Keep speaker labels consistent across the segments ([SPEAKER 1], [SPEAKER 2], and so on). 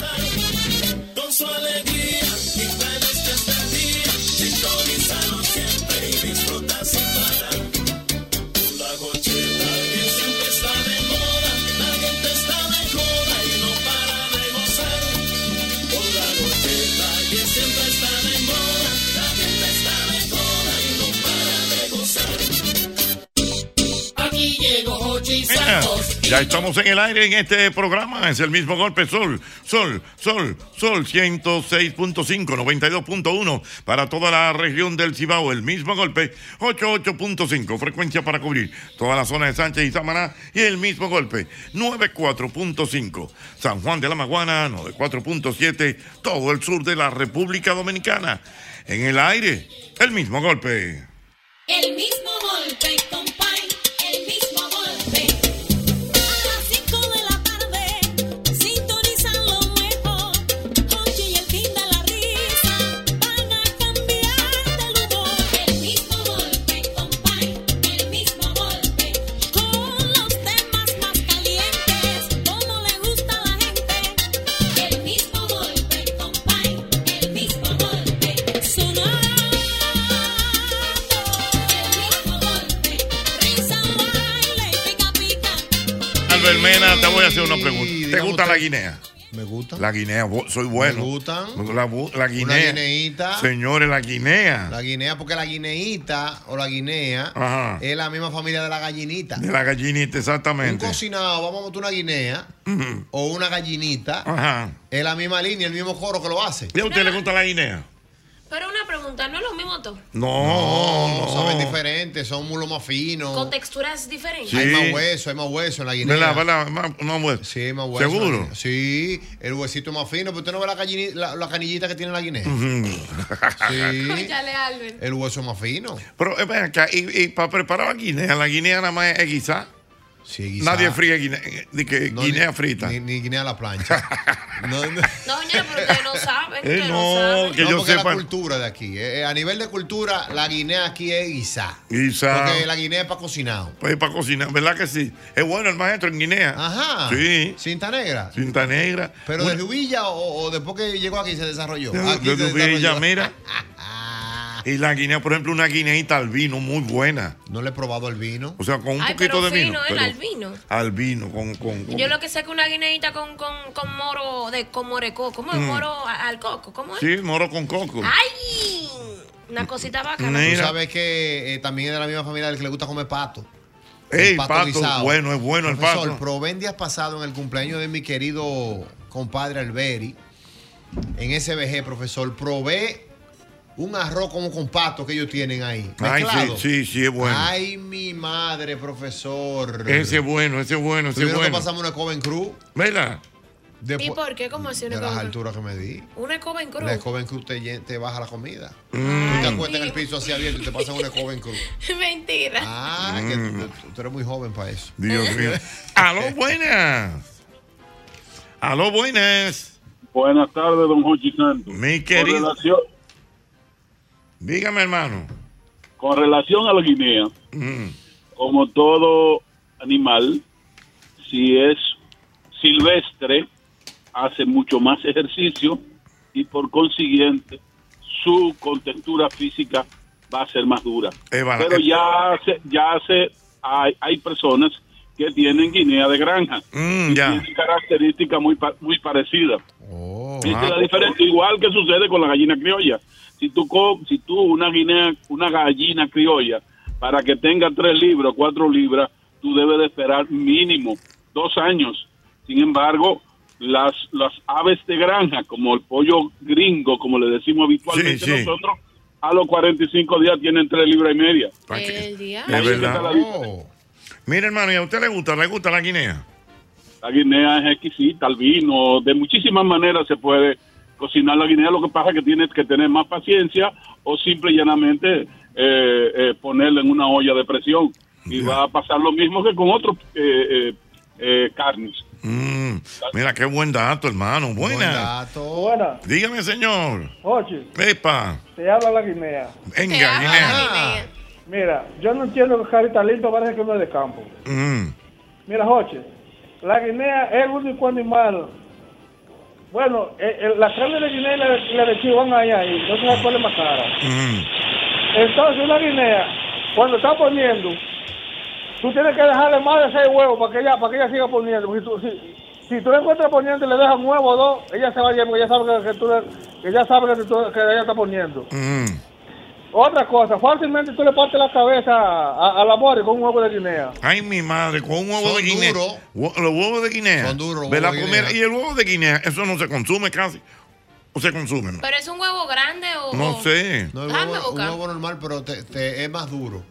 [SPEAKER 1] Con su alegría y planes de este día, sintonízalo siempre y disfruta sin parar. La gocheta que siempre está de moda, la gente está de moda y no para de gozar. Con la gocheta que siempre está de moda, la gente está de moda y no para de gozar. Aquí llegó Hochi Santos.
[SPEAKER 2] Ya estamos en el aire en este programa. Es el mismo golpe. Sol, sol, sol, sol. 106.5, 92.1 para toda la región del Cibao. El mismo golpe. 88.5. Frecuencia para cubrir toda la zona de Sánchez y Samaná. Y el mismo golpe. 94.5. San Juan de la Maguana. 94.7. Todo el sur de la República Dominicana. En el aire. El mismo golpe.
[SPEAKER 1] El mismo golpe, compay, el mismo golpe. A las 5 de la tarde, sintonizan lo mejor. Hochi y el fin de la risa van a cambiar de humor. El mismo golpe, compay, el mismo golpe. Con los temas más calientes, como le gusta a la gente. El mismo golpe, compay, el mismo golpe. Sonora.
[SPEAKER 2] Albert Mena, te voy a hacer una pregunta. ¿Te gusta la Guinea?
[SPEAKER 3] Me gusta.
[SPEAKER 2] La Guinea, bo- soy bueno.
[SPEAKER 3] Me gustan.
[SPEAKER 2] La, bu- la Guinea.
[SPEAKER 3] Una guineíta.
[SPEAKER 2] Señores, la Guinea.
[SPEAKER 3] La guinea, porque la guineíta o la guinea
[SPEAKER 2] Ajá.
[SPEAKER 3] es la misma familia de la gallinita.
[SPEAKER 2] De la gallinita,
[SPEAKER 3] Un
[SPEAKER 2] exactamente.
[SPEAKER 3] cocinado, vamos a montar una guinea
[SPEAKER 2] Ujú.
[SPEAKER 3] o una gallinita.
[SPEAKER 2] Ajá.
[SPEAKER 3] Es la misma línea, el mismo coro que lo hace.
[SPEAKER 2] ¿Y a usted le gusta la guinea?
[SPEAKER 4] Pero una pregunta, ¿no es lo mismo todo?
[SPEAKER 2] No, no.
[SPEAKER 3] Saben diferentes, son mulos más finos.
[SPEAKER 4] Con texturas diferentes.
[SPEAKER 3] Hay
[SPEAKER 2] Sí.
[SPEAKER 3] más hueso, hay más hueso en la guinea.
[SPEAKER 2] ¿Verdad, verdad? Ma- No, bueno.
[SPEAKER 3] Sí, hay más hueso. en la
[SPEAKER 2] ¿Seguro?
[SPEAKER 3] guinea. Sí, el huesito es más fino, pero usted no ve la, gallini- la, la canillita que tiene la guinea. Sí,
[SPEAKER 4] Óyale, Albert.
[SPEAKER 3] el hueso es más fino.
[SPEAKER 2] Pero eh, ven acá, y, para preparar la guinea, la guinea nada más es guisar.
[SPEAKER 3] Sí, quizá.
[SPEAKER 2] Nadie fría guinea, eh, de que
[SPEAKER 3] No,
[SPEAKER 2] guinea
[SPEAKER 3] ni-
[SPEAKER 2] frita.
[SPEAKER 3] Ni, ni guinea a la plancha. no, no.
[SPEAKER 4] No, señora, pero ustedes no saben.
[SPEAKER 2] Eh,
[SPEAKER 4] Ustedes no,
[SPEAKER 2] no,
[SPEAKER 4] saben.
[SPEAKER 2] que
[SPEAKER 3] No,
[SPEAKER 2] yo
[SPEAKER 3] porque
[SPEAKER 2] sepa.
[SPEAKER 3] la cultura de aquí. eh, eh, a nivel de cultura, la guinea aquí es guisá.
[SPEAKER 2] Guisar.
[SPEAKER 3] Porque la guinea es para cocinado.
[SPEAKER 2] Pues para cocinar, ¿verdad que sí? Es bueno el maestro en Guinea.
[SPEAKER 3] Ah. Ajá.
[SPEAKER 2] Sí.
[SPEAKER 3] Cinta negra.
[SPEAKER 2] Cinta negra.
[SPEAKER 3] Pero
[SPEAKER 2] Una-
[SPEAKER 3] desde Villa o, o después que llegó aquí se desarrolló.
[SPEAKER 2] Yo-
[SPEAKER 3] Aquí
[SPEAKER 2] yo
[SPEAKER 3] se
[SPEAKER 2] tuve ella,
[SPEAKER 3] desarrolló.
[SPEAKER 2] mira. Y la guinea, por ejemplo, una guineita al vino muy buena.
[SPEAKER 3] No le he probado el vino.
[SPEAKER 2] O sea, con un
[SPEAKER 4] Ay,
[SPEAKER 2] poquito
[SPEAKER 4] pero
[SPEAKER 2] de vino.
[SPEAKER 4] fino, ¿eh?
[SPEAKER 2] pero
[SPEAKER 4] Al vino.
[SPEAKER 2] Al vino, con. con, con-
[SPEAKER 4] Yo lo que sé es que una guineita con, con, con moro de con moreco, ¿cómo es? Moro a- al coco, ¿cómo es?
[SPEAKER 2] Mm. Sí, moro con coco.
[SPEAKER 4] ¡Ay! Una cosita bacana.
[SPEAKER 2] Ni-
[SPEAKER 3] Tú
[SPEAKER 2] mira.
[SPEAKER 3] sabes que eh, también es de la misma familia del que le gusta comer pato.
[SPEAKER 2] Ey, pato, bueno, es bueno el
[SPEAKER 3] Profesor,
[SPEAKER 2] pato.
[SPEAKER 3] probé en días pasados en el cumpleaños de mi querido compadre Alberi, en SBG, profesor, probé un arroz como con pato que ellos tienen ahí.
[SPEAKER 2] Ay,
[SPEAKER 3] mezclado.
[SPEAKER 2] sí, sí, sí, es bueno.
[SPEAKER 3] Ay, mi madre, profesor.
[SPEAKER 2] Ese es bueno, ese es bueno, ese es
[SPEAKER 3] Tuvieron que
[SPEAKER 2] bueno.
[SPEAKER 3] pasamos una escoba en cruz
[SPEAKER 2] Mira,
[SPEAKER 3] después
[SPEAKER 4] ¿Y por qué? ¿Cómo así
[SPEAKER 3] de
[SPEAKER 4] una
[SPEAKER 3] las
[SPEAKER 4] escoba en cruz?
[SPEAKER 3] alturas que me di.
[SPEAKER 4] Una escoba en cruz.
[SPEAKER 3] La escoba en cruz te, llen- te baja la comida.
[SPEAKER 2] Mm.
[SPEAKER 4] Ay,
[SPEAKER 3] Te acuestas en el
[SPEAKER 4] mi-
[SPEAKER 3] piso así abierto y te pasan una escoba en cruz.
[SPEAKER 4] Mentira.
[SPEAKER 3] Ah, que tú, tú- tú eres muy joven para eso.
[SPEAKER 2] Dios mío. Aló, buenas. Aló, buenas.
[SPEAKER 5] Buenas tardes, don Jochi Santos.
[SPEAKER 2] Mi
[SPEAKER 5] Con
[SPEAKER 2] querido.
[SPEAKER 5] relación,
[SPEAKER 2] Dígame, hermano.
[SPEAKER 5] con relación a la guinea,
[SPEAKER 2] Mm.
[SPEAKER 5] como todo animal, si es silvestre, hace mucho más ejercicio y por consiguiente su contextura física va a ser más dura.
[SPEAKER 2] va-
[SPEAKER 5] Pero
[SPEAKER 2] eh.
[SPEAKER 5] ya se, ya se, hay, hay personas que tienen guinea de granja.
[SPEAKER 2] Mm, ya.
[SPEAKER 5] Tienen características muy, pa- muy parecidas. Esa es la diferencia. Igual que sucede con la gallina criolla. Si tú, co- si tú una, guinea, una gallina criolla, para que tenga tres libras, cuatro libras, tú debes de esperar mínimo dos años. Sin embargo, las, las aves de granja, como el pollo gringo, como le decimos habitualmente
[SPEAKER 2] Sí, sí.
[SPEAKER 5] nosotros, a los 45 días tienen tres libras y media.
[SPEAKER 4] El día.
[SPEAKER 2] Es verdad.
[SPEAKER 5] La,
[SPEAKER 2] Mira, hermano, ¿y a usted le gusta? ¿Le gusta la guinea?
[SPEAKER 5] la guinea es exquisita, el vino, de muchísimas maneras se puede cocinar la guinea, lo que pasa es que tienes que tener más paciencia o simple y llanamente eh, eh, ponerla en una olla de presión y va a pasar lo mismo que con otros eh, eh, eh, carnes.
[SPEAKER 2] Mm, mira, qué buen dato, hermano. Buena.
[SPEAKER 6] Buena,
[SPEAKER 2] Dígame, señor.
[SPEAKER 6] Jochi,
[SPEAKER 2] Epa,
[SPEAKER 6] te habla la Guinea.
[SPEAKER 2] venga, guinea.
[SPEAKER 6] Mira, yo no entiendo que Carita Lindo parece que no es de campo.
[SPEAKER 2] Mm,
[SPEAKER 6] Mira, Jochi, la Guinea es el único animal. Bueno, eh, eh, la carne de Guinea y la, y la de Chivo van ahí, ahí. No se sabe cuál es más cara.
[SPEAKER 2] mm.
[SPEAKER 6] Entonces, una Guinea, cuando está poniendo, tú tienes que dejarle más de seis huevos para que ella, para que ella siga poniendo. Porque Si tú, si, si tú la encuentras poniendo y le dejas un huevo o dos, ella se va a ir, porque ella sabe que, que tú le- que ella sabe que, tú- que ella está poniendo.
[SPEAKER 2] Mm.
[SPEAKER 6] Otra cosa, fácilmente tú le partes la cabeza a, a la mori con un huevo de Guinea.
[SPEAKER 2] Ay, mi madre, con un huevo
[SPEAKER 3] Son
[SPEAKER 2] de guinea.
[SPEAKER 3] duros.
[SPEAKER 2] Hue- Los huevos de guinea.
[SPEAKER 3] Son duros, huevos
[SPEAKER 2] Ve la
[SPEAKER 3] de
[SPEAKER 2] comer-
[SPEAKER 3] guinea.
[SPEAKER 2] Y el huevo de guinea, eso no se consume casi. ¿O se consume? No,
[SPEAKER 4] Pero es un huevo grande o.
[SPEAKER 2] No
[SPEAKER 4] o-
[SPEAKER 2] sé.
[SPEAKER 3] No, el
[SPEAKER 4] Déjame
[SPEAKER 3] huevo, un
[SPEAKER 4] buscar.
[SPEAKER 3] huevo normal, pero te, te- es más duro.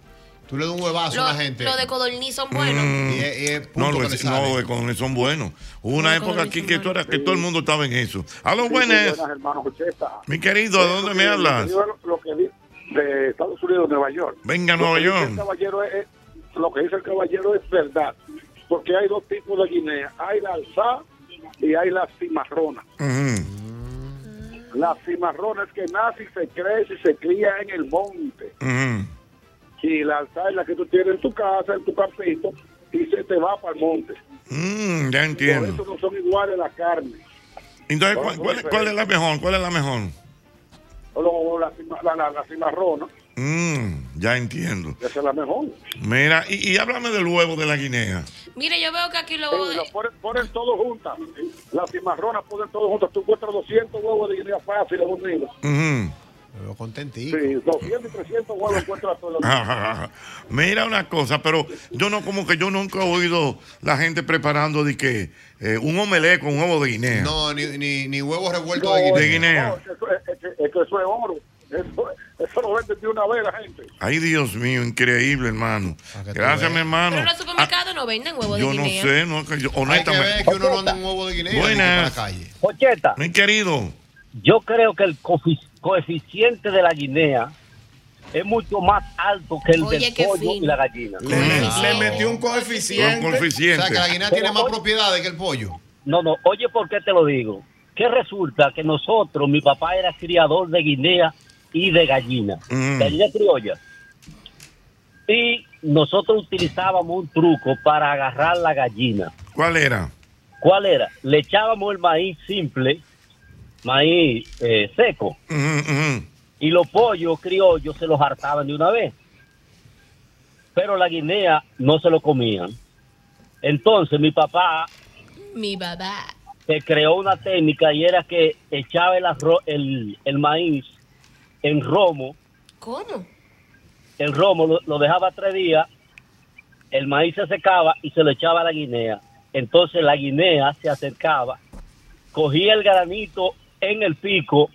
[SPEAKER 3] Tú le das un huevazo a
[SPEAKER 4] Lo,
[SPEAKER 3] la gente.
[SPEAKER 4] lo de codorniz son buenos.
[SPEAKER 2] Mm.
[SPEAKER 3] y es, y es punto
[SPEAKER 2] No, los
[SPEAKER 3] que le
[SPEAKER 2] de-
[SPEAKER 3] sale.
[SPEAKER 2] no, de codorniz son buenos. Hubo una
[SPEAKER 4] de
[SPEAKER 2] época aquí
[SPEAKER 4] codorniz
[SPEAKER 2] que,
[SPEAKER 4] son
[SPEAKER 2] tú eras- que todo el mundo estaba en eso. A los buenos,
[SPEAKER 7] hermano Jocheta.
[SPEAKER 2] mi querido, ¿a dónde me hablas?
[SPEAKER 7] Lo que dice de Estados Unidos, Nueva York.
[SPEAKER 2] Venga,
[SPEAKER 7] Lo
[SPEAKER 2] Nueva
[SPEAKER 7] que dice
[SPEAKER 2] York.
[SPEAKER 7] el caballero es- es- lo que dice el caballero es verdad, porque hay dos tipos de guinea, hay la alzada y hay la cimarrona.
[SPEAKER 2] Ujú,
[SPEAKER 7] La cimarrona es que nace y se crece y se cría en el monte.
[SPEAKER 2] ujú.
[SPEAKER 7] Y la alzada es la que tú tienes en tu casa, en tu carpito, y se te va para el monte.
[SPEAKER 2] Mm, ya
[SPEAKER 7] Por
[SPEAKER 2] entiendo.
[SPEAKER 7] eso no son iguales las carnes.
[SPEAKER 2] Entonces,
[SPEAKER 7] Son
[SPEAKER 2] ¿cuál, cuál-
[SPEAKER 7] muy
[SPEAKER 2] cuál es la mejor? ¿Cuál es la mejor?
[SPEAKER 7] O lo- la, cima- la, la- la cimarrona,
[SPEAKER 2] Mm, ya entiendo.
[SPEAKER 7] esa es la mejor.
[SPEAKER 2] Mira, y, y háblame del huevo de la guinea.
[SPEAKER 4] Mire, yo veo que aquí los huevos
[SPEAKER 7] Sí,
[SPEAKER 4] de.
[SPEAKER 7] lo ponen, ponen todo juntas. Las cimarronas ponen todo juntas. Tú encuentras 200 huevos de guinea fácil unidos.
[SPEAKER 2] Ujú.
[SPEAKER 3] Pero contentito.
[SPEAKER 7] Sí, 200 y 300 huevos encuentras todos
[SPEAKER 2] Ah.
[SPEAKER 7] los
[SPEAKER 2] Ajá. Mira una cosa, pero yo no, como que yo nunca he oído la gente preparando de que eh, un omelé con huevo de guinea.
[SPEAKER 3] No, ni, ni, ni huevos revueltos
[SPEAKER 7] No,
[SPEAKER 3] de
[SPEAKER 2] de
[SPEAKER 3] guinea.
[SPEAKER 7] No,
[SPEAKER 2] guinea.
[SPEAKER 7] es que eso, es, es que- es que eso es oro. Eso, eso lo venden de una vez la gente.
[SPEAKER 2] Ay, Dios mío, increíble, hermano.
[SPEAKER 3] Para que tú
[SPEAKER 2] Gracias,
[SPEAKER 3] veas.
[SPEAKER 2] mi hermano.
[SPEAKER 4] Pero en los supermercados no venden
[SPEAKER 2] Ah,
[SPEAKER 4] huevos de
[SPEAKER 2] yo no
[SPEAKER 4] guinea.
[SPEAKER 2] sé, no, que
[SPEAKER 3] Hay
[SPEAKER 2] yo-
[SPEAKER 3] que ver
[SPEAKER 2] honestamente.
[SPEAKER 3] que uno no anda un huevo de guinea
[SPEAKER 2] Buenas.
[SPEAKER 3] ni que para la calle.
[SPEAKER 8] Pocheta,
[SPEAKER 2] Mi querido,
[SPEAKER 8] yo creo que el cofi- coeficiente de la guinea es mucho más alto que el
[SPEAKER 4] Oye,
[SPEAKER 8] del
[SPEAKER 4] qué
[SPEAKER 8] pollo
[SPEAKER 4] fino.
[SPEAKER 8] y la gallina.
[SPEAKER 9] Le,
[SPEAKER 2] Mm.
[SPEAKER 9] le metió un
[SPEAKER 2] con
[SPEAKER 9] coeficiente.
[SPEAKER 3] O sea, que la
[SPEAKER 2] coeficiente.
[SPEAKER 3] guinea tiene más propiedades que el pollo.
[SPEAKER 8] No, no, oye, ¿por qué te lo digo? Que resulta que nosotros, mi papá era criador de guinea y de gallina,
[SPEAKER 2] Mm.
[SPEAKER 8] de gallina criolla. Y nosotros utilizábamos un truco para agarrar la gallina.
[SPEAKER 2] ¿Cuál era?
[SPEAKER 8] ¿Cuál era? Le echábamos el maíz simple, maíz eh, seco,
[SPEAKER 2] Ujú, ujú.
[SPEAKER 8] y los pollos criollos se los hartaban de una vez. Pero la guinea no se lo comían. Entonces mi papá
[SPEAKER 4] Mi papá.
[SPEAKER 8] se creó una técnica y era que echaba el, arroz, el, el maíz en romo,
[SPEAKER 4] ¿Cómo?
[SPEAKER 8] el romo lo, lo dejaba tres días, el maíz se secaba y se lo echaba a la guinea. Entonces la guinea se acercaba, cogía el granito en el pico,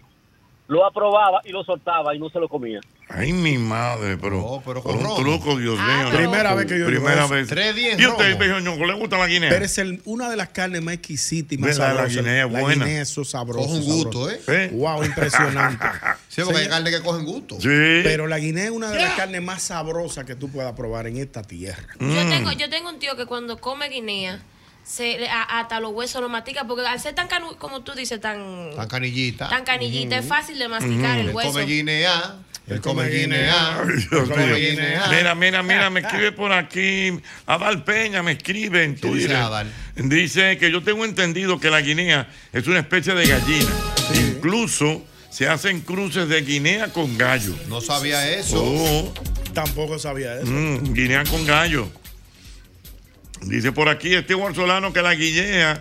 [SPEAKER 8] lo aprobaba y lo soltaba y no se lo comía.
[SPEAKER 2] Ay, mi madre, pero,
[SPEAKER 3] No, pero
[SPEAKER 2] por
[SPEAKER 3] con
[SPEAKER 2] un
[SPEAKER 3] romo.
[SPEAKER 2] truco, Oh, Dios
[SPEAKER 4] Ah,
[SPEAKER 2] mío.
[SPEAKER 4] pero-
[SPEAKER 9] Primera vez que yo
[SPEAKER 2] Primera
[SPEAKER 9] digo
[SPEAKER 2] vez.
[SPEAKER 3] Tres días
[SPEAKER 2] ¿Y usted,
[SPEAKER 3] romo.
[SPEAKER 2] Peñoño, le gusta la guinea?
[SPEAKER 9] Pero es el- una de las carnes más exquisitas y más
[SPEAKER 2] ¿Verdad? La
[SPEAKER 9] sabrosas.
[SPEAKER 2] guinea es buena.
[SPEAKER 9] guinea, eso es sabroso.
[SPEAKER 3] Coge un gusto,
[SPEAKER 9] sabroso.
[SPEAKER 2] ¿eh?
[SPEAKER 9] Wow, impresionante.
[SPEAKER 3] Sí, porque hay
[SPEAKER 9] Señor,
[SPEAKER 3] carne que cogen gusto.
[SPEAKER 2] Sí.
[SPEAKER 9] pero la guinea es una de las carnes más sabrosas que tú puedas probar en esta tierra.
[SPEAKER 2] Mm.
[SPEAKER 4] Yo tengo, yo tengo un tío que cuando come guinea, se, le- a- hasta los huesos lo mastica, porque al ser tan canu- como tú dices, tan,
[SPEAKER 2] Ah,
[SPEAKER 3] Tan canillita. Mm.
[SPEAKER 4] tan canillita,
[SPEAKER 2] mm.
[SPEAKER 4] es fácil de masticar el
[SPEAKER 3] Él
[SPEAKER 4] hueso.
[SPEAKER 3] come guinea. Él
[SPEAKER 9] Él
[SPEAKER 3] come
[SPEAKER 9] come
[SPEAKER 3] guinea.
[SPEAKER 2] Ay,
[SPEAKER 3] Él
[SPEAKER 2] Dios
[SPEAKER 3] come
[SPEAKER 2] mío.
[SPEAKER 3] guinea.
[SPEAKER 2] Mira, mira, mira, me escribe por aquí. Adal Peña me escribe en
[SPEAKER 3] ¿Qué dice
[SPEAKER 2] Twitter.
[SPEAKER 3] Adal?
[SPEAKER 2] Dice que yo tengo entendido que la guinea es una especie de gallina. Incluso se hacen cruces de guinea con gallo.
[SPEAKER 3] No sabía eso.
[SPEAKER 2] Oh.
[SPEAKER 9] Tampoco sabía eso.
[SPEAKER 2] Mm, guinea con gallo. Dice por aquí este Solano que la guinea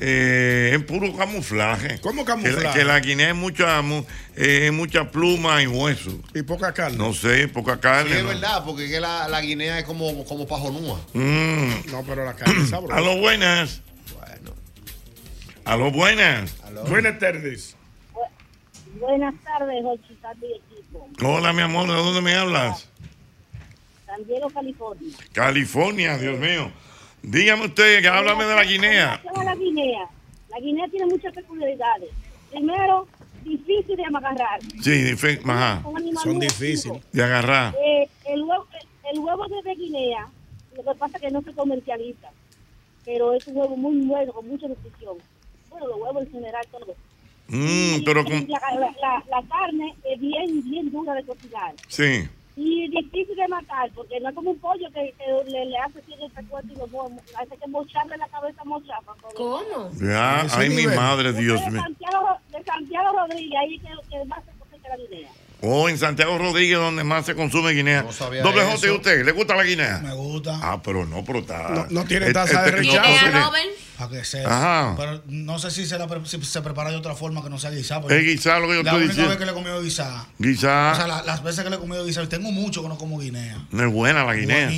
[SPEAKER 2] eh, es puro camuflaje.
[SPEAKER 9] ¿Cómo
[SPEAKER 2] Que la-
[SPEAKER 9] camuflaje?
[SPEAKER 2] Que la, guinea es mucha, mu- eh, es mucha pluma y hueso.
[SPEAKER 9] Y poca carne.
[SPEAKER 2] No sé, poca carne.
[SPEAKER 3] Sí, es
[SPEAKER 2] ¿no?
[SPEAKER 3] verdad, porque es que la, la guinea es como, como pajonúa.
[SPEAKER 2] Mm.
[SPEAKER 9] No, pero la carne es sabrosa.
[SPEAKER 2] A los buenas. A los buenas.
[SPEAKER 9] Buenas tardes.
[SPEAKER 10] Buenas tardes, Jochi, Sandy y equipo.
[SPEAKER 2] Hola, mi amor, ¿de dónde me hablas?
[SPEAKER 10] San Diego, California.
[SPEAKER 2] California, Dios mío. Dígame usted, que háblame de la guinea.
[SPEAKER 10] Relación a la guinea. La guinea tiene muchas peculiaridades. Primero, difícil de agarrar.
[SPEAKER 2] Sí, dife- ajá.
[SPEAKER 10] Un animal muy
[SPEAKER 2] De agarrar.
[SPEAKER 10] Eh, el, huevo, el huevo de guinea, lo que pasa es que no se comercializa, pero es un huevo muy bueno, con mucha nutrición. Bueno, los huevos en general, todo.
[SPEAKER 2] Mm, pero
[SPEAKER 10] Y
[SPEAKER 2] con.
[SPEAKER 10] la, la- la- la carne es bien, bien dura de cocinar.
[SPEAKER 2] Sí.
[SPEAKER 10] Y difícil de matar, porque no es como un pollo que, que le, le hace así el recuerdo y lo mo- hace que mocharle la cabeza mochapa. ¿Cómo?
[SPEAKER 2] Ya, ay, mi madre, Dios mío.
[SPEAKER 10] Santiago, de Santiago Rodríguez, ahí que, que más se cosecha la guinea.
[SPEAKER 2] O en Santiago Rodríguez, donde más se consume guinea.
[SPEAKER 3] sabía
[SPEAKER 2] Doble
[SPEAKER 3] eso.
[SPEAKER 2] J, ¿y usted? ¿Le gusta la guinea?
[SPEAKER 11] Me gusta.
[SPEAKER 2] Ah, pero no, pero está.
[SPEAKER 11] No- no tiene
[SPEAKER 2] Este-
[SPEAKER 11] tasa de
[SPEAKER 2] este- no,
[SPEAKER 11] rechazo.
[SPEAKER 2] no
[SPEAKER 11] Guinea,
[SPEAKER 2] tiene-
[SPEAKER 11] Para que sea.
[SPEAKER 2] Ajá.
[SPEAKER 11] Pero no sé si se, la pre- si se prepara de otra forma que no sea guisada.
[SPEAKER 2] Es guisada lo que yo
[SPEAKER 11] la
[SPEAKER 2] estoy
[SPEAKER 11] única
[SPEAKER 2] diciendo. Ah.
[SPEAKER 11] vez que le he comido guisada.
[SPEAKER 2] Guisada.
[SPEAKER 11] O sea, la- las veces que le he comido guisada, tengo mucho que no como guinea.
[SPEAKER 2] No es buena la guinea.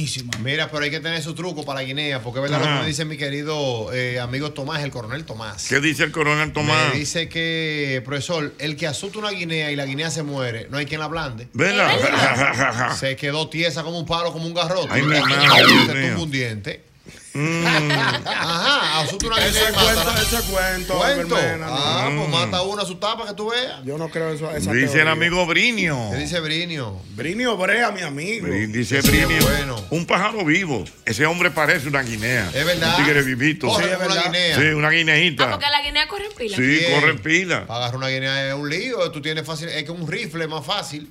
[SPEAKER 3] Mira, pero hay que tener su truco para la guinea, porque es verdad
[SPEAKER 2] Ajá.
[SPEAKER 3] lo que me dice mi querido eh, amigo Tomás, el coronel Tomás.
[SPEAKER 2] ¿Qué dice el coronel Tomás?
[SPEAKER 3] Me dice que, profesor, el que asusta una guinea y la guinea se muere, no hay quien la ablande.
[SPEAKER 2] ¿Verdad?
[SPEAKER 3] Se quedó tiesa como un palo, como un garrote.
[SPEAKER 2] Ay, mi madre, Dios
[SPEAKER 3] Se
[SPEAKER 2] mío. Mm.
[SPEAKER 3] tumba un diente. Ajá, asusta una
[SPEAKER 9] Eso
[SPEAKER 3] guinea y
[SPEAKER 9] es
[SPEAKER 3] mátala.
[SPEAKER 9] cuento, eso es cuento,
[SPEAKER 3] Cuento.
[SPEAKER 9] Albermena, no.
[SPEAKER 3] Ah, pues
[SPEAKER 9] Mm.
[SPEAKER 3] mata una a su tapa que tú veas.
[SPEAKER 9] Yo no creo eso. Esa
[SPEAKER 2] Dice el
[SPEAKER 9] teoría.
[SPEAKER 2] amigo Brinio.
[SPEAKER 3] ¿Qué dice Brinio?
[SPEAKER 9] Brinio Brea, mi amigo.
[SPEAKER 2] Brin- Dice Brinio. Un pájaro vivo. Ese hombre parece una guinea.
[SPEAKER 3] Es verdad.
[SPEAKER 2] Un tigre vivito.
[SPEAKER 3] Corre como una guinea.
[SPEAKER 2] Sí, una
[SPEAKER 9] Ah,
[SPEAKER 2] guineíta.
[SPEAKER 4] Porque la guinea corre en pila.
[SPEAKER 2] Sí, corre pila.
[SPEAKER 3] Para agarrar una guinea es un lío. Tú tienes fácil. Es que un rifle es más fácil.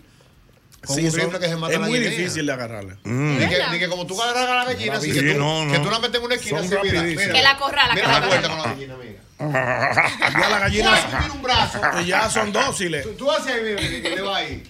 [SPEAKER 3] Con
[SPEAKER 9] Sí,
[SPEAKER 3] un
[SPEAKER 9] eso
[SPEAKER 3] rifle que se mata
[SPEAKER 9] es
[SPEAKER 3] la
[SPEAKER 9] muy
[SPEAKER 3] guinea.
[SPEAKER 9] difícil de agarrarla.
[SPEAKER 2] Mm.
[SPEAKER 3] Ni que, ni que como tú agarras a la gallina, así
[SPEAKER 2] Sí,
[SPEAKER 3] que, tú,
[SPEAKER 2] no, no.
[SPEAKER 3] que tú la metes en una esquina,
[SPEAKER 2] Son
[SPEAKER 3] así, mira,
[SPEAKER 2] rapidísimas.
[SPEAKER 3] mira.
[SPEAKER 4] Que la corrala, que
[SPEAKER 3] Mira
[SPEAKER 4] la
[SPEAKER 3] la
[SPEAKER 4] corrala.
[SPEAKER 3] vuelta con la gallina, mira.
[SPEAKER 9] Ya la
[SPEAKER 3] Ya tú
[SPEAKER 9] gallina.
[SPEAKER 3] tienes un brazo.
[SPEAKER 9] Y ya son dóciles.
[SPEAKER 3] Tú, tú haces ahí, mira, que te va ahí.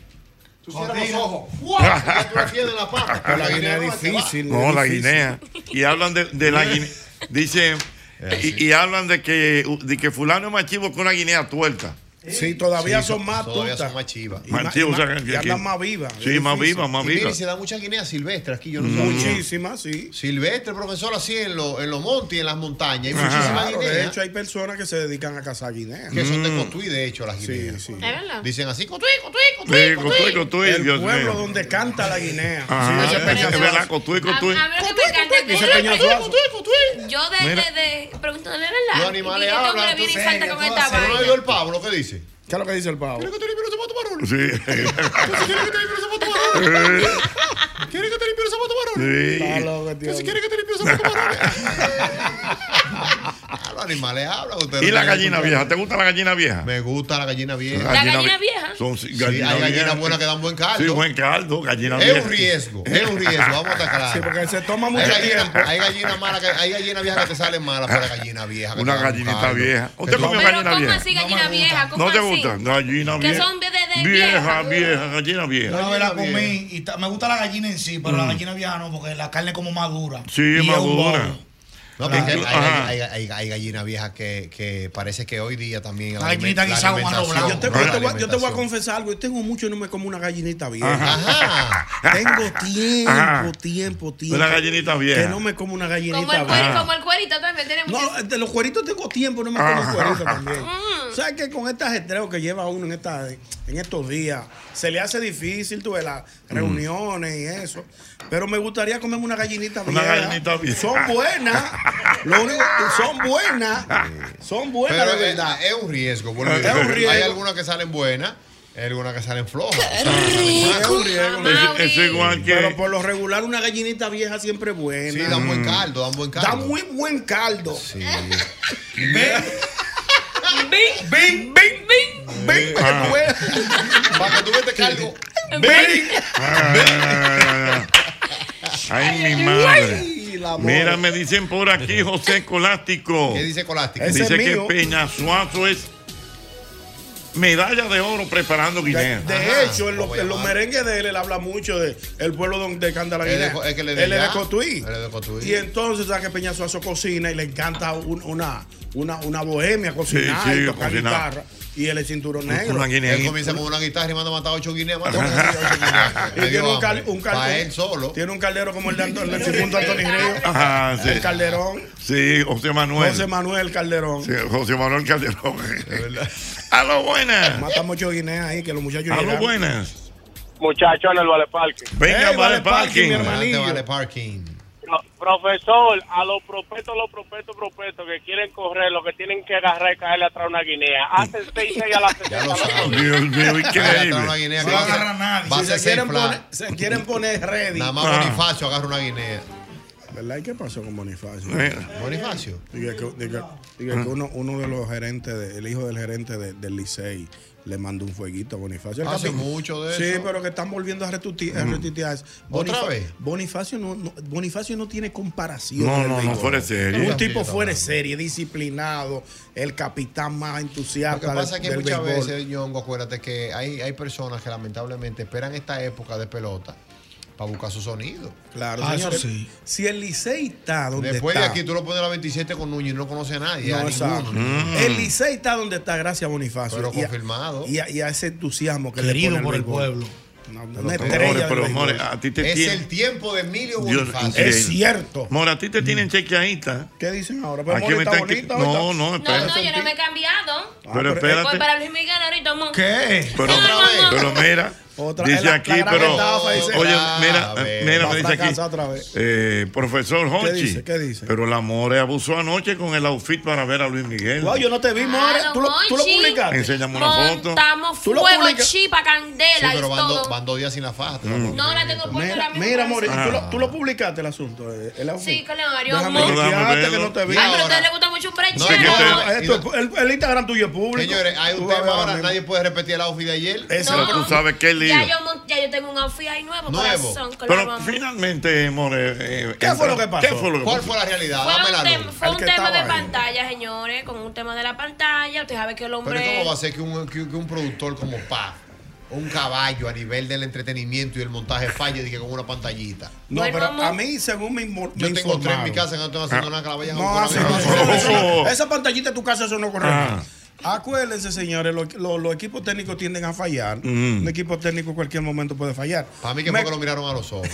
[SPEAKER 3] Tú cierras los ojos. ¡Fua! Ya tú defiendes la pata.
[SPEAKER 9] Pero la guinea
[SPEAKER 3] no,
[SPEAKER 9] es
[SPEAKER 3] te va.
[SPEAKER 9] difícil.
[SPEAKER 2] No,
[SPEAKER 9] es
[SPEAKER 2] la
[SPEAKER 9] difícil.
[SPEAKER 2] guinea. Y hablan de, de la guinea. Dice.
[SPEAKER 3] Eh,
[SPEAKER 2] Y, y hablan de que, de que fulano es más chivo que una guinea tuerta.
[SPEAKER 9] Sí, todavía
[SPEAKER 3] Sí,
[SPEAKER 9] son más
[SPEAKER 3] todavía
[SPEAKER 9] tutas.
[SPEAKER 3] son más chivas.
[SPEAKER 2] Más
[SPEAKER 9] más-
[SPEAKER 2] chivo, o sea,
[SPEAKER 9] más-
[SPEAKER 2] que-
[SPEAKER 9] ya
[SPEAKER 2] que-
[SPEAKER 9] andan más vivas,
[SPEAKER 2] Sí,
[SPEAKER 9] es
[SPEAKER 2] más
[SPEAKER 9] difícil.
[SPEAKER 2] vivas, más
[SPEAKER 3] Y mire,
[SPEAKER 2] vivas. Mm.
[SPEAKER 3] y se da mucha guinea silvestre aquí, yo no sabía.
[SPEAKER 9] Muchísimas, sí.
[SPEAKER 3] Silvestre, profesor, así en, lo- en los montes y en las montañas. Hay
[SPEAKER 9] Ajá.
[SPEAKER 3] muchísimas
[SPEAKER 9] Claro, de
[SPEAKER 3] guineas
[SPEAKER 9] hecho, hay personas que se dedican a cazar guineas.
[SPEAKER 3] que son de
[SPEAKER 2] Mm.
[SPEAKER 3] Cotuí, de hecho, las guineas.
[SPEAKER 9] verdad?
[SPEAKER 3] Dicen así, Cotuí, Cotuí, Cotuí.
[SPEAKER 2] Sí, cotuí, cotuí,
[SPEAKER 9] El
[SPEAKER 2] Dios
[SPEAKER 9] pueblo
[SPEAKER 2] mío.
[SPEAKER 9] donde canta la guinea.
[SPEAKER 2] Ajá,
[SPEAKER 9] Sí, ese peña-
[SPEAKER 2] es verdad, cotuí, cotuí.
[SPEAKER 4] A, a mí lo que me encanta es que-
[SPEAKER 9] Ese peñasuazo.
[SPEAKER 4] Yo de,
[SPEAKER 2] Mira.
[SPEAKER 4] de, de preguntándole verdad.
[SPEAKER 3] Los animales
[SPEAKER 4] Y este hombre
[SPEAKER 3] hablan,
[SPEAKER 4] viene y
[SPEAKER 3] tú
[SPEAKER 4] salta
[SPEAKER 3] sé,
[SPEAKER 4] con
[SPEAKER 3] ¿qué
[SPEAKER 4] esta
[SPEAKER 3] tú haces? ¿No
[SPEAKER 4] vaina.
[SPEAKER 3] ha oído el pavo lo que dice?
[SPEAKER 9] ¿Qué es lo que dice el pavo?
[SPEAKER 3] ¿Quieres que te limpie los zapatos, varón?
[SPEAKER 2] Sí.
[SPEAKER 3] ¿Quieres que te limpie los zapatos,
[SPEAKER 2] Está
[SPEAKER 3] varón? Que si ¿Quieres que te limpie pues, los zapatos, varón? Ah, Los animales hablan. ustedes
[SPEAKER 2] ¿Y
[SPEAKER 3] no
[SPEAKER 2] la
[SPEAKER 3] tienen
[SPEAKER 2] gallina
[SPEAKER 3] culpa.
[SPEAKER 2] vieja? ¿Te gusta la gallina vieja?
[SPEAKER 3] Me gusta la gallina vieja.
[SPEAKER 2] La gallina
[SPEAKER 4] gallina vieja.
[SPEAKER 2] Son
[SPEAKER 3] Sí, hay gallinas buenas que dan buen caldo.
[SPEAKER 2] Sí, buen caldo, gallina
[SPEAKER 3] Es
[SPEAKER 2] vieja.
[SPEAKER 3] un riesgo, es un riesgo, vamos a estar claros.
[SPEAKER 9] Sí, porque se toma
[SPEAKER 3] Hay
[SPEAKER 9] mucho
[SPEAKER 3] gallinas
[SPEAKER 9] tiempo.
[SPEAKER 3] hay gallina malas, que- hay gallinas viejas que te salen malas, pero hay gallina vieja. que
[SPEAKER 2] Una
[SPEAKER 3] te dan un
[SPEAKER 2] gallinita
[SPEAKER 3] caldo.
[SPEAKER 2] vieja.
[SPEAKER 3] Que
[SPEAKER 2] ¿Usted
[SPEAKER 3] tú-
[SPEAKER 2] comió
[SPEAKER 4] Pero
[SPEAKER 2] gallina
[SPEAKER 4] ¿cómo
[SPEAKER 2] vieja?
[SPEAKER 4] así gallina vieja? ¿Cómo
[SPEAKER 2] ¿No te
[SPEAKER 4] así?
[SPEAKER 2] gusta? Gallina
[SPEAKER 4] Que
[SPEAKER 2] vieja.
[SPEAKER 4] son de, de, de
[SPEAKER 2] Vieja,
[SPEAKER 4] vieja.
[SPEAKER 2] vieja, gallina vieja.
[SPEAKER 11] Una vez la comí y ta- me gusta la gallina en sí, pero la gallina vieja no, porque la carne es como más dura.
[SPEAKER 2] Mm. Sí,
[SPEAKER 11] Y es un
[SPEAKER 2] madura.
[SPEAKER 11] bobo.
[SPEAKER 3] No, porque hay,
[SPEAKER 2] Ajá.
[SPEAKER 3] hay, hay, hay- hay gallinas viejas que, que parece que hoy día también.
[SPEAKER 11] La gallinita
[SPEAKER 3] aliment-
[SPEAKER 11] guisada con arroz
[SPEAKER 3] alimentación-
[SPEAKER 9] Yo te, yo
[SPEAKER 3] la
[SPEAKER 9] te voy, yo te voy a
[SPEAKER 3] alimentación.
[SPEAKER 9] confesar algo. Yo tengo mucho y no me como una gallinita vieja.
[SPEAKER 3] Ajá.
[SPEAKER 9] Tengo tiempo,
[SPEAKER 2] Ajá.
[SPEAKER 9] tiempo, tiempo.
[SPEAKER 2] Una gallinita vieja.
[SPEAKER 9] Que no me como una
[SPEAKER 4] Como el,
[SPEAKER 9] gallinita
[SPEAKER 4] cuerito,
[SPEAKER 9] vieja.
[SPEAKER 4] como el cuerito también tiene mucho.
[SPEAKER 9] No, de los cueritos tengo tiempo, no me
[SPEAKER 2] Ajá.
[SPEAKER 9] como cueritos también.
[SPEAKER 4] Mm.
[SPEAKER 9] ¿Sabes que con estos estreos que lleva uno en, esta, en estos días, se le hace difícil, tú ves, las
[SPEAKER 2] Mm.
[SPEAKER 9] reuniones y eso? Pero me gustaría comerme una gallinita
[SPEAKER 2] Una
[SPEAKER 9] vieja.
[SPEAKER 2] gallinita vieja.
[SPEAKER 9] Son buenas. Lo único, son buenas. Son buenas,
[SPEAKER 3] Pero
[SPEAKER 9] de
[SPEAKER 3] es,
[SPEAKER 9] verdad.
[SPEAKER 3] es un riesgo, vuelvo y
[SPEAKER 9] Es
[SPEAKER 3] digo.
[SPEAKER 9] un riesgo.
[SPEAKER 3] Hay algunas que salen buenas, hay algunas que salen flojas.
[SPEAKER 9] Es un riesgo.
[SPEAKER 2] Eso es igual
[SPEAKER 9] Pero
[SPEAKER 2] que.
[SPEAKER 9] por lo regular, una gallinita vieja siempre es buena.
[SPEAKER 3] Sí, dan buen caldo, dan buen caldo.
[SPEAKER 9] Da muy buen caldo.
[SPEAKER 3] Sí.
[SPEAKER 4] Bing,
[SPEAKER 9] Bing, bing,
[SPEAKER 4] bing.
[SPEAKER 9] bing.
[SPEAKER 2] Ah.
[SPEAKER 3] Para que tú veas este caldo.
[SPEAKER 2] Ay, mi madre.
[SPEAKER 9] Ay, la madre.
[SPEAKER 2] Mira, me dicen por aquí José Colástico.
[SPEAKER 3] ¿Qué dice Colástico?
[SPEAKER 9] Ese
[SPEAKER 2] Dice
[SPEAKER 9] es
[SPEAKER 2] que
[SPEAKER 9] mío.
[SPEAKER 2] Peñasuazo es medalla de oro preparando Guinea.
[SPEAKER 9] De hecho, en, los- en los merengues de él, él habla mucho del pueblo donde de canta la
[SPEAKER 3] Él
[SPEAKER 9] Guinea.
[SPEAKER 3] es de co- es que él es de
[SPEAKER 9] él es de
[SPEAKER 3] allá.
[SPEAKER 9] Cotuí.
[SPEAKER 3] Él es de Cotuí.
[SPEAKER 9] Y entonces, ¿sabes que Peña Suazo cocina y le encanta un- una, una, una bohemia cocinar
[SPEAKER 2] Sí, sí,
[SPEAKER 9] y tocar
[SPEAKER 2] cocinar.
[SPEAKER 9] guitarra? Y él es cinturón
[SPEAKER 2] Una
[SPEAKER 9] negro.
[SPEAKER 2] guinea.
[SPEAKER 3] Él comienza con una guitarra y manda a matar ocho guineas. más.
[SPEAKER 9] Y
[SPEAKER 3] Me
[SPEAKER 9] tiene
[SPEAKER 3] dio
[SPEAKER 9] un, cal-
[SPEAKER 3] hambre.
[SPEAKER 9] un caldero.
[SPEAKER 3] Pa' él solo.
[SPEAKER 9] Tiene un caldero como el de Antonio, el difunto Antonio Ríos.
[SPEAKER 2] Ajá, sí.
[SPEAKER 9] El Calderón.
[SPEAKER 2] Sí, José Manuel.
[SPEAKER 9] José Manuel Calderón.
[SPEAKER 2] Sí, José Manuel Calderón. A lo buenas.
[SPEAKER 9] Mata mucho guinea ahí, que los muchachos
[SPEAKER 2] A lo
[SPEAKER 9] llegaron.
[SPEAKER 2] buenas.
[SPEAKER 12] Muchachos en el Vale Parque.
[SPEAKER 2] Venga,
[SPEAKER 9] Ey,
[SPEAKER 2] vale,
[SPEAKER 9] Vale
[SPEAKER 2] parking.
[SPEAKER 9] Parking, mi hermanillo.
[SPEAKER 3] Vale, parking.
[SPEAKER 12] Pro- profesor, a los propetos, los propetos, propetos que quieren correr, los que tienen que agarrar y caerle atrás a una guinea. Hacen 6 y a las 60.
[SPEAKER 2] Ah, Dios
[SPEAKER 3] una
[SPEAKER 2] mío, increíble.
[SPEAKER 3] guinea que va a agarrar
[SPEAKER 11] nadie.
[SPEAKER 3] Va a
[SPEAKER 9] Si se
[SPEAKER 3] ser seis
[SPEAKER 9] quieren, poner,
[SPEAKER 3] flash.
[SPEAKER 9] se quieren poner ready.
[SPEAKER 3] Nada más
[SPEAKER 9] Ah.
[SPEAKER 3] Bonifacio agarra una guinea.
[SPEAKER 9] ¿Verdad? ¿Y qué pasó con Bonifacio?
[SPEAKER 3] Eh. Bonifacio.
[SPEAKER 9] Diga que, diga- diga que uno, uno de los gerentes, de- el hijo del gerente de- del Licey, le mandó un fueguito a Bonifacio. El
[SPEAKER 3] Hace
[SPEAKER 9] capi-
[SPEAKER 3] mucho de
[SPEAKER 9] sí,
[SPEAKER 3] eso.
[SPEAKER 9] pero que están volviendo a retuti-
[SPEAKER 2] Mm.
[SPEAKER 9] a retuitear.
[SPEAKER 3] ¿Otra
[SPEAKER 9] Bonifa-
[SPEAKER 3] vez?
[SPEAKER 9] Bonifacio no, no- Bonifacio no tiene comparación.
[SPEAKER 2] No,
[SPEAKER 9] en el
[SPEAKER 2] no, no,
[SPEAKER 9] béisbol.
[SPEAKER 2] fuera de serie.
[SPEAKER 9] Un tipo fuera de serie, disciplinado, el capitán más entusiasta.
[SPEAKER 3] Lo que pasa es
[SPEAKER 9] del-
[SPEAKER 3] que
[SPEAKER 9] del
[SPEAKER 3] muchas
[SPEAKER 9] béisbol.
[SPEAKER 3] veces, Ñongo, acuérdate que hay, hay personas que lamentablemente esperan esta época de pelota para buscar su sonido.
[SPEAKER 9] Claro,
[SPEAKER 11] Ah,
[SPEAKER 9] señores, Si el Licey está donde
[SPEAKER 3] Después
[SPEAKER 9] está.
[SPEAKER 3] de aquí tú lo pones a la 27 con Núñez y no conoce a nadie.
[SPEAKER 9] No,
[SPEAKER 3] a
[SPEAKER 9] exacto.
[SPEAKER 3] ninguno.
[SPEAKER 11] Mm.
[SPEAKER 9] El Licey está donde está, gracias a Bonifacio.
[SPEAKER 3] Pero
[SPEAKER 9] Y a-
[SPEAKER 3] confirmado.
[SPEAKER 9] Y a, y a ese entusiasmo que
[SPEAKER 11] Querido
[SPEAKER 9] le pone
[SPEAKER 11] por el
[SPEAKER 9] béisbol.
[SPEAKER 11] pueblo.
[SPEAKER 9] Una,
[SPEAKER 2] Pero,
[SPEAKER 9] una
[SPEAKER 2] pero,
[SPEAKER 9] estrella
[SPEAKER 2] more,
[SPEAKER 9] del
[SPEAKER 2] pero,
[SPEAKER 9] béisbol.
[SPEAKER 2] more, a ti te
[SPEAKER 3] Es
[SPEAKER 2] tiene-
[SPEAKER 3] el tiempo de Emilio
[SPEAKER 2] Dios,
[SPEAKER 3] Bonifacio.
[SPEAKER 2] increíble.
[SPEAKER 9] Es cierto.
[SPEAKER 2] More, a ti te tienen chequeadita.
[SPEAKER 9] ¿Qué dicen ahora?
[SPEAKER 2] Aquí me están que- No, no,
[SPEAKER 4] No, no,
[SPEAKER 2] espérate.
[SPEAKER 4] yo no me he cambiado.
[SPEAKER 2] Pero
[SPEAKER 4] Voy
[SPEAKER 2] espérate.
[SPEAKER 4] para Luis Miguel ahorita. mon.
[SPEAKER 2] ¿Qué? Pero,
[SPEAKER 4] Otra vez.
[SPEAKER 2] pero mira, dice
[SPEAKER 9] la- la
[SPEAKER 2] aquí,
[SPEAKER 9] gran
[SPEAKER 2] pero.
[SPEAKER 9] estafa, dice.
[SPEAKER 2] Oye,
[SPEAKER 9] Otra
[SPEAKER 2] mira,
[SPEAKER 9] vez.
[SPEAKER 2] mira,
[SPEAKER 9] Va
[SPEAKER 2] me
[SPEAKER 9] a
[SPEAKER 2] dice aquí.
[SPEAKER 9] fracasar otra vez.
[SPEAKER 2] eh, profesor Hochi.
[SPEAKER 9] dice? ¿Qué dice?
[SPEAKER 2] Pero la More abusó anoche con el outfit para ver a Luis Miguel.
[SPEAKER 9] Guau, yo no te vi, more.
[SPEAKER 4] Claro,
[SPEAKER 9] ¿Tú, lo, tú lo
[SPEAKER 4] Monchi.
[SPEAKER 9] publicaste.
[SPEAKER 2] Enséñame una foto.
[SPEAKER 4] Montamos
[SPEAKER 9] Tú lo
[SPEAKER 4] fuego,
[SPEAKER 9] publicas.
[SPEAKER 4] chipa,
[SPEAKER 3] Sí,
[SPEAKER 4] candela y
[SPEAKER 3] pero van, dos-
[SPEAKER 4] todo.
[SPEAKER 3] van dos días sin la faja. te lo
[SPEAKER 2] Mm.
[SPEAKER 3] pongo.
[SPEAKER 4] No la tengo puesta
[SPEAKER 9] Mira,
[SPEAKER 4] ahora mismo.
[SPEAKER 9] mira, more,
[SPEAKER 4] parece.
[SPEAKER 9] ¿y tú, lo, tú
[SPEAKER 11] Ah.
[SPEAKER 9] lo publicaste el asunto. eh, El outfit?
[SPEAKER 4] Sí, claro.
[SPEAKER 9] Déjame
[SPEAKER 4] amor.
[SPEAKER 9] chequearte
[SPEAKER 2] Déjame
[SPEAKER 9] que no te vi.
[SPEAKER 4] Ay, pero a
[SPEAKER 9] Ahora.
[SPEAKER 4] ustedes les gusta mucho un
[SPEAKER 9] No,
[SPEAKER 4] brechero.
[SPEAKER 9] no,
[SPEAKER 2] te-
[SPEAKER 9] no, esto- el, el Instagram tuyo es público.
[SPEAKER 3] Señores, hay
[SPEAKER 9] Tú
[SPEAKER 3] un
[SPEAKER 9] vas a
[SPEAKER 3] tema
[SPEAKER 9] ver ahora
[SPEAKER 3] ahora.
[SPEAKER 9] mismo.
[SPEAKER 3] Nadie puede repetir el outfit de ayer.
[SPEAKER 2] Pero tú sabes qué lío.
[SPEAKER 4] Ya yo, mon- ya yo tengo un outfit ahí nuevo,
[SPEAKER 2] Nuevo.
[SPEAKER 4] corazón. claro,
[SPEAKER 2] Pero
[SPEAKER 4] amor.
[SPEAKER 2] finalmente, More. eh,
[SPEAKER 9] ¿Qué fue
[SPEAKER 2] entra-
[SPEAKER 9] lo que pasó?
[SPEAKER 2] ¿Qué fue lo que
[SPEAKER 3] ¿Cuál
[SPEAKER 2] pasó?
[SPEAKER 3] fue la realidad?
[SPEAKER 4] Fue
[SPEAKER 3] Dame
[SPEAKER 4] un,
[SPEAKER 3] la
[SPEAKER 4] tema,
[SPEAKER 3] luz.
[SPEAKER 4] fue un
[SPEAKER 9] que
[SPEAKER 4] tema
[SPEAKER 9] estaba
[SPEAKER 4] de
[SPEAKER 9] ahí.
[SPEAKER 4] pantalla, señores, con un tema de la pantalla. Usted sabe que el
[SPEAKER 3] Pero
[SPEAKER 4] hombre...
[SPEAKER 3] ¿cómo va a ser que un, que- que un productor como PAF, un caballo a nivel del entretenimiento y el montaje falle dije, con una pantallita?
[SPEAKER 9] No,
[SPEAKER 4] Bueno,
[SPEAKER 9] pero
[SPEAKER 4] amor.
[SPEAKER 9] a mí, según me, inmo- me
[SPEAKER 3] Yo tengo tres en mi
[SPEAKER 9] informaron.
[SPEAKER 3] casa que no estoy haciendo nada que la vayan a
[SPEAKER 9] No,
[SPEAKER 3] buscar.
[SPEAKER 9] así
[SPEAKER 3] a
[SPEAKER 9] no,
[SPEAKER 3] ver.
[SPEAKER 9] eso no, eso no.
[SPEAKER 2] Ah. Oh.
[SPEAKER 9] Esa pantallita de tu casa, eso no corre.
[SPEAKER 2] Ah.
[SPEAKER 9] Acuérdense, señores, lo- lo- los equipos técnicos tienden a fallar.
[SPEAKER 2] Mm.
[SPEAKER 9] Un equipo técnico en cualquier momento puede fallar.
[SPEAKER 3] Para mí que
[SPEAKER 9] Me-
[SPEAKER 3] fue que lo miraron a los ojos.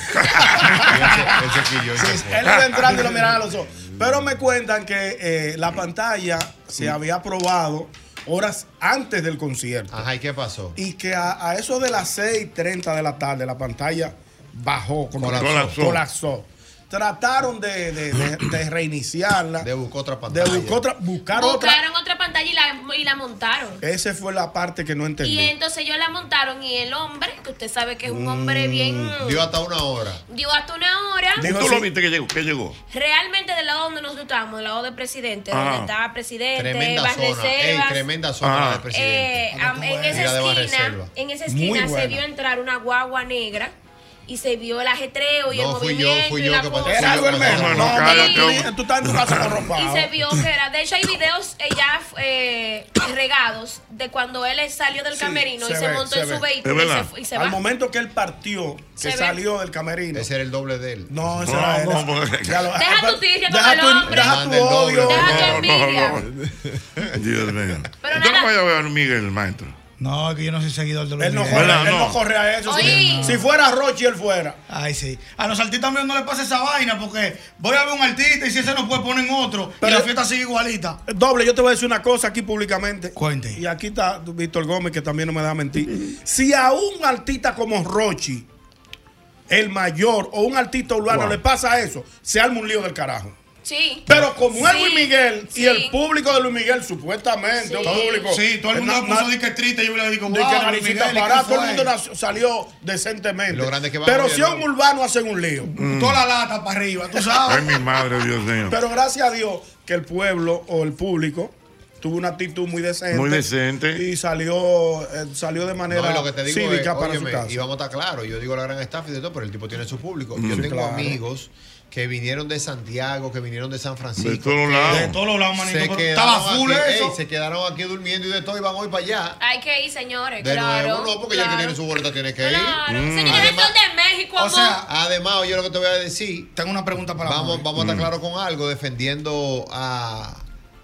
[SPEAKER 3] Él se- él se quilló y se
[SPEAKER 9] Sí,
[SPEAKER 3] fue.
[SPEAKER 9] él iba entrando y lo miraba a los ojos. Pero me cuentan que eh, la pantalla
[SPEAKER 2] Mm.
[SPEAKER 9] se había probado horas antes del concierto.
[SPEAKER 3] Ajá, ¿y qué pasó?
[SPEAKER 9] Y que a, a eso de las 6.30 de la tarde la pantalla bajó, como
[SPEAKER 3] Colapsó.
[SPEAKER 9] colapsó. colapsó. Trataron de, de- de- de reiniciarla,
[SPEAKER 3] De buscar otra
[SPEAKER 9] de
[SPEAKER 3] pantalla.
[SPEAKER 9] buscar otra, buscar otra.
[SPEAKER 4] Buscaron otra pantalla y la, y la montaron.
[SPEAKER 9] Esa fue la parte que no
[SPEAKER 4] Y
[SPEAKER 9] entendí.
[SPEAKER 4] entonces ellos la montaron y el hombre, que usted sabe que es un hombre bien...
[SPEAKER 3] Dio hasta una hora.
[SPEAKER 4] Dio hasta una hora.
[SPEAKER 9] Dijo
[SPEAKER 2] ¿Tú lo
[SPEAKER 9] sí.
[SPEAKER 2] viste que llegó? ¿Qué llegó?
[SPEAKER 4] Realmente del lado donde nosotros estábamos, del lado del presidente,
[SPEAKER 2] Ah.
[SPEAKER 4] donde estaba presidente,
[SPEAKER 3] Tremenda
[SPEAKER 4] Banreservas,
[SPEAKER 3] zona. Ey, tremenda zona
[SPEAKER 2] Ah.
[SPEAKER 3] del presidente.
[SPEAKER 4] eh, am- en,
[SPEAKER 3] Y la de
[SPEAKER 4] esa esquina,
[SPEAKER 3] Banreservas.
[SPEAKER 4] en esa
[SPEAKER 9] Muy
[SPEAKER 4] esquina se
[SPEAKER 9] buena.
[SPEAKER 4] vio entrar una guagua negra y se vio el ajetreo y el
[SPEAKER 3] No, fui yo,
[SPEAKER 4] movimiento
[SPEAKER 3] fui
[SPEAKER 4] y
[SPEAKER 3] yo
[SPEAKER 4] la
[SPEAKER 3] que
[SPEAKER 4] cosa.
[SPEAKER 3] pasé.
[SPEAKER 9] Era algo hermano.
[SPEAKER 2] Bueno,
[SPEAKER 9] No,
[SPEAKER 2] cállate,
[SPEAKER 9] pero
[SPEAKER 2] hombre.
[SPEAKER 9] tú, tú estás en tu casa
[SPEAKER 4] Y
[SPEAKER 9] corropado.
[SPEAKER 4] se vio que era. De hecho, hay videos eh, ya eh, regados de cuando él salió del
[SPEAKER 9] Sí,
[SPEAKER 4] camerino y
[SPEAKER 9] se
[SPEAKER 4] se,
[SPEAKER 9] ve,
[SPEAKER 4] montó
[SPEAKER 9] se
[SPEAKER 4] en
[SPEAKER 9] ve.
[SPEAKER 4] su
[SPEAKER 2] Es
[SPEAKER 4] vehículo y
[SPEAKER 2] verdad.
[SPEAKER 4] se, fu- y se
[SPEAKER 9] Al
[SPEAKER 4] va.
[SPEAKER 9] momento que él partió,
[SPEAKER 4] Se
[SPEAKER 9] que
[SPEAKER 4] ve.
[SPEAKER 9] salió del camerino.
[SPEAKER 3] Ese era el doble de él.
[SPEAKER 9] No, eso
[SPEAKER 2] Ah, No, pues,
[SPEAKER 9] era él.
[SPEAKER 2] no, porque-
[SPEAKER 9] Ya lo-
[SPEAKER 4] Deja
[SPEAKER 9] pero-
[SPEAKER 4] tu tirria con
[SPEAKER 9] deja
[SPEAKER 4] el
[SPEAKER 9] tu-
[SPEAKER 4] hombre.
[SPEAKER 9] Deja tu
[SPEAKER 3] Manda el doble.
[SPEAKER 9] odio.
[SPEAKER 4] Deja
[SPEAKER 2] No,
[SPEAKER 4] tu envidia.
[SPEAKER 2] no, no. Dios mío.
[SPEAKER 4] Pero
[SPEAKER 2] Yo no
[SPEAKER 4] nada-
[SPEAKER 2] voy a ver a Miguel, maestro.
[SPEAKER 11] No, es que yo no soy seguidor de Luis
[SPEAKER 9] Él no
[SPEAKER 11] Miguel.
[SPEAKER 9] corre,
[SPEAKER 2] ¿Verdad?
[SPEAKER 9] él no
[SPEAKER 2] No.
[SPEAKER 9] corre a eso.
[SPEAKER 4] Oye.
[SPEAKER 9] Si, si fuera Rochi, él fuera.
[SPEAKER 11] Ay, sí. A los artistas míos no les pasa esa vaina porque voy a ver un artista y si ese no puede ponen otro. y
[SPEAKER 9] Pero-
[SPEAKER 11] la fiesta sigue igualita.
[SPEAKER 9] Doble, yo te voy a decir una cosa aquí públicamente.
[SPEAKER 11] Cuente.
[SPEAKER 9] Y aquí está Víctor Gómez, que también no me da mentir. Si a un artista como Rochi, el mayor, o un artista urbano
[SPEAKER 2] Wow.
[SPEAKER 9] le pasa eso, se arma un lío del carajo.
[SPEAKER 4] Sí.
[SPEAKER 9] Pero como es
[SPEAKER 4] Sí,
[SPEAKER 9] Luis Miguel
[SPEAKER 4] sí.
[SPEAKER 9] y el público de Luis Miguel, supuestamente,
[SPEAKER 4] Sí.
[SPEAKER 9] un público. Eh,
[SPEAKER 11] Sí, todo el mundo
[SPEAKER 9] na-
[SPEAKER 11] me
[SPEAKER 9] na-
[SPEAKER 11] puso disque triste y yo le digo,
[SPEAKER 9] de que
[SPEAKER 11] wow, Luis
[SPEAKER 9] naricita
[SPEAKER 11] Miguel, ¿y qué
[SPEAKER 9] parada, todo el
[SPEAKER 11] fue?
[SPEAKER 9] mundo nació- salió decentemente.
[SPEAKER 3] Lo grande es que va
[SPEAKER 9] Pero si
[SPEAKER 3] muriendo.
[SPEAKER 9] a un urbano hacen un lío.
[SPEAKER 11] Toda la lata para arriba, tú
[SPEAKER 2] Ay,
[SPEAKER 11] sabes.
[SPEAKER 2] mi madre, Dios mío.
[SPEAKER 9] Pero gracias a Dios que el pueblo o el público tuvo una actitud muy decente.
[SPEAKER 2] Muy decente.
[SPEAKER 9] Y salió, eh, salió de manera
[SPEAKER 3] No, y lo que te digo
[SPEAKER 9] cívica
[SPEAKER 3] es,
[SPEAKER 9] para
[SPEAKER 3] óyeme,
[SPEAKER 9] su casa.
[SPEAKER 11] Mm.
[SPEAKER 3] y vamos a estar claros, yo digo la gran estafa y de todo, pero el tipo tiene su público. Yo
[SPEAKER 9] Sí,
[SPEAKER 3] tengo
[SPEAKER 9] claro.
[SPEAKER 3] amigos que vinieron de Santiago, que vinieron de San Francisco.
[SPEAKER 2] De todos lados.
[SPEAKER 11] De todos lados, manito,
[SPEAKER 3] Se
[SPEAKER 11] pero
[SPEAKER 3] quedaron
[SPEAKER 11] estaba full
[SPEAKER 3] aquí,
[SPEAKER 11] eso.
[SPEAKER 3] ey, se quedaron aquí durmiendo y de todo y van hoy para allá.
[SPEAKER 4] Hay que ir, señores.
[SPEAKER 3] De
[SPEAKER 4] claro.
[SPEAKER 3] nuevo, no, porque ya que tiene su boleta tiene que ir.
[SPEAKER 4] Claro. Señores, son de México, amor.
[SPEAKER 3] Mm. O sea, además, oye lo que te voy a decir.
[SPEAKER 11] Tengo una pregunta para
[SPEAKER 3] Vamos, vamos a
[SPEAKER 9] Mm.
[SPEAKER 3] estar claros con algo, defendiendo a.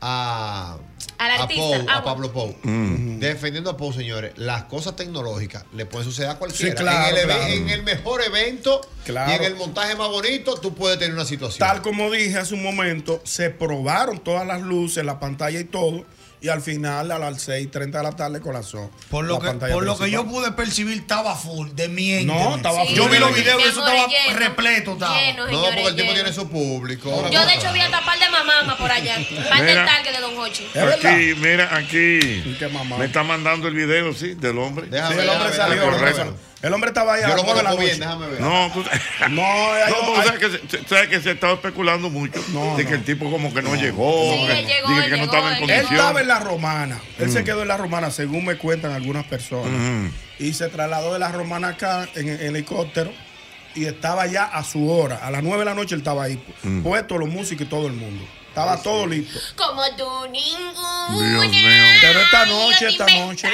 [SPEAKER 3] a.
[SPEAKER 4] Al
[SPEAKER 3] a
[SPEAKER 4] artista,
[SPEAKER 3] Pou, a
[SPEAKER 4] agua.
[SPEAKER 3] Pablo Pou.
[SPEAKER 9] Mm.
[SPEAKER 3] Defendiendo a Pou, señores. Las cosas tecnológicas le pueden suceder a cualquiera.
[SPEAKER 9] Sí, claro,
[SPEAKER 3] en, el, eve-
[SPEAKER 9] claro.
[SPEAKER 3] en el mejor evento
[SPEAKER 9] Claro.
[SPEAKER 3] y en el montaje más bonito, tú puedes tener una situación.
[SPEAKER 9] Tal como dije hace un momento, se probaron todas las luces, la pantalla y todo. Y al final, a las 6:30 de la tarde, corazón.
[SPEAKER 11] Por lo,
[SPEAKER 9] la
[SPEAKER 11] que,
[SPEAKER 9] pantalla
[SPEAKER 11] por lo que yo
[SPEAKER 9] principal.
[SPEAKER 11] pude percibir, estaba full de mierda.
[SPEAKER 9] No, estaba full.
[SPEAKER 11] Yo vi los
[SPEAKER 9] Sí,
[SPEAKER 11] videos y eso
[SPEAKER 4] señores,
[SPEAKER 11] estaba
[SPEAKER 4] lleno.
[SPEAKER 11] repleto. Estaba.
[SPEAKER 4] Lleno, señores, lleno.
[SPEAKER 3] su público.
[SPEAKER 4] Yo, de hecho, vi a tapar de mamama por allá. Parte
[SPEAKER 2] Mira.
[SPEAKER 4] el target de Don Hochi.
[SPEAKER 2] Aquí, mira, aquí. Me está mandando el video, sí, del hombre.
[SPEAKER 9] Sí, el hombre salió. El hombre, salió. El hombre estaba ahí a
[SPEAKER 2] Yo
[SPEAKER 9] las
[SPEAKER 2] lo
[SPEAKER 9] nueve de la
[SPEAKER 2] conozco
[SPEAKER 9] noche.
[SPEAKER 2] bien, No, tú,
[SPEAKER 9] no,
[SPEAKER 2] no, tú sabes, que se, se- sabes que se estaba especulando mucho de que el tipo como que no, llegó,
[SPEAKER 9] Sí,
[SPEAKER 2] que,
[SPEAKER 9] él llegó,
[SPEAKER 2] Oh, dije
[SPEAKER 9] él
[SPEAKER 2] que no
[SPEAKER 9] llegó,
[SPEAKER 2] estaba en
[SPEAKER 9] él llegó. Él estaba
[SPEAKER 2] condición.
[SPEAKER 9] en la romana. Él
[SPEAKER 2] Mm.
[SPEAKER 9] se quedó en la romana, según me cuentan algunas personas. Y se trasladó de la romana acá en, en helicóptero. Y estaba ya a su hora. A las 9 de la noche él estaba ahí.
[SPEAKER 2] Mm.
[SPEAKER 9] Puesto los músicos y todo el mundo. Estaba todo listo.
[SPEAKER 4] Como tú, ningún.
[SPEAKER 2] Dios mío.
[SPEAKER 9] Pero esta noche, esta noche.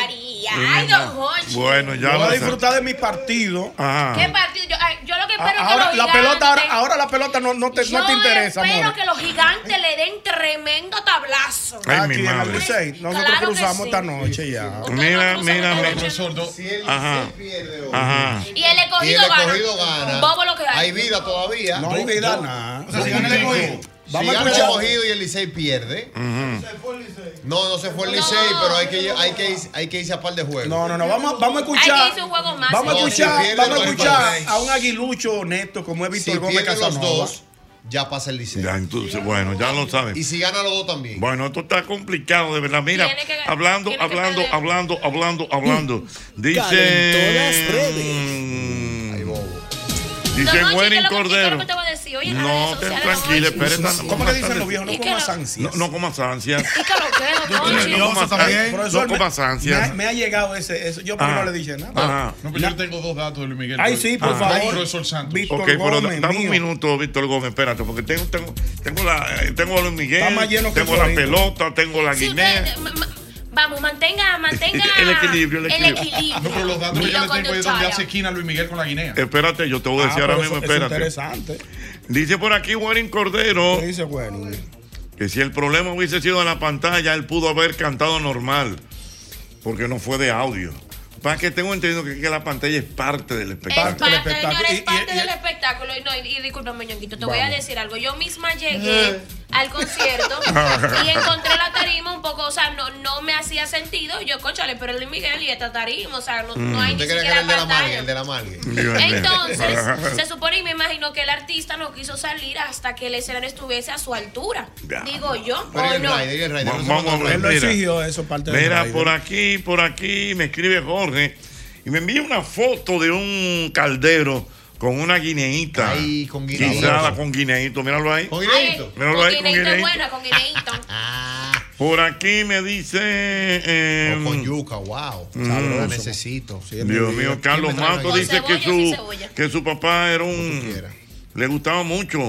[SPEAKER 4] Ay, Don Hochi.
[SPEAKER 2] Bueno, ya
[SPEAKER 9] Yo voy
[SPEAKER 2] lo
[SPEAKER 9] a
[SPEAKER 2] sé.
[SPEAKER 9] disfrutar de mi partido.
[SPEAKER 2] Ah.
[SPEAKER 4] ¿Qué partido? Yo, ay, yo lo que espero
[SPEAKER 9] A-
[SPEAKER 4] es que
[SPEAKER 9] Ahora
[SPEAKER 4] los
[SPEAKER 9] la
[SPEAKER 4] gigantes-
[SPEAKER 9] pelota, ahora, ahora la pelota no, no te,
[SPEAKER 4] yo
[SPEAKER 9] no te interesa,
[SPEAKER 4] espero
[SPEAKER 9] amor.
[SPEAKER 4] que los gigantes le den tremendo tablazo.
[SPEAKER 9] Aquí en el Licey. Nosotros
[SPEAKER 4] Claro que
[SPEAKER 9] cruzamos
[SPEAKER 4] sí.
[SPEAKER 9] esta noche ya.
[SPEAKER 2] Mira, mira, mira.
[SPEAKER 3] Ajá.
[SPEAKER 2] Ajá.
[SPEAKER 4] Y el
[SPEAKER 3] Y
[SPEAKER 4] escogido
[SPEAKER 3] el
[SPEAKER 4] gana.
[SPEAKER 3] escogido gana.
[SPEAKER 4] Bobo lo que hay.
[SPEAKER 3] Hay vida todavía.
[SPEAKER 9] No hay vida, nada.
[SPEAKER 3] O sea, si gana el escogido.
[SPEAKER 9] Vamos
[SPEAKER 3] si
[SPEAKER 9] a
[SPEAKER 3] gana el
[SPEAKER 9] escuchar.
[SPEAKER 3] escogido y el Licey pierde. No, no se fue el Licey, pero hay que, ir- hay, que, ir- hay que irse a par de juegos.
[SPEAKER 9] No, no, no, vamos, a- vamos a escuchar.
[SPEAKER 4] Hay que irse un juego más,
[SPEAKER 9] vamos a
[SPEAKER 4] señores.
[SPEAKER 9] escuchar,
[SPEAKER 3] Si pierden
[SPEAKER 9] vamos a
[SPEAKER 3] los
[SPEAKER 9] escuchar
[SPEAKER 3] dos.
[SPEAKER 9] a un aguilucho honesto como es Víctor
[SPEAKER 3] Si
[SPEAKER 9] Gómez
[SPEAKER 3] pierden los
[SPEAKER 9] Casanova.
[SPEAKER 3] dos, ya pasa el Licey.
[SPEAKER 2] Ya, entonces, bueno, ya lo saben.
[SPEAKER 3] Y si gana los dos también.
[SPEAKER 2] Bueno, esto está complicado, de verdad. Mira,
[SPEAKER 3] Tiene que ga-
[SPEAKER 2] hablando,
[SPEAKER 3] tiene que
[SPEAKER 2] hablando,
[SPEAKER 3] perder.
[SPEAKER 2] hablando, hablando, hablando.
[SPEAKER 9] Mm.
[SPEAKER 2] Dice. Dice Werin
[SPEAKER 4] Don Hochi, ¿qué es lo que- ¿qué es
[SPEAKER 2] Cordero.
[SPEAKER 4] lo que te voy a decir? Oye, en las
[SPEAKER 2] No,
[SPEAKER 4] redes
[SPEAKER 2] te
[SPEAKER 4] sociales,
[SPEAKER 2] tranquila,
[SPEAKER 4] Don Hochi.
[SPEAKER 2] espera. no
[SPEAKER 9] ¿Cómo
[SPEAKER 2] comas
[SPEAKER 9] que dicen los viejos? No
[SPEAKER 2] ansias.
[SPEAKER 9] comas ansias.
[SPEAKER 2] No, no comas ansias.
[SPEAKER 4] ¿Y qué es lo que es, Don
[SPEAKER 2] Yo estoy
[SPEAKER 4] Hochi?
[SPEAKER 2] nervioso también.
[SPEAKER 9] Profesor,
[SPEAKER 2] No comas ansias.
[SPEAKER 9] eh, Me ha, me ha llegado ese, eso. Yo porque
[SPEAKER 2] Ajá.
[SPEAKER 9] no le dije nada.
[SPEAKER 2] Ajá.
[SPEAKER 13] No, pero yo tengo dos datos de Luis Miguel.
[SPEAKER 9] Ay, sí, por favor.
[SPEAKER 13] Ay, profesor Santos.
[SPEAKER 2] Ok, pero da- dame un minuto, Víctor Gómez, espérate, porque tengo, tengo, tengo la, eh, tengo a Luis
[SPEAKER 9] Está más
[SPEAKER 2] Miguel,
[SPEAKER 9] lleno que
[SPEAKER 2] tengo la
[SPEAKER 9] Florida.
[SPEAKER 2] pelota, tengo la
[SPEAKER 4] Sí,
[SPEAKER 2] guinea.
[SPEAKER 4] usted, ma- ma- Vamos, mantenga, mantenga
[SPEAKER 2] El equilibrio, el equilibrio.
[SPEAKER 4] equilibrio.
[SPEAKER 13] No, pero los datos que yo le
[SPEAKER 4] Con
[SPEAKER 13] tengo
[SPEAKER 4] the
[SPEAKER 13] es donde
[SPEAKER 4] child.
[SPEAKER 13] hace esquina Luis Miguel con la Guinea.
[SPEAKER 2] Espérate, yo te voy a decir ahora mismo, espérate. Dice por aquí Warren Cordero que si el problema hubiese sido en la pantalla, él pudo haber cantado normal, porque no fue de audio. Para que tengo entendido que, que la pantalla es parte del espectáculo.
[SPEAKER 4] Parte, señores, parte del espectáculo. Y, no, y, y discúlpame, Ñonguito, te voy a
[SPEAKER 2] Vamos.
[SPEAKER 4] decir algo. Yo misma
[SPEAKER 3] Eh.
[SPEAKER 4] llegué al concierto
[SPEAKER 2] Ajá.
[SPEAKER 4] y encontré la tarima un poco, o sea, no, no me hacía sentido. Yo, cóchale, pero Luis Miguel y esta tarima, o sea, no, no hay ni
[SPEAKER 3] Mm.
[SPEAKER 2] Mm.
[SPEAKER 3] ¿Usted cree que
[SPEAKER 4] siquiera
[SPEAKER 3] era el de la
[SPEAKER 4] pantalla.
[SPEAKER 3] Margue? El de la Margue.
[SPEAKER 4] Entonces, se supone y me imagino que el artista no quiso salir hasta que el escenario estuviese a su altura.
[SPEAKER 2] Ya.
[SPEAKER 4] Digo yo,
[SPEAKER 2] Pero
[SPEAKER 4] o
[SPEAKER 2] el
[SPEAKER 4] no.
[SPEAKER 2] Raider, el Raider, no se
[SPEAKER 9] Vamos
[SPEAKER 2] manda
[SPEAKER 9] a
[SPEAKER 2] el
[SPEAKER 9] ver. Él lo
[SPEAKER 2] Raider.
[SPEAKER 9] exigió eso parte del
[SPEAKER 2] Mira,
[SPEAKER 9] Raider.
[SPEAKER 2] por aquí, por aquí me escribe Jorge y me envía una foto de un caldero con una guineíta.
[SPEAKER 3] Ay, con guineíto.
[SPEAKER 2] Guisada con guineíto, míralo ahí.
[SPEAKER 3] Con
[SPEAKER 4] Ay,
[SPEAKER 2] Míralo ahí con
[SPEAKER 4] guineíto es
[SPEAKER 2] guineíto.
[SPEAKER 4] buena, con guineíto.
[SPEAKER 2] Por aquí me dice. eh,
[SPEAKER 3] Con yuca, wow.
[SPEAKER 2] Mm.
[SPEAKER 3] Sabroso. La necesito. Sí,
[SPEAKER 2] Dios mío, Carlos
[SPEAKER 3] ¿Quién me trae
[SPEAKER 2] Mato
[SPEAKER 3] una
[SPEAKER 2] dice
[SPEAKER 3] guinea?
[SPEAKER 2] que su, que su papá era un. Le gustaba mucho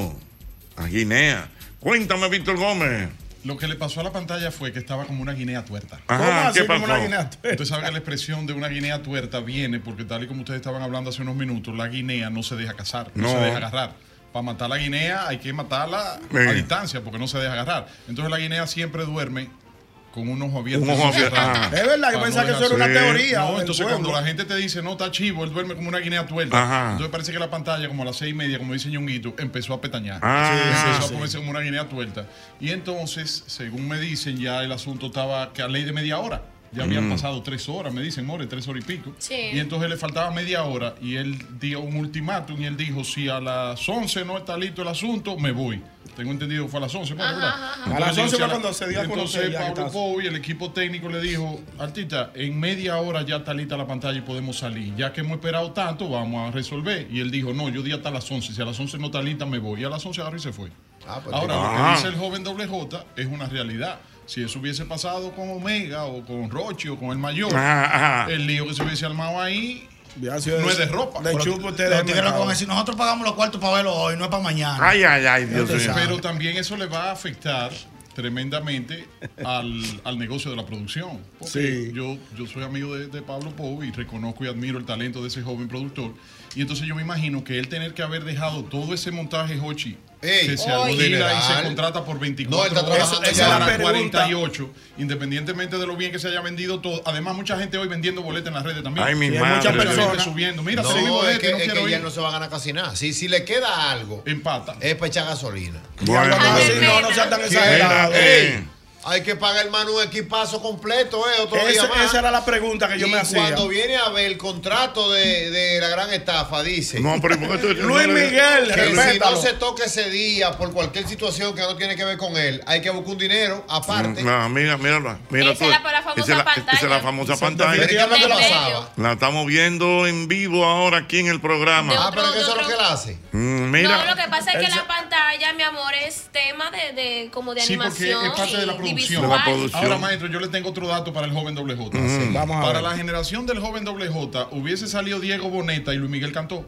[SPEAKER 2] a Guinea. Cuéntame, Víctor Gómez.
[SPEAKER 13] Lo que le pasó a la pantalla fue que estaba como una guinea tuerta.
[SPEAKER 2] Ajá, ¿Cómo así ¿qué como pasó? una guinea
[SPEAKER 13] Usted sabe que la expresión de una guinea tuerta viene porque tal y como ustedes estaban hablando hace unos minutos, la guinea no se deja cazar, no,
[SPEAKER 2] No.
[SPEAKER 13] se deja agarrar. Para matar la guinea hay que matarla
[SPEAKER 2] Sí.
[SPEAKER 13] a distancia porque no se deja agarrar. Entonces la guinea siempre duerme con un ojo abierto.
[SPEAKER 2] Un ojo
[SPEAKER 13] y
[SPEAKER 2] abierto,
[SPEAKER 13] cerrado.
[SPEAKER 2] ajá.
[SPEAKER 13] Para
[SPEAKER 9] Es verdad, yo
[SPEAKER 13] no
[SPEAKER 9] pensaba que eso
[SPEAKER 13] dejarse-
[SPEAKER 9] era una
[SPEAKER 13] Sí.
[SPEAKER 9] teoría
[SPEAKER 13] No,
[SPEAKER 9] del
[SPEAKER 13] entonces
[SPEAKER 9] pueblo.
[SPEAKER 13] cuando la gente te dice, no, está chivo, él duerme como una guinea tuerta.
[SPEAKER 2] Ajá.
[SPEAKER 13] Entonces parece que la pantalla, como a las seis y media, como dice Ñonguito, empezó a petañar.
[SPEAKER 2] Ah.
[SPEAKER 13] Sí, empezó
[SPEAKER 2] Sí.
[SPEAKER 13] a ponerse como una guinea tuerta. Y entonces, según me dicen, ya el asunto estaba que a ley de media hora. Ya habían
[SPEAKER 2] Mm.
[SPEAKER 13] pasado tres horas, me dicen, more, tres horas y pico.
[SPEAKER 4] Sí.
[SPEAKER 13] Y entonces le faltaba media hora y él dio un ultimátum y él dijo, si a las 11 no está listo el asunto, me voy. Tengo entendido que fue a las 11, ¿no?
[SPEAKER 9] Ajá,
[SPEAKER 13] ¿verdad?
[SPEAKER 9] ajá, ajá.
[SPEAKER 13] Entonces
[SPEAKER 9] A las
[SPEAKER 13] digo,
[SPEAKER 9] 11
[SPEAKER 13] si
[SPEAKER 9] fue cuando se dio a conocer
[SPEAKER 13] Entonces
[SPEAKER 9] ya que
[SPEAKER 13] Pablo
[SPEAKER 9] estaba-
[SPEAKER 13] Pou y el equipo técnico le dijo, artista, en media hora ya está lista la pantalla y podemos salir. Ya que hemos esperado tanto, vamos a resolver. Y él dijo, no, yo di hasta las 11. Si a las 11 no está lista, me voy. Y a las 11 agarró y se fue.
[SPEAKER 3] pues,
[SPEAKER 13] Ahora,
[SPEAKER 3] sí.
[SPEAKER 13] lo
[SPEAKER 3] Ah.
[SPEAKER 13] que dice el joven WJ es una realidad. Si eso hubiese pasado con Omega o con Rochi o con el mayor,
[SPEAKER 2] Ajá, ajá.
[SPEAKER 13] Ah, el lío que se hubiese armado ahí No es de ropa.
[SPEAKER 9] Le
[SPEAKER 13] Pero
[SPEAKER 9] chupo
[SPEAKER 13] los
[SPEAKER 9] ustedes.
[SPEAKER 13] tigres lo
[SPEAKER 9] al
[SPEAKER 13] que
[SPEAKER 9] mercado.
[SPEAKER 11] Pero como decir, nosotros pagamos los cuartos para verlo hoy, no es para mañana.
[SPEAKER 13] Ya tú
[SPEAKER 11] mío.
[SPEAKER 13] sabes. Pero también eso le va a afectar tremendamente al, al negocio de la producción. Porque Yo, yo soy amigo de, de Pablo Pou y reconozco y admiro el talento de ese joven productor. Y entonces yo me imagino que él tener que haber dejado todo ese montaje, Hochi,
[SPEAKER 3] Ey,
[SPEAKER 13] que se
[SPEAKER 3] Oye.
[SPEAKER 13] alquila y se
[SPEAKER 3] General.
[SPEAKER 13] contrata por
[SPEAKER 3] No, él
[SPEAKER 13] 24
[SPEAKER 3] está
[SPEAKER 13] horas
[SPEAKER 3] trabajando
[SPEAKER 13] eso
[SPEAKER 3] ya.
[SPEAKER 13] hará
[SPEAKER 3] La pregunta-
[SPEAKER 13] 48, independientemente de lo bien que se haya vendido todo. Además, mucha gente hoy vendiendo boletas en las redes también.
[SPEAKER 2] Ay, mi
[SPEAKER 13] Sí, hay
[SPEAKER 2] madre.
[SPEAKER 13] Muchas personas
[SPEAKER 2] Gente
[SPEAKER 13] subiendo. Mira,
[SPEAKER 3] este, no,
[SPEAKER 13] se mi
[SPEAKER 3] es
[SPEAKER 13] boleto,
[SPEAKER 3] que,
[SPEAKER 13] no
[SPEAKER 3] es que
[SPEAKER 13] quiero
[SPEAKER 3] ya
[SPEAKER 13] ir.
[SPEAKER 3] no se va a ganar casi nada. Si, si le queda algo,
[SPEAKER 13] empata.
[SPEAKER 3] Es para echar gasolina.
[SPEAKER 2] Bueno.
[SPEAKER 9] Sí, no, no sean tan exagerados.
[SPEAKER 3] Ey, eh, Hay que pagar, hermano, un equipazo completo, ¿eh? Otro día
[SPEAKER 9] Ese-
[SPEAKER 3] más.
[SPEAKER 9] esa era la pregunta que yo
[SPEAKER 3] Y
[SPEAKER 9] me hacía.
[SPEAKER 3] Cuando viene a ver el contrato de, de la gran estafa, dice.
[SPEAKER 2] No, pero ¿y por qué tú-
[SPEAKER 9] Luis Miguel,
[SPEAKER 3] que si
[SPEAKER 9] respétalo.
[SPEAKER 3] no se toca ese día por cualquier situación que no tiene que ver con él, hay que buscar un dinero aparte.
[SPEAKER 2] No, mira, mira, mira.
[SPEAKER 3] Esa
[SPEAKER 2] tú.
[SPEAKER 3] era para la famosa
[SPEAKER 2] Esa es la-
[SPEAKER 3] pantalla.
[SPEAKER 2] Mm, esa es la famosa
[SPEAKER 3] Esa-
[SPEAKER 2] pantalla.
[SPEAKER 3] definitivamente la usaba.
[SPEAKER 2] La estamos viendo en vivo ahora aquí en el programa.
[SPEAKER 3] Ah, pero es que eso es lo que él hace.
[SPEAKER 2] Mm, mira.
[SPEAKER 4] No, lo que pasa es que la pantalla, mi amor, es tema de, de como de
[SPEAKER 13] Sí, porque
[SPEAKER 4] animación.
[SPEAKER 13] es parte de la
[SPEAKER 4] y- y
[SPEAKER 13] producción.
[SPEAKER 4] visual.
[SPEAKER 13] Ahora, maestro, yo le tengo otro dato para el joven WJ.
[SPEAKER 2] Ujú. Sí,
[SPEAKER 11] Mm.
[SPEAKER 2] vamos a
[SPEAKER 13] para
[SPEAKER 2] ver.
[SPEAKER 13] la generación del joven WJ, hubiese salido Diego Boneta y Luis Miguel Cantó.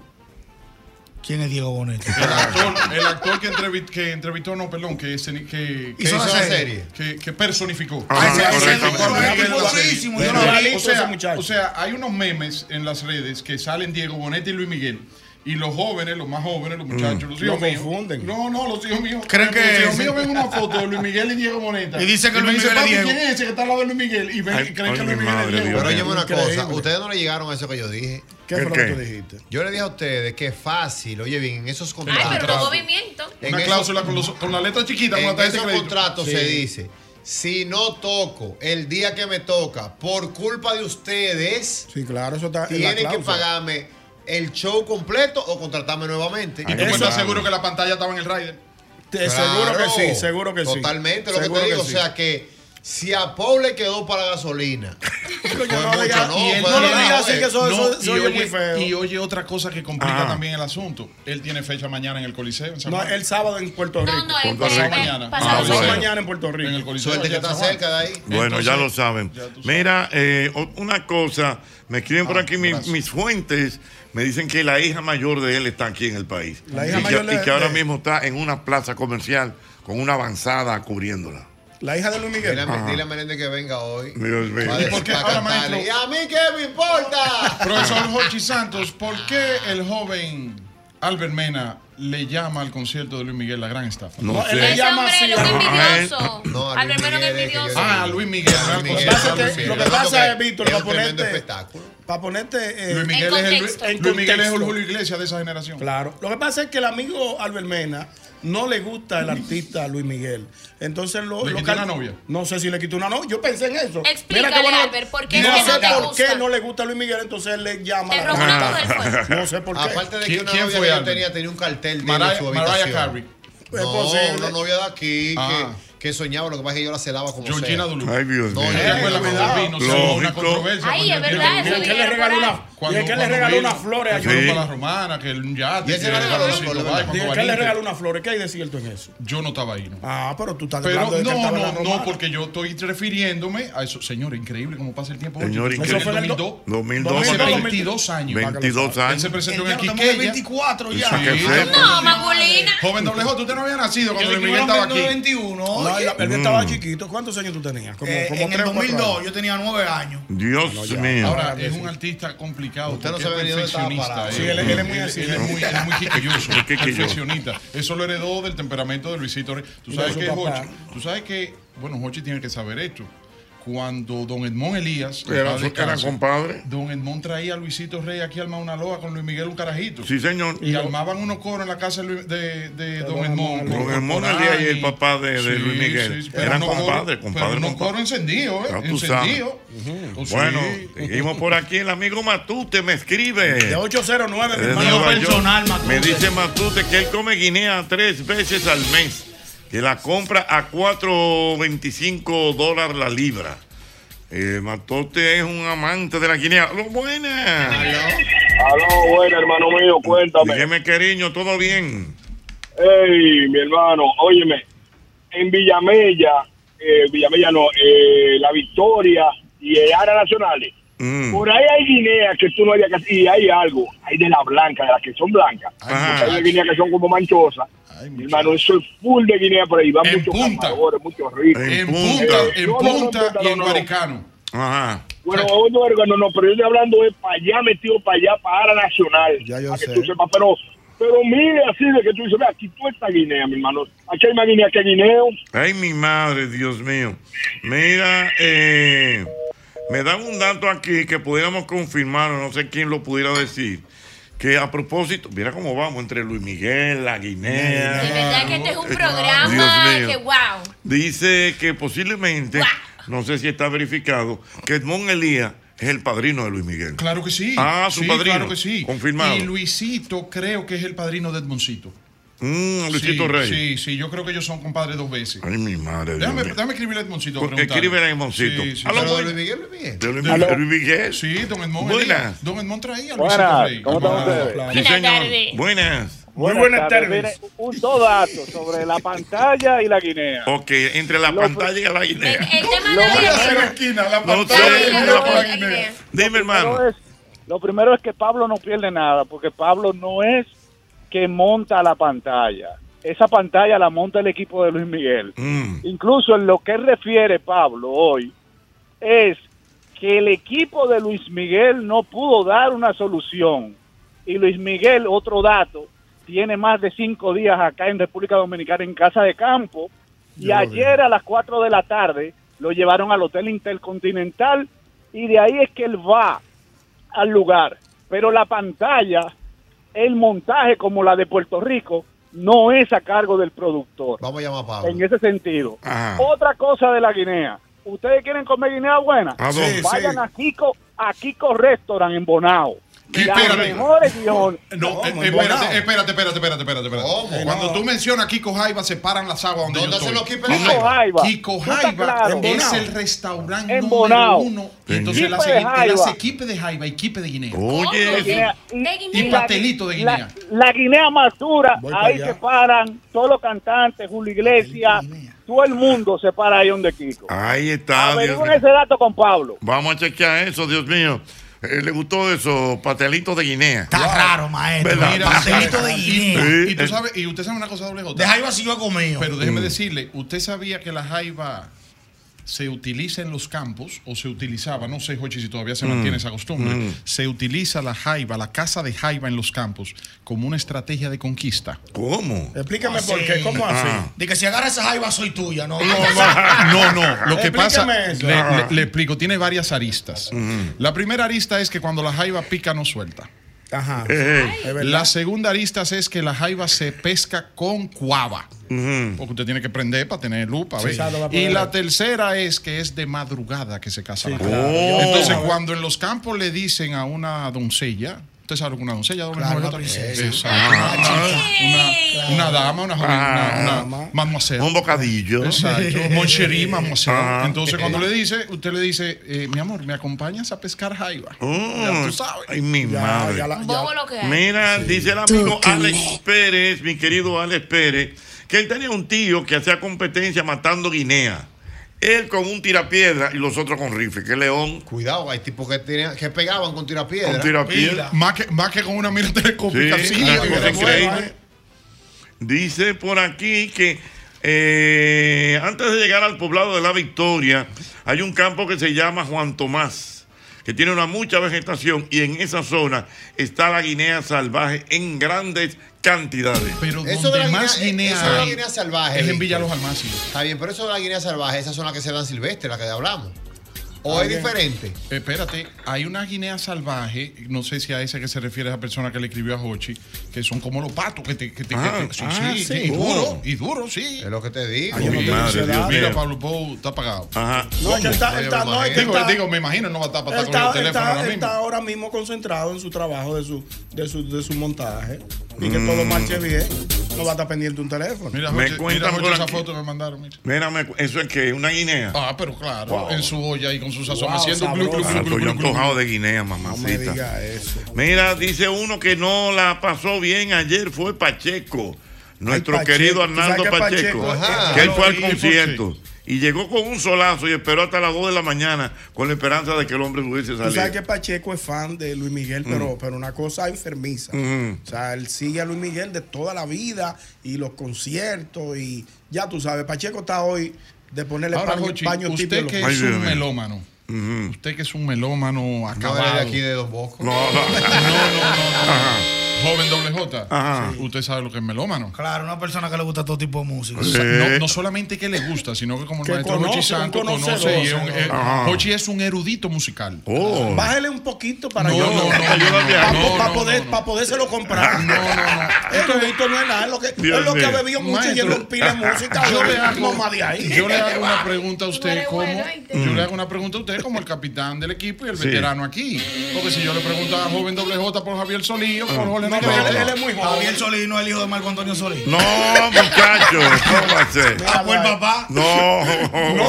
[SPEAKER 11] ¿Quién es Diego Bonetti?
[SPEAKER 13] El actor, el actor que, entrevi- que entrevistó, no, perdón, que, esceni- que, que
[SPEAKER 11] Hizo la serie.
[SPEAKER 13] Que, que personificó.
[SPEAKER 11] Ah, sí,
[SPEAKER 13] Luis Miguel
[SPEAKER 11] correctamente.
[SPEAKER 13] Cantó.
[SPEAKER 11] Era
[SPEAKER 13] Luis Miguel
[SPEAKER 11] buenísimo,
[SPEAKER 13] Cantó.
[SPEAKER 11] yo lo valí
[SPEAKER 13] O
[SPEAKER 11] todo ese
[SPEAKER 13] sea,
[SPEAKER 11] muchacho.
[SPEAKER 13] O sea, hay unos memes en las redes que salen Diego Boneta y Luis Miguel. Y los jóvenes, los más jóvenes, los muchachos,
[SPEAKER 9] Mm.
[SPEAKER 13] los hijos
[SPEAKER 9] Lo
[SPEAKER 13] míos. No, no, los hijos míos.
[SPEAKER 9] Creen que
[SPEAKER 13] Los hijos
[SPEAKER 9] es-
[SPEAKER 13] míos ven una foto de Luis Miguel y Diego Boneta.
[SPEAKER 9] Y dicen que
[SPEAKER 13] me
[SPEAKER 9] Luis
[SPEAKER 13] dicen,
[SPEAKER 9] Miguel es
[SPEAKER 13] "Papi,
[SPEAKER 9] Diego".
[SPEAKER 13] ¿Quién es ese que está al lado de Luis Miguel? Y ven, y creen que Luis Miguel es Diego.
[SPEAKER 3] Pero óyeme una cosa, ustedes no le llegaron a eso que yo dije.
[SPEAKER 9] ¿Qué fue lo que tú dijiste?
[SPEAKER 3] Yo le dije a ustedes que es fácil, oye bien, en esos
[SPEAKER 4] Ay, pero los
[SPEAKER 3] contratos.
[SPEAKER 4] movimientos.
[SPEAKER 3] en
[SPEAKER 13] Una
[SPEAKER 3] esos-
[SPEAKER 13] cláusula con, los- con la letra chiquita, con la
[SPEAKER 3] En
[SPEAKER 13] tarjeta de
[SPEAKER 9] este
[SPEAKER 3] esos
[SPEAKER 13] crédito.
[SPEAKER 3] contratos se
[SPEAKER 13] Sí.
[SPEAKER 3] dice, si no toco el día que me toca, por culpa de ustedes,
[SPEAKER 9] Sí, claro, eso está en la
[SPEAKER 3] tienen que
[SPEAKER 9] cláusula.
[SPEAKER 3] pagarme el show completo o contratarme nuevamente.
[SPEAKER 13] Ah, Y tú me estás seguro que la pantalla estaba en el rider.
[SPEAKER 9] Te- seguro que sí, seguro que sí.
[SPEAKER 3] Totalmente, lo que
[SPEAKER 9] Seguro
[SPEAKER 3] te
[SPEAKER 9] que
[SPEAKER 3] digo,
[SPEAKER 9] sí.
[SPEAKER 3] o sea que si a Paul le quedó para gasolina, pues mucho no,
[SPEAKER 13] Y él
[SPEAKER 3] pues,
[SPEAKER 13] tiene-
[SPEAKER 3] no, eh.
[SPEAKER 13] No,
[SPEAKER 3] No,
[SPEAKER 13] y
[SPEAKER 3] y oye,
[SPEAKER 13] Y oye, otra cosa que complica
[SPEAKER 9] Ah.
[SPEAKER 13] también el asunto. Él tiene fecha mañana en el Coliseo. En San
[SPEAKER 9] No,
[SPEAKER 13] Juan.
[SPEAKER 9] el sábado en Puerto Rico. Ah,
[SPEAKER 13] no, el
[SPEAKER 9] Pasado
[SPEAKER 13] sábado
[SPEAKER 9] mañana.
[SPEAKER 13] pasado
[SPEAKER 9] Pasado
[SPEAKER 2] mañana.
[SPEAKER 9] mañana en Puerto Rico.
[SPEAKER 13] En el Coliseo.
[SPEAKER 3] Suerte que está cerca de ahí.
[SPEAKER 2] Bueno, ya lo
[SPEAKER 3] Entonces,
[SPEAKER 2] saben. Mira, eh, o- una cosa, me escriben por aquí mis, mis fuentes, me dicen que la hija mayor de él está aquí en el país.
[SPEAKER 9] La hija
[SPEAKER 2] y,
[SPEAKER 9] mayor
[SPEAKER 2] que, y
[SPEAKER 9] de-
[SPEAKER 2] que ahora
[SPEAKER 9] de-
[SPEAKER 2] mismo está en una plaza comercial con una avanzada cubriéndola.
[SPEAKER 9] La hija de Luis Miguel. Ah.
[SPEAKER 3] Dile, a-
[SPEAKER 2] Ajá.
[SPEAKER 3] dile a Meléndez que venga hoy.
[SPEAKER 2] Dios mío.
[SPEAKER 3] Pa- pa' cantarle. Y a mí qué me importa.
[SPEAKER 13] Profesor Jochi Santos, ¿por qué el joven Albert Mena le llama al concierto de Luis Miguel la gran estafa?
[SPEAKER 2] No No, él sé. le
[SPEAKER 9] llama así.
[SPEAKER 4] Pero un
[SPEAKER 13] Ah, él-
[SPEAKER 4] envidioso.
[SPEAKER 13] No, a
[SPEAKER 4] Al
[SPEAKER 13] Luis Miguel
[SPEAKER 4] hermano que
[SPEAKER 13] es que yo
[SPEAKER 4] envidioso.
[SPEAKER 13] digo. Ah, a Luis Miguel.
[SPEAKER 9] Lo que pasa es que, lo que pasa es, Víctor, para ponerte. Para ponerte. eh,
[SPEAKER 13] Luis Miguel, es el, Luis
[SPEAKER 9] en
[SPEAKER 13] Miguel es el
[SPEAKER 9] contexto.
[SPEAKER 13] Julio Iglesias de esa generación.
[SPEAKER 9] Claro. Lo que pasa es que el amigo Albert Mena no le gusta el artista Luis Miguel. Entonces lo.
[SPEAKER 13] ¿Le
[SPEAKER 9] lo
[SPEAKER 13] quitó
[SPEAKER 9] cal-
[SPEAKER 13] una novia?
[SPEAKER 9] No sé si le quitó una novia. Yo pensé en eso.
[SPEAKER 4] Explícale,
[SPEAKER 9] Mira qué bueno-
[SPEAKER 4] Albert, ¿por qué es
[SPEAKER 9] no
[SPEAKER 4] que no
[SPEAKER 9] sé
[SPEAKER 4] te
[SPEAKER 9] por
[SPEAKER 4] gusta?
[SPEAKER 9] qué no le gusta Luis Miguel, entonces él le llama.
[SPEAKER 4] Te
[SPEAKER 9] la
[SPEAKER 4] robó
[SPEAKER 13] Ah.
[SPEAKER 9] atención.
[SPEAKER 3] todo
[SPEAKER 9] No sé por qué.
[SPEAKER 3] Aparte de que una novia que yo tenía tenía un cartel de
[SPEAKER 9] Mariah-
[SPEAKER 3] su
[SPEAKER 9] Mariah
[SPEAKER 3] habitación.
[SPEAKER 9] Carey. Es
[SPEAKER 3] No,
[SPEAKER 9] posible.
[SPEAKER 3] una novia de aquí
[SPEAKER 9] Ah.
[SPEAKER 3] que, que soñaba, lo que pasa es que yo la celaba como
[SPEAKER 13] Georgina
[SPEAKER 3] sea.
[SPEAKER 13] Duluth.
[SPEAKER 2] Ay, Dios
[SPEAKER 3] No,
[SPEAKER 2] mío.
[SPEAKER 3] yo te acuerdo cuando vino, se armó una
[SPEAKER 13] controversia
[SPEAKER 4] Ay, es verdad, eso
[SPEAKER 13] ¿Y
[SPEAKER 4] dijeron por ahí.
[SPEAKER 9] Y es que le regaló unas flores a
[SPEAKER 13] Que fueron
[SPEAKER 9] Georgina.
[SPEAKER 13] para la romana, que un yate.
[SPEAKER 9] Y ese
[SPEAKER 13] que
[SPEAKER 9] no le regaló
[SPEAKER 13] el
[SPEAKER 9] una
[SPEAKER 13] Silvio Bay,
[SPEAKER 9] flor, ¿verdad?
[SPEAKER 13] cuando
[SPEAKER 9] Y que él le
[SPEAKER 13] Valiente.
[SPEAKER 9] regaló unas flores. ¿Qué hay de cierto en eso?
[SPEAKER 13] Yo no estaba ahí. ¿no?
[SPEAKER 9] Ah, pero tú estás
[SPEAKER 13] Pero
[SPEAKER 9] hablando de que él
[SPEAKER 13] no,
[SPEAKER 9] estaba en la
[SPEAKER 13] no, no,
[SPEAKER 9] romana.
[SPEAKER 13] porque yo estoy refiriéndome a eso. Señor, increíble cómo pasa el tiempo.
[SPEAKER 2] Señor,
[SPEAKER 13] Eso
[SPEAKER 2] increíble.
[SPEAKER 13] fue en el
[SPEAKER 2] 2002.
[SPEAKER 13] 2002. Hace 22 años.
[SPEAKER 2] 22
[SPEAKER 13] Él se
[SPEAKER 2] años.
[SPEAKER 13] presentó en el
[SPEAKER 11] Estamos
[SPEAKER 13] Quiqueya.
[SPEAKER 11] en 24 ya.
[SPEAKER 2] Para que sepa.
[SPEAKER 4] No, Magulina.
[SPEAKER 13] Joven Doblejo, tú usted no había nacido cuando
[SPEAKER 11] Yo
[SPEAKER 13] Luis
[SPEAKER 11] me
[SPEAKER 13] Miguel
[SPEAKER 11] crié
[SPEAKER 13] estaba
[SPEAKER 11] en
[SPEAKER 13] aquí. Mm.
[SPEAKER 11] 21,
[SPEAKER 9] No,
[SPEAKER 11] oye.
[SPEAKER 9] él él estaba chiquito. ¿Cuántos años tú tenías? Como,
[SPEAKER 11] Eh,
[SPEAKER 9] como
[SPEAKER 11] en el
[SPEAKER 9] tres o cuatro
[SPEAKER 11] 2002
[SPEAKER 9] años.
[SPEAKER 11] yo tenía 9 años.
[SPEAKER 2] Dios
[SPEAKER 9] No, ya.
[SPEAKER 2] mío.
[SPEAKER 13] Ahora, es un artista complicado.
[SPEAKER 11] Usted no
[SPEAKER 13] porque
[SPEAKER 11] sabe
[SPEAKER 13] es
[SPEAKER 11] ni dónde estaba
[SPEAKER 13] perfeccionista.
[SPEAKER 11] parado.
[SPEAKER 13] eh.
[SPEAKER 11] Sí, él- él es muy
[SPEAKER 13] Él
[SPEAKER 11] así.
[SPEAKER 13] él es muy, él es muy quisquilloso,
[SPEAKER 2] Es quisquilloso.
[SPEAKER 13] perfeccionista. Eso lo heredó del temperamento de Luisito Rey. Tú
[SPEAKER 9] De
[SPEAKER 13] sabes
[SPEAKER 9] su
[SPEAKER 13] que
[SPEAKER 9] papá.
[SPEAKER 13] Hochi, tú sabes que, bueno, Hochi tiene que saber esto. Cuando don Edmond Elías
[SPEAKER 2] Era
[SPEAKER 13] en paz
[SPEAKER 2] su- era
[SPEAKER 13] descanse,
[SPEAKER 2] compadre.
[SPEAKER 13] Don Edmond traía a Luisito Rey aquí al Mauna Loa con Luis Miguel un carajito.
[SPEAKER 2] Sí, señor.
[SPEAKER 13] Y armaban unos coros en la casa de, Luis- de- de don
[SPEAKER 2] don
[SPEAKER 13] Edmond.
[SPEAKER 2] Edmond. Don Edmond
[SPEAKER 13] Corporani.
[SPEAKER 2] Elías y el papá de- de Luis Miguel.
[SPEAKER 13] pero
[SPEAKER 2] Eran
[SPEAKER 13] unos coros-
[SPEAKER 2] compadres, compadres,
[SPEAKER 13] Pero unos
[SPEAKER 2] compadres.
[SPEAKER 13] coros encendidos, ¿eh?
[SPEAKER 2] Ya tú sabes.
[SPEAKER 13] Encendidos. Oh, sí.
[SPEAKER 2] Bueno, seguimos por aquí. El amigo Matute me escribe.
[SPEAKER 9] De 809, mi
[SPEAKER 2] de
[SPEAKER 9] hermano.
[SPEAKER 2] Nueva York. Me dice Matute que él come guinea tres veces al mes, que la compra a 4.25 dólares la libra. Eh, Matute es un amante de la guinea. ¡Lo buena!
[SPEAKER 14] Aló, bueno, hermano mío, cuéntame.
[SPEAKER 2] Dígame, cariño, ¿todo bien?
[SPEAKER 14] Ey, mi hermano, óyeme, en Villamella, eh, Villamella no, eh, La Victoria y el área nacionales,
[SPEAKER 2] Mm.
[SPEAKER 1] Por ahí hay guinea que tú no hayas que y hay algo, hay de la blanca, de las que son blancas,
[SPEAKER 13] Ajá.
[SPEAKER 1] hay de guinea que son como manchosas. Mi hermano, eso es full de guinea por ahí, va mucho camarones, mucho rico.
[SPEAKER 13] En punta, en
[SPEAKER 1] Eh, no, no, no,
[SPEAKER 13] punta y en
[SPEAKER 1] no, no.
[SPEAKER 13] baricano.
[SPEAKER 2] Ajá.
[SPEAKER 1] Bueno, oye, órgano, no, pero yo estoy hablando es para allá metido, para allá, para la nacional. Ya yo
[SPEAKER 9] sé.
[SPEAKER 1] Que tú sepas, pero, pero mire así de que tú dices, ve, aquí tú esta guinea, mi hermano. Aquí hay más guinea que guineo.
[SPEAKER 2] Ay, mi madre, Dios mío. Mira, eh, me dan un dato aquí que pudiéramos confirmar, o no sé quién lo pudiera decir. Que a propósito, mira cómo vamos entre Luis Miguel, la Guinea.
[SPEAKER 4] De verdad que este es un
[SPEAKER 2] eh, Dios
[SPEAKER 4] programa
[SPEAKER 2] mío.
[SPEAKER 4] que wow.
[SPEAKER 2] Dice que posiblemente, no sé si está verificado, que Edmond Elías es el padrino de Luis Miguel.
[SPEAKER 13] Claro que sí.
[SPEAKER 2] Ah, su
[SPEAKER 13] Sí,
[SPEAKER 2] padrino.
[SPEAKER 13] Claro que sí.
[SPEAKER 2] Confirmado.
[SPEAKER 13] Y Luisito creo que es el padrino de Edmoncito.
[SPEAKER 2] Mm, Luisito
[SPEAKER 13] sí,
[SPEAKER 2] Rey.
[SPEAKER 13] Sí, sí, yo creo que ellos son compadres dos veces.
[SPEAKER 2] Ay, mi madre. Dios
[SPEAKER 13] Déjame,
[SPEAKER 2] mío.
[SPEAKER 13] déjame escribirle a Edmoncito.
[SPEAKER 2] Pues,
[SPEAKER 13] preguntarle.
[SPEAKER 2] escríbele a Edmoncito.
[SPEAKER 13] Sí, sí.
[SPEAKER 2] Aló,
[SPEAKER 13] Pero
[SPEAKER 2] buen-
[SPEAKER 13] Luis Miguel, Luis Miguel.
[SPEAKER 2] De Luis
[SPEAKER 13] Aló.
[SPEAKER 2] Miguel. Luis Miguel. Ah.
[SPEAKER 13] Sí, don Edmond.
[SPEAKER 2] Buenas.
[SPEAKER 13] Elías. Don Edmond traía a Luisito
[SPEAKER 6] Buenas,
[SPEAKER 13] Rey.
[SPEAKER 6] ¿cómo están
[SPEAKER 13] Claro,
[SPEAKER 6] ustedes?
[SPEAKER 13] claro.
[SPEAKER 2] Sí, señor. Buenas.
[SPEAKER 6] Muy buenas tardes. Mire, Un dos datos sobre la pantalla y la guinea.
[SPEAKER 2] Ok, entre la pantalla y la Guinea.
[SPEAKER 6] Lo
[SPEAKER 13] Hacer
[SPEAKER 6] primero-
[SPEAKER 13] esquina, la
[SPEAKER 2] No
[SPEAKER 13] pantalla
[SPEAKER 2] sé,
[SPEAKER 13] y
[SPEAKER 2] la
[SPEAKER 13] la
[SPEAKER 2] pantalla.
[SPEAKER 13] página.
[SPEAKER 2] Dime, hermano.
[SPEAKER 6] primero es- lo primero es que Pablo no pierde nada, porque Pablo no es que monta la pantalla. Esa pantalla la monta el equipo de Luis Miguel.
[SPEAKER 15] Hum.
[SPEAKER 6] Incluso en lo que él refiere Pablo hoy es que el equipo de Luis Miguel no pudo dar una solución. Y Luis Miguel, otro dato, tiene más de cinco días acá en República Dominicana en casa de campo. Y
[SPEAKER 16] Ya lo vi.
[SPEAKER 6] ayer a las 4 de la tarde lo llevaron al Hotel Intercontinental y de ahí es que él va al lugar. Pero la pantalla, el montaje como la de Puerto Rico, no es a cargo del productor.
[SPEAKER 3] Vamos a llamar a Pablo.
[SPEAKER 6] En ese sentido. Otra cosa de la Guinea. ¿Ustedes quieren comer Guinea buena?
[SPEAKER 3] ¿A dónde? Sí,
[SPEAKER 6] Vayan
[SPEAKER 3] sí.
[SPEAKER 6] a Kiko, a Kiko Restaurant en Bonao.
[SPEAKER 13] ¿Qué?
[SPEAKER 6] Las
[SPEAKER 13] Espérate.
[SPEAKER 6] mejores guiones.
[SPEAKER 13] No, eh,
[SPEAKER 6] ¿Cómo?
[SPEAKER 13] espérate, espérate, espérate, espérate, espérate, espérate. Cuando tú mencionas a Kiko Jaiba, se paran las aguas donde yo estoy.
[SPEAKER 6] Kiko Jaiba.
[SPEAKER 13] Kiko
[SPEAKER 6] ¿Tú estás
[SPEAKER 13] Jaiba
[SPEAKER 6] claro?
[SPEAKER 13] es el restaurante
[SPEAKER 6] En
[SPEAKER 13] número
[SPEAKER 6] Bonao.
[SPEAKER 13] uno. Y entonces él
[SPEAKER 6] Quipe de
[SPEAKER 13] hace, él
[SPEAKER 6] Jaiba.
[SPEAKER 13] hace equipe de Jaiba y quipe de Guinea.
[SPEAKER 6] De Guinea.
[SPEAKER 13] Y pastelito de
[SPEAKER 6] la-
[SPEAKER 13] Guinea.
[SPEAKER 6] La, Guinea más dura,
[SPEAKER 13] Voy para
[SPEAKER 6] ahí
[SPEAKER 13] allá.
[SPEAKER 6] se paran todos los cantantes, Julio Iglesias, todo el mundo se para ahí donde Kiko.
[SPEAKER 13] Ah,
[SPEAKER 2] Ahí está, Dios
[SPEAKER 6] Averigüen
[SPEAKER 2] mío.
[SPEAKER 6] ese dato con Pablo.
[SPEAKER 2] Vamos a chequear eso, Dios mío. Eh, ¿Le gustó eso? Pastelitos de Guinea.
[SPEAKER 11] Está raro, maestro.
[SPEAKER 2] ¿Verdad?
[SPEAKER 11] Mira, pastelito de
[SPEAKER 2] Sí.
[SPEAKER 11] guinea.
[SPEAKER 2] Sí.
[SPEAKER 13] Y, tú sabes, y usted sabe una cosa doble J.
[SPEAKER 11] De jaiba sí yo he comido.
[SPEAKER 13] Pero déjeme
[SPEAKER 11] Mm.
[SPEAKER 13] decirle, usted sabía que la jaiba se utiliza en los campos o se utilizaba, no sé, Jochi, si todavía se
[SPEAKER 2] Mm.
[SPEAKER 13] mantiene esa costumbre.
[SPEAKER 2] Mm.
[SPEAKER 13] Se utiliza la jaiba, la casa de jaiba en los campos, como una estrategia de conquista.
[SPEAKER 2] ¿Cómo?
[SPEAKER 9] Explícame por qué, ¿cómo
[SPEAKER 13] Ah.
[SPEAKER 9] así?
[SPEAKER 11] De que si agarra esa jaiba soy tuya, ¿no?
[SPEAKER 13] No, no, lo que pasa.
[SPEAKER 9] Explícame eso.
[SPEAKER 13] Le, le- le explico, tiene varias aristas. La primera arista es que cuando la jaiba pica, no suelta. Eh,
[SPEAKER 9] Ajá. Es verdad.
[SPEAKER 13] La segunda arista es que la jaiba se pesca con cuava. Porque usted tiene que prender para tener lupa.
[SPEAKER 9] Mm. Sí, claro, va a
[SPEAKER 13] y
[SPEAKER 9] poder.
[SPEAKER 13] la tercera es que es de madrugada que se casa la
[SPEAKER 9] claro.
[SPEAKER 13] jaiba.
[SPEAKER 9] Oh.
[SPEAKER 13] Entonces, cuando en los campos le dicen a una doncella, usted sabe lo que una doncella doble
[SPEAKER 9] Claro,
[SPEAKER 13] novela
[SPEAKER 9] una
[SPEAKER 13] también?
[SPEAKER 9] princesa.
[SPEAKER 13] Exacto.
[SPEAKER 9] Ah,
[SPEAKER 13] Una- una, una dama, una joven,
[SPEAKER 2] Ah.
[SPEAKER 13] una, una mademoiselle.
[SPEAKER 2] Un bocadillo.
[SPEAKER 13] Exacto. Moncherí, mademoiselle.
[SPEAKER 2] Ah.
[SPEAKER 13] Entonces, cuando le dice, usted le dice, eh, mi amor, ¿me acompañas a pescar jaiba?
[SPEAKER 2] Mm.
[SPEAKER 13] Ya tú sabes.
[SPEAKER 2] Ay, mi
[SPEAKER 13] Ya,
[SPEAKER 2] madre.
[SPEAKER 13] ya la- ya- Bobo lo que hay.
[SPEAKER 2] Mira,
[SPEAKER 13] Sí.
[SPEAKER 2] dice el amigo Alex Pérez, mi querido Alex Pérez, que él tenía un tío que hacía competencia matando guinea. Él con un tirapiedra y los otros con rifle. Que león.
[SPEAKER 3] Cuidado, hay tipos que, tenían- que pegaban con tirapiedra.
[SPEAKER 2] Con tirapiedra.
[SPEAKER 13] Más que, más que con una mira telescópica.
[SPEAKER 2] Sí,
[SPEAKER 13] sí,
[SPEAKER 2] una cosa
[SPEAKER 13] yo creo.
[SPEAKER 2] increíble. Dice por aquí que eh, antes de llegar al poblado de La Victoria, hay un campo que se llama Juan Tomás, que tiene una mucha vegetación y en esa zona está la guinea salvaje en grandes cantidades.
[SPEAKER 13] Pero
[SPEAKER 3] Eso de la guinea, eso de la guinea
[SPEAKER 13] es
[SPEAKER 3] salvaje.
[SPEAKER 13] en
[SPEAKER 3] Víctor.
[SPEAKER 13] Villa Los Almácigos.
[SPEAKER 3] Está bien, pero eso de la guinea salvaje, esas son las que se dan silvestres, las que hablamos. ¿O
[SPEAKER 13] Ah,
[SPEAKER 3] es
[SPEAKER 13] bien.
[SPEAKER 3] diferente?
[SPEAKER 13] Espérate, hay una guinea salvaje, no sé si a esa que se refiere esa persona que le escribió a Hochi, que son como los patos que te. Que te,
[SPEAKER 3] Ah,
[SPEAKER 13] que te- sí,
[SPEAKER 3] ah,
[SPEAKER 13] sí,
[SPEAKER 3] sí.
[SPEAKER 13] y duro, y duro, sí. Es
[SPEAKER 3] lo que te digo.
[SPEAKER 2] Ay, yo no tengo Oh. Madre, esa Dios edad. mío.
[SPEAKER 13] Mira, Pablo Pou está apagado.
[SPEAKER 2] Ajá.
[SPEAKER 9] No, es que él está- él está- no, es que él
[SPEAKER 13] digo,
[SPEAKER 9] está-
[SPEAKER 13] digo, me imagino, no va a estar para
[SPEAKER 9] Él
[SPEAKER 13] estar con
[SPEAKER 9] está,
[SPEAKER 13] el teléfono
[SPEAKER 9] está-
[SPEAKER 13] ahora mismo.
[SPEAKER 9] está ahora mismo concentrado en su trabajo de su, de su, de su montaje. Y que todo marche bien. No va a estar pendiente un teléfono.
[SPEAKER 13] Mm. Mira,
[SPEAKER 2] Me
[SPEAKER 13] Jochi,
[SPEAKER 2] cuentan
[SPEAKER 13] mira, Jochi,
[SPEAKER 2] por
[SPEAKER 13] esa
[SPEAKER 2] aquí.
[SPEAKER 13] foto que me mandaron. mira.
[SPEAKER 2] Mira, me cu- eso es que es una guinea.
[SPEAKER 13] Ah, pero claro,
[SPEAKER 2] Wow.
[SPEAKER 13] en su olla y con su sazón
[SPEAKER 2] Wow,
[SPEAKER 13] haciendo glu, glu,
[SPEAKER 2] Ah,
[SPEAKER 13] glu, glu,
[SPEAKER 2] estoy yo
[SPEAKER 13] glu, glu.
[SPEAKER 2] antojado de guinea, mamacita. Mira, dice uno que no la pasó bien ayer fue Pacheco, nuestro
[SPEAKER 9] Pacheco.
[SPEAKER 2] querido
[SPEAKER 9] ¿Tú sabes
[SPEAKER 2] Arnaldo
[SPEAKER 9] que
[SPEAKER 2] Pacheco,
[SPEAKER 9] Pacheco es-
[SPEAKER 2] que él
[SPEAKER 9] Ajá.
[SPEAKER 2] fue al
[SPEAKER 9] Lo vi,
[SPEAKER 2] concierto y y llegó con un solazo y esperó hasta las 2 de la mañana con la esperanza de que el hombre pudiese
[SPEAKER 9] Tú sabes
[SPEAKER 2] salir.
[SPEAKER 9] que Pacheco es fan de Luis Miguel, pero,
[SPEAKER 2] Mm.
[SPEAKER 9] pero una cosa enfermiza.
[SPEAKER 2] Mm.
[SPEAKER 9] O sea, él sigue a Luis Miguel de toda la vida y los conciertos y ya tú sabes, Pacheco está hoy de ponerle
[SPEAKER 13] Ahora,
[SPEAKER 9] paño,
[SPEAKER 13] Jochi,
[SPEAKER 9] paño tibio a
[SPEAKER 13] usted
[SPEAKER 9] los-
[SPEAKER 13] que es un melómano. Usted que es un melómano acabado.
[SPEAKER 3] de aquí de Dos Bocos.
[SPEAKER 13] No, no, no. no, no. Joven doble J.
[SPEAKER 2] Ajá.
[SPEAKER 13] Sí. Usted sabe lo que es melómano.
[SPEAKER 11] Claro, una persona que le gusta todo tipo de música.
[SPEAKER 13] O sea, No, no solamente que le gusta, sino que como el
[SPEAKER 11] Que
[SPEAKER 13] maestro Jochi
[SPEAKER 11] conoce, un
[SPEAKER 13] Santo
[SPEAKER 11] conocedor,
[SPEAKER 13] conoce. y es un-
[SPEAKER 11] señor.
[SPEAKER 13] eh,
[SPEAKER 11] Ajá.
[SPEAKER 13] Jochi es un erudito musical.
[SPEAKER 2] Oh.
[SPEAKER 9] Bájale un poquito para
[SPEAKER 13] No,
[SPEAKER 9] yo.
[SPEAKER 13] no, no, ayúdame a- no,
[SPEAKER 9] Para
[SPEAKER 13] no, Ah,
[SPEAKER 9] poder, para podérselo comprar. No, no, no. Esto no es nada. Es lo que,
[SPEAKER 13] Dios
[SPEAKER 9] es lo que ha
[SPEAKER 13] mío.
[SPEAKER 9] bebido mucho y él
[SPEAKER 13] Maestro,
[SPEAKER 9] rompí la música.
[SPEAKER 13] yo le hago-
[SPEAKER 9] más de ahí.
[SPEAKER 13] yo le hago una pregunta a usted como yo
[SPEAKER 9] Mm.
[SPEAKER 13] le hago una pregunta a usted como el capitán del equipo y el
[SPEAKER 2] Sí.
[SPEAKER 13] veterano aquí. Porque si yo le pregunto a joven doble J por Javier Solío, por Jorge
[SPEAKER 11] No, pero él, él es
[SPEAKER 13] Negrete,
[SPEAKER 11] muy joven. Javier Solís no es el hijo de Marco Antonio Solís.
[SPEAKER 2] No, muchachos, ¿cómo va a ser?
[SPEAKER 11] Ah, pues el papá.
[SPEAKER 2] No,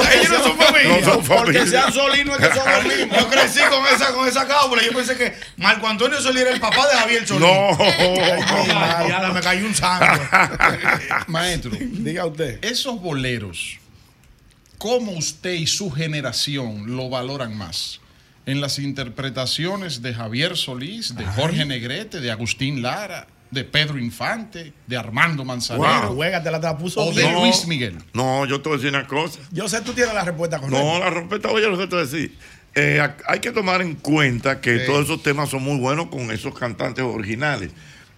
[SPEAKER 11] ellos no son familia.
[SPEAKER 2] No son
[SPEAKER 11] Porque
[SPEAKER 2] familia.
[SPEAKER 11] sean solinos es que son los mismos. Yo crecí con esa, con esa cábula. y Yo pensé que Marco Antonio Solís era el papá de Javier Solís.
[SPEAKER 2] No.
[SPEAKER 11] Ay, ya, ya, me cayó un santo.
[SPEAKER 13] maestro,
[SPEAKER 9] diga usted,
[SPEAKER 13] esos boleros, ¿cómo usted y su generación lo valoran más? En las interpretaciones de Javier Solís, de Jorge Negrete, de Agustín Lara, de Pedro Infante, de Armando Manzanero.
[SPEAKER 9] Wow. Juégatela, te la puso
[SPEAKER 13] O de
[SPEAKER 9] bien.
[SPEAKER 13] Luis Miguel.
[SPEAKER 2] No, yo te voy a decir una cosa.
[SPEAKER 9] Yo sé tú tienes la respuesta correcta.
[SPEAKER 2] No, la rompeta, oye lo que te voy a decir. Eh, a- hay que tomar en cuenta que
[SPEAKER 9] Sí.
[SPEAKER 2] todos esos temas son muy buenos con esos cantantes originales.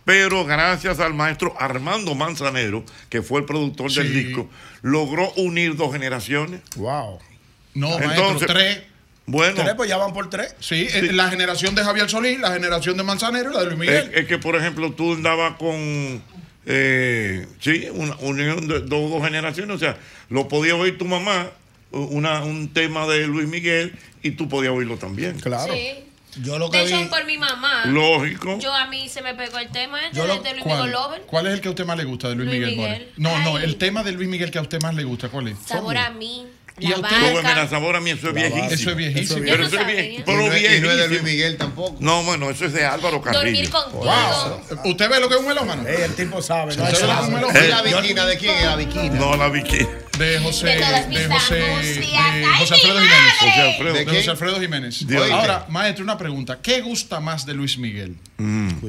[SPEAKER 2] Pero gracias al maestro Armando Manzanero, que fue el productor del
[SPEAKER 13] Sí.
[SPEAKER 2] disco, logró unir dos generaciones.
[SPEAKER 9] Wow.
[SPEAKER 13] No, maestro,
[SPEAKER 2] Entonces,
[SPEAKER 13] tres.
[SPEAKER 2] Bueno,
[SPEAKER 13] Tres,
[SPEAKER 9] pues ya van por tres.
[SPEAKER 13] Sí, eh, la generación de Javier Solís, la generación de Manzanero y la de Luis Miguel.
[SPEAKER 2] es, es que por ejemplo tú andabas con eh, sí, una unión de dos, dos generaciones, o sea, lo podía oír tu mamá, una, un tema de Luis Miguel, y tú podías oírlo también.
[SPEAKER 9] Claro.
[SPEAKER 4] Sí.
[SPEAKER 2] Yo
[SPEAKER 4] De hecho, por mi mamá.
[SPEAKER 2] Lógico.
[SPEAKER 4] Yo a mí se me pegó el tema este
[SPEAKER 13] Yo lo-
[SPEAKER 4] de Luis Miguel
[SPEAKER 13] ¿cuál,
[SPEAKER 4] Lover.
[SPEAKER 13] cuál es el que a usted más le gusta de Luis,
[SPEAKER 4] Luis
[SPEAKER 13] Miguel? More?
[SPEAKER 4] Miguel.
[SPEAKER 13] No, no,
[SPEAKER 4] Ay.
[SPEAKER 13] el tema de Luis Miguel que a usted más le gusta, ¿cuál es?
[SPEAKER 4] Sabor a mí.
[SPEAKER 13] ¿Y a
[SPEAKER 4] La
[SPEAKER 13] usted?
[SPEAKER 2] Mira,
[SPEAKER 4] barca.
[SPEAKER 2] sabor a mí, eso es
[SPEAKER 13] La barca.
[SPEAKER 2] viejísimo.
[SPEAKER 13] Eso es viejísimo.
[SPEAKER 2] Pero
[SPEAKER 4] Yo
[SPEAKER 2] eso
[SPEAKER 4] no
[SPEAKER 2] es vie-
[SPEAKER 4] sabía.
[SPEAKER 2] pero
[SPEAKER 3] Y no es- y no es de
[SPEAKER 2] viejísimo.
[SPEAKER 3] Luis Miguel tampoco.
[SPEAKER 2] No, bueno, eso es de Álvaro Carrillo.
[SPEAKER 4] Dormir contigo.
[SPEAKER 13] ¿Usted ve lo que es un melómano?
[SPEAKER 9] el tipo sabe.
[SPEAKER 2] ¿Usted ve lo que es un melómano?
[SPEAKER 3] ¿Y la viquina de quién es la viquina?
[SPEAKER 2] No, la viquina.
[SPEAKER 13] De José,
[SPEAKER 3] De todas
[SPEAKER 13] de
[SPEAKER 3] mis
[SPEAKER 13] José,
[SPEAKER 3] angustias.
[SPEAKER 13] de
[SPEAKER 3] ¡Ay,
[SPEAKER 13] José
[SPEAKER 3] mi
[SPEAKER 13] Alfredo Jiménez.
[SPEAKER 3] madre! ¿De
[SPEAKER 13] De
[SPEAKER 3] quién?
[SPEAKER 13] José Alfredo Jiménez.
[SPEAKER 2] Dios.
[SPEAKER 13] Ahora, maestro, una pregunta. ¿Qué gusta más de Luis Miguel?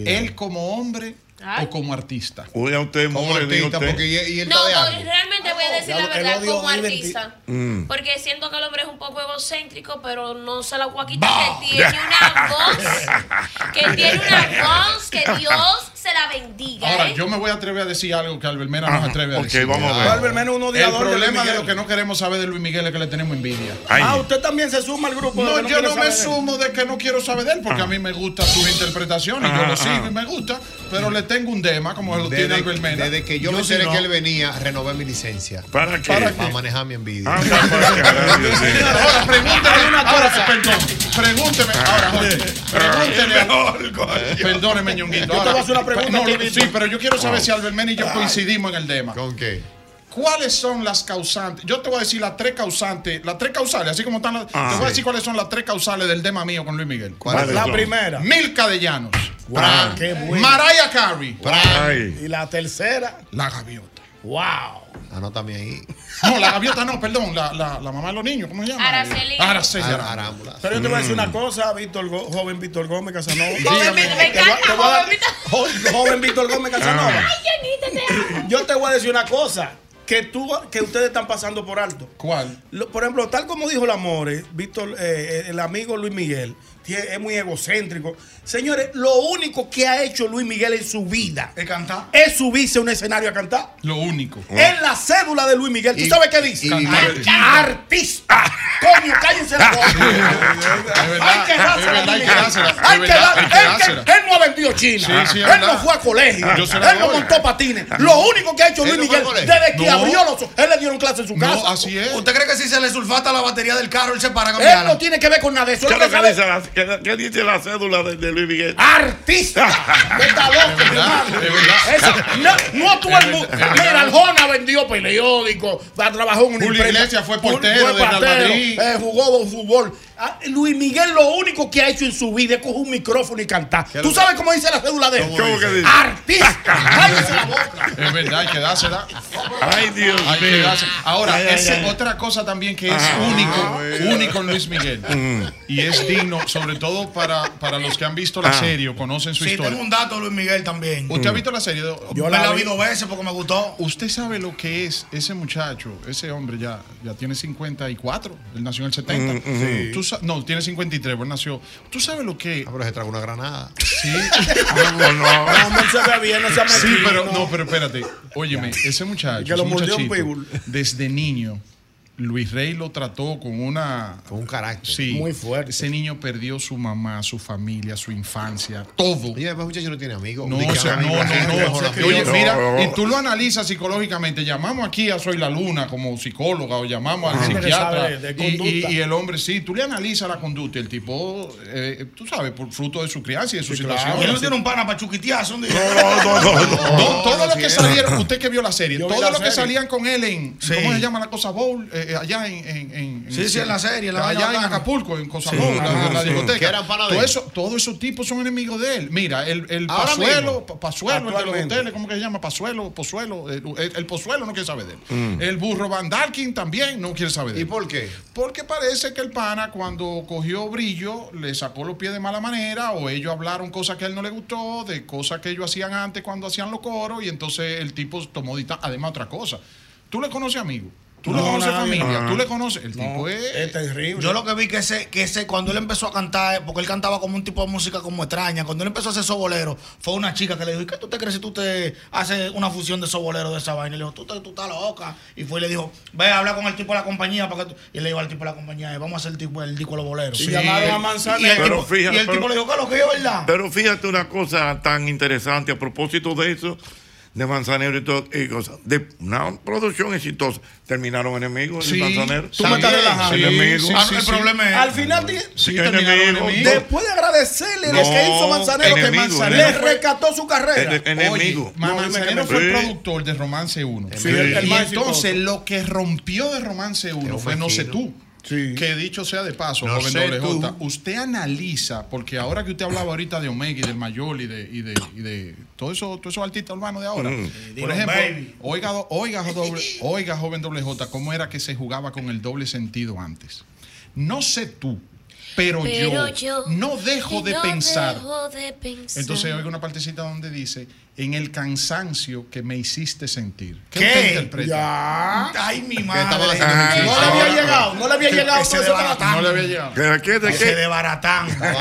[SPEAKER 13] ¿Él como hombre
[SPEAKER 4] Ay.
[SPEAKER 13] o como artista?
[SPEAKER 2] Oye, a usted,
[SPEAKER 13] como
[SPEAKER 3] artista, porque y- y él
[SPEAKER 4] No, no, realmente voy a decir
[SPEAKER 13] ya
[SPEAKER 4] la
[SPEAKER 13] lo- él
[SPEAKER 4] verdad
[SPEAKER 13] lo dijo
[SPEAKER 4] como
[SPEAKER 13] bien
[SPEAKER 4] artista.
[SPEAKER 13] Mm.
[SPEAKER 4] Porque siento que el hombre es un poco egocéntrico, pero no se la guaquita que tiene una voz. Que tiene una voz que Dios se la bendiga.
[SPEAKER 13] Ahora,
[SPEAKER 4] ¿eh?
[SPEAKER 13] yo me voy a atrever a decir algo que Albert Mena no se atreve a
[SPEAKER 2] ok,
[SPEAKER 13] decir. Ah,
[SPEAKER 2] vamos a ver.
[SPEAKER 9] Albert Mena es un
[SPEAKER 13] El
[SPEAKER 9] odiador de Luis
[SPEAKER 13] problema de,
[SPEAKER 9] Miguel.
[SPEAKER 13] lo que no queremos saber de Luis Miguel es que le tenemos envidia.
[SPEAKER 9] Ah, usted también se suma al grupo.
[SPEAKER 13] No,
[SPEAKER 9] de que
[SPEAKER 13] yo
[SPEAKER 9] quiere
[SPEAKER 13] no me
[SPEAKER 9] saber de él.
[SPEAKER 13] sumo de que no quiero saber de él, porque
[SPEAKER 3] Ah.
[SPEAKER 13] a mí me gusta sus interpretaciones, yo
[SPEAKER 3] Ajá,
[SPEAKER 13] lo sigo
[SPEAKER 3] ajá.
[SPEAKER 13] y me gusta, pero le tengo un dema, como lo tiene
[SPEAKER 3] Ah, Desde,
[SPEAKER 13] Albert Mena.
[SPEAKER 3] desde que yo, me
[SPEAKER 13] sí
[SPEAKER 3] enteré
[SPEAKER 13] no.
[SPEAKER 3] que él venía, renové mi licencia.
[SPEAKER 2] ¿Para
[SPEAKER 13] qué? Ah, ¿Para
[SPEAKER 3] Para manejar mi envidia.
[SPEAKER 13] Ahora, pregúnteme
[SPEAKER 3] una
[SPEAKER 13] ahora,
[SPEAKER 3] cosa.
[SPEAKER 13] Perdón, pregúnteme.
[SPEAKER 3] Ah,
[SPEAKER 13] Ahora, Jorge, pregúnteme. Perdóneme, ñonguito.
[SPEAKER 9] Yo te
[SPEAKER 13] ahora.
[SPEAKER 9] voy a hacer una pregunta
[SPEAKER 13] No,
[SPEAKER 9] a ti
[SPEAKER 13] no,
[SPEAKER 9] mismo.
[SPEAKER 13] sí, pero yo quiero saber
[SPEAKER 9] Ah.
[SPEAKER 13] si Albert Mena y yo coincidimos en el dema.
[SPEAKER 3] ¿Con qué?
[SPEAKER 13] ¿Cuáles son las causantes? Yo te voy a decir las tres causantes, las tres causales, así como están las.
[SPEAKER 2] Ah,
[SPEAKER 13] te voy a
[SPEAKER 2] sí.
[SPEAKER 13] decir cuáles son las tres causales del tema mío con Luis Miguel.
[SPEAKER 2] ¿Cuáles La son?
[SPEAKER 9] primera.
[SPEAKER 13] Milka de Llanos.
[SPEAKER 9] Wow,
[SPEAKER 13] Pran.
[SPEAKER 9] qué bueno.
[SPEAKER 13] Mariah Carey.
[SPEAKER 2] Ay.
[SPEAKER 9] Y la tercera.
[SPEAKER 13] La gaviota.
[SPEAKER 9] Wow.
[SPEAKER 3] Anótame ahí.
[SPEAKER 13] No, la gaviota no, perdón. La, la- la mamá de los niños, ¿cómo se llama?
[SPEAKER 9] Araceli.
[SPEAKER 13] Araceli.
[SPEAKER 3] Ara-
[SPEAKER 9] Pero yo te voy a decir
[SPEAKER 13] Mm.
[SPEAKER 9] una cosa, Víctor Go- joven Víctor Gómez Casanova.
[SPEAKER 13] Joven
[SPEAKER 9] Dígame.
[SPEAKER 13] Víctor- me
[SPEAKER 9] Te voy a-
[SPEAKER 13] encanta,
[SPEAKER 9] te voy a dar-
[SPEAKER 13] joven
[SPEAKER 9] jo- Joven Víctor Gómez Casanova.
[SPEAKER 4] Ay, Janita, te amo.
[SPEAKER 9] Yo te voy a decir una cosa que tú que ustedes están pasando por alto.
[SPEAKER 13] ¿Cuál?
[SPEAKER 9] por ejemplo, tal como dijo el Amore, Víctor, eh, eh, el amigo Luis Miguel, tie- es muy egocéntrico. Señores, lo único que ha hecho Luis Miguel en su vida es
[SPEAKER 13] cantar.
[SPEAKER 9] Es subirse a un escenario a cantar.
[SPEAKER 13] Lo único.
[SPEAKER 9] En la cédula de Luis Miguel, ¿tú
[SPEAKER 13] Y-
[SPEAKER 9] sabes qué dice?
[SPEAKER 13] y- Ah.
[SPEAKER 9] Artista. Artista. Coño, cállense la boca.
[SPEAKER 13] Es
[SPEAKER 9] Hay
[SPEAKER 13] verdad,
[SPEAKER 9] que
[SPEAKER 13] es
[SPEAKER 9] dársela.
[SPEAKER 13] verdad, hay que dársela, es
[SPEAKER 9] Hay
[SPEAKER 13] verdad,
[SPEAKER 9] que
[SPEAKER 13] hay que
[SPEAKER 9] dar- él
[SPEAKER 13] dársela.
[SPEAKER 9] que- Él no ha vendido China.
[SPEAKER 13] Sí, sí, es
[SPEAKER 9] Él no
[SPEAKER 13] verdad.
[SPEAKER 9] fue a colegio.
[SPEAKER 13] Yo se la
[SPEAKER 9] Él no
[SPEAKER 13] doy.
[SPEAKER 9] montó patines. Lo único que ha hecho
[SPEAKER 11] Él
[SPEAKER 9] Luis
[SPEAKER 11] no fue
[SPEAKER 9] Miguel
[SPEAKER 11] a colegio.
[SPEAKER 9] desde que
[SPEAKER 11] No.
[SPEAKER 9] abrió los ojos, él le dieron clase en su casa.
[SPEAKER 13] así es.
[SPEAKER 11] ¿Usted cree que si se le sulfata la batería del carro, él se para a
[SPEAKER 9] Él
[SPEAKER 11] cambiarla?
[SPEAKER 9] no tiene que ver con nada de eso.
[SPEAKER 2] ¿Qué,
[SPEAKER 9] Él
[SPEAKER 2] es
[SPEAKER 9] lo
[SPEAKER 2] lo
[SPEAKER 9] que
[SPEAKER 2] que
[SPEAKER 9] sabe-
[SPEAKER 2] dice la, qué- qué dice la cédula de, de Luis Miguel?
[SPEAKER 9] ¡Artista! Está loco, mi hermano. Eso- no, no todo el mundo. Mira, Arjona vendió periódicos, va- trabajó en una
[SPEAKER 13] Julio
[SPEAKER 9] imprenta.
[SPEAKER 13] Iglesias fue
[SPEAKER 9] Jul-
[SPEAKER 13] portero de Real
[SPEAKER 9] portero,
[SPEAKER 13] Madrid.
[SPEAKER 9] eh, jugó fútbol.
[SPEAKER 17] Ah, Luis Miguel lo único que ha hecho en su vida es coger un micrófono y cantar. ¿Tú sabes cómo dice la cédula de él?
[SPEAKER 13] ¿Cómo que dice?
[SPEAKER 17] Artista. Cállese la boca.
[SPEAKER 13] Es verdad, hay que dársela.
[SPEAKER 2] Ay, Dios
[SPEAKER 13] Hay que
[SPEAKER 2] mío.
[SPEAKER 13] dársela. Ahora,
[SPEAKER 2] Ay, ay,
[SPEAKER 13] esa
[SPEAKER 2] ay.
[SPEAKER 13] es otra cosa también que es
[SPEAKER 2] Ah,
[SPEAKER 13] único,
[SPEAKER 2] bueno. Mm.
[SPEAKER 13] único en Luis Miguel. Y es digno, sobre todo para, para los que han visto la
[SPEAKER 11] Ah.
[SPEAKER 13] serie o conocen su
[SPEAKER 11] Sí, tengo
[SPEAKER 13] historia.
[SPEAKER 11] un dato, Luis Miguel, también.
[SPEAKER 13] ¿Usted ha visto la serie?
[SPEAKER 11] Yo la, vi dos veces porque me gustó.
[SPEAKER 13] ¿Usted sabe lo que es ese muchacho, ese hombre ya, ya tiene 54? Él nació en el 70.
[SPEAKER 2] Mm, mm, mm.
[SPEAKER 13] Tú sa- no, tiene 53, pues nació. ¿Tú sabes lo que Ah, pero se trajo una granada. Sí.
[SPEAKER 2] No, no.
[SPEAKER 13] Hombre,
[SPEAKER 9] se ve bien, no sea
[SPEAKER 13] Sí,
[SPEAKER 9] mezquino.
[SPEAKER 13] pero, no, pero espérate. Óyeme, ese muchacho,
[SPEAKER 9] Que lo
[SPEAKER 13] ese
[SPEAKER 9] mordió un
[SPEAKER 13] muchachito, desde niño, Luis Rey lo trató con una... Con un carácter. Sí.
[SPEAKER 9] Muy
[SPEAKER 13] fuerte. Ese niño perdió su mamá, su familia, su infancia, todo. Y
[SPEAKER 3] pues,
[SPEAKER 13] además muchacho no tiene amigos. No,
[SPEAKER 3] Ni que
[SPEAKER 13] o sea,
[SPEAKER 3] haga
[SPEAKER 13] no,
[SPEAKER 3] amigos, ni que
[SPEAKER 13] no, no.
[SPEAKER 3] mejor
[SPEAKER 13] Oye,
[SPEAKER 3] amigos.
[SPEAKER 13] Oye,
[SPEAKER 3] No,
[SPEAKER 13] mira,
[SPEAKER 3] no.
[SPEAKER 13] y tú lo analizas psicológicamente. Llamamos aquí a Soy la Luna como psicóloga o llamamos al
[SPEAKER 9] Gente que
[SPEAKER 13] psiquiatra.
[SPEAKER 9] sabe de- de
[SPEAKER 13] y, y-
[SPEAKER 9] conducta.
[SPEAKER 13] y el hombre, sí, tú le analizas la conducta. y El tipo, eh, tú sabes, por fruto de su crianza y de su
[SPEAKER 11] Claro.
[SPEAKER 13] situación.
[SPEAKER 11] Él no tiene un pana para chuquitearse un día.
[SPEAKER 13] No, no, no. Todo lo que salieron,
[SPEAKER 11] salieron
[SPEAKER 13] usted que vio la serie,
[SPEAKER 11] Yo vi
[SPEAKER 13] todo
[SPEAKER 11] la
[SPEAKER 13] lo que
[SPEAKER 11] serie.
[SPEAKER 13] salían con él en,
[SPEAKER 11] Sí.
[SPEAKER 13] ¿cómo se llama la cosa? Bowl, eh, eh, allá en, en, en-
[SPEAKER 11] Sí, sí, en la serie, la vaina
[SPEAKER 13] allá en
[SPEAKER 11] bacana.
[SPEAKER 13] Acapulco, en Cosa
[SPEAKER 11] Sí.
[SPEAKER 13] Bowl, la,
[SPEAKER 11] Ajá,
[SPEAKER 13] la
[SPEAKER 11] sí.
[SPEAKER 13] discoteca.
[SPEAKER 11] Que eran pana de
[SPEAKER 13] todo
[SPEAKER 11] él.
[SPEAKER 13] eso, todos esos tipos son enemigos de él. Mira, el, el
[SPEAKER 11] Ahora
[SPEAKER 13] Pazuelo,
[SPEAKER 11] mismo.
[SPEAKER 13] Pa- Pazuelo, el de los
[SPEAKER 11] Actualmente.
[SPEAKER 13] hoteles, ¿cómo que se llama? Pazuelo, Pozuelo, el, el- el Pozuelo no quiere saber de él.
[SPEAKER 2] Mm.
[SPEAKER 13] El burro Van Darkin también no quiere saber de él. ¿Y por qué? Porque parece que el pana cuando cogió brillo le sacó los pies de mala manera o ellos hablaron cosas que a él no le gustó, de cosas que ellos hacían antes cuando hacían los coros y entonces el tipo tomó distancia. Además otra cosa, tú le conoces amigo, tú le
[SPEAKER 11] No,
[SPEAKER 13] conoces
[SPEAKER 11] nadie. Ah.
[SPEAKER 13] familia,
[SPEAKER 11] Ajá.
[SPEAKER 13] tú le conoces, el tipo es...
[SPEAKER 9] terrible.
[SPEAKER 11] Yo lo que vi que ese, que ese, cuando él empezó a cantar, porque él cantaba como un tipo de música como extraña, cuando él empezó a hacer sobolero, fue una chica que le dijo, ¿y qué tú te crees si tú te haces una fusión de sobolero de esa vaina? Y le dijo, tú, te- tú estás loca. Y fue y le dijo, ve a hablar con el tipo de la compañía. Para que tú-". Y le dijo al tipo de la compañía, "Eh, vamos a hacer el, tipo, el disco de los boleros.
[SPEAKER 2] Sí. Y llamaron a
[SPEAKER 11] Y
[SPEAKER 2] Manzanero.
[SPEAKER 11] el,
[SPEAKER 2] Pero
[SPEAKER 11] tipo,
[SPEAKER 2] fíjate,
[SPEAKER 11] y el
[SPEAKER 2] pero-
[SPEAKER 11] tipo le dijo, que lo que es verdad.
[SPEAKER 2] Pero fíjate una cosa tan interesante a propósito de eso, de Manzanero y todo, y cosas, de una producción exitosa. Terminaron enemigos
[SPEAKER 9] Sí,
[SPEAKER 2] y Manzanero.
[SPEAKER 9] tú me estás relajando. Sí,
[SPEAKER 2] Enemigos.
[SPEAKER 9] sí, Ah, sí, el sí. problema es- Al final di-
[SPEAKER 2] Sí,
[SPEAKER 9] Sí, terminaron
[SPEAKER 2] enemigos.
[SPEAKER 9] enemigos. Después de agradecerle
[SPEAKER 2] No,
[SPEAKER 9] lo que hizo Manzanero, que
[SPEAKER 2] enemigo,
[SPEAKER 9] Manzanero
[SPEAKER 2] enemigo.
[SPEAKER 9] le rescató su carrera.
[SPEAKER 2] En- en- enemigo.
[SPEAKER 13] Oye, Ma-
[SPEAKER 2] No, dime que
[SPEAKER 13] Manzanero
[SPEAKER 2] me-
[SPEAKER 13] fue el
[SPEAKER 2] Sí.
[SPEAKER 13] productor de Romance 1.
[SPEAKER 2] Sí, el- el
[SPEAKER 13] y
[SPEAKER 2] más
[SPEAKER 13] entonces
[SPEAKER 2] exitoso.
[SPEAKER 13] lo que rompió de Romance 1 fue No sé tú. Que dicho sea de paso,
[SPEAKER 2] No
[SPEAKER 13] joven
[SPEAKER 2] sé
[SPEAKER 13] doble
[SPEAKER 2] tú.
[SPEAKER 13] J, usted analiza, porque ahora que usted hablaba ahorita de Omega y del Mayol y de, y de, y de todos esos todo eso artistas urbanos de ahora,
[SPEAKER 2] Mm.
[SPEAKER 13] por
[SPEAKER 2] Dilo,
[SPEAKER 13] ejemplo,
[SPEAKER 2] baby.
[SPEAKER 13] oiga, do- oiga, doble- oiga, joven doble J, cómo era que se jugaba con el doble sentido antes. No sé tú, pero,
[SPEAKER 15] Pero
[SPEAKER 13] yo, no dejo de
[SPEAKER 15] no
[SPEAKER 13] pensar.
[SPEAKER 15] dejo de pensar.
[SPEAKER 13] Entonces oigo una partecita donde dice, en el cansancio que me hiciste sentir. ¿Qué?
[SPEAKER 11] ¿Qué?
[SPEAKER 13] usted interpreta?
[SPEAKER 11] Ya. Ay, mi madre.
[SPEAKER 13] estaban haciendo Ah, mucho
[SPEAKER 11] no le
[SPEAKER 13] ahora.
[SPEAKER 11] había llegado, no le había
[SPEAKER 13] Que-
[SPEAKER 11] llegado.
[SPEAKER 13] que se
[SPEAKER 11] todo eso para-
[SPEAKER 13] desbarató. No le había llegado.
[SPEAKER 2] ¿De qué? ¿De
[SPEAKER 11] Ese
[SPEAKER 2] qué?
[SPEAKER 11] de baratán.
[SPEAKER 4] Señores,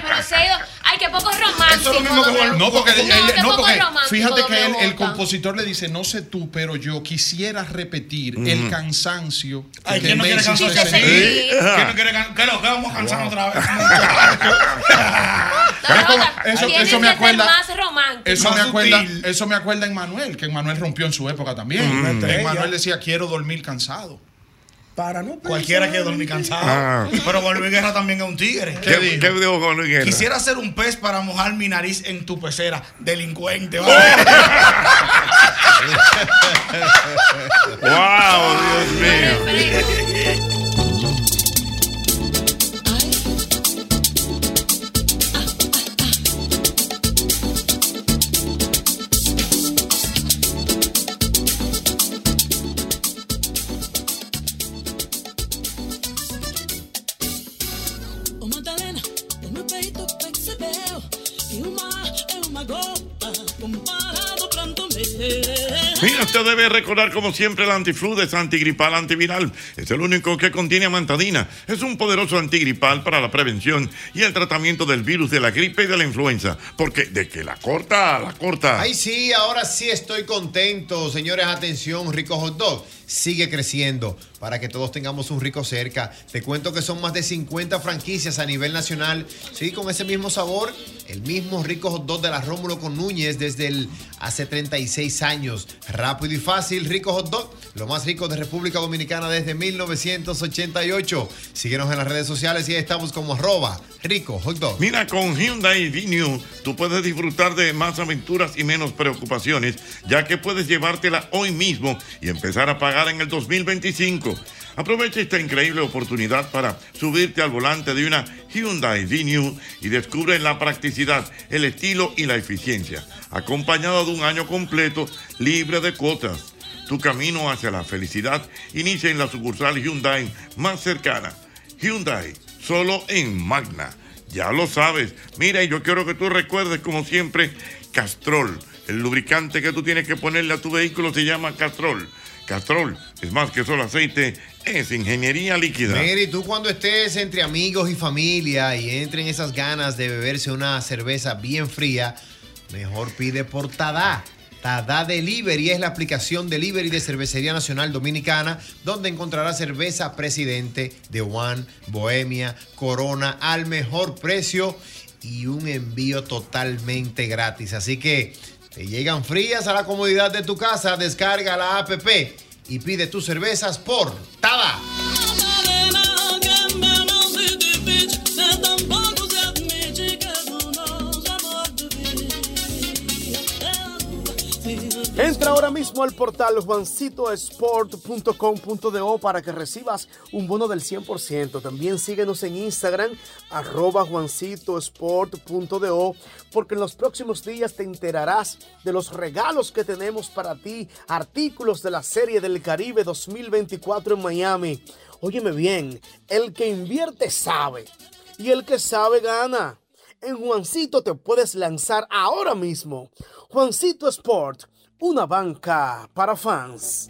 [SPEAKER 4] pero se ha ido. Ay, qué poco romántico. doble-
[SPEAKER 13] No, porque, él- él-
[SPEAKER 4] qué
[SPEAKER 13] no,
[SPEAKER 4] poco
[SPEAKER 13] porque
[SPEAKER 4] romántico,
[SPEAKER 13] fíjate
[SPEAKER 4] doble
[SPEAKER 13] que él- el
[SPEAKER 4] J.
[SPEAKER 13] compositor le dice, no sé tú, pero yo quisiera repetir
[SPEAKER 2] Ujú.
[SPEAKER 13] el cansancio.
[SPEAKER 11] Ay,
[SPEAKER 13] que
[SPEAKER 11] ¿quién no
[SPEAKER 13] me
[SPEAKER 11] quiere
[SPEAKER 13] hiciste
[SPEAKER 11] cansarse?
[SPEAKER 13] sentir".
[SPEAKER 11] ¿Quién no quiere cansarse? ¿Qué lo que vamos a cansar otra vez?
[SPEAKER 13] Pero como-
[SPEAKER 4] Eso,
[SPEAKER 13] eso- eso me acuerda.
[SPEAKER 4] Más romántico.
[SPEAKER 13] Eso me,
[SPEAKER 4] Más
[SPEAKER 13] acuerda,
[SPEAKER 4] sutil.
[SPEAKER 13] eso me acuerda a Emanuel, que Emanuel rompió en su época también.
[SPEAKER 2] Mm. Una estrella.
[SPEAKER 13] Emanuel decía, quiero dormir cansado.
[SPEAKER 9] Para no
[SPEAKER 11] Cualquiera que dormir cansado.
[SPEAKER 2] Ah.
[SPEAKER 11] Pero Juan Luis Guerra también es un tigre.
[SPEAKER 2] ¿Qué, ¿Qué, dijo con Luis Guerra?
[SPEAKER 11] Quisiera ser un pez para mojar mi nariz en tu pecera. Delincuente.
[SPEAKER 2] ¡Wow! Dios mío.
[SPEAKER 15] Ô Madalena, no meu peito percebeu que o mar é uma gota comparado um ao pranto meu.
[SPEAKER 2] Mira, usted debe recordar como siempre el antifludes antigripal antiviral. Es el único que contiene amantadina. Es un poderoso antigripal para la prevención y el tratamiento del virus de la gripe y de la influenza. Porque de que la corta, la corta.
[SPEAKER 3] Ay, sí, ahora sí estoy contento. Señores, atención, Rico Hot Dog sigue creciendo para que todos tengamos un rico cerca. Te cuento que son más de 50 franquicias a nivel nacional. Sí, con ese mismo sabor, el mismo Rico Hot Dog de la Rómulo con Núñez desde el hace 36 años. Rápido y fácil, Rico Hot Dog lo más rico de República Dominicana desde 1988. Síguenos en las redes sociales y ahí estamos como arroba rico hot dog.
[SPEAKER 2] Mira, con Hyundai Venue tú puedes disfrutar de más aventuras y menos preocupaciones, ya que puedes llevártela hoy mismo y empezar a pagar en el 2025. Aprovecha esta increíble oportunidad para subirte al volante de una Hyundai Venue y descubre la practicidad, el estilo y la eficiencia, acompañado de un año completo libre de cuotas. Tu camino hacia la felicidad inicia en la sucursal Hyundai más cercana. Hyundai, solo en Magna. Ya lo sabes. Mira, y yo quiero que tú recuerdes, como siempre, Castrol. El lubricante que tú tienes que ponerle a tu vehículo se llama Castrol. Castrol es más que solo aceite, es ingeniería líquida.
[SPEAKER 3] Mira, y tú cuando estés entre amigos y familia y entren esas ganas de beberse una cerveza bien fría, mejor pide por Tadá. Tadá Delivery es la aplicación delivery de Cervecería Nacional Dominicana, donde encontrarás cerveza Presidente, De One, Bohemia, Corona al mejor precio y un envío totalmente gratis. Así que te llegan frías a la comodidad de tu casa, descarga la app y pide tus cervezas por Tadá.
[SPEAKER 15] Tampoco se admite que tú no amor de
[SPEAKER 18] Entra ahora mismo al portal juancitoesport.com.do para que recibas un bono del 100%. También síguenos en Instagram, arroba juancitoesport.do, porque en los próximos días te enterarás de los regalos que tenemos para ti, artículos de la Serie del Caribe 2024 en Miami. Óyeme bien, el que invierte sabe y el que sabe gana. En Juancito te puedes lanzar ahora mismo. Juancito Sport, una banca para fans.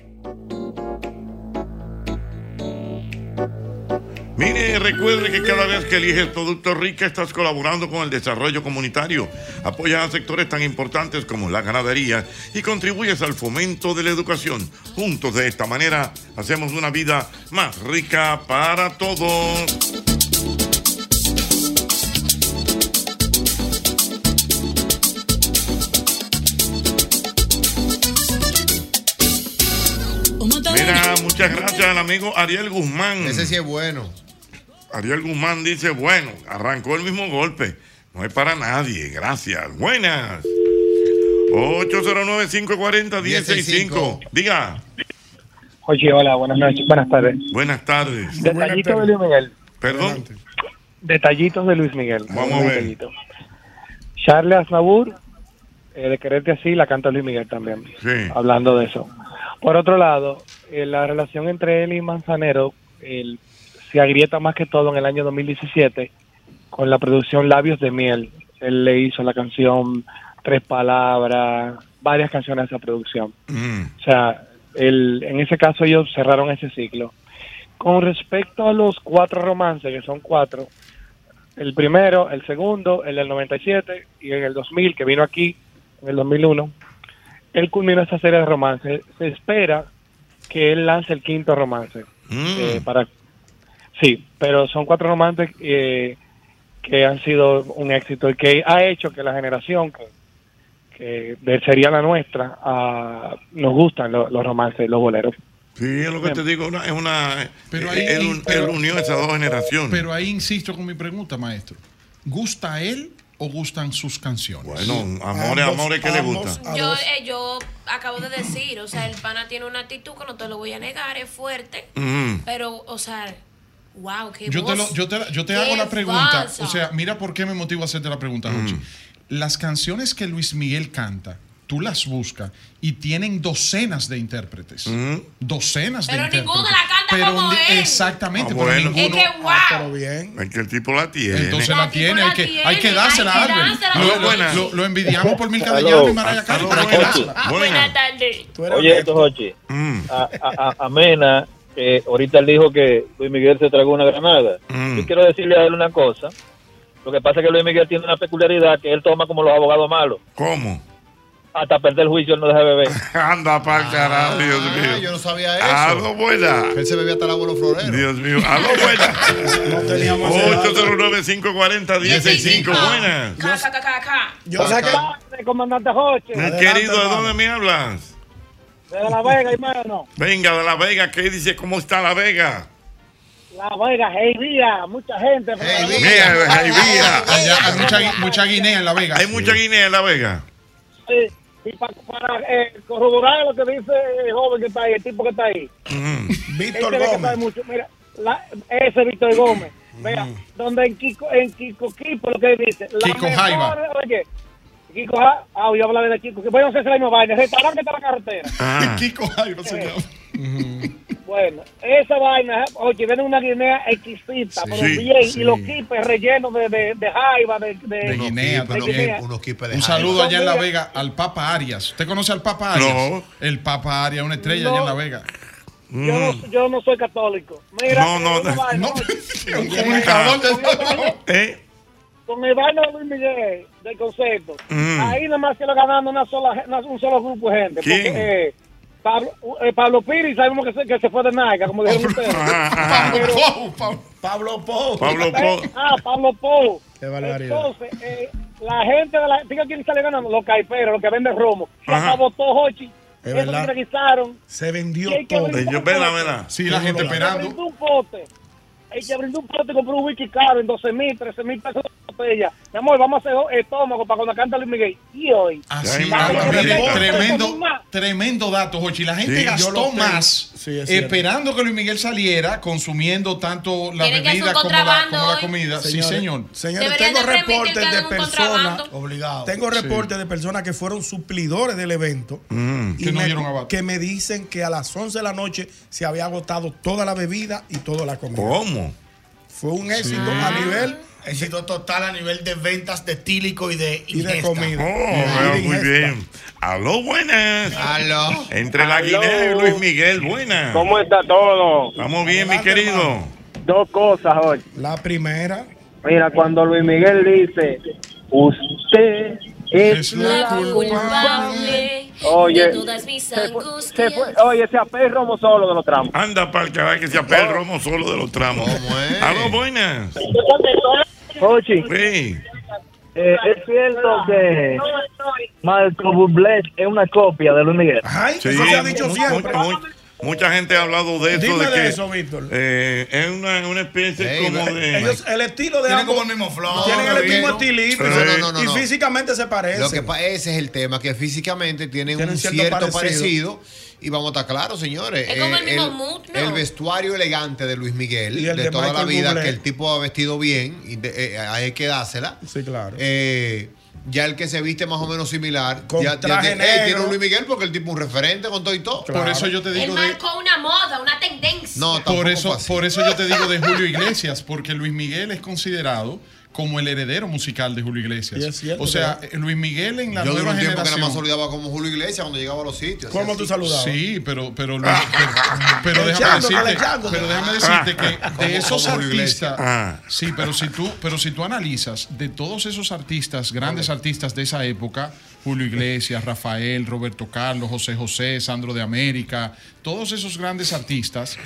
[SPEAKER 2] Mire, recuerde que cada vez que eliges Productos Rica estás colaborando con el desarrollo comunitario, apoyas a sectores tan importantes como la ganadería y contribuyes al fomento de la educación. Juntos de esta manera hacemos una vida más rica para todos. Mira, muchas gracias al amigo Ariel Guzmán. Ese sí
[SPEAKER 3] es bueno.
[SPEAKER 2] Ariel Guzmán dice, bueno, arrancó el mismo golpe. No es para nadie, gracias. Buenas. 809-540-165. Diga.
[SPEAKER 19] Oye, hola, buenas noches, buenas tardes.
[SPEAKER 2] Buenas tardes.
[SPEAKER 19] Detallitos de Luis Miguel.
[SPEAKER 2] Perdón.
[SPEAKER 19] Detallitos de Luis Miguel.
[SPEAKER 2] Vamos a ver.
[SPEAKER 19] Detallito. Charles Aznavour, eh, de quererte así, la canta Luis Miguel también.
[SPEAKER 2] Sí.
[SPEAKER 19] Hablando de eso. Por otro lado, eh, la relación entre él y Manzanero el- se agrieta más que todo en el año 2017 con la producción Labios de Miel. Él le hizo la canción Tres Palabras, varias canciones a esa producción. O sea, el, en ese caso ellos cerraron ese ciclo. Con respecto a los cuatro romances, que son cuatro, el primero, el segundo, el del 97 y en el 2000, que vino aquí, en el 2001, él culminó esa serie de romances. Se espera que él lance el quinto romance.
[SPEAKER 13] Mm.
[SPEAKER 19] eh, para Sí, pero son cuatro romances eh, que han sido un éxito y que ha hecho que la generación que, que de- sería la nuestra ah, nos gustan lo- los romances, los boleros.
[SPEAKER 2] Sí, es lo que te digo, una- es una.
[SPEAKER 13] Pero
[SPEAKER 2] Eh, él, él unió esas dos generaciones.
[SPEAKER 13] Pero ahí insisto con mi pregunta, maestro. ¿Gusta él o gustan sus canciones?
[SPEAKER 2] Bueno, amores, Ambos, amores, ¿qué le ambos, gusta?
[SPEAKER 4] Yo, eh, yo acabo de decir, o sea, el pana tiene una actitud que no te lo voy a negar, es fuerte,
[SPEAKER 2] Mm.
[SPEAKER 13] Ujú.
[SPEAKER 4] pero, o sea, wow, qué
[SPEAKER 13] Yo te,
[SPEAKER 4] voz.
[SPEAKER 13] lo- yo te, yo te
[SPEAKER 4] Qué
[SPEAKER 13] hago la pregunta.
[SPEAKER 4] falsa.
[SPEAKER 13] O sea, mira por qué me motivo a hacerte la pregunta, Jochi.
[SPEAKER 2] Mm.
[SPEAKER 13] Las canciones que Luis Miguel canta, tú las buscas y tienen docenas de intérpretes.
[SPEAKER 2] Mm.
[SPEAKER 13] Docenas de
[SPEAKER 4] Pero
[SPEAKER 13] intérpretes.
[SPEAKER 4] ninguno la canta como
[SPEAKER 13] ni-
[SPEAKER 4] él.
[SPEAKER 13] Exactamente.
[SPEAKER 2] Ah,
[SPEAKER 13] pero
[SPEAKER 2] bueno.
[SPEAKER 13] ninguno-
[SPEAKER 4] Es que, wow. Ah, pero
[SPEAKER 2] Es que el tipo la tiene.
[SPEAKER 13] Entonces la tiene, hay que, hay que
[SPEAKER 4] tiene,
[SPEAKER 13] dársela
[SPEAKER 4] hay
[SPEAKER 13] a
[SPEAKER 4] que
[SPEAKER 13] Albert.
[SPEAKER 4] dársela.
[SPEAKER 13] Lo,
[SPEAKER 4] Aló,
[SPEAKER 13] lo,
[SPEAKER 4] buenas.
[SPEAKER 13] lo- lo envidiamos por Milka de Llano y Mariah Carey. pero hay que Mm. dársela.
[SPEAKER 4] Buenas tardes.
[SPEAKER 20] Oye, esto, Jochi. A, a- a- a Mena, que ahorita él dijo que Luis Miguel se tragó una granada.
[SPEAKER 2] Mm.
[SPEAKER 20] Yo quiero decirle a él una cosa. Lo que pasa es que Luis Miguel tiene una peculiaridad que él toma como los abogados malos.
[SPEAKER 2] ¿Cómo?
[SPEAKER 20] Hasta perder el juicio él no deja de beber.
[SPEAKER 2] Anda para carajo, Dios mío.
[SPEAKER 3] Ah, Yo no sabía eso.
[SPEAKER 2] Aló, buena.
[SPEAKER 3] Él se bebía hasta el abuelo Florero.
[SPEAKER 2] Dios mío. Aló, buena. 809-540-165. Buenas.
[SPEAKER 4] Ca, ca, ca, ca, ca.
[SPEAKER 2] Yo sé que-
[SPEAKER 19] comandante Jorge.
[SPEAKER 2] Querido, ¿de dónde me hablas?
[SPEAKER 13] Em-
[SPEAKER 1] Desde La Vega, hermano.
[SPEAKER 2] Venga, de La Vega, ¿qué dice? ¿Cómo está La Vega?
[SPEAKER 1] La Vega, hey, vía, mucha gente.
[SPEAKER 2] Mira, hay vía.
[SPEAKER 13] Allá hay mucha, gui- mucha guinea en La Vega.
[SPEAKER 2] Hay mucha guinea en La Vega.
[SPEAKER 1] Sí, y pa- para eh, corroborar lo que dice el joven que está ahí, el tipo que está ahí.
[SPEAKER 13] Mm.
[SPEAKER 9] Víctor
[SPEAKER 1] Ese ve que
[SPEAKER 9] Gómez.
[SPEAKER 1] sabe mucho. Mira, la- ese Víctor Gómez. Vea,
[SPEAKER 2] Mm.
[SPEAKER 1] donde en Kiko, en Kiko Kipo lo que dice. La
[SPEAKER 13] Kiko
[SPEAKER 1] mejor,
[SPEAKER 13] Jaiba.
[SPEAKER 1] Oye, Kiko Jaiba. Ah, yo hablaba de Kiko. Que bueno, no sé si es la misma vaina. El restaurante está en la carretera.
[SPEAKER 13] Ah.
[SPEAKER 1] Eh.
[SPEAKER 13] Kiko Jaiba se llama.
[SPEAKER 1] Bueno, esa vaina, oye, viene una guinea exquisita, pero
[SPEAKER 13] Sí,
[SPEAKER 1] bien,
[SPEAKER 13] sí.
[SPEAKER 1] y los kipes rellenos de, de, de jaiba, de, de,
[SPEAKER 13] De Guinea
[SPEAKER 1] de
[SPEAKER 13] también.
[SPEAKER 1] guinea.
[SPEAKER 13] Un saludo allá en La Vega al Papa Arias. ¿Usted conoce al Papa Arias?
[SPEAKER 2] No.
[SPEAKER 13] El Papa Arias, una estrella allá en La Vega.
[SPEAKER 1] Yo, no, yo no soy católico. Mira,
[SPEAKER 13] Mm. No, no,
[SPEAKER 1] una
[SPEAKER 13] no.
[SPEAKER 1] vaina,
[SPEAKER 13] No. Ah.
[SPEAKER 1] oye,
[SPEAKER 13] Un comunicador de-
[SPEAKER 1] con el vaina-
[SPEAKER 2] ¿Eh?
[SPEAKER 1] Con el vaina de Luis Miguel, del concepto,
[SPEAKER 2] Mm.
[SPEAKER 1] ahí nada más se lo ganando una sola, una- un solo grupo de gente.
[SPEAKER 2] ¿Quién?
[SPEAKER 1] Porque, eh, Pablo, eh, Pablo Piri, sabemos que se, que se fue de Nike, como dijeron ustedes.
[SPEAKER 2] ah, ah.
[SPEAKER 1] Pero-
[SPEAKER 17] Pablo Po.
[SPEAKER 2] Pablo Po.
[SPEAKER 1] Ah, Pablo Po.
[SPEAKER 17] Qué barbaridad.
[SPEAKER 1] Entonces, eh, la gente de la. Diga quién sale ganando. Los caiperos, los que venden romo. Se
[SPEAKER 13] Ajá.
[SPEAKER 1] acabó todo, Hochi.
[SPEAKER 13] Es
[SPEAKER 1] Eso
[SPEAKER 13] verdad.
[SPEAKER 1] se requisaron.
[SPEAKER 9] Se vendió
[SPEAKER 1] Y hay que todo. brindar
[SPEAKER 2] Yo, vela, vela.
[SPEAKER 13] Sí, la gente
[SPEAKER 1] El que
[SPEAKER 13] esperando.
[SPEAKER 1] brindó un pote. El que brindó un pote compró un whisky caro en 12 mil, 13 mil pesos de botella. Mi amor, vamos a hacer estómago para cuando canta Luis Miguel. Y hoy.
[SPEAKER 13] Así,
[SPEAKER 1] La
[SPEAKER 13] mismo,
[SPEAKER 1] gente
[SPEAKER 13] Ah, mire,
[SPEAKER 1] que-
[SPEAKER 13] tremendo, tremendo dato, Jochi. La gente
[SPEAKER 9] Sí. Yo lo
[SPEAKER 13] gastó
[SPEAKER 9] tengo.
[SPEAKER 13] más
[SPEAKER 9] Sí, es cierto.
[SPEAKER 13] esperando que Luis Miguel saliera, consumiendo tanto la
[SPEAKER 4] Tienen que hacer
[SPEAKER 13] bebida
[SPEAKER 4] un
[SPEAKER 13] como la,
[SPEAKER 4] contrabando
[SPEAKER 13] como la
[SPEAKER 4] hoy.
[SPEAKER 13] comida. sí,
[SPEAKER 9] Señores,
[SPEAKER 13] señor.
[SPEAKER 9] Señores,
[SPEAKER 4] Deberían
[SPEAKER 9] tengo
[SPEAKER 4] de permitir que
[SPEAKER 9] reportes de
[SPEAKER 4] hagan un
[SPEAKER 9] personas.
[SPEAKER 4] contrabando.
[SPEAKER 11] Obligado.
[SPEAKER 9] Tengo reportes de personas que fueron suplidores del evento. y
[SPEAKER 13] que no
[SPEAKER 9] me,
[SPEAKER 13] dieron abasto.
[SPEAKER 9] que me dicen que a las 11 de la noche se había agotado toda la bebida y toda la comida.
[SPEAKER 2] ¿Cómo?
[SPEAKER 9] Fue un éxito a nivel.
[SPEAKER 11] Éxito total a nivel de ventas de tílico y de
[SPEAKER 9] Y de
[SPEAKER 11] ingesta.
[SPEAKER 9] comida.
[SPEAKER 2] Oh, veo muy bien. Aló, buenas.
[SPEAKER 11] Aló.
[SPEAKER 2] Entre la
[SPEAKER 11] Aló.
[SPEAKER 2] Guinea y Luis Miguel, buenas.
[SPEAKER 21] ¿Cómo está todo?
[SPEAKER 2] Estamos bien, mi querido.
[SPEAKER 21] Dos cosas hoy.
[SPEAKER 9] La primera.
[SPEAKER 21] Mira, cuando Luis Miguel dice, usted es, la
[SPEAKER 4] culpable
[SPEAKER 21] Oye,
[SPEAKER 15] é
[SPEAKER 4] de
[SPEAKER 15] um
[SPEAKER 4] todas mis
[SPEAKER 21] se fue-
[SPEAKER 4] angustias.
[SPEAKER 21] se fue- oye, se apea el romo solo de los tramos.
[SPEAKER 2] Anda para el caballo que se apea el romo solo de los tramos. Aló, buenas.
[SPEAKER 21] Ochi,
[SPEAKER 2] Sí.
[SPEAKER 21] eh, es cierto que Marco Bublé es una copia de Luis Miguel.
[SPEAKER 2] Sí, mu- mu- mu- mucha gente ha hablado de eso.
[SPEAKER 21] Dime
[SPEAKER 2] de
[SPEAKER 21] de
[SPEAKER 2] que,
[SPEAKER 21] eso,
[SPEAKER 9] Víctor.
[SPEAKER 2] eh, es una, una especie
[SPEAKER 9] Ey,
[SPEAKER 2] como de.
[SPEAKER 9] ellos- el estilo de
[SPEAKER 11] Tienen
[SPEAKER 9] ambos-
[SPEAKER 11] como el mismo flow.
[SPEAKER 9] Tienen
[SPEAKER 3] No,
[SPEAKER 9] el
[SPEAKER 3] no,
[SPEAKER 9] mismo
[SPEAKER 3] no.
[SPEAKER 9] estilito.
[SPEAKER 3] No, no, no, no,
[SPEAKER 9] y
[SPEAKER 3] no.
[SPEAKER 9] físicamente se parecen.
[SPEAKER 3] Lo que pa- ese es el tema, que físicamente tienen,
[SPEAKER 9] Tienen
[SPEAKER 3] un
[SPEAKER 9] cierto
[SPEAKER 3] cierto,
[SPEAKER 9] parecido.
[SPEAKER 3] parecido. Y vamos a estar claros, señores.
[SPEAKER 4] Es como
[SPEAKER 3] Eh,
[SPEAKER 4] el mismo mood, ¿no?
[SPEAKER 3] el vestuario elegante de Luis Miguel,
[SPEAKER 9] Y
[SPEAKER 3] de,
[SPEAKER 9] el de
[SPEAKER 3] toda la
[SPEAKER 9] Michael
[SPEAKER 3] vida,
[SPEAKER 9] Bublé.
[SPEAKER 3] que el tipo ha vestido bien, y de- eh, hay que dársela.
[SPEAKER 9] Sí, claro.
[SPEAKER 3] Eh, ya el que se viste más o menos similar,
[SPEAKER 9] Con
[SPEAKER 3] ya, ya
[SPEAKER 9] traje
[SPEAKER 3] tiene, eh, tiene
[SPEAKER 9] negro.
[SPEAKER 3] un Luis Miguel porque el tipo es un referente con todo y todo.
[SPEAKER 13] Por eso yo te
[SPEAKER 4] Él
[SPEAKER 13] digo de,
[SPEAKER 4] marcó una moda, una tendencia.
[SPEAKER 13] por eso, por eso yo te digo de Julio Iglesias, porque Luis Miguel es considerado como el heredero musical de Julio Iglesias.
[SPEAKER 3] Y es cierto,
[SPEAKER 13] o sea,
[SPEAKER 3] ¿verdad?
[SPEAKER 13] eh, Luis Miguel en la
[SPEAKER 3] yo duré
[SPEAKER 13] nueva
[SPEAKER 3] un tiempo que
[SPEAKER 13] generación.
[SPEAKER 3] nada más saludaba como Julio Iglesias cuando llegaba a los sitios.
[SPEAKER 13] ¿Cómo
[SPEAKER 3] así, Ah.
[SPEAKER 13] tú
[SPEAKER 3] así.
[SPEAKER 13] saludabas? Sí, pero, pero, Luis- pero- pero déjame
[SPEAKER 3] Echándole,
[SPEAKER 13] decirte,
[SPEAKER 3] echándole.
[SPEAKER 13] pero déjame decirte que
[SPEAKER 3] Ah. Como-
[SPEAKER 13] de esos
[SPEAKER 3] como Julio Iglesias.
[SPEAKER 13] artistas,
[SPEAKER 3] Ah.
[SPEAKER 13] sí, pero si tú, pero si tú analizas de todos esos artistas, grandes artistas de esa época, Julio Iglesias, Rafael, Roberto Carlos, José José, Sandro de América, todos esos grandes artistas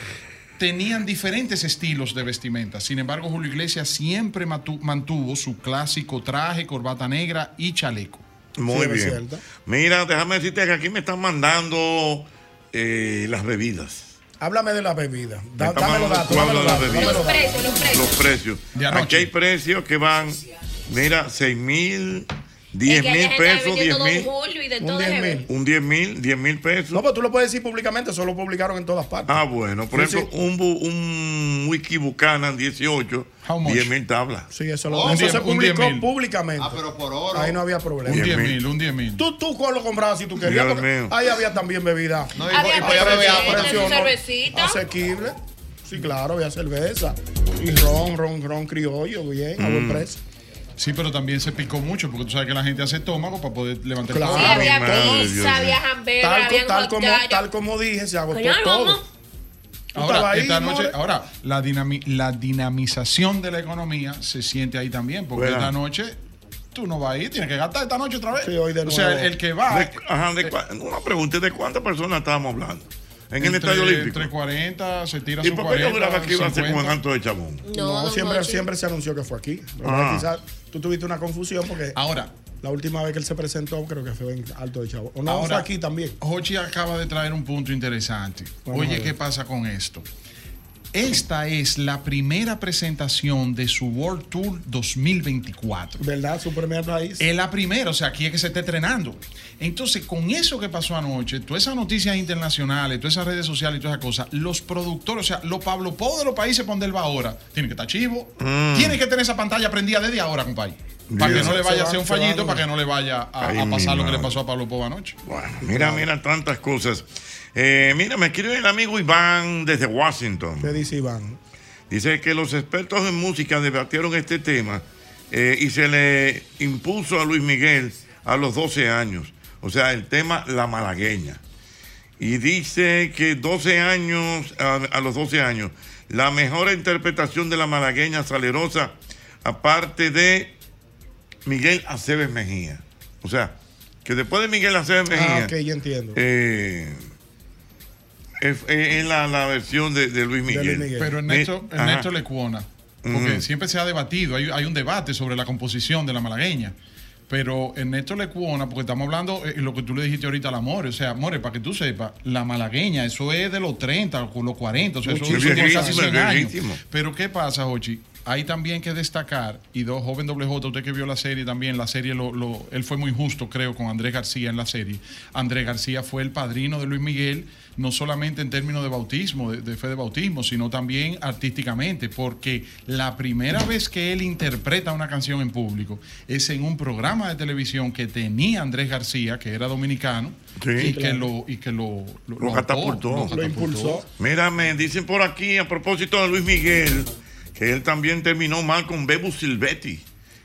[SPEAKER 13] tenían diferentes estilos de vestimenta. Sin embargo, Julio Iglesias siempre matu- mantuvo su clásico traje, corbata negra y chaleco.
[SPEAKER 2] Muy bien. Mira, déjame decirte que aquí me están mandando eh, las bebidas.
[SPEAKER 9] Háblame de la bebida.
[SPEAKER 2] Me
[SPEAKER 9] Da-
[SPEAKER 2] están
[SPEAKER 9] Dame los
[SPEAKER 2] mandando-
[SPEAKER 9] datos.
[SPEAKER 2] tú
[SPEAKER 9] dame
[SPEAKER 2] hablas
[SPEAKER 9] los
[SPEAKER 2] de las
[SPEAKER 9] datos, dame
[SPEAKER 2] bebidas.
[SPEAKER 9] los datos.
[SPEAKER 2] Los precios. Aquí hay precios que van, mira, 6 mil, 10
[SPEAKER 9] Es que hay
[SPEAKER 2] mil
[SPEAKER 9] gente
[SPEAKER 2] pesos,
[SPEAKER 9] vendiendo
[SPEAKER 2] 10
[SPEAKER 9] todo
[SPEAKER 2] mil.
[SPEAKER 9] un julio y de Un todo, 10.000. déjeme.
[SPEAKER 2] Un 10 mil, 10 mil pesos.
[SPEAKER 9] No, pero tú lo puedes decir públicamente, eso lo publicaron en todas partes.
[SPEAKER 2] Ah, bueno, por
[SPEAKER 9] Sí,
[SPEAKER 2] ejemplo, un, bu- un wiki Buchanan 18, 10 mil tablas.
[SPEAKER 9] Sí, eso, lo,
[SPEAKER 2] Oh, un
[SPEAKER 9] eso
[SPEAKER 2] diez-
[SPEAKER 9] se
[SPEAKER 2] un
[SPEAKER 9] publicó
[SPEAKER 2] diez mil.
[SPEAKER 9] públicamente. Ah, pero por oro. Ahí no había problema.
[SPEAKER 2] Un diez mil,
[SPEAKER 13] un 10 mil.
[SPEAKER 9] Tú, tú lo comprabas si tú querías.
[SPEAKER 2] Dios
[SPEAKER 9] porque
[SPEAKER 2] mío.
[SPEAKER 9] Ahí había también bebida. No,
[SPEAKER 3] y- Había y podía beber cerveza, agua.
[SPEAKER 4] su cervecita.
[SPEAKER 9] Asequible. Sí, claro, había cerveza. Y ron, ron, ron criollo, bien, a buen
[SPEAKER 13] Mm.
[SPEAKER 9] precio.
[SPEAKER 13] Sí, pero también se picó mucho, porque tú sabes que la gente hace estómago para poder levantar
[SPEAKER 9] Claro.
[SPEAKER 4] Sí, había
[SPEAKER 13] Madre
[SPEAKER 4] pizza,
[SPEAKER 13] Dios.
[SPEAKER 4] había hamburger,
[SPEAKER 9] Tal,
[SPEAKER 4] había
[SPEAKER 9] tal
[SPEAKER 4] hot
[SPEAKER 9] como,
[SPEAKER 4] dog.
[SPEAKER 9] tal como dije, se agotó
[SPEAKER 4] Coño,
[SPEAKER 9] todo.
[SPEAKER 4] vamos.
[SPEAKER 9] Tú
[SPEAKER 13] Ahora,
[SPEAKER 9] estabas ahí,
[SPEAKER 13] esta noche,
[SPEAKER 9] more.
[SPEAKER 13] ahora la, dinami- la dinamización de la economía se siente ahí también, porque
[SPEAKER 2] Bueno.
[SPEAKER 13] esta noche tú no vas a ir, tienes que gastar esta noche otra vez.
[SPEAKER 2] Sí,
[SPEAKER 13] o sea, el, el que va.
[SPEAKER 2] De- ajá,
[SPEAKER 9] eh,
[SPEAKER 2] de cua- una pregunta: ¿de cuántas personas estábamos hablando? En el
[SPEAKER 13] entre-
[SPEAKER 2] Estadio Olímpico.
[SPEAKER 13] Entre 40, se tira
[SPEAKER 2] ¿Y
[SPEAKER 13] su
[SPEAKER 2] por qué yo
[SPEAKER 13] 40,
[SPEAKER 2] grababa que iba a ser con
[SPEAKER 13] 50?
[SPEAKER 2] Anto de Chamón?
[SPEAKER 9] No,
[SPEAKER 13] don
[SPEAKER 9] siempre,
[SPEAKER 13] Jochi.
[SPEAKER 9] siempre se anunció que fue aquí. Pero
[SPEAKER 2] Ah.
[SPEAKER 9] Quizás tú tuviste una confusión porque.
[SPEAKER 13] Ahora,
[SPEAKER 9] La última vez que él se presentó, creo que fue en Alto de Chavo. O no,
[SPEAKER 13] Ahora,
[SPEAKER 9] fue aquí también.
[SPEAKER 13] Jochi acaba de traer un punto interesante.
[SPEAKER 9] Vamos a
[SPEAKER 13] Oye,
[SPEAKER 9] ver.
[SPEAKER 13] ¿qué pasa con esto? Esta es la primera presentación de su World Tour 2024.
[SPEAKER 9] ¿Verdad? Su primer país.
[SPEAKER 13] Es la primera, o sea, aquí es que se está estrenando. Entonces, con eso que pasó anoche, todas esas noticias internacionales, todas esas redes sociales y todas esas cosas, los productores, o sea, los Pablo Pau de los países donde él va ahora, tiene que estar chivo,
[SPEAKER 2] Mm.
[SPEAKER 13] tiene que tener esa pantalla prendida desde ahora, compadre. Para que
[SPEAKER 2] Bien.
[SPEAKER 13] no le vaya a
[SPEAKER 2] Se
[SPEAKER 13] hacer un
[SPEAKER 2] van, se
[SPEAKER 13] fallito,
[SPEAKER 2] van.
[SPEAKER 13] para que no le vaya a,
[SPEAKER 2] Ay,
[SPEAKER 13] a
[SPEAKER 2] mi
[SPEAKER 13] pasar lo que le
[SPEAKER 2] madre.
[SPEAKER 13] pasó a Pablo Pau anoche.
[SPEAKER 2] Mira, mira tantas cosas. Eh, mira, me escribe el amigo Iván desde Washington.
[SPEAKER 9] ¿Qué dice Iván?
[SPEAKER 2] Dice que los expertos en música debatieron este tema eh, y se le impuso a Luis Miguel a los 12 años. O sea, el tema La Malagueña. Y dice que 12 años, a, a los 12 años, la mejor interpretación de la malagueña salerosa, aparte de Miguel Aceves Mejía. O sea, que después de Miguel Aceves Mejía.
[SPEAKER 9] Ah, ok, ya entiendo.
[SPEAKER 2] Eh, es, es- es la, la versión de, de Luis Miguel.
[SPEAKER 13] Pero Ernesto,
[SPEAKER 2] Eh, ajá.
[SPEAKER 13] Ernesto le cuona. Porque
[SPEAKER 2] Ujú.
[SPEAKER 13] siempre se ha debatido, hay, hay un debate sobre la composición de la malagueña. Pero Ernesto le cuona, porque estamos hablando eh, lo que tú le dijiste ahorita al amor. O sea, amores, para que tú sepas, la malagueña, eso es de los 30, o los 40, o sea, eso,
[SPEAKER 2] Mucho,
[SPEAKER 13] eso tiene casi
[SPEAKER 2] viejísimo,
[SPEAKER 13] 100 años.
[SPEAKER 2] viejísimo.
[SPEAKER 13] Pero ¿qué pasa, Jochi? Hay también que destacar, y dos joven WJ, usted que vio la serie también, la serie, lo, lo- él fue muy justo, creo, con Andrés García en la serie. Andrés García fue el padrino de Luis Miguel, no solamente en términos de bautismo, de, de fe de bautismo, sino también artísticamente, porque la primera vez que él interpreta una canción en público es en un programa de televisión que tenía Andrés García, que era dominicano,
[SPEAKER 2] Sí.
[SPEAKER 13] y, que
[SPEAKER 2] Claro.
[SPEAKER 13] lo, y que lo, lo-
[SPEAKER 2] Lo
[SPEAKER 13] lo
[SPEAKER 2] catapultó.
[SPEAKER 13] ahorcó, lo catapultó.
[SPEAKER 2] Mira, me dicen por aquí, a propósito de Luis Miguel, que él también terminó mal con Bebu Silvetti,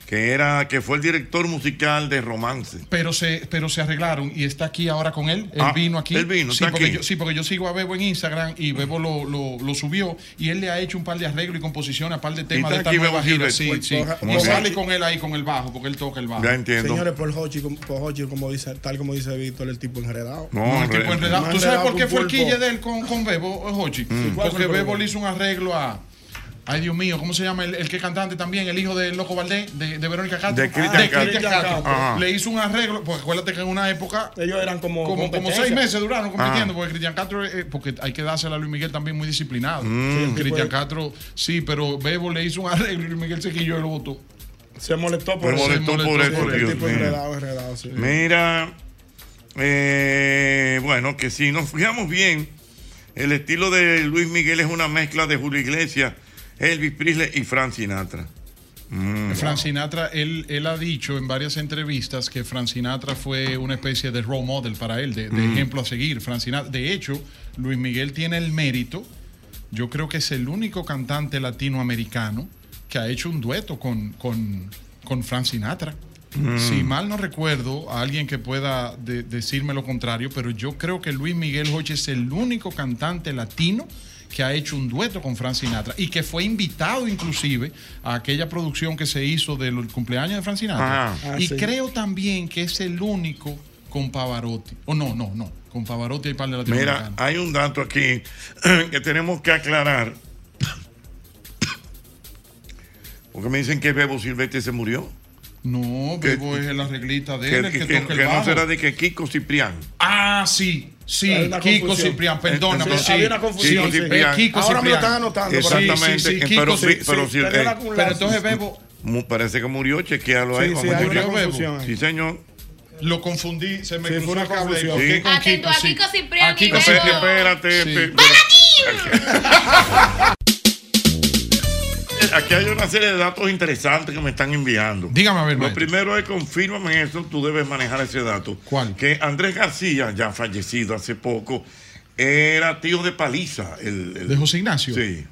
[SPEAKER 2] que, era, que fue el director musical de Romance.
[SPEAKER 13] Pero se, pero se arreglaron y está aquí ahora con él. Él
[SPEAKER 2] Ah,
[SPEAKER 13] vino aquí.
[SPEAKER 2] él vino,
[SPEAKER 13] sí,
[SPEAKER 2] está
[SPEAKER 13] porque
[SPEAKER 2] aquí.
[SPEAKER 13] Yo, sí, porque yo sigo a Bebo en Instagram y Bebo lo, lo, lo subió y él le ha hecho un par de arreglos y composiciones, un par de temas
[SPEAKER 2] está
[SPEAKER 13] de esta
[SPEAKER 2] aquí
[SPEAKER 13] nueva
[SPEAKER 2] Bebo
[SPEAKER 13] gira.
[SPEAKER 2] Gilbert.
[SPEAKER 13] Sí,
[SPEAKER 2] Pues,
[SPEAKER 13] sí.
[SPEAKER 2] coja-
[SPEAKER 13] Y
[SPEAKER 2] coja-
[SPEAKER 13] sale con él ahí con el bajo, porque él toca el bajo.
[SPEAKER 9] Señores, por Hochi, como- por Hochi, como dice, tal como dice Víctor, el tipo enredado.
[SPEAKER 13] No, el tipo enredado. ¿Tú sabes por qué fue el quille
[SPEAKER 9] quilla
[SPEAKER 13] de él con, con Bebo, eh, Jochi?
[SPEAKER 9] Mm. ¿Cuál fue
[SPEAKER 13] Porque
[SPEAKER 9] el
[SPEAKER 13] Bebo
[SPEAKER 9] problema?
[SPEAKER 13] le hizo un arreglo a. Ay, Dios mío, ¿cómo se llama el, el que es cantante también? El hijo de Loco Valdés, de, de Verónica Castro.
[SPEAKER 2] De Cristian Castro.
[SPEAKER 13] Cristian Castro.
[SPEAKER 2] Ajá.
[SPEAKER 13] Le hizo un arreglo, porque acuérdate que en una época.
[SPEAKER 9] Ellos eran como.
[SPEAKER 13] Como,
[SPEAKER 9] competencia.
[SPEAKER 13] seis meses duraron compitiendo,
[SPEAKER 9] Ah.
[SPEAKER 13] porque Cristian Castro. eh, porque hay que dársela a Luis Miguel también muy disciplinado.
[SPEAKER 9] Mm. Sí, el tipo
[SPEAKER 13] Cristian
[SPEAKER 9] es-
[SPEAKER 13] Castro, sí, pero Bebo le hizo un arreglo y Luis Miguel se quilló y lo votó.
[SPEAKER 9] Se molestó
[SPEAKER 2] por Se eso. molestó por eso,
[SPEAKER 13] el
[SPEAKER 2] Dios
[SPEAKER 13] tipo
[SPEAKER 2] mío.
[SPEAKER 9] Enredado, enredado, sí.
[SPEAKER 2] Mira, eh, bueno, que si nos fijamos bien, el estilo de Luis Miguel es una mezcla de Julio Iglesias, Elvis Presley y Frank Sinatra. Mm.
[SPEAKER 13] Frank Sinatra, él, él ha dicho en varias entrevistas que Frank Sinatra fue una especie de role model para él, de, de
[SPEAKER 2] Mm.
[SPEAKER 13] ejemplo a seguir. Frank Sinatra, de hecho, Luis Miguel tiene el mérito, yo creo que es el único cantante latinoamericano que ha hecho un dueto con, con, con Frank Sinatra.
[SPEAKER 2] Mm.
[SPEAKER 13] Si mal no recuerdo, a alguien que pueda de- decirme lo contrario, pero yo creo que Luis Miguel Hoche es el único cantante latino que ha hecho un dueto con Frank Sinatra y que fue invitado inclusive a aquella producción que se hizo del cumpleaños de Frank Sinatra.
[SPEAKER 2] Ajá. Ah,
[SPEAKER 13] y
[SPEAKER 2] sí.
[SPEAKER 13] creo también que es el único con Pavarotti. O no, no, no. Con Pavarotti hay par de
[SPEAKER 2] Mira,
[SPEAKER 13] latinoamericanos.
[SPEAKER 2] hay un dato aquí que tenemos que aclarar. Porque me dicen que Bebo Silvete se murió.
[SPEAKER 13] No,
[SPEAKER 2] que-
[SPEAKER 13] Bebo es el arreglista de
[SPEAKER 2] Que,
[SPEAKER 13] él, el que,
[SPEAKER 2] que- que-
[SPEAKER 13] toca el
[SPEAKER 2] que no
[SPEAKER 13] bajo.
[SPEAKER 2] será de que Kiko Ciprián.
[SPEAKER 13] Ah, sí. Sí,
[SPEAKER 2] Hay una
[SPEAKER 13] Kiko
[SPEAKER 2] confusión.
[SPEAKER 13] Ciprián, perdóname.
[SPEAKER 2] Entonces,
[SPEAKER 13] sí.
[SPEAKER 2] había una confusión,
[SPEAKER 13] Sí,
[SPEAKER 2] Este, sí.
[SPEAKER 13] Ciprián.
[SPEAKER 2] Eh, Kiko
[SPEAKER 13] Ahora me lo
[SPEAKER 2] Ciprián.
[SPEAKER 13] están anotando. por ahí.
[SPEAKER 2] Exactamente.
[SPEAKER 13] Sí, sí,
[SPEAKER 2] eh,
[SPEAKER 13] Kiko
[SPEAKER 2] pero sí,
[SPEAKER 13] Ciprián.
[SPEAKER 2] pero sí, eh,
[SPEAKER 13] Pero entonces Bebo,
[SPEAKER 2] mu- Parece que murió, chequealo
[SPEAKER 13] Sí,
[SPEAKER 2] ahí.
[SPEAKER 13] sí,
[SPEAKER 2] vamos a
[SPEAKER 13] hay una
[SPEAKER 2] chequear.
[SPEAKER 13] confusión ahí.
[SPEAKER 2] Sí, señor.
[SPEAKER 13] lo confundí, se me
[SPEAKER 2] Sí,
[SPEAKER 13] cruzó
[SPEAKER 2] fue una
[SPEAKER 13] el cable.
[SPEAKER 2] confusión.
[SPEAKER 13] ¿Por qué
[SPEAKER 2] Sí.
[SPEAKER 13] con
[SPEAKER 4] Atento a
[SPEAKER 13] sí?
[SPEAKER 4] Kiko Ciprián
[SPEAKER 13] Aquí
[SPEAKER 4] y
[SPEAKER 13] con
[SPEAKER 4] Bebo.
[SPEAKER 2] Espérate, espérate.
[SPEAKER 13] Sí.
[SPEAKER 2] espérate. Aquí hay una serie de datos interesantes que me están enviando.
[SPEAKER 13] Dígame a ver,
[SPEAKER 2] Lo
[SPEAKER 13] maestro.
[SPEAKER 2] primero es confírmame eso, tú debes manejar ese dato. ¿Cuál? Que Andrés García, ya fallecido hace poco, era tío de Paliza. El, el-
[SPEAKER 13] ¿De José Ignacio?
[SPEAKER 2] Sí.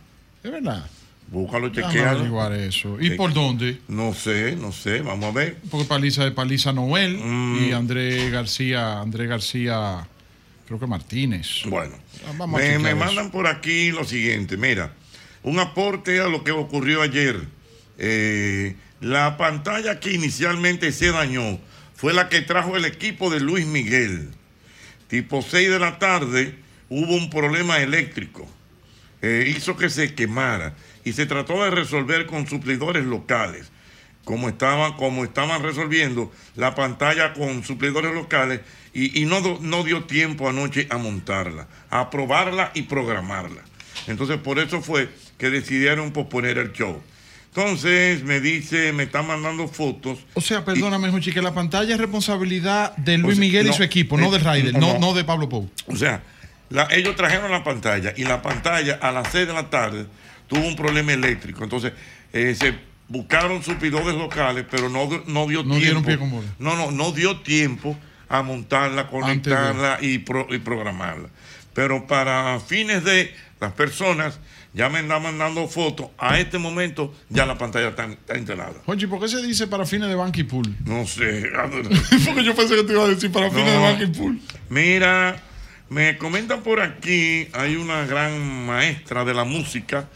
[SPEAKER 13] Es verdad.
[SPEAKER 2] Búscalo,
[SPEAKER 13] Déjame
[SPEAKER 2] chequealo.
[SPEAKER 13] averiguar eso. ¿Y
[SPEAKER 2] Sí.
[SPEAKER 13] por dónde?
[SPEAKER 2] No sé, no sé, vamos a ver.
[SPEAKER 13] Porque Paliza de Paliza Noel
[SPEAKER 2] Mm.
[SPEAKER 13] y André García, André García, creo que Martínez.
[SPEAKER 2] Bueno,
[SPEAKER 13] Ah, vamos a
[SPEAKER 2] me, me
[SPEAKER 13] chequear eso.
[SPEAKER 2] mandan por aquí lo siguiente, mira, un aporte a lo que ocurrió ayer. Eh, la pantalla que inicialmente se dañó fue la que trajo el equipo de Luis Miguel. Tipo 6 de la tarde hubo un problema eléctrico. Eh, hizo que se quemara y se trató de resolver con suplidores locales. como estaban, como estaban resolviendo la pantalla con suplidores locales y, y no, do- no dio tiempo anoche a montarla, a probarla y programarla. Entonces por eso fue que decidieron posponer el show. Entonces me dice, me está mandando fotos.
[SPEAKER 13] O sea, perdóname, Jochi, que la pantalla es responsabilidad de Luis
[SPEAKER 2] O sea,
[SPEAKER 13] Miguel
[SPEAKER 2] no,
[SPEAKER 13] y su equipo, no
[SPEAKER 2] eh,
[SPEAKER 13] del Raider,
[SPEAKER 2] no,
[SPEAKER 13] no,
[SPEAKER 2] no.
[SPEAKER 13] no, de Pablo Pou.
[SPEAKER 2] O sea, la- ellos trajeron la pantalla y la pantalla a las 6 de la tarde tuvo un problema eléctrico. Entonces, eh, se buscaron suplidores locales, pero no, no dio
[SPEAKER 13] No dieron
[SPEAKER 2] tiempo.
[SPEAKER 13] pie con bola.
[SPEAKER 2] No, no, no dio tiempo a montarla, conectarla y, pro- y programarla. Pero para fines de las personas, ya me andan mandando fotos. A este momento ya la pantalla está, está instalada.
[SPEAKER 13] Jochi, ¿por qué se dice para fines de banca y pool?
[SPEAKER 2] No sé.
[SPEAKER 13] Porque yo pensé que te iba a decir para fines de banca y pool.
[SPEAKER 2] Mira, me comentan por aquí, hay una gran maestra de la música,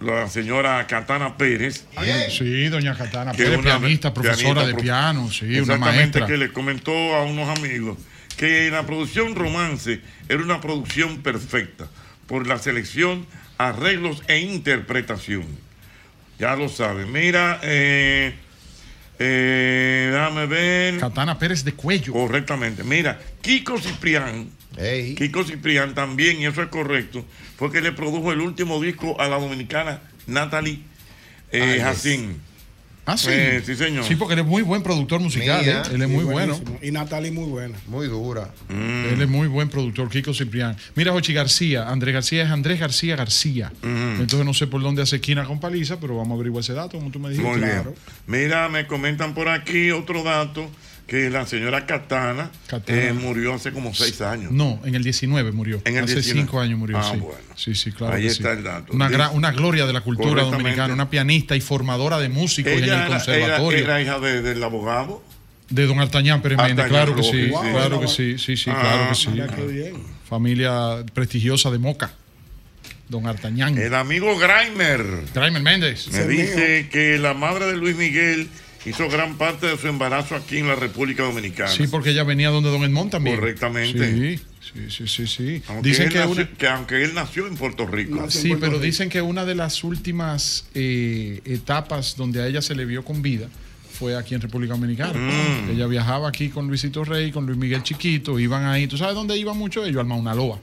[SPEAKER 2] la señora Catana Pérez.
[SPEAKER 13] Sí, doña Catana,
[SPEAKER 2] eh. Que
[SPEAKER 13] Pérez,
[SPEAKER 2] una
[SPEAKER 13] pianista, profesora
[SPEAKER 2] pianista,
[SPEAKER 13] de
[SPEAKER 2] prof-
[SPEAKER 13] piano, sí, una
[SPEAKER 2] Exactamente,
[SPEAKER 13] maestra.
[SPEAKER 2] que le comentó a unos amigos que la producción romance era una producción perfecta por la selección, arreglos e interpretación. Ya lo saben. Mira, eh, eh, déjame ver.
[SPEAKER 13] Catana Pérez de Cuello.
[SPEAKER 2] Correctamente. Mira, Kiko Ciprián. Kiko Ciprián también, y eso es correcto, fue que le produjo el último disco a la dominicana Natalie eh,
[SPEAKER 13] Ay,
[SPEAKER 2] Jacín.
[SPEAKER 13] Ah, sí.
[SPEAKER 2] Eh, sí, señor.
[SPEAKER 13] Sí, porque él es muy buen productor musical,
[SPEAKER 2] Mira.
[SPEAKER 13] ¿eh? Él es
[SPEAKER 2] Sí,
[SPEAKER 13] muy
[SPEAKER 2] buenísimo.
[SPEAKER 13] bueno.
[SPEAKER 9] Y Natalie muy buena.
[SPEAKER 3] Muy dura.
[SPEAKER 2] Mm.
[SPEAKER 13] Él es muy buen productor, Kiko Ciprián. Mira, Jochi García, Andrés García es Andrés García García.
[SPEAKER 2] Mm.
[SPEAKER 13] Entonces no sé por dónde hace esquina con paliza, pero vamos a averiguar ese dato, como tú me dijiste.
[SPEAKER 2] Muy bien. Mira, me comentan por aquí otro dato, que la señora Catana,
[SPEAKER 13] Catana.
[SPEAKER 2] eh, murió hace como seis años.
[SPEAKER 13] No, en el 19 murió.
[SPEAKER 2] En el
[SPEAKER 13] Hace
[SPEAKER 2] 19.
[SPEAKER 13] cinco años murió.
[SPEAKER 2] Ah,
[SPEAKER 13] sí.
[SPEAKER 2] bueno.
[SPEAKER 13] sí, sí, claro.
[SPEAKER 2] Ahí
[SPEAKER 13] que
[SPEAKER 2] está
[SPEAKER 13] sí.
[SPEAKER 2] el dato.
[SPEAKER 13] Una, gra-
[SPEAKER 2] Dice-
[SPEAKER 13] una gloria de la cultura
[SPEAKER 2] Correctamente.
[SPEAKER 13] dominicana, una pianista y formadora de músicos en
[SPEAKER 2] Ella
[SPEAKER 13] el
[SPEAKER 2] era, era,
[SPEAKER 13] conservatorio.
[SPEAKER 2] era hija de- del abogado.
[SPEAKER 13] De don Altañán Pérez Méndez,
[SPEAKER 2] Altañán
[SPEAKER 13] claro que sí,
[SPEAKER 2] Rojas, sí.
[SPEAKER 13] claro que sí, sí, sí,
[SPEAKER 2] Ah,
[SPEAKER 13] claro que sí.
[SPEAKER 2] mira qué
[SPEAKER 13] Familia prestigiosa de Moca, don Altañán.
[SPEAKER 2] El amigo Grimer.
[SPEAKER 13] Grimer Méndez.
[SPEAKER 2] Me dice que la madre de Luis Miguel hizo gran parte de su embarazo aquí en la República Dominicana.
[SPEAKER 13] Sí, porque ella venía donde don Edmond también.
[SPEAKER 2] Correctamente.
[SPEAKER 13] Sí, sí, sí, sí. sí.
[SPEAKER 2] Aunque,
[SPEAKER 13] Dicen
[SPEAKER 2] él
[SPEAKER 13] que
[SPEAKER 2] nació,
[SPEAKER 13] una-
[SPEAKER 2] que aunque él nació en Puerto Rico.
[SPEAKER 13] Sí, pero dicen que una de las últimas eh, etapas donde a ella se le vio con vida fue aquí en República Dominicana.
[SPEAKER 2] Mm.
[SPEAKER 13] Ella viajaba aquí con Luisito Rey, con Luis Miguel Chiquito, iban ahí. ¿Tú sabes dónde iban mucho ellos? Al Mauna Loa.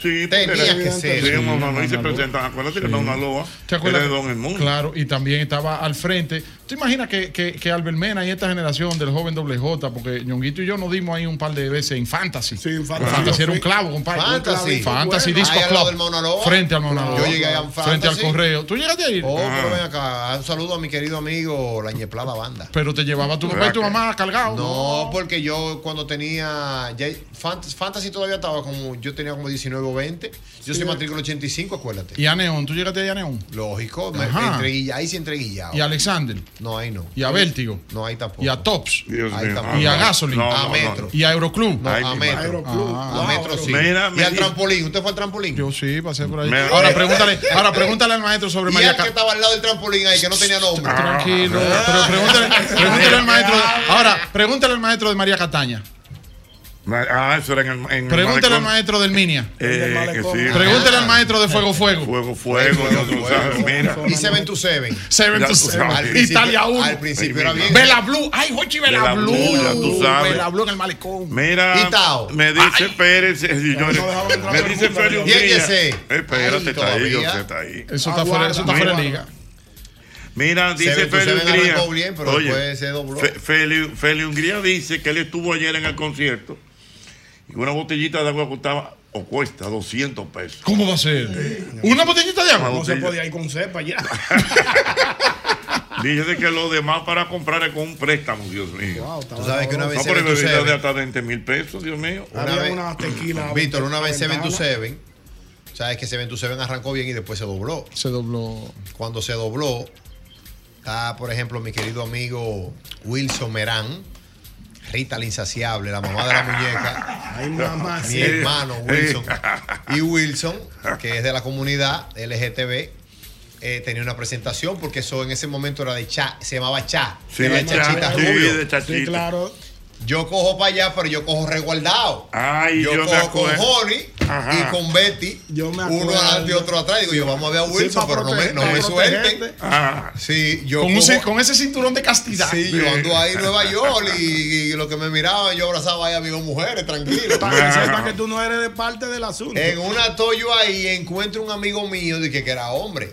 [SPEAKER 2] Sí,
[SPEAKER 13] Tenía
[SPEAKER 2] porque era-
[SPEAKER 13] que ser.
[SPEAKER 2] Sí, mamá,
[SPEAKER 13] Sí,
[SPEAKER 2] no, y se
[SPEAKER 13] Mauna Loa.
[SPEAKER 2] presenta. Acuérdate que
[SPEAKER 13] Sí.
[SPEAKER 2] Mauna Loa
[SPEAKER 13] ¿Te
[SPEAKER 2] era
[SPEAKER 13] acuerdas?
[SPEAKER 2] de Don Edmundo.
[SPEAKER 13] Claro, y también estaba al frente. ¿Tú imaginas que, que, que Albert Mena y esta generación del joven WJ, porque Ñonguito y yo nos dimos ahí un par de veces en Fantasy. Sí, en Fantasy.
[SPEAKER 3] Yo
[SPEAKER 13] era un
[SPEAKER 3] fui-
[SPEAKER 13] clavo, compadre. un clavo
[SPEAKER 3] Fantasy.
[SPEAKER 13] en Fantasy
[SPEAKER 3] Bueno.
[SPEAKER 13] Disco
[SPEAKER 3] Ahí al
[SPEAKER 13] Club.
[SPEAKER 3] lado del Mauna Loa.
[SPEAKER 13] Frente al Mauna Loa.
[SPEAKER 3] Yo llegué a un
[SPEAKER 13] Frente al
[SPEAKER 3] Fantasy.
[SPEAKER 13] correo. ¿Tú llegaste ahí? Ah.
[SPEAKER 3] Oh, pero ven acá. Un saludo a mi querido amigo, la ñeplada banda.
[SPEAKER 13] Pero te llevaba tu papá y tu mamá cargado.
[SPEAKER 3] No, porque yo cuando tenía. ya- Fant- Fantasy todavía estaba como. Yo tenía como 19 o 20. Yo soy matrícula 85, acuérdate.
[SPEAKER 13] Y a Neón, ¿tú llegaste ahí a Neón?
[SPEAKER 3] Lógico, me-
[SPEAKER 13] Ajá.
[SPEAKER 3] entre Guilla- ahí sí entre guillado.
[SPEAKER 13] Y a Alexander.
[SPEAKER 3] No, ahí no.
[SPEAKER 13] Y a Vértigo.
[SPEAKER 3] No, ahí tampoco.
[SPEAKER 13] Y a Tops.
[SPEAKER 3] Ahí mío. tampoco.
[SPEAKER 13] Y a
[SPEAKER 3] No, no,
[SPEAKER 13] Gasolin.
[SPEAKER 3] no, A no, Metro. no.
[SPEAKER 13] Y a Euroclub.
[SPEAKER 3] No, a metro. a metro sí. y al trampolín. ¿Usted fue al trampolín?
[SPEAKER 13] Yo sí, pasé por ahí.
[SPEAKER 3] Me- eh,
[SPEAKER 13] Ahora pregúntale, ahora pregúntale al maestro sobre
[SPEAKER 3] Y
[SPEAKER 13] María Ah,
[SPEAKER 3] al que
[SPEAKER 13] Carmen.
[SPEAKER 3] estaba al lado del trampolín ahí, que no tenía
[SPEAKER 9] Ah,
[SPEAKER 3] nombre.
[SPEAKER 13] Tranquilo, pero pregúntale, pregúntale al maestro. Ahora, pregúntale al maestro de María Castaña.
[SPEAKER 2] Ah, eso era en el. en el
[SPEAKER 13] Pregúntale al
[SPEAKER 2] malecón.
[SPEAKER 13] maestro del Minia.
[SPEAKER 2] Eh, que sí.
[SPEAKER 13] Pregúntale al maestro de Fuego Fuego.
[SPEAKER 2] Fuego, fuego, ya tú sabes, mira.
[SPEAKER 3] Y Seven to Seven.
[SPEAKER 13] Seven
[SPEAKER 2] Ya
[SPEAKER 13] to
[SPEAKER 2] tú
[SPEAKER 13] Seven.
[SPEAKER 2] sabes.
[SPEAKER 13] Italia 1.
[SPEAKER 2] Al principio era bien.
[SPEAKER 13] Vela Blue. Ay, Jochi, Vela,
[SPEAKER 2] Vela
[SPEAKER 13] Blue.
[SPEAKER 2] Blue, ya tú sabes.
[SPEAKER 13] Vela Blue en el malecón.
[SPEAKER 2] Mira, me dice Pérez, eh, señores, me dice Félix
[SPEAKER 13] Y el
[SPEAKER 2] Uría.
[SPEAKER 13] Yesé.
[SPEAKER 2] Espérate,
[SPEAKER 13] Ahí
[SPEAKER 2] está ahí,
[SPEAKER 13] todavía.
[SPEAKER 2] José, está ahí.
[SPEAKER 13] Eso está fuera, eso está fuera de
[SPEAKER 2] Mira,
[SPEAKER 13] liga.
[SPEAKER 2] Mira,
[SPEAKER 3] Se ve-
[SPEAKER 2] dice
[SPEAKER 3] se
[SPEAKER 2] Feli
[SPEAKER 3] ven
[SPEAKER 2] Hungría.
[SPEAKER 3] arrancó bien, pero después se dobló.
[SPEAKER 2] Fe- Feli, Feli Hungría dice que él estuvo ayer en el concierto y una botellita de agua costaba o cuesta 200 pesos.
[SPEAKER 13] ¿Cómo va a ser? Una botellita de agua.
[SPEAKER 2] Una
[SPEAKER 9] No se
[SPEAKER 2] botella.
[SPEAKER 9] podía ir con cepa ya.
[SPEAKER 2] Dice que lo demás para comprar es con un préstamo, Dios mío.
[SPEAKER 3] Tú sabes que una vez
[SPEAKER 2] No,
[SPEAKER 3] se
[SPEAKER 2] pero
[SPEAKER 3] ve tu
[SPEAKER 2] bebida de
[SPEAKER 3] seven.
[SPEAKER 2] hasta 20 mil pesos, Dios mío.
[SPEAKER 3] Una vez, Víctor, una vez Seven to Seven. Sabes que Seven to Seven arrancó bien y después se dobló.
[SPEAKER 13] Se dobló.
[SPEAKER 3] Cuando se dobló, está, por ejemplo, mi querido amigo Wilson Merán. Rita la insaciable, la mamá de la muñeca.
[SPEAKER 9] Ay, mamá,
[SPEAKER 3] Mi
[SPEAKER 9] sí.
[SPEAKER 3] hermano
[SPEAKER 2] Eh,
[SPEAKER 9] Sí.
[SPEAKER 3] Wilson. Y Wilson, que es de la comunidad LGTB, eh, tenía una presentación porque eso en ese momento era de cha, se llamaba cha.
[SPEAKER 2] Sí,
[SPEAKER 3] era de
[SPEAKER 2] Cha,
[SPEAKER 3] chachita
[SPEAKER 2] sí,
[SPEAKER 3] rubio.
[SPEAKER 2] de Chachita. Sí, claro.
[SPEAKER 3] Yo cojo para allá, pero yo cojo resguardado.
[SPEAKER 2] Ay, yo me
[SPEAKER 3] cojo con
[SPEAKER 2] acuerdo.
[SPEAKER 3] Honey
[SPEAKER 2] Ajá.
[SPEAKER 3] y con Betty. uno
[SPEAKER 2] acuerdo.
[SPEAKER 3] adelante y otro atrás. Digo, yo vamos a ver a
[SPEAKER 2] Sí,
[SPEAKER 3] Wilson,
[SPEAKER 2] pa'
[SPEAKER 3] pero no me,
[SPEAKER 2] proteger-
[SPEAKER 3] no
[SPEAKER 2] pa'
[SPEAKER 3] me
[SPEAKER 2] protegerte.
[SPEAKER 3] suelten.
[SPEAKER 13] Ah.
[SPEAKER 2] Ajá.
[SPEAKER 3] Sí, yo
[SPEAKER 2] Con un
[SPEAKER 3] cojo-
[SPEAKER 2] ci-
[SPEAKER 17] Con ese cinturón de castidad.
[SPEAKER 3] Sí, yo ando ahí en Nueva York y, y lo que me miraban, yo abrazaba ahí a mis dos mujeres, tranquilo.
[SPEAKER 9] Para que sepa que tú no eres de parte del asunto.
[SPEAKER 3] En una toyo ahí encuentro un amigo mío de que, que era hombre.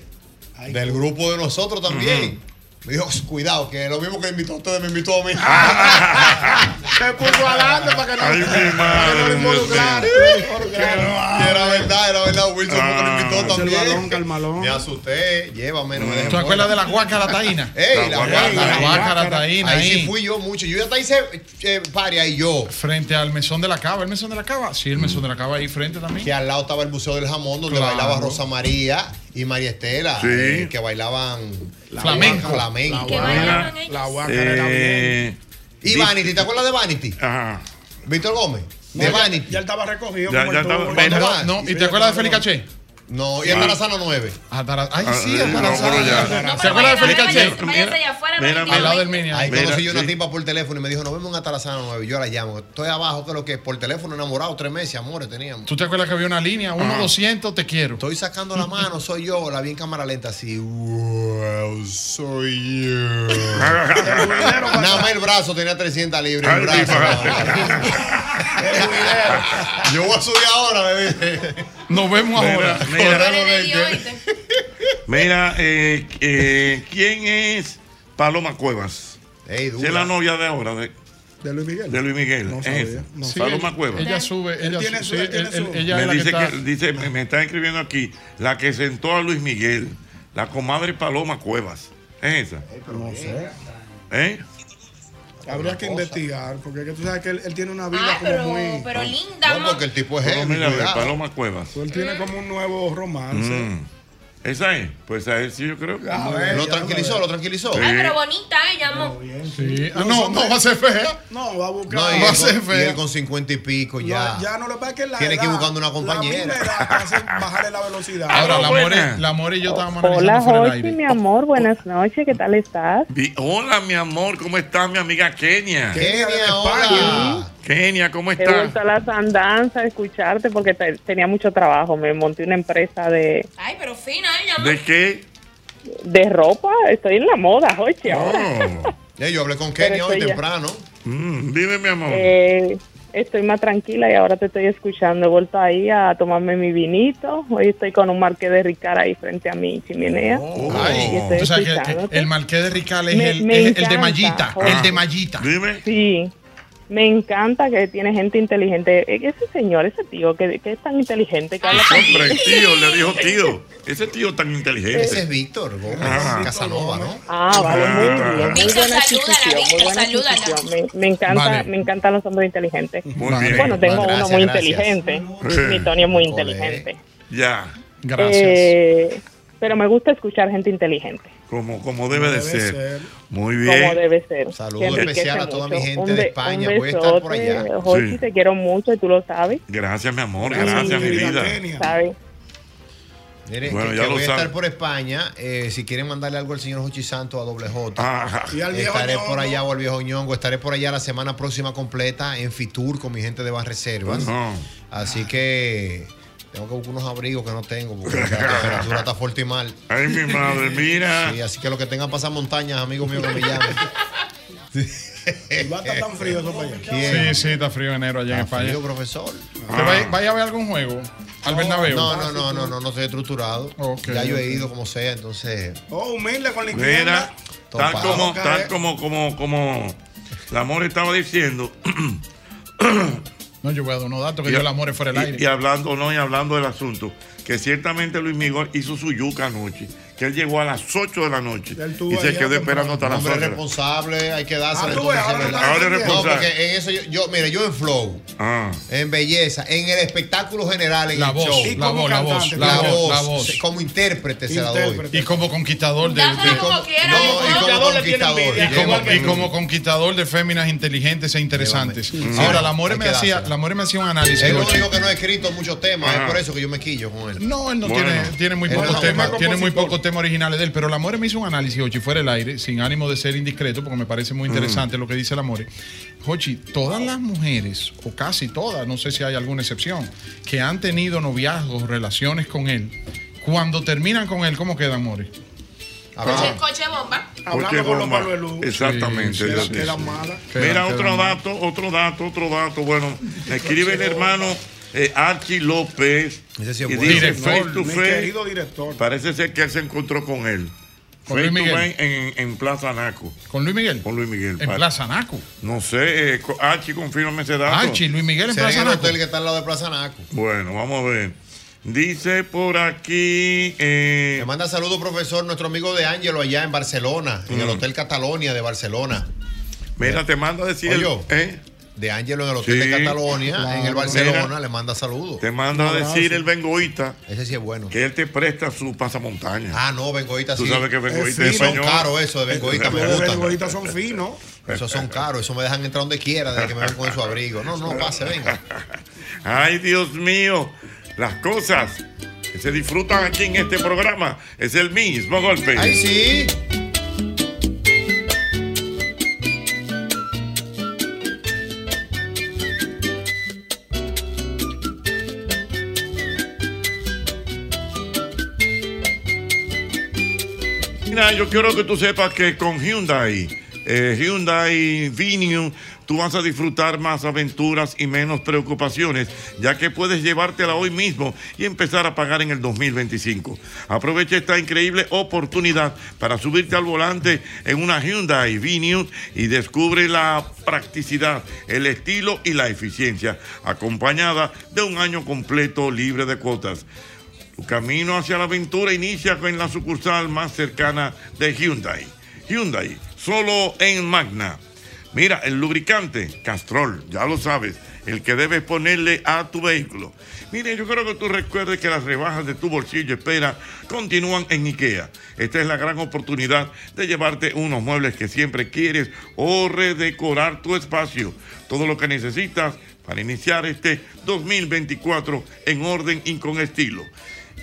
[SPEAKER 3] del grupo de nosotros también. Me dijo, cuidado, que lo mismo que invitó a ustedes me invitó a mí.
[SPEAKER 17] Se puso adelante para que no.
[SPEAKER 3] Ah. Ay, mi madre. Era verdad, era verdad. Wilson porque lo invitó también. Me asusté, llévame, no me dejes
[SPEAKER 22] ¿Tú acuerdas
[SPEAKER 3] bola.
[SPEAKER 22] de la guácara taína?
[SPEAKER 3] Ey, la guácara,
[SPEAKER 22] La
[SPEAKER 3] la
[SPEAKER 22] guácara
[SPEAKER 3] guácara.
[SPEAKER 22] taína.
[SPEAKER 3] Ahí sí fui yo mucho. Yo hasta hice eh, party ahí yo.
[SPEAKER 22] Frente al mesón de la cava. ¿El mesón de la cava? Sí, el mesón de la cava ahí frente también.
[SPEAKER 3] Que al lado estaba el Museo del Jamón donde
[SPEAKER 22] Claro.
[SPEAKER 3] bailaba Rosa María y María Estela.
[SPEAKER 2] Sí.
[SPEAKER 3] eh, que bailaban
[SPEAKER 22] Flamenco.
[SPEAKER 3] flamenco.
[SPEAKER 22] Que bailaban ellos. La guácara era
[SPEAKER 2] Eh,
[SPEAKER 3] Y Vanity, ¿te acuerdas de Vanity?
[SPEAKER 2] Ajá.
[SPEAKER 3] Víctor Gómez. De Vanity. Ya él estaba recogido.
[SPEAKER 22] Ya- como ya el tubo. estaba- Cuando va- no, ¿y te acuerdas de Félix Caché?
[SPEAKER 3] No, y
[SPEAKER 22] Sí.
[SPEAKER 3] Atarazana
[SPEAKER 22] Ay,
[SPEAKER 3] 9.
[SPEAKER 22] sí,
[SPEAKER 3] Ah,
[SPEAKER 22] Atarazana.
[SPEAKER 3] no, pero ya.
[SPEAKER 22] No, pero ¿Se acuerdas de Félix Caché? al lado del mini.
[SPEAKER 3] Ahí conocí yo una tipa por teléfono y me dijo, nos vemos en Atarazana 9. Yo la llamo. Estoy abajo, que lo que es por teléfono enamorado, tres meses, amores, teníamos.
[SPEAKER 22] ¿Tú te acuerdas que había una línea?
[SPEAKER 3] Ajá.
[SPEAKER 22] 1-200, te quiero.
[SPEAKER 3] Ah. Estoy sacando la mano, soy yo, la vi en cámara lenta así. Wow, soy yo. Nada más el brazo tenía 300 libras. El brazo, nada más. yo voy a subir ahora, bebé.
[SPEAKER 22] Nos vemos
[SPEAKER 2] Mira,
[SPEAKER 22] ahora.
[SPEAKER 2] mira. Mira, eh, eh, ¿quién es Paloma Cuevas? Si es la novia de ahora de,
[SPEAKER 9] De Luis Miguel.
[SPEAKER 2] de Luis Miguel.
[SPEAKER 9] No
[SPEAKER 2] Es
[SPEAKER 9] sabía,
[SPEAKER 2] esa.
[SPEAKER 9] no
[SPEAKER 22] Sí,
[SPEAKER 2] Paloma
[SPEAKER 22] ella-
[SPEAKER 2] Cuevas.
[SPEAKER 22] Ella sube. Ella sube.
[SPEAKER 9] tiene su-
[SPEAKER 22] sí,
[SPEAKER 9] él tiene
[SPEAKER 22] él-
[SPEAKER 9] su-
[SPEAKER 22] él- Ella es
[SPEAKER 2] me
[SPEAKER 22] la que
[SPEAKER 2] dice
[SPEAKER 22] está.
[SPEAKER 2] que- dice, me, me está escribiendo aquí, la que sentó a Luis Miguel, la comadre Paloma Cuevas. ¿Es esa?
[SPEAKER 9] No sé.
[SPEAKER 2] ¿Eh?
[SPEAKER 9] Habría que investigar, porque es que tú sabes que él, él tiene una vida
[SPEAKER 4] Ah,
[SPEAKER 9] como
[SPEAKER 4] pero,
[SPEAKER 9] muy.
[SPEAKER 4] pero linda, ¿no?
[SPEAKER 3] el tipo es
[SPEAKER 2] Pero
[SPEAKER 3] heavy,
[SPEAKER 2] mira,
[SPEAKER 3] cuidado.
[SPEAKER 2] Paloma Cuevas.
[SPEAKER 9] Él tiene como un nuevo romance.
[SPEAKER 2] Mm. ¿Esa es? Pues a él sí yo creo.
[SPEAKER 9] A ver,
[SPEAKER 3] Lo tranquilizó, lo tranquilizó.
[SPEAKER 2] Sí.
[SPEAKER 4] Ay, pero bonita, ¿eh? Llamó.
[SPEAKER 22] Sí.
[SPEAKER 9] Ah, no, no, va a
[SPEAKER 22] ser fea.
[SPEAKER 9] No, va a buscar.
[SPEAKER 3] No, y
[SPEAKER 9] va a
[SPEAKER 3] él,
[SPEAKER 9] ser
[SPEAKER 3] con, y
[SPEAKER 9] fea.
[SPEAKER 3] él con 50 y pico ya.
[SPEAKER 9] No, ya no lo que pasa es que la
[SPEAKER 3] Tiene que ir
[SPEAKER 9] edad-
[SPEAKER 3] buscando una
[SPEAKER 9] la
[SPEAKER 3] compañera.
[SPEAKER 9] misma edad te hace bajarle la velocidad.
[SPEAKER 22] Ahora, la
[SPEAKER 9] amor
[SPEAKER 22] More, la More y yo estábamos
[SPEAKER 23] Hola,
[SPEAKER 22] analizando fuera del
[SPEAKER 23] Jochi,
[SPEAKER 22] aire.
[SPEAKER 23] mi
[SPEAKER 2] Oh.
[SPEAKER 23] amor, buenas noches, ¿qué tal estás?
[SPEAKER 2] Vi- Hola, mi amor, ¿cómo está mi amiga Kenia?
[SPEAKER 3] Kenia,
[SPEAKER 2] hola. Kenia, ¿cómo
[SPEAKER 23] He
[SPEAKER 2] está?
[SPEAKER 23] vuelto a las andanzas a escucharte porque te- tenía mucho trabajo. Me monté una empresa de,
[SPEAKER 4] Ay, pero fina, ¿eh? Llamó.
[SPEAKER 2] ¿De qué?
[SPEAKER 23] de ropa. Estoy en la moda, Jochi, ahora.
[SPEAKER 2] Oh.
[SPEAKER 3] eh, yo hablé con
[SPEAKER 23] Kenia Pero hoy estoy ya- temprano.
[SPEAKER 2] Mm, dime, mi amor.
[SPEAKER 23] Eh, estoy más tranquila y ahora te estoy escuchando. He vuelto ahí a tomarme mi vinito. Hoy estoy con un marqués de Ricard ahí frente a mi chimenea.
[SPEAKER 2] Oh.
[SPEAKER 3] Oh.
[SPEAKER 23] Y estoy
[SPEAKER 22] Tú sabes que- que,
[SPEAKER 23] escuchándote.
[SPEAKER 22] el Marqués de Rical es
[SPEAKER 23] Me-
[SPEAKER 22] el,
[SPEAKER 23] me
[SPEAKER 22] es el de
[SPEAKER 23] encanta,
[SPEAKER 22] Mallita.
[SPEAKER 23] Jorge.
[SPEAKER 22] El de Mallita.
[SPEAKER 2] Dime.
[SPEAKER 23] Sí, me encanta que tiene gente inteligente. E- Ese señor, ese tío, que, que es tan inteligente que habla con-
[SPEAKER 2] Hombre, tío, le dijo tío. Ese tío tan inteligente.
[SPEAKER 3] Ese es Víctor Gómez,
[SPEAKER 2] Ajá.
[SPEAKER 3] Casanova, ¿no?
[SPEAKER 23] Ah, vale, muy
[SPEAKER 2] Ah,
[SPEAKER 23] bien. Muy
[SPEAKER 2] Víctor,
[SPEAKER 23] buena
[SPEAKER 4] salúdala,
[SPEAKER 23] adquisición, muy
[SPEAKER 4] Víctor,
[SPEAKER 23] buena
[SPEAKER 4] salúdala.
[SPEAKER 23] adquisición. Me, me encanta,
[SPEAKER 2] Vale.
[SPEAKER 23] me encantan los hombres inteligentes.
[SPEAKER 2] Muy bien.
[SPEAKER 23] Bueno, tengo
[SPEAKER 2] Vale,
[SPEAKER 23] uno
[SPEAKER 2] gracias,
[SPEAKER 23] muy
[SPEAKER 2] gracias.
[SPEAKER 23] inteligente.
[SPEAKER 2] Sí.
[SPEAKER 23] Mi Tony es muy inteligente.
[SPEAKER 2] Ya.
[SPEAKER 23] Eh, pero me gusta escuchar gente inteligente,
[SPEAKER 2] Como, como debe, de ser. Muy bien.
[SPEAKER 23] como debe ser.
[SPEAKER 2] Saludo
[SPEAKER 23] Que enriquece
[SPEAKER 2] especial a toda mi gente
[SPEAKER 23] Un
[SPEAKER 2] de
[SPEAKER 23] be-
[SPEAKER 2] España.
[SPEAKER 23] un
[SPEAKER 2] Voy a estar por
[SPEAKER 23] besote,
[SPEAKER 2] allá.
[SPEAKER 23] Jochi,
[SPEAKER 2] Sí.
[SPEAKER 23] te quiero mucho y tú lo sabes.
[SPEAKER 2] Gracias, mi amor. Gracias, mi vida.
[SPEAKER 23] ¿Sabes?
[SPEAKER 3] Mire,
[SPEAKER 2] Bueno,
[SPEAKER 3] que,
[SPEAKER 2] ya
[SPEAKER 3] que
[SPEAKER 2] lo
[SPEAKER 3] voy a
[SPEAKER 2] sabe.
[SPEAKER 3] estar por España. eh, si quieren mandarle algo al señor Jochi Santos a doble J.
[SPEAKER 9] Y al viejo
[SPEAKER 3] estaré
[SPEAKER 9] Ñongo.
[SPEAKER 3] por allá o al viejo Ñongo. Estaré por allá la semana próxima completa en Fitur con mi gente de Banreservas.
[SPEAKER 2] Ujú.
[SPEAKER 3] Así que tengo que buscar unos abrigos que no tengo porque la temperatura está fuerte y mal.
[SPEAKER 2] Ay, mi madre, mira.
[SPEAKER 3] Sí, así que los que tengan pasar montañas, amigos míos, que me llamen.
[SPEAKER 9] Va a estar tan frío eso para allá.
[SPEAKER 22] Sí, sí, está frío enero allá en España.
[SPEAKER 3] frío, profesor.
[SPEAKER 22] ¿Te vaya, vaya a ver algún juego? Al Bernabéu.
[SPEAKER 3] No, no, no, no, no, no estoy estructurado. Ya yo he ido como sea, entonces.
[SPEAKER 9] Oh, humilde con la
[SPEAKER 2] Mira,
[SPEAKER 9] izquierda.
[SPEAKER 2] tal
[SPEAKER 3] Topado.
[SPEAKER 2] como,
[SPEAKER 3] Toca,
[SPEAKER 2] tal
[SPEAKER 3] eh.
[SPEAKER 2] como, como, como la amor estaba diciendo.
[SPEAKER 22] No, yo voy a dar unos datos que
[SPEAKER 2] Y-
[SPEAKER 22] yo el amor es fuera del
[SPEAKER 2] y-
[SPEAKER 22] aire.
[SPEAKER 2] Y hablando, no, y hablando del asunto, que ciertamente Luis Miguel hizo su yuca anoche, que él llegó a las 8 de la noche y se quedó esperando hasta las
[SPEAKER 3] Hombre
[SPEAKER 2] 8.
[SPEAKER 3] responsable, hay que dárselo.
[SPEAKER 2] Ah, tú ves,
[SPEAKER 3] entonces,
[SPEAKER 2] ahora
[SPEAKER 3] es verdad.
[SPEAKER 2] lo estás
[SPEAKER 3] No,
[SPEAKER 2] defendiendo.
[SPEAKER 3] porque en eso yo, yo- mire, yo en flow,
[SPEAKER 2] Ah.
[SPEAKER 3] en belleza, en el espectáculo general, en
[SPEAKER 22] La
[SPEAKER 3] el
[SPEAKER 22] voz,
[SPEAKER 3] show.
[SPEAKER 22] la voz, la voz,
[SPEAKER 3] cantante,
[SPEAKER 22] la
[SPEAKER 3] la
[SPEAKER 22] voz,
[SPEAKER 3] voz,
[SPEAKER 22] la voz.
[SPEAKER 3] se- Como intérprete, se la doy.
[SPEAKER 22] Y como conquistador de.
[SPEAKER 3] Dámela
[SPEAKER 22] de-
[SPEAKER 3] como
[SPEAKER 22] como-
[SPEAKER 3] quiera, No, y como
[SPEAKER 22] conquistador de-
[SPEAKER 3] conquistador.
[SPEAKER 22] y como-
[SPEAKER 3] Llévame.
[SPEAKER 22] y como conquistador de féminas inteligentes e interesantes.
[SPEAKER 3] Llévame.
[SPEAKER 22] Ahora,
[SPEAKER 3] Sí.
[SPEAKER 22] la More
[SPEAKER 3] Hay
[SPEAKER 22] me
[SPEAKER 3] que
[SPEAKER 22] hacía,
[SPEAKER 3] dársela.
[SPEAKER 22] la More me hacía un análisis.
[SPEAKER 3] Es lo
[SPEAKER 22] Jochi.
[SPEAKER 3] único que no he escrito muchos temas,
[SPEAKER 2] Ah.
[SPEAKER 22] Ajá.
[SPEAKER 3] es por eso que yo me quillo con eso.
[SPEAKER 22] él. No, él no tiene, tiene muy
[SPEAKER 13] Él
[SPEAKER 22] pocos
[SPEAKER 13] es un
[SPEAKER 22] temas,
[SPEAKER 13] buen
[SPEAKER 22] tiene muy
[SPEAKER 13] compositor.
[SPEAKER 22] pocos temas originales de él, pero la More me hizo un análisis, Hochi, fuera el aire, sin ánimo de ser indiscreto, porque me parece muy interesante lo que dice la More. Hochi, todas las mujeres, o casi todas, no sé si hay alguna excepción, que han tenido noviazgos, relaciones con él, cuando terminan con él, ¿cómo quedan, More?
[SPEAKER 4] Coche, coche bomba.
[SPEAKER 2] Porque bomba. Exactamente.
[SPEAKER 22] Sí, sí,
[SPEAKER 2] ya
[SPEAKER 22] sí,
[SPEAKER 2] te-
[SPEAKER 22] sí.
[SPEAKER 2] Mira,
[SPEAKER 22] Quedan,
[SPEAKER 2] otro
[SPEAKER 22] quedan mal.
[SPEAKER 2] dato, otro dato, otro dato. Bueno, me escribe el hermano eh, Archie López.
[SPEAKER 3] sí es
[SPEAKER 2] y
[SPEAKER 3] bueno.
[SPEAKER 2] dice
[SPEAKER 3] Director,
[SPEAKER 2] face to
[SPEAKER 3] mi
[SPEAKER 2] face,
[SPEAKER 3] querido director.
[SPEAKER 2] Parece ser que él se encontró con él.
[SPEAKER 22] Con
[SPEAKER 2] Face
[SPEAKER 22] Luis
[SPEAKER 2] to
[SPEAKER 22] Miguel.
[SPEAKER 2] face En, en Plaza Naco.
[SPEAKER 22] ¿Con Luis Miguel?
[SPEAKER 2] Con Luis Miguel.
[SPEAKER 22] En
[SPEAKER 2] pa-
[SPEAKER 22] Plaza Naco.
[SPEAKER 2] No sé, eh, co- Archie, confírmame ese dato.
[SPEAKER 22] Archie, Luis Miguel en
[SPEAKER 2] ¿Será
[SPEAKER 22] Plaza
[SPEAKER 2] el
[SPEAKER 22] Naco.
[SPEAKER 2] hotel
[SPEAKER 3] que está al lado de Plaza Naco.
[SPEAKER 2] Bueno, vamos a ver. Dice por aquí. Eh,
[SPEAKER 3] Le manda saludos, profesor, nuestro amigo de Ángelo allá en Barcelona, en el
[SPEAKER 2] Mm.
[SPEAKER 3] Hotel Catalonia de Barcelona.
[SPEAKER 2] Mira, te manda a decir. el- ¿eh?
[SPEAKER 3] Oye, de Ángelo en el Hotel
[SPEAKER 2] Sí.
[SPEAKER 3] de Catalonia, en el
[SPEAKER 2] Claro.
[SPEAKER 3] Barcelona,
[SPEAKER 2] Mira.
[SPEAKER 3] le manda saludos.
[SPEAKER 2] Te manda a decir el Bengoita.
[SPEAKER 3] Ese sí es bueno.
[SPEAKER 2] Que él te presta su pasamontaña.
[SPEAKER 3] Ah, no, Bengoita
[SPEAKER 2] Tú
[SPEAKER 3] sí.
[SPEAKER 2] sabes que Bengoíta es
[SPEAKER 3] Son
[SPEAKER 2] español. Eh,
[SPEAKER 3] caros eso de Bengoita, me gusta.
[SPEAKER 9] Bengoíta son finos.
[SPEAKER 3] Esos son caros, eso me dejan entrar donde quiera, desde que me ven con su abrigo. No, no, pase, venga.
[SPEAKER 2] Ay, Dios mío, las cosas que se disfrutan aquí en este programa es el mismo golpe.
[SPEAKER 3] Ay, sí.
[SPEAKER 2] Mira, yo quiero que tú sepas que con Hyundai, eh, Hyundai Venue, tú vas a disfrutar más aventuras y menos preocupaciones, ya que puedes llevártela hoy mismo y empezar a pagar en el 2025. Aprovecha esta increíble oportunidad para subirte al volante en una Hyundai Venue y descubre la practicidad, el estilo y la eficiencia, acompañada de un año completo libre de cuotas. Tu camino hacia la aventura inicia con la sucursal más cercana de Hyundai. Hyundai, solo en Magna. Mira, el lubricante Castrol, ya lo sabes, el que debes ponerle a tu vehículo. Mire, yo creo que tú recuerdes que las rebajas de tu bolsillo espera continúan en IKEA. Esta es la gran oportunidad de llevarte unos muebles que siempre quieres o redecorar tu espacio. Todo lo que necesitas para iniciar este 2024 en orden y con estilo.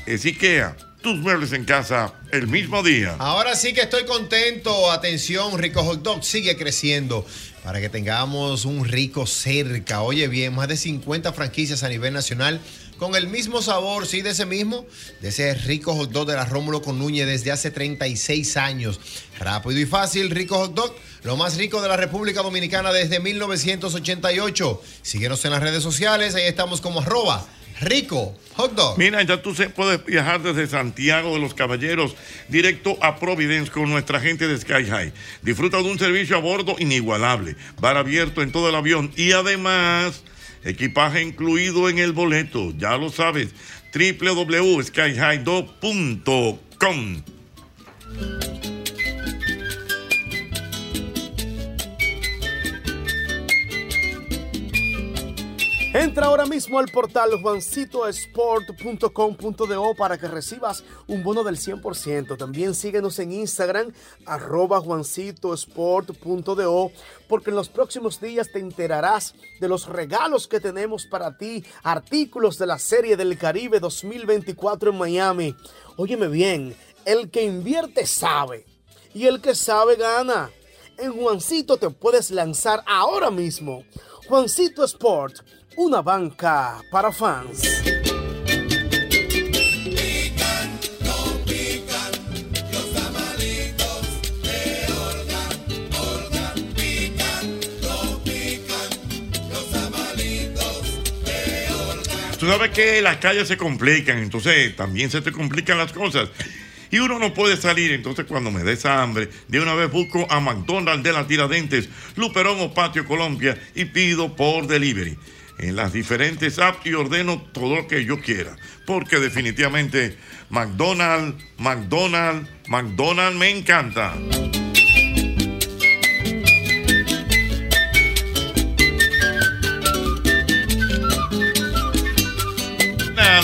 [SPEAKER 2] Es IKEA, tus muebles en casa el mismo día.
[SPEAKER 3] Ahora sí que estoy contento. Atención, Rico Hot Dog sigue creciendo. Para que tengamos un rico cerca. Oye bien, más de 50 franquicias a nivel nacional con el mismo sabor, sí, de ese mismo, de ese rico hot dog de la Rómulo con Núñez desde hace 36 años. Rápido y fácil, rico hot dog, lo más rico de la República Dominicana desde 1988. Síguenos en las redes sociales, ahí estamos como arroba rico hot dog.
[SPEAKER 2] Mira, ya tú se puedes viajar desde Santiago de los Caballeros directo a Providence con nuestra gente de Sky High. Disfruta de un servicio a bordo inigualable, bar abierto en todo el avión y además equipaje incluido en el boleto. Ya lo sabes, www.skyhigh2.com.
[SPEAKER 18] Entra ahora mismo al portal juancitoesport.com.do para que recibas un bono del 100%. También síguenos en Instagram, arroba juancitoesport.do, porque en los próximos días te enterarás de los regalos que tenemos para ti, artículos de la Serie del Caribe 2024 en Miami. Óyeme bien, el que invierte sabe y el que sabe gana. En Juancito te puedes lanzar ahora mismo. Juancito Sport, una banca para fans.
[SPEAKER 2] Tú sabes que las calles se complican, entonces también se te complican las cosas. Y uno no puede salir, entonces cuando me des hambre, de una vez busco a McDonald's de la Tiradentes, Luperón o Patio Colombia y pido por delivery. En las diferentes apps y ordeno todo lo que yo quiera. Porque definitivamente McDonald's, McDonald's, McDonald's me encanta.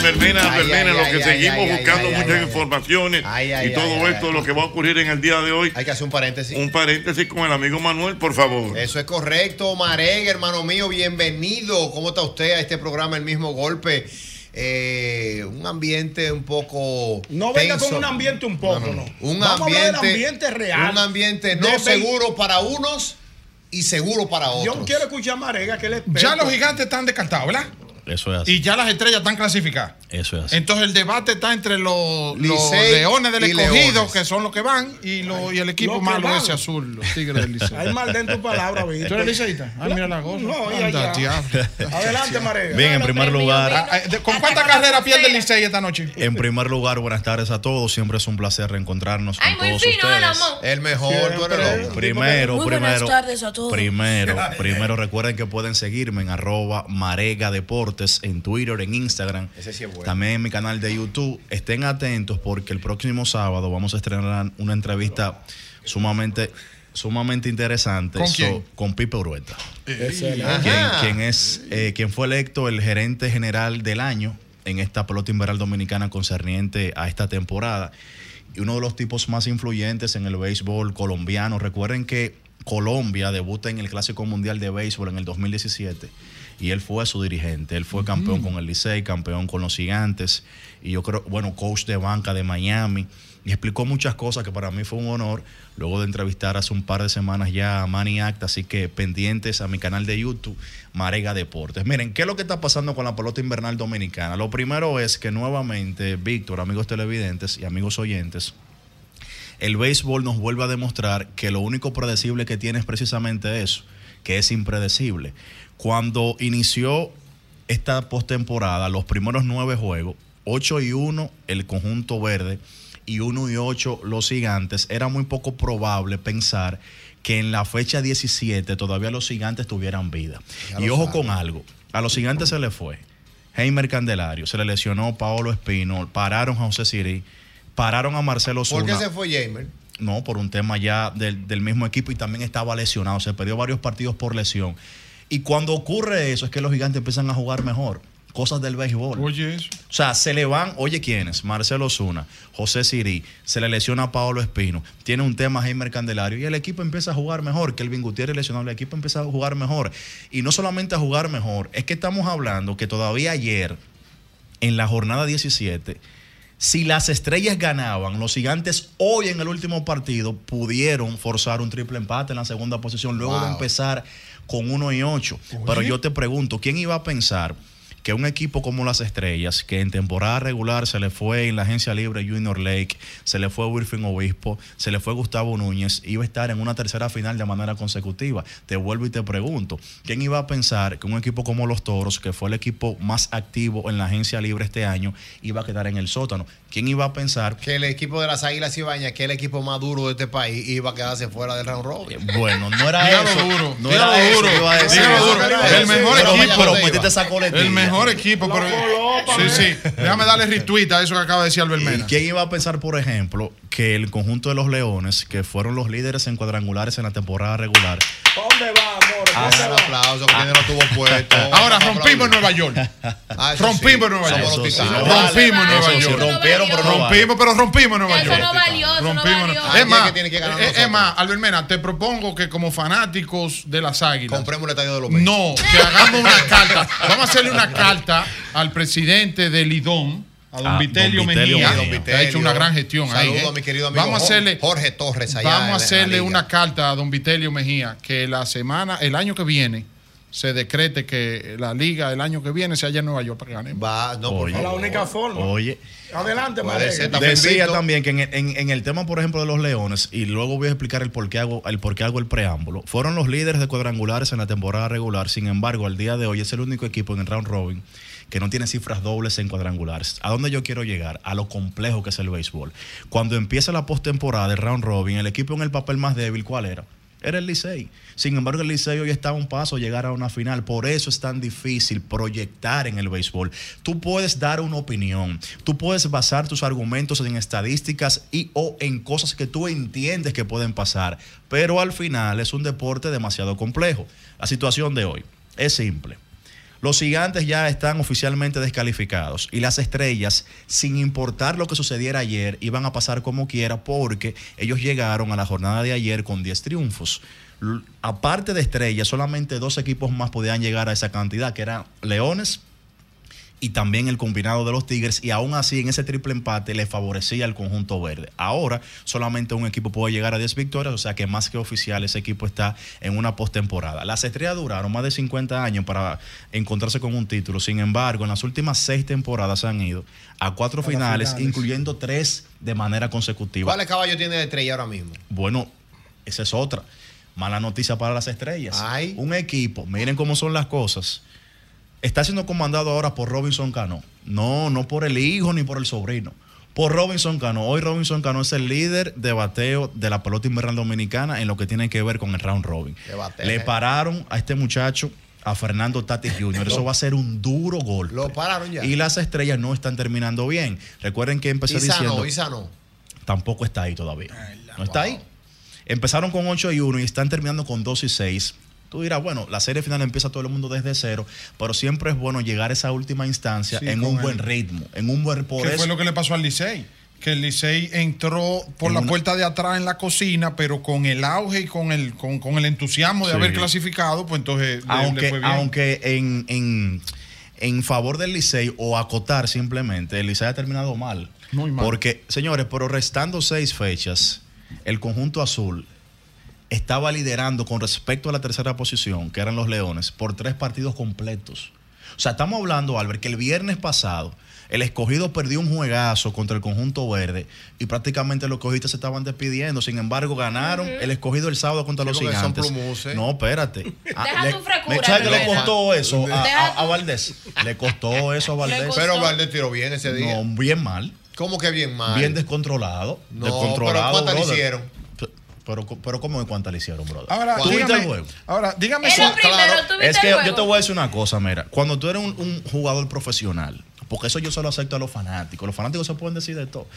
[SPEAKER 2] Bermena, Bermena,
[SPEAKER 3] Ay,
[SPEAKER 2] Bermena,
[SPEAKER 3] ay,
[SPEAKER 2] lo
[SPEAKER 3] ay,
[SPEAKER 2] que
[SPEAKER 3] ay,
[SPEAKER 2] seguimos
[SPEAKER 3] ay, ay,
[SPEAKER 2] buscando
[SPEAKER 3] ay,
[SPEAKER 2] muchas
[SPEAKER 3] ay, ay.
[SPEAKER 2] informaciones
[SPEAKER 3] ay,
[SPEAKER 2] y todo
[SPEAKER 3] ay,
[SPEAKER 2] esto
[SPEAKER 3] ay.
[SPEAKER 2] es lo que va a ocurrir en el día de hoy.
[SPEAKER 3] Hay que hacer un paréntesis.
[SPEAKER 2] Un paréntesis con el amigo Manuel, por favor.
[SPEAKER 3] Eso es correcto, Mareg, hermano mío, bienvenido. ¿Cómo está usted a este programa El mismo golpe? eh, un ambiente un poco.
[SPEAKER 17] No venga
[SPEAKER 3] tenso.
[SPEAKER 17] con un ambiente un poco, no.
[SPEAKER 3] Un
[SPEAKER 17] Vamos a hablar del
[SPEAKER 3] ambiente,
[SPEAKER 17] ambiente real.
[SPEAKER 3] Un ambiente no
[SPEAKER 17] De ve-
[SPEAKER 3] seguro para unos y seguro para otros.
[SPEAKER 17] Yo quiero escuchar a Marega que le
[SPEAKER 22] Ya los gigantes están descartados, ¿verdad?
[SPEAKER 24] Eso es así.
[SPEAKER 22] Y ya las estrellas están clasificadas.
[SPEAKER 24] Eso es así.
[SPEAKER 22] Entonces el debate está entre los, los
[SPEAKER 24] Licey
[SPEAKER 22] leones del
[SPEAKER 24] y
[SPEAKER 22] escogido,
[SPEAKER 24] Leones.
[SPEAKER 22] que son los que van, y, los- y el equipo
[SPEAKER 24] los que
[SPEAKER 22] malo
[SPEAKER 24] van.
[SPEAKER 22] ese azul, los tigres del Licey.
[SPEAKER 24] Hay maldad en tu palabra, Víctor.
[SPEAKER 22] ¿Tú eres liceísta? Ah, mira la goza.
[SPEAKER 24] No, ya,
[SPEAKER 22] Anda,
[SPEAKER 24] ya.
[SPEAKER 22] diablo.
[SPEAKER 24] Adelante, Marega. Bien, en primer lugar.
[SPEAKER 22] Ah, eh, ¿Con cuántas carreras pierde el Licey esta noche?
[SPEAKER 24] En primer lugar, buenas tardes a todos. Siempre es un placer reencontrarnos
[SPEAKER 4] Ay,
[SPEAKER 24] con
[SPEAKER 4] muy
[SPEAKER 24] todos
[SPEAKER 4] fino,
[SPEAKER 24] ustedes.
[SPEAKER 4] Álamo.
[SPEAKER 3] El mejor, tú eres el hombre.
[SPEAKER 24] Primero,
[SPEAKER 4] Muy buenas
[SPEAKER 24] primero.
[SPEAKER 4] tardes a todos.
[SPEAKER 24] Primero, primero recuerden que pueden seguirme en arroba Marega Deportes, en Twitter, en Instagram.
[SPEAKER 3] Ese sí es bueno.
[SPEAKER 24] También en mi canal de YouTube. Estén atentos porque el próximo sábado vamos a estrenar una entrevista sumamente, sumamente interesante
[SPEAKER 22] ¿Con quién? Eh,
[SPEAKER 24] con Pipe Urueta.
[SPEAKER 22] Excelente.
[SPEAKER 24] Quien,
[SPEAKER 22] Ajá.
[SPEAKER 24] quien es, eh, quien fue electo el gerente general del año en esta pelota invernal dominicana concerniente a esta temporada. Y uno de los tipos más influyentes en el béisbol colombiano. Recuerden que Colombia debuta en el Clásico Mundial de Béisbol en el 2017 y él fue su dirigente. Él fue campeón con el Licey, campeón con los Gigantes y yo creo, bueno, coach de banca de Miami. Y explicó muchas cosas que para mí fue un honor. Luego de entrevistar hace un par de semanas ya a Manny Act, así que pendientes a mi canal de YouTube, Marega Deportes. Miren, ¿qué es lo que está pasando con la pelota invernal dominicana? Lo primero es que nuevamente, Víctor, amigos televidentes y amigos oyentes, el béisbol nos vuelve a demostrar que lo único predecible que tiene es precisamente eso, que es impredecible. Cuando inició esta postemporada, los primeros nueve juegos, 8 y 1 el conjunto verde y 1 y 8 los gigantes, era muy poco probable pensar que en la fecha 17 todavía los gigantes tuvieran vida.
[SPEAKER 5] Ya
[SPEAKER 24] y
[SPEAKER 5] lo
[SPEAKER 24] ojo
[SPEAKER 5] saben.
[SPEAKER 24] con algo, a los gigantes se les fue. Heimer Candelario, se le lesionó Paolo Espino, pararon a José Siri, pararon a Marcelo
[SPEAKER 3] ¿Por
[SPEAKER 24] Zuna.
[SPEAKER 3] qué se fue Jamer?
[SPEAKER 24] No, por un tema ya del, del mismo equipo y también estaba lesionado. Se perdió varios partidos por lesión. Y cuando ocurre eso es que los gigantes empiezan a jugar mejor. Cosas del béisbol.
[SPEAKER 22] Oye, eso.
[SPEAKER 24] O sea, se le van, oye, ¿quiénes? Marcelo Zuna, José Siri, se le lesiona a Paolo Espino, tiene un tema Heimer Candelario y el equipo empieza a jugar mejor. Kelvin Gutiérrez lesionado, el equipo empieza a jugar mejor. Y no solamente a jugar mejor, es que estamos hablando que todavía ayer, en la jornada 17, si las estrellas ganaban, los gigantes hoy en el último partido pudieron forzar un triple empate en la segunda posición luego de
[SPEAKER 5] Wow.
[SPEAKER 24] empezar con 1 y 8. Pero yo te pregunto, ¿quién iba a pensar que un equipo como las estrellas, que en temporada regular se le fue en la agencia libre Junior Lake, se le fue Wilfred Obispo, se le fue Gustavo Núñez, iba a estar en una tercera final de manera consecutiva? Te vuelvo y te pregunto, ¿quién iba a pensar que un equipo como los Toros, que fue el equipo más activo en la agencia libre este año, iba a quedar en el sótano? ¿Quién iba a pensar
[SPEAKER 3] Que el equipo de las Águilas Ibañas, que es el equipo más duro de este país, iba a quedarse fuera del round robin.
[SPEAKER 24] Eh, Bueno, no era
[SPEAKER 3] Dígalo
[SPEAKER 24] eso.
[SPEAKER 3] duro,
[SPEAKER 24] no
[SPEAKER 3] dígalo
[SPEAKER 24] era
[SPEAKER 3] duro,
[SPEAKER 24] eso. que iba a decir.
[SPEAKER 3] dígalo
[SPEAKER 24] Pero-
[SPEAKER 3] duro.
[SPEAKER 24] pero-
[SPEAKER 3] El mejor
[SPEAKER 24] pero-
[SPEAKER 3] equipo.
[SPEAKER 24] Pero metiste esa coletilla.
[SPEAKER 22] El mejor equipo, pero. Sí,
[SPEAKER 24] ¿eh?
[SPEAKER 22] sí. Déjame darle retweet a eso que acaba de decir Albert
[SPEAKER 24] ¿Y
[SPEAKER 22] Mena.
[SPEAKER 24] quién iba a pensar, por ejemplo, que el conjunto de los Leones, que fueron los líderes en cuadrangulares en la temporada regular,
[SPEAKER 17] ¿Dónde va, amor?
[SPEAKER 24] Ah,
[SPEAKER 3] Dale el aplauso que tiene lo tuvo puesto.
[SPEAKER 22] Ahora rompimos en Nueva York.
[SPEAKER 3] Ah.
[SPEAKER 24] ah,
[SPEAKER 22] Rompimos en Nueva
[SPEAKER 3] Somos
[SPEAKER 22] York.
[SPEAKER 3] los titanes.
[SPEAKER 22] Rompimos en Nueva
[SPEAKER 3] Eso sí,
[SPEAKER 22] York.
[SPEAKER 3] rompieron, pero no vale.
[SPEAKER 22] rompimos, pero rompimos en Nueva
[SPEAKER 4] Eso
[SPEAKER 22] York.
[SPEAKER 4] no valió, eso no
[SPEAKER 22] Rompimos en-
[SPEAKER 4] valió.
[SPEAKER 22] Es
[SPEAKER 4] Alguien
[SPEAKER 22] más, eh,
[SPEAKER 4] que tiene que ganar
[SPEAKER 22] es- es
[SPEAKER 4] nosotros.
[SPEAKER 22] más, Albert Mena, te propongo que como fanáticos de las Águilas compremos
[SPEAKER 3] el estadio de los
[SPEAKER 22] No, que hagamos una carta. Vamos a hacerle una carta al presidente del Lidón, a don
[SPEAKER 3] Ah,
[SPEAKER 22] Vitelio
[SPEAKER 3] don Vitelio
[SPEAKER 22] Mejía,
[SPEAKER 3] Mejía.
[SPEAKER 22] que ha hecho una gran gestión ahí.
[SPEAKER 3] Saludo
[SPEAKER 22] ¿eh?
[SPEAKER 3] a mi querido amigo
[SPEAKER 22] Vamos a hacerle
[SPEAKER 3] Jorge Torres allá en
[SPEAKER 22] Vamos a
[SPEAKER 3] la- en la
[SPEAKER 22] hacerle
[SPEAKER 3] liga.
[SPEAKER 22] una carta a don Vitelio Mejía que la semana, el año que viene, se decrete que la liga el año que viene se halla en Nueva York para ganar.
[SPEAKER 3] Va, no,
[SPEAKER 22] por
[SPEAKER 24] Oye. favor.
[SPEAKER 22] favor.
[SPEAKER 24] La única forma. Oye.
[SPEAKER 17] Adelante,
[SPEAKER 22] Puede
[SPEAKER 17] Marega.
[SPEAKER 22] ser
[SPEAKER 24] Decía también que en, en- en el tema, por ejemplo, de los Leones, y luego voy a explicar el por, qué hago, el por qué hago el preámbulo, fueron los líderes de cuadrangulares en la temporada regular, sin embargo, al día de hoy es el único equipo en el round robin que no tiene cifras dobles en cuadrangulares. ¿A dónde yo quiero llegar? A lo complejo que es el béisbol. Cuando empieza la postemporada, el round robin, el equipo en el papel más débil, ¿cuál era? Era el Licey. Sin embargo, el Licey hoy está a un paso de llegar a una final. Por eso es tan difícil proyectar en el béisbol. Tú puedes dar una opinión, tú puedes basar tus argumentos en estadísticas y o en cosas que tú entiendes que pueden pasar. Pero al final es un deporte demasiado complejo. La situación de hoy es simple. Los gigantes ya están oficialmente descalificados y las estrellas, sin importar lo que sucediera ayer, iban a pasar como quiera porque ellos llegaron a la jornada de ayer con 10 triunfos. L- Aparte de estrellas, solamente dos equipos más podían llegar a esa cantidad, que eran Leones y también el combinado de los Tigres y aún así en ese triple empate le favorecía al conjunto verde. Ahora solamente un equipo puede llegar a 10 victorias, o sea que más que oficial ese equipo está en una postemporada. Las estrellas duraron más de 50 años para encontrarse con un título, sin embargo en las últimas seis temporadas se han ido a cuatro
[SPEAKER 3] A las
[SPEAKER 24] finales,
[SPEAKER 3] finales.
[SPEAKER 24] incluyendo tres de manera consecutiva.
[SPEAKER 3] ¿Cuáles caballos tiene de estrella ahora mismo?
[SPEAKER 24] Bueno, esa es otra. Mala noticia para las estrellas. Un equipo, miren cómo son las cosas. Está siendo comandado ahora por Robinson Cano. No, no por el hijo ni por el sobrino. Por Robinson Cano. Hoy Robinson Cano es el líder de bateo de la pelota invernal dominicana en lo que tiene que ver con el round robin. Le pararon a este muchacho, a Fernando Tatis Jr. Eso va a ser un duro golpe. Lo
[SPEAKER 3] pararon ya.
[SPEAKER 24] Y las estrellas no están terminando bien. Recuerden que empecé
[SPEAKER 3] Y
[SPEAKER 24] diciendo
[SPEAKER 3] sano, y sano.
[SPEAKER 24] tampoco está ahí todavía.
[SPEAKER 22] Ah,
[SPEAKER 24] No está ahí. Empezaron con 8 y 1 y están terminando con 2 y 6. Tú dirás, bueno, la serie final empieza todo el mundo desde cero, pero siempre es bueno llegar a esa última instancia
[SPEAKER 22] Sí,
[SPEAKER 24] en
[SPEAKER 22] con
[SPEAKER 24] un buen
[SPEAKER 22] el-
[SPEAKER 24] ritmo, en un buen por
[SPEAKER 22] ¿Qué
[SPEAKER 24] eso-
[SPEAKER 22] fue lo que le pasó al Licey? Que el Licey entró por
[SPEAKER 24] En
[SPEAKER 22] la
[SPEAKER 24] una-
[SPEAKER 22] puerta de atrás en la cocina, pero con el auge y con el, con, con el entusiasmo de
[SPEAKER 24] Sí.
[SPEAKER 22] haber clasificado, pues entonces le- le
[SPEAKER 24] aunque,
[SPEAKER 22] fue bien.
[SPEAKER 24] aunque en, en- en favor del Licey o acotar simplemente, el Licey ha terminado mal.
[SPEAKER 22] Muy mal.
[SPEAKER 24] Porque, señores, pero restando seis fechas, el conjunto azul estaba liderando con respecto a la tercera posición, que eran los Leones, por tres partidos completos. O sea, estamos hablando, Albert, que el viernes pasado el escogido perdió un juegazo contra el conjunto verde y prácticamente los escogistas se estaban despidiendo. Sin embargo, ganaron el escogido el sábado contra los
[SPEAKER 3] porque son
[SPEAKER 24] gigantes.
[SPEAKER 3] plumosos, ¿eh?
[SPEAKER 24] No, espérate.
[SPEAKER 3] Deja
[SPEAKER 24] Ah, le-
[SPEAKER 3] tu frescura,
[SPEAKER 24] me- ¿Sabes qué le
[SPEAKER 3] Rivera?
[SPEAKER 24] costó eso a,
[SPEAKER 3] Deja
[SPEAKER 24] a- a Valdés? Le costó eso a Valdés.
[SPEAKER 3] Pero Valdés tiró bien ese día.
[SPEAKER 24] No, bien mal.
[SPEAKER 3] ¿Cómo que bien mal?
[SPEAKER 24] Bien descontrolado.
[SPEAKER 3] No, pero
[SPEAKER 24] descontrolado,
[SPEAKER 3] ¿cuántas le
[SPEAKER 24] brother.
[SPEAKER 3] hicieron?
[SPEAKER 24] Pe- Pero, pero ¿cómo de cuántas le hicieron, brother?
[SPEAKER 22] Ahora,
[SPEAKER 24] ¿Tú viste
[SPEAKER 22] dígame-
[SPEAKER 24] el juego?
[SPEAKER 22] Ahora, dígame
[SPEAKER 4] Es lo primero, ¿tú viste
[SPEAKER 24] Es que
[SPEAKER 4] el juego?
[SPEAKER 24] yo te voy a decir una cosa, mira. Cuando tú eres un, un jugador profesional, porque eso yo solo acepto a los fanáticos. Los fanáticos se pueden decir de todo.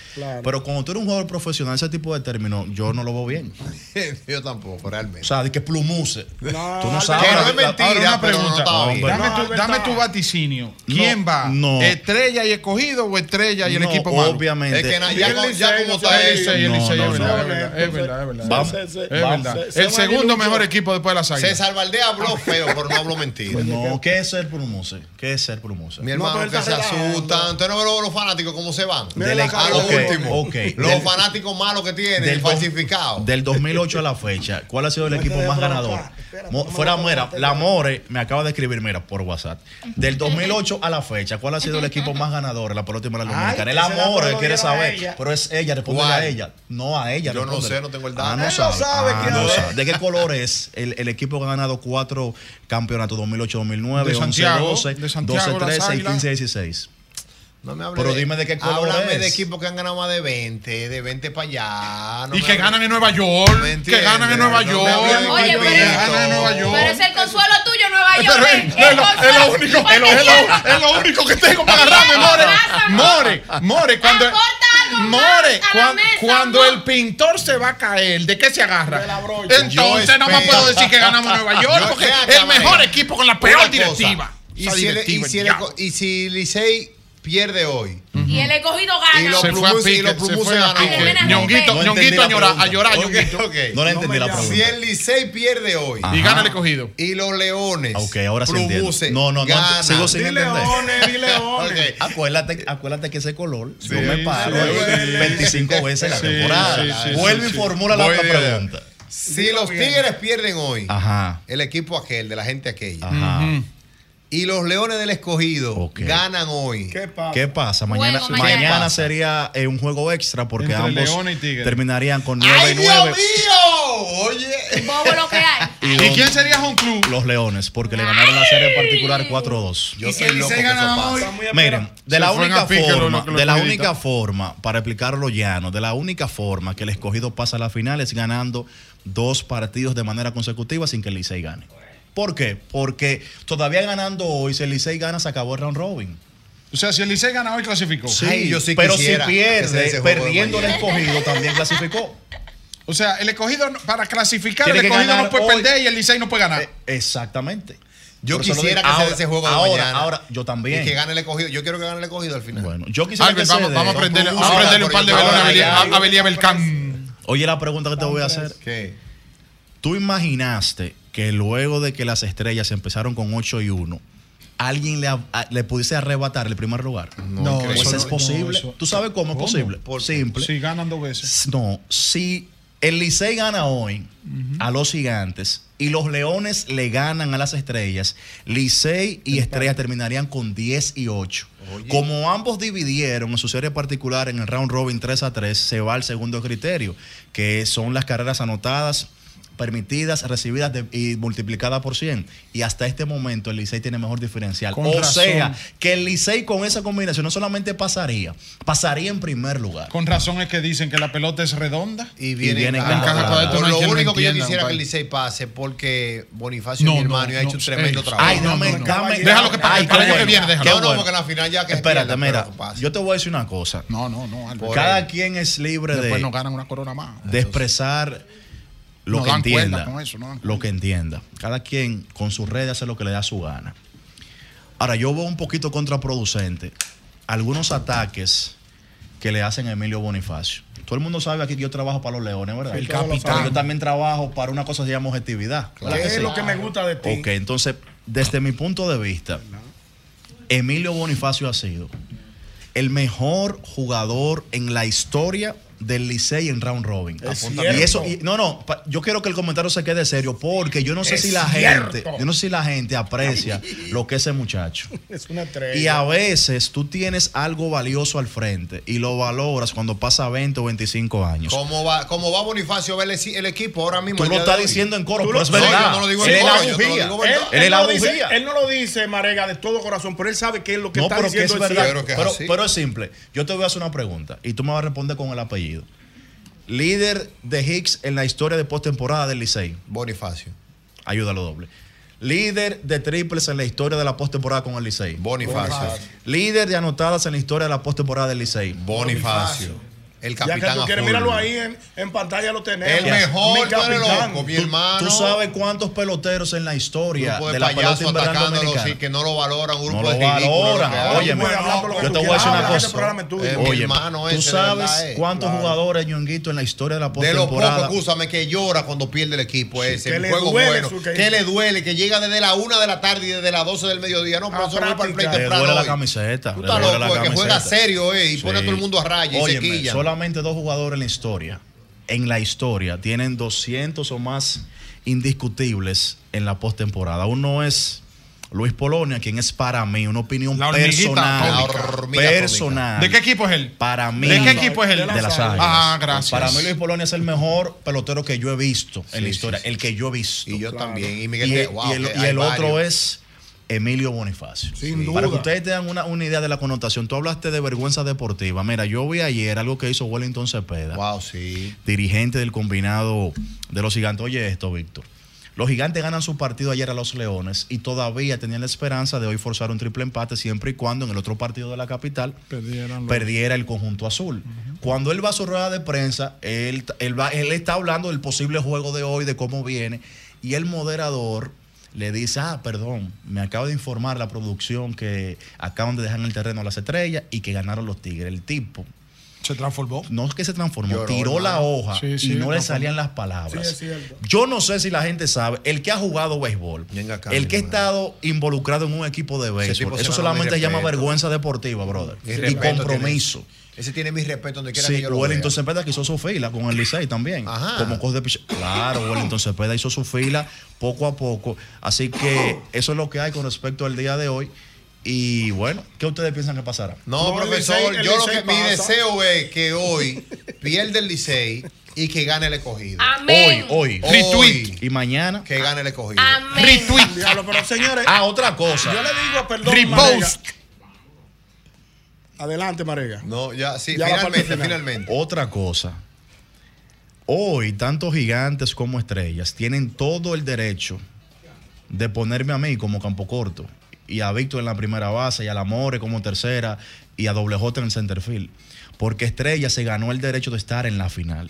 [SPEAKER 24] Pero cuando tú eres un jugador profesional, ese tipo de términos, yo no lo veo bien.
[SPEAKER 3] Yo tampoco, realmente.
[SPEAKER 24] O sea, de que plumuse. tú no
[SPEAKER 3] Albert, Ah,
[SPEAKER 24] sabes.
[SPEAKER 3] que no es mentira,
[SPEAKER 24] Ahora una
[SPEAKER 3] pero no
[SPEAKER 24] pregunta. Ah,
[SPEAKER 3] estaba bien.
[SPEAKER 24] Hombre,
[SPEAKER 22] Dame,
[SPEAKER 24] no,
[SPEAKER 22] tu, dame tu vaticinio.
[SPEAKER 24] No,
[SPEAKER 22] ¿Quién va?
[SPEAKER 24] no.
[SPEAKER 22] ¿Estrella y escogido o estrella y el
[SPEAKER 24] No,
[SPEAKER 22] equipo malo?
[SPEAKER 24] obviamente. Es que na- ya
[SPEAKER 22] El
[SPEAKER 24] con- ya
[SPEAKER 22] Licey,
[SPEAKER 24] como
[SPEAKER 22] no,
[SPEAKER 24] está
[SPEAKER 22] el Licey, el
[SPEAKER 24] eso.
[SPEAKER 22] Licey,
[SPEAKER 24] No,
[SPEAKER 22] es
[SPEAKER 24] no,
[SPEAKER 22] verdad, Eh,
[SPEAKER 24] no.
[SPEAKER 22] es verdad, es verdad, es verdad.
[SPEAKER 24] Vamos.
[SPEAKER 22] Es verdad.
[SPEAKER 24] Vamos.
[SPEAKER 22] El segundo mejor equipo después de las águilas.
[SPEAKER 3] César Valdés habló
[SPEAKER 22] Ah.
[SPEAKER 3] feo, pero no habló mentira.
[SPEAKER 24] No, ¿qué es ser plumuse? ¿Qué es ser plumuse?
[SPEAKER 3] Mi hermano, que se asustan. Ustedes no ven los fanáticos cómo se van.
[SPEAKER 24] Del equ-
[SPEAKER 3] a lo
[SPEAKER 24] ok,
[SPEAKER 3] último.
[SPEAKER 24] ok.
[SPEAKER 3] Los
[SPEAKER 24] Del-
[SPEAKER 3] fanáticos malos que tienen,
[SPEAKER 24] del dos-
[SPEAKER 3] falsificados.
[SPEAKER 24] Del 2008 a la fecha, ¿cuál ha sido el equipo más ganador? Mo- Fuera Mera, la More me acaba de escribir, mira, por WhatsApp. Del 2008 a la fecha, ¿cuál ha sido el equipo más ganador en la pelota invernal dominicana? El
[SPEAKER 3] ese dato
[SPEAKER 24] Amore
[SPEAKER 3] lo
[SPEAKER 24] quiere
[SPEAKER 3] dieron a
[SPEAKER 24] saber,
[SPEAKER 3] ella.
[SPEAKER 24] pero es ella, responde
[SPEAKER 3] ¿Cuál?
[SPEAKER 24] a ella, no a ella.
[SPEAKER 3] Yo no
[SPEAKER 24] respóndele.
[SPEAKER 3] sé, no tengo el dato.
[SPEAKER 24] Ah, no
[SPEAKER 3] Él
[SPEAKER 24] sabe.
[SPEAKER 3] no sabe
[SPEAKER 24] Ah,
[SPEAKER 3] quién
[SPEAKER 24] no
[SPEAKER 3] es.
[SPEAKER 24] sabe. ¿De qué color es? El, el equipo que ha ganado cuatro campeonatos, 2008-2009,
[SPEAKER 3] De Santiago,
[SPEAKER 24] 11-12,
[SPEAKER 3] de Santiago, las
[SPEAKER 24] 12-13 y
[SPEAKER 3] Águilas.
[SPEAKER 24] 15-16.
[SPEAKER 3] No me
[SPEAKER 24] Pero dime de qué color
[SPEAKER 3] Háblame
[SPEAKER 24] es.
[SPEAKER 3] de equipos que han ganado más de 20, de 20 para allá. no
[SPEAKER 22] Y
[SPEAKER 3] me
[SPEAKER 22] que
[SPEAKER 3] hable-
[SPEAKER 22] ganan en Nueva York. Que ganan en Nueva
[SPEAKER 3] No me hable de
[SPEAKER 22] York.
[SPEAKER 4] Oye,
[SPEAKER 3] equipos
[SPEAKER 4] pero,
[SPEAKER 3] que ganan en Nueva
[SPEAKER 4] pero
[SPEAKER 3] York.
[SPEAKER 4] es el consuelo tuyo, Nueva York.
[SPEAKER 22] Pero
[SPEAKER 4] ¿eh?
[SPEAKER 22] es, es lo, es lo único, es lo, es lo- es lo único que tengo para agarrarme, More. More, More, cuando, More, cuan- cuando el pintor se va a caer, ¿de qué se agarra?
[SPEAKER 3] Yo
[SPEAKER 22] Entonces no más
[SPEAKER 3] espero-
[SPEAKER 22] puedo decir que ganamos Nueva York
[SPEAKER 3] Yo-
[SPEAKER 22] porque
[SPEAKER 3] Ven
[SPEAKER 22] es
[SPEAKER 3] acá,
[SPEAKER 22] el mejor
[SPEAKER 3] María.
[SPEAKER 22] equipo con la
[SPEAKER 3] Una
[SPEAKER 22] peor
[SPEAKER 3] cosa,
[SPEAKER 22] directiva.
[SPEAKER 3] Y
[SPEAKER 22] Esa
[SPEAKER 3] si, el-
[SPEAKER 22] directiva
[SPEAKER 3] y, si el-
[SPEAKER 22] ya.
[SPEAKER 3] y si Licey pierde hoy.
[SPEAKER 4] Y él he cogido
[SPEAKER 3] Y
[SPEAKER 4] ganas.
[SPEAKER 3] los plumus y los plumus se ganó.
[SPEAKER 22] Ñonguito, No entendí Ñonguito la a llorar, pregunta. a llorar,
[SPEAKER 3] Ok,
[SPEAKER 22] Ñonguito.
[SPEAKER 3] ok.
[SPEAKER 24] No le entendí la
[SPEAKER 3] me
[SPEAKER 24] pregunta.
[SPEAKER 3] Si el Licey pierde hoy.
[SPEAKER 24] Y Ajá. gana el
[SPEAKER 22] cogido.
[SPEAKER 3] Y los Leones.
[SPEAKER 24] Ok, ahora sí
[SPEAKER 3] Plumus
[SPEAKER 24] entiendo.
[SPEAKER 3] se
[SPEAKER 24] No, no, no,
[SPEAKER 3] ganan.
[SPEAKER 24] sigo sin entender.
[SPEAKER 3] di Leones.
[SPEAKER 24] Ok. Acuérdate, acuérdate que ese color
[SPEAKER 3] Sí,
[SPEAKER 24] yo me paro
[SPEAKER 3] sí,
[SPEAKER 24] ahí
[SPEAKER 3] sí.
[SPEAKER 24] 25 veces en la
[SPEAKER 3] Sí,
[SPEAKER 24] temporada.
[SPEAKER 3] sí, sí,
[SPEAKER 24] Vuelve
[SPEAKER 3] sí,
[SPEAKER 24] y
[SPEAKER 3] sí.
[SPEAKER 24] formula la
[SPEAKER 3] Voy
[SPEAKER 24] otra
[SPEAKER 3] de idea.
[SPEAKER 24] pregunta.
[SPEAKER 3] Si los Tigres pierden hoy,
[SPEAKER 24] Ajá.
[SPEAKER 3] el equipo aquel, de la gente aquella,
[SPEAKER 24] Ajá. Ujú.
[SPEAKER 3] y los Leones del Escogido ganan hoy. ¿Qué pasa?
[SPEAKER 24] ¿Qué pasa? Mañana,
[SPEAKER 3] Juego mañana.
[SPEAKER 24] mañana,
[SPEAKER 3] ¿Qué pasa?
[SPEAKER 24] sería eh, un juego extra porque
[SPEAKER 3] Entre Leones y
[SPEAKER 24] ambos
[SPEAKER 3] Tigres.
[SPEAKER 24] terminarían con 9 y 9.
[SPEAKER 3] Oye.
[SPEAKER 4] Bobo lo que hay.
[SPEAKER 24] ¿Y, quién
[SPEAKER 22] sería Home Club?
[SPEAKER 24] Los Leones, porque le ganaron la serie particular 4-2.
[SPEAKER 3] Yo soy loco que eso pasa.
[SPEAKER 24] Miren, de
[SPEAKER 3] Se
[SPEAKER 24] la
[SPEAKER 3] fueron
[SPEAKER 24] única
[SPEAKER 3] a pique los-
[SPEAKER 24] forma,
[SPEAKER 3] los- los
[SPEAKER 24] de la
[SPEAKER 3] cogiditos.
[SPEAKER 24] única forma, para explicarlo llano, de la única forma que el escogido pasa a la final es ganando dos partidos de manera consecutiva sin que el Licey gane. ¿Por qué? Porque todavía ganando hoy, si el Licey gana, se acabó el round robin.
[SPEAKER 22] O sea, si el Licey gana hoy, clasificó.
[SPEAKER 24] Sí, pero si pierde, perdiendo el escogido, también clasificó.
[SPEAKER 22] O sea, el escogido, no- para clasificar, el
[SPEAKER 24] Tiene que
[SPEAKER 22] escogido
[SPEAKER 24] ganar
[SPEAKER 22] no puede
[SPEAKER 24] hoy. Eh,
[SPEAKER 22] perder y el Licey no puede ganar.
[SPEAKER 24] Exactamente.
[SPEAKER 3] Yo
[SPEAKER 24] Por eso lo
[SPEAKER 3] quisiera
[SPEAKER 24] digo.
[SPEAKER 3] que se
[SPEAKER 24] Ahora,
[SPEAKER 3] dé ese juego de
[SPEAKER 24] ahora,
[SPEAKER 3] mañana.
[SPEAKER 24] Ahora, yo también.
[SPEAKER 3] Y que gane el escogido. Yo quiero que gane el escogido al final.
[SPEAKER 24] Bueno, yo quisiera
[SPEAKER 22] Albert,
[SPEAKER 24] que se
[SPEAKER 22] vamos-
[SPEAKER 24] dé.
[SPEAKER 22] vamos a prenderle- vamos a prenderle un par de
[SPEAKER 24] Ahora,
[SPEAKER 22] velones a Belia-
[SPEAKER 24] ya,
[SPEAKER 22] a-
[SPEAKER 24] ya.
[SPEAKER 22] a Belia Belcán.
[SPEAKER 24] Oye, la pregunta que te voy a hacer. ¿Tú imaginaste que luego de que las estrellas empezaron con 8 y 1, alguien le, a- a- le pudiese arrebatar el primer lugar.
[SPEAKER 22] No,
[SPEAKER 24] pues
[SPEAKER 22] eso
[SPEAKER 24] es
[SPEAKER 22] no-
[SPEAKER 24] posible.
[SPEAKER 22] no, eso-
[SPEAKER 24] ¿Tú sabes cómo es
[SPEAKER 22] ¿Cómo?
[SPEAKER 24] posible? Simple.
[SPEAKER 22] Si ganan dos veces.
[SPEAKER 24] No, si el Licey gana hoy a los gigantes y los leones le ganan a las estrellas, Licey y estrellas terminarían con 10 y 8. Como ambos dividieron en su serie particular en el round robin 3 a 3, se va al segundo criterio, que son las carreras anotadas permitidas, recibidas de- y multiplicadas por 100. Y hasta este momento el Licey tiene mejor diferencial.
[SPEAKER 22] Con
[SPEAKER 24] o
[SPEAKER 22] razón.
[SPEAKER 24] sea, que el Licey con esa combinación no solamente pasaría, pasaría en primer lugar.
[SPEAKER 22] Con razón es que dicen que la pelota es redonda
[SPEAKER 24] Y
[SPEAKER 3] viene
[SPEAKER 24] viene
[SPEAKER 3] en
[SPEAKER 24] en caja
[SPEAKER 3] caja
[SPEAKER 24] cuadrada.
[SPEAKER 3] cuadrada. Por
[SPEAKER 24] No hay
[SPEAKER 3] Lo
[SPEAKER 24] quien lo
[SPEAKER 3] único que yo
[SPEAKER 24] entienda,
[SPEAKER 3] quisiera que
[SPEAKER 24] compadre.
[SPEAKER 3] el Licey pase porque Bonifacio,
[SPEAKER 24] No,
[SPEAKER 3] mi
[SPEAKER 24] no,
[SPEAKER 3] hermano, y ha
[SPEAKER 24] no,
[SPEAKER 3] hecho un tremendo
[SPEAKER 24] ey,
[SPEAKER 3] trabajo.
[SPEAKER 24] ay, no, men, dame-
[SPEAKER 3] déjalo que para
[SPEAKER 24] ay,
[SPEAKER 3] el año
[SPEAKER 24] qué
[SPEAKER 3] que
[SPEAKER 24] bueno,
[SPEAKER 3] viene, déjalo.
[SPEAKER 24] qué
[SPEAKER 3] No, no,
[SPEAKER 24] bueno.
[SPEAKER 3] porque la final ya que
[SPEAKER 24] Espérate,
[SPEAKER 3] espera,
[SPEAKER 24] mira,
[SPEAKER 3] pero que pase.
[SPEAKER 24] yo te voy a decir una cosa.
[SPEAKER 22] No, no, no. Albert.
[SPEAKER 24] Cada
[SPEAKER 22] Por ahí.
[SPEAKER 24] quien es libre de,
[SPEAKER 22] Después nos ganan una corona más.
[SPEAKER 24] de expresar lo
[SPEAKER 22] No
[SPEAKER 24] que
[SPEAKER 22] dan cuerda
[SPEAKER 24] entienda.
[SPEAKER 22] con eso, no dan
[SPEAKER 24] lo que entienda. Cada quien con su red hace lo que le da su gana. Ahora, yo veo un poquito contraproducente algunos ataques que le hacen a Emilio Bonifacio. Todo el mundo sabe aquí que yo trabajo para los leones, ¿verdad?
[SPEAKER 9] El Todos lo capitán.
[SPEAKER 24] Pero
[SPEAKER 9] saben.
[SPEAKER 24] Yo también trabajo para una cosa que se llama objetividad. ¿verdad
[SPEAKER 9] ¿Qué
[SPEAKER 24] que
[SPEAKER 9] es
[SPEAKER 24] sí?
[SPEAKER 9] lo que me gusta de ti?
[SPEAKER 24] Ok, entonces, desde mi punto de vista, Emilio Bonifacio ha sido el mejor jugador en la historia del Licey en round robin.
[SPEAKER 11] Es
[SPEAKER 24] y
[SPEAKER 11] cierto.
[SPEAKER 24] eso, y- no, no, pa- yo quiero que el comentario se quede serio porque yo no sé
[SPEAKER 9] Es
[SPEAKER 24] si la
[SPEAKER 9] cierto.
[SPEAKER 24] gente, yo no sé si la gente aprecia lo que es ese muchacho.
[SPEAKER 9] Es una estrella.
[SPEAKER 24] Y a veces tú tienes algo valioso al frente y lo valoras cuando pasa 20 o 25 años.
[SPEAKER 3] ¿Cómo va, ¿Cómo va Bonifacio ver el, el equipo ahora mismo?
[SPEAKER 24] Tú
[SPEAKER 3] el
[SPEAKER 24] lo
[SPEAKER 3] día
[SPEAKER 24] estás
[SPEAKER 3] de hoy?
[SPEAKER 24] diciendo en coro,
[SPEAKER 3] Tú
[SPEAKER 24] pero
[SPEAKER 3] lo-
[SPEAKER 24] es
[SPEAKER 3] no,
[SPEAKER 24] verdad.
[SPEAKER 3] Yo no lo digo
[SPEAKER 24] Él
[SPEAKER 3] en
[SPEAKER 24] es
[SPEAKER 3] coro,
[SPEAKER 24] la
[SPEAKER 3] yo te lo
[SPEAKER 24] bujía.
[SPEAKER 3] digo
[SPEAKER 9] Él,
[SPEAKER 3] verdad.
[SPEAKER 9] él
[SPEAKER 24] Él es
[SPEAKER 9] no
[SPEAKER 24] la
[SPEAKER 9] dice,
[SPEAKER 24] bujía.
[SPEAKER 9] él no lo dice, Marega, de todo corazón, pero él sabe que es lo que
[SPEAKER 24] no,
[SPEAKER 9] está
[SPEAKER 24] pero que
[SPEAKER 9] diciendo
[SPEAKER 24] es
[SPEAKER 9] es
[SPEAKER 24] verdad.
[SPEAKER 9] cierto.
[SPEAKER 24] Pero, pero es simple. Yo te voy a hacer una pregunta y tú me vas a responder con el apellido. Líder de Hicks en la historia de postemporada del Licey.
[SPEAKER 3] Bonifacio.
[SPEAKER 24] Ayúdalo doble. Líder de triples en la historia de la postemporada con el Licey.
[SPEAKER 3] Bonifacio. Bonifacio.
[SPEAKER 24] Líder de anotadas en la historia de la postemporada del Licey.
[SPEAKER 3] Bonifacio. El
[SPEAKER 9] ya que tú quieres, míralo ahí en, en pantalla, lo tenemos.
[SPEAKER 24] El mejor,
[SPEAKER 9] Mi
[SPEAKER 24] tú eres
[SPEAKER 9] capitán.
[SPEAKER 24] loco, mi Tú sabes cuántos peloteros en la historia
[SPEAKER 3] Grupo de
[SPEAKER 24] de la pelota
[SPEAKER 3] payasos
[SPEAKER 24] invernal
[SPEAKER 3] atacándolo,
[SPEAKER 24] dominicana.
[SPEAKER 3] sí, que no lo valoran, un grupo
[SPEAKER 24] no lo
[SPEAKER 3] de ridículos, lo que
[SPEAKER 24] valoran.
[SPEAKER 3] hay.
[SPEAKER 24] Oye,
[SPEAKER 3] Tú puedes hablar por lo que
[SPEAKER 24] yo
[SPEAKER 3] tú
[SPEAKER 24] te voy a
[SPEAKER 3] quieras,
[SPEAKER 24] decir una
[SPEAKER 3] habla, este
[SPEAKER 24] cosa. Eh,
[SPEAKER 3] programa es tuyo. Es mi
[SPEAKER 24] Oye,
[SPEAKER 3] hermano
[SPEAKER 24] tú
[SPEAKER 3] ese, de verdad,
[SPEAKER 24] sabes
[SPEAKER 3] eh.
[SPEAKER 24] cuántos
[SPEAKER 3] Claro.
[SPEAKER 24] jugadores, Ñonguito, en la historia de la
[SPEAKER 3] De los pocos,
[SPEAKER 24] postemporada.
[SPEAKER 3] escúchame, que llora cuando pierde el equipo ese.
[SPEAKER 24] que
[SPEAKER 3] un
[SPEAKER 24] le
[SPEAKER 3] juego
[SPEAKER 24] duele
[SPEAKER 3] bueno.
[SPEAKER 24] su
[SPEAKER 3] Que le duele, que llega desde la una de la tarde y desde las 12 del mediodía. No, pero eso no va para el play
[SPEAKER 24] Le
[SPEAKER 3] temprano.
[SPEAKER 24] duele la
[SPEAKER 3] hoy.
[SPEAKER 24] camiseta.
[SPEAKER 3] Tú
[SPEAKER 24] le
[SPEAKER 3] estás
[SPEAKER 24] duele la
[SPEAKER 3] loco, el que juega
[SPEAKER 24] camiseta.
[SPEAKER 3] serio, eh, y pone a todo el mundo a raya y se
[SPEAKER 24] Óyeme,
[SPEAKER 3] quilla.
[SPEAKER 24] Solamente dos jugadores en la historia, en la historia, tienen 200 o más indiscutibles en la postemporada. Uno es Luis Polonia, quien es para mí una opinión
[SPEAKER 22] hormiguita
[SPEAKER 24] personal.
[SPEAKER 22] atómica. La hormiga
[SPEAKER 24] personal.
[SPEAKER 22] atómica. ¿De qué equipo es él?
[SPEAKER 24] Para mí.
[SPEAKER 22] ¿De qué equipo es él?
[SPEAKER 24] De las águilas.
[SPEAKER 22] Ah, gracias.
[SPEAKER 24] Para mí Luis Polonia es el mejor pelotero que yo he visto en la historia, el que yo he visto. Y yo
[SPEAKER 3] también. Y Miguel
[SPEAKER 24] y,
[SPEAKER 3] Díaz, wow,
[SPEAKER 24] el,
[SPEAKER 3] que
[SPEAKER 24] y
[SPEAKER 3] hay
[SPEAKER 24] el otro
[SPEAKER 3] varios.
[SPEAKER 24] es Emilio Bonifacio.
[SPEAKER 3] Sin
[SPEAKER 24] Para que
[SPEAKER 3] duda.
[SPEAKER 24] ustedes tengan una, una idea de la connotación, tú hablaste de vergüenza deportiva. Mira, yo vi ayer algo que hizo Wellington Cepeda.
[SPEAKER 3] Wow, sí.
[SPEAKER 24] Dirigente del combinado de los gigantes. Oye esto, Víctor. Los gigantes ganan su partido ayer a los Leones y todavía tenían la esperanza de hoy forzar un triple empate siempre y cuando en el otro partido de la capital
[SPEAKER 22] Perdieron.
[SPEAKER 24] perdiera el conjunto azul. Cuando él va a su rueda de prensa, él, él va- él está hablando del posible juego de hoy, de cómo viene, y el moderador le dice, ah, perdón, me acaba de informar la producción que acaban de dejar en el terreno las estrellas y que ganaron los Tigres. El tipo
[SPEAKER 22] Se transformó.
[SPEAKER 24] no es que se transformó,
[SPEAKER 22] Lloró,
[SPEAKER 24] tiró la
[SPEAKER 22] hermano.
[SPEAKER 24] hoja
[SPEAKER 22] Sí, sí,
[SPEAKER 24] y no le
[SPEAKER 22] no,
[SPEAKER 24] salían
[SPEAKER 22] como-
[SPEAKER 24] las palabras.
[SPEAKER 22] Sí, es cierto.
[SPEAKER 24] Yo no sé si la gente sabe, el que ha jugado béisbol, el que ha estado involucrado en un equipo de
[SPEAKER 3] tipo
[SPEAKER 24] béisbol,
[SPEAKER 3] se
[SPEAKER 24] eso
[SPEAKER 3] ganó
[SPEAKER 24] solamente
[SPEAKER 3] mi
[SPEAKER 24] se llama
[SPEAKER 3] respeto.
[SPEAKER 24] vergüenza deportiva, brother,
[SPEAKER 3] Mi
[SPEAKER 24] y
[SPEAKER 3] respeto
[SPEAKER 24] compromiso.
[SPEAKER 3] tiene- ese tiene mi respeto donde quiera que
[SPEAKER 24] Sí,
[SPEAKER 3] yo lo
[SPEAKER 24] Wellington Cepeda que hizo su fila con el Licey también. Como coach de piche- Claro, Wellington Cepeda hizo su fila poco a poco. Así que eso es lo que hay con respecto al día de hoy. Y bueno, ¿qué ustedes piensan que pasará?
[SPEAKER 3] No, profesor, yo lo que, mi deseo es que hoy pierda el Licey y que gane el escogido.
[SPEAKER 24] Amén. Hoy, hoy.
[SPEAKER 3] Retweet.
[SPEAKER 24] Y mañana.
[SPEAKER 3] Que gane el escogido.
[SPEAKER 4] Amén.
[SPEAKER 3] Retweet.
[SPEAKER 9] pero señores.
[SPEAKER 24] Ah, otra cosa.
[SPEAKER 9] Yo le digo, perdón.
[SPEAKER 3] Repost.
[SPEAKER 9] Marega. Adelante, Marega.
[SPEAKER 3] No, ya, sí,
[SPEAKER 9] Ya la parte
[SPEAKER 3] finalmente,
[SPEAKER 9] final.
[SPEAKER 3] finalmente.
[SPEAKER 24] Otra cosa. Hoy, tanto gigantes como estrellas tienen todo el derecho de ponerme a mí como campo corto y a Víctor en la primera base y a Lamore como tercera y a Doble J en el centerfield. Porque Estrella se ganó el derecho de estar en la final.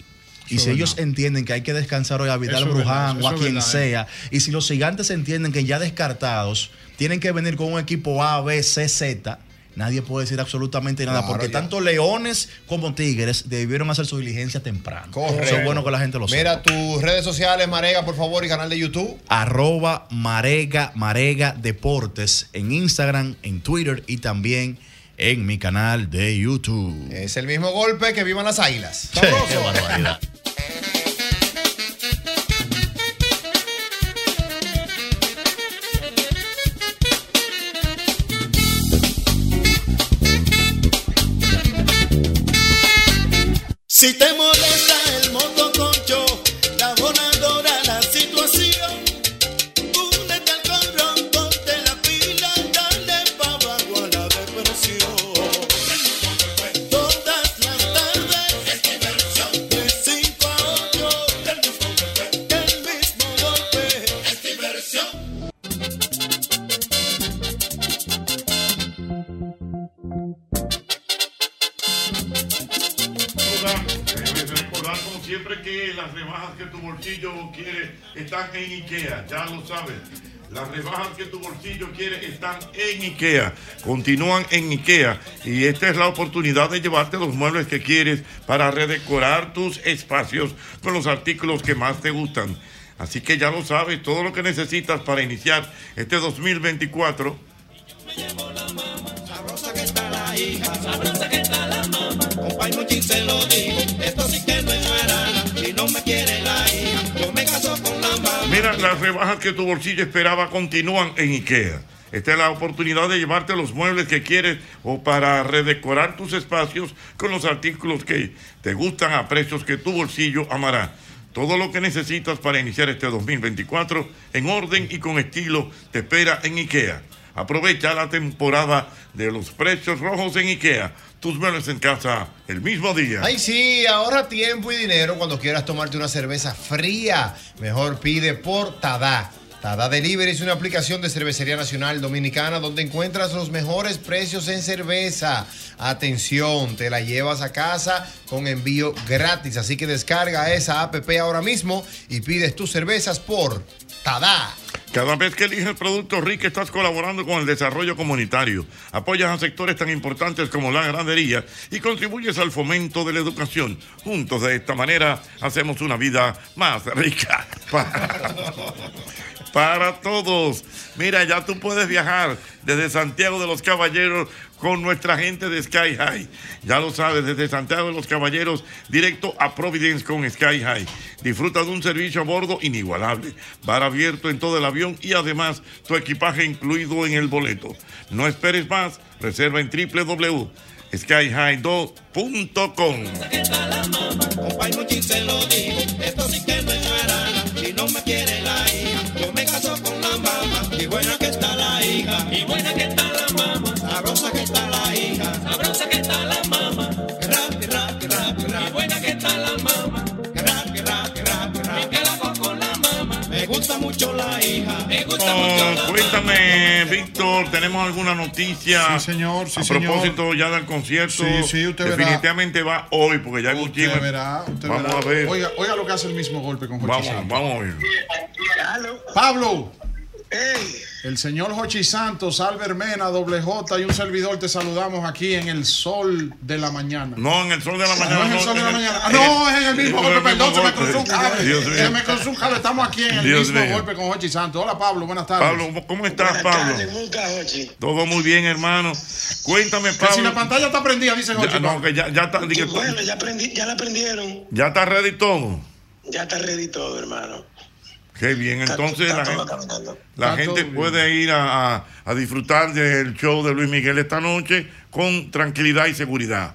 [SPEAKER 24] Y
[SPEAKER 22] Eso
[SPEAKER 24] si
[SPEAKER 22] es
[SPEAKER 24] ellos entienden que hay que descansar hoy a Vidal
[SPEAKER 22] Eso es verdad,
[SPEAKER 24] Bruján
[SPEAKER 22] eso
[SPEAKER 24] o a
[SPEAKER 22] es
[SPEAKER 24] quien
[SPEAKER 22] verdad, ¿eh?
[SPEAKER 24] sea, y si los gigantes entienden que ya descartados tienen que venir con un equipo A, B, C, Z, nadie puede decir absolutamente nada,
[SPEAKER 3] Claro,
[SPEAKER 24] porque
[SPEAKER 3] ya.
[SPEAKER 24] tanto leones como tigres debieron hacer su diligencia temprano. Eso es bueno que la gente lo sepa.
[SPEAKER 3] Mira tus redes sociales, Marega, por favor, y canal de YouTube.
[SPEAKER 24] arroba marega, marega deportes en Instagram, en Twitter y también en mi canal de YouTube.
[SPEAKER 3] Es el mismo golpe que vivan las águilas.
[SPEAKER 24] Qué barbaridad.
[SPEAKER 1] Si te molesta el motoconcho, la bonadora, la situación, únete al corrón, ponte la pila, dale pa' abajo a la depresión. Todas las tardes, de 5 a 8, el mismo golpe, es diversión.
[SPEAKER 2] Recordar como siempre que las rebajas que tu bolsillo quiere están en IKEA, ya lo sabes. Las rebajas que tu bolsillo quiere están en IKEA. Continúan en IKEA y esta es la oportunidad de llevarte los muebles que quieres para redecorar tus espacios con los artículos que más te gustan. Así que ya lo sabes, todo lo que necesitas para iniciar este 2024
[SPEAKER 1] la hija, sabrosa que está la mamá. Compa y Muchi se lo digo, esto sí que no es jarana. Si no me quiere la hija, yo me caso con la mamá.
[SPEAKER 2] Mira, las rebajas que tu bolsillo esperaba continúan en IKEA. Esta es la oportunidad de llevarte los muebles que quieres o para redecorar tus espacios con los artículos que te gustan a precios que tu bolsillo amará. Todo lo que necesitas para iniciar este 2024 en orden y con estilo te espera en IKEA. Aprovecha la temporada de los precios rojos en IKEA. Tus muebles en casa el mismo día.
[SPEAKER 3] Ay, sí, ahorra tiempo y dinero cuando quieras tomarte una cerveza fría. Mejor pide por Tadá. Tadá Delivery es una aplicación de cervecería nacional dominicana donde encuentras los mejores precios en cerveza. Atención, te la llevas a casa con envío gratis. Así que descarga esa app ahora mismo y pides tus cervezas por Tadá.
[SPEAKER 2] Cada vez que eliges productos RIC estás colaborando con el desarrollo comunitario, apoyas a sectores tan importantes como la ganadería y contribuyes al fomento de la educación. Juntos de esta manera hacemos una vida más rica. Para, para todos. Mira, ya tú puedes viajar desde Santiago de los Caballeros con nuestra gente de Sky High. Ya lo sabes, desde Santiago de los Caballeros, directo a Providence con Sky High. Disfruta de un servicio a bordo inigualable, bar abierto en todo el avión y además tu equipaje incluido en el boleto. No esperes más, reserva en www.skyhigh2.com.
[SPEAKER 1] Compa y Muchi se lo digo, esto sí que no es jarana. Si no me quiere la hija, yo me caso con la mamá. Y buena que está la hija, y buena que está la mamá. Sabrosa que está la hija, sabrosa que está la mamá. Rap, rap, rap, rap. Y buena que está la mamá. Rap, rap, rap, rap. Y que la hago con la mamá. Me gusta mucho la hija, me gusta mucho la
[SPEAKER 2] Oh, cuéntame, Víctor, ¿tenemos alguna noticia? Sí, señor,
[SPEAKER 13] sí,
[SPEAKER 2] A
[SPEAKER 13] señor.
[SPEAKER 2] propósito ya del concierto.
[SPEAKER 13] Sí, sí, usted verá.
[SPEAKER 2] Definitivamente va hoy, porque ya hay un chisme. Vamos
[SPEAKER 13] verá.
[SPEAKER 2] a ver.
[SPEAKER 13] Oiga, oiga lo que hace el mismo golpe con Jochi
[SPEAKER 2] Vamos,
[SPEAKER 13] Santos.
[SPEAKER 2] vamos a ver.
[SPEAKER 13] Pablo. El señor Jochi Santos, Albert Mena, doble J y un servidor te saludamos aquí en el sol de la mañana.
[SPEAKER 2] No, en el sol de la mañana.
[SPEAKER 13] No, en el sol de la
[SPEAKER 2] en el-
[SPEAKER 13] mañana. Ah, no,
[SPEAKER 2] Eh,
[SPEAKER 13] es en el mismo
[SPEAKER 2] en el
[SPEAKER 13] golpe, perdón, se me
[SPEAKER 2] golpe.
[SPEAKER 13] cruzó un cable.
[SPEAKER 2] eh, Dios
[SPEAKER 13] Se
[SPEAKER 2] mío.
[SPEAKER 13] me cruzó un cable. Estamos aquí en el
[SPEAKER 2] Dios
[SPEAKER 13] mismo
[SPEAKER 2] mío.
[SPEAKER 13] golpe con Jochi Santos. Hola, Pablo, buenas tardes.
[SPEAKER 2] Pablo, ¿cómo estás, Pablo? Todo muy bien, hermano. Cuéntame,
[SPEAKER 13] Que
[SPEAKER 2] Pablo.
[SPEAKER 13] si la pantalla está prendida, dice Jochi.
[SPEAKER 2] Ya, no, que ya, ya está. di que-
[SPEAKER 1] Bueno, ya, aprendí, ya la aprendieron,
[SPEAKER 2] ya está ready todo.
[SPEAKER 1] ya está ready todo, hermano.
[SPEAKER 2] Qué bien, entonces la gente, la
[SPEAKER 1] Está todo
[SPEAKER 2] gente
[SPEAKER 1] bien.
[SPEAKER 2] puede ir a, a- a disfrutar del show de Luis Miguel esta noche con tranquilidad y seguridad.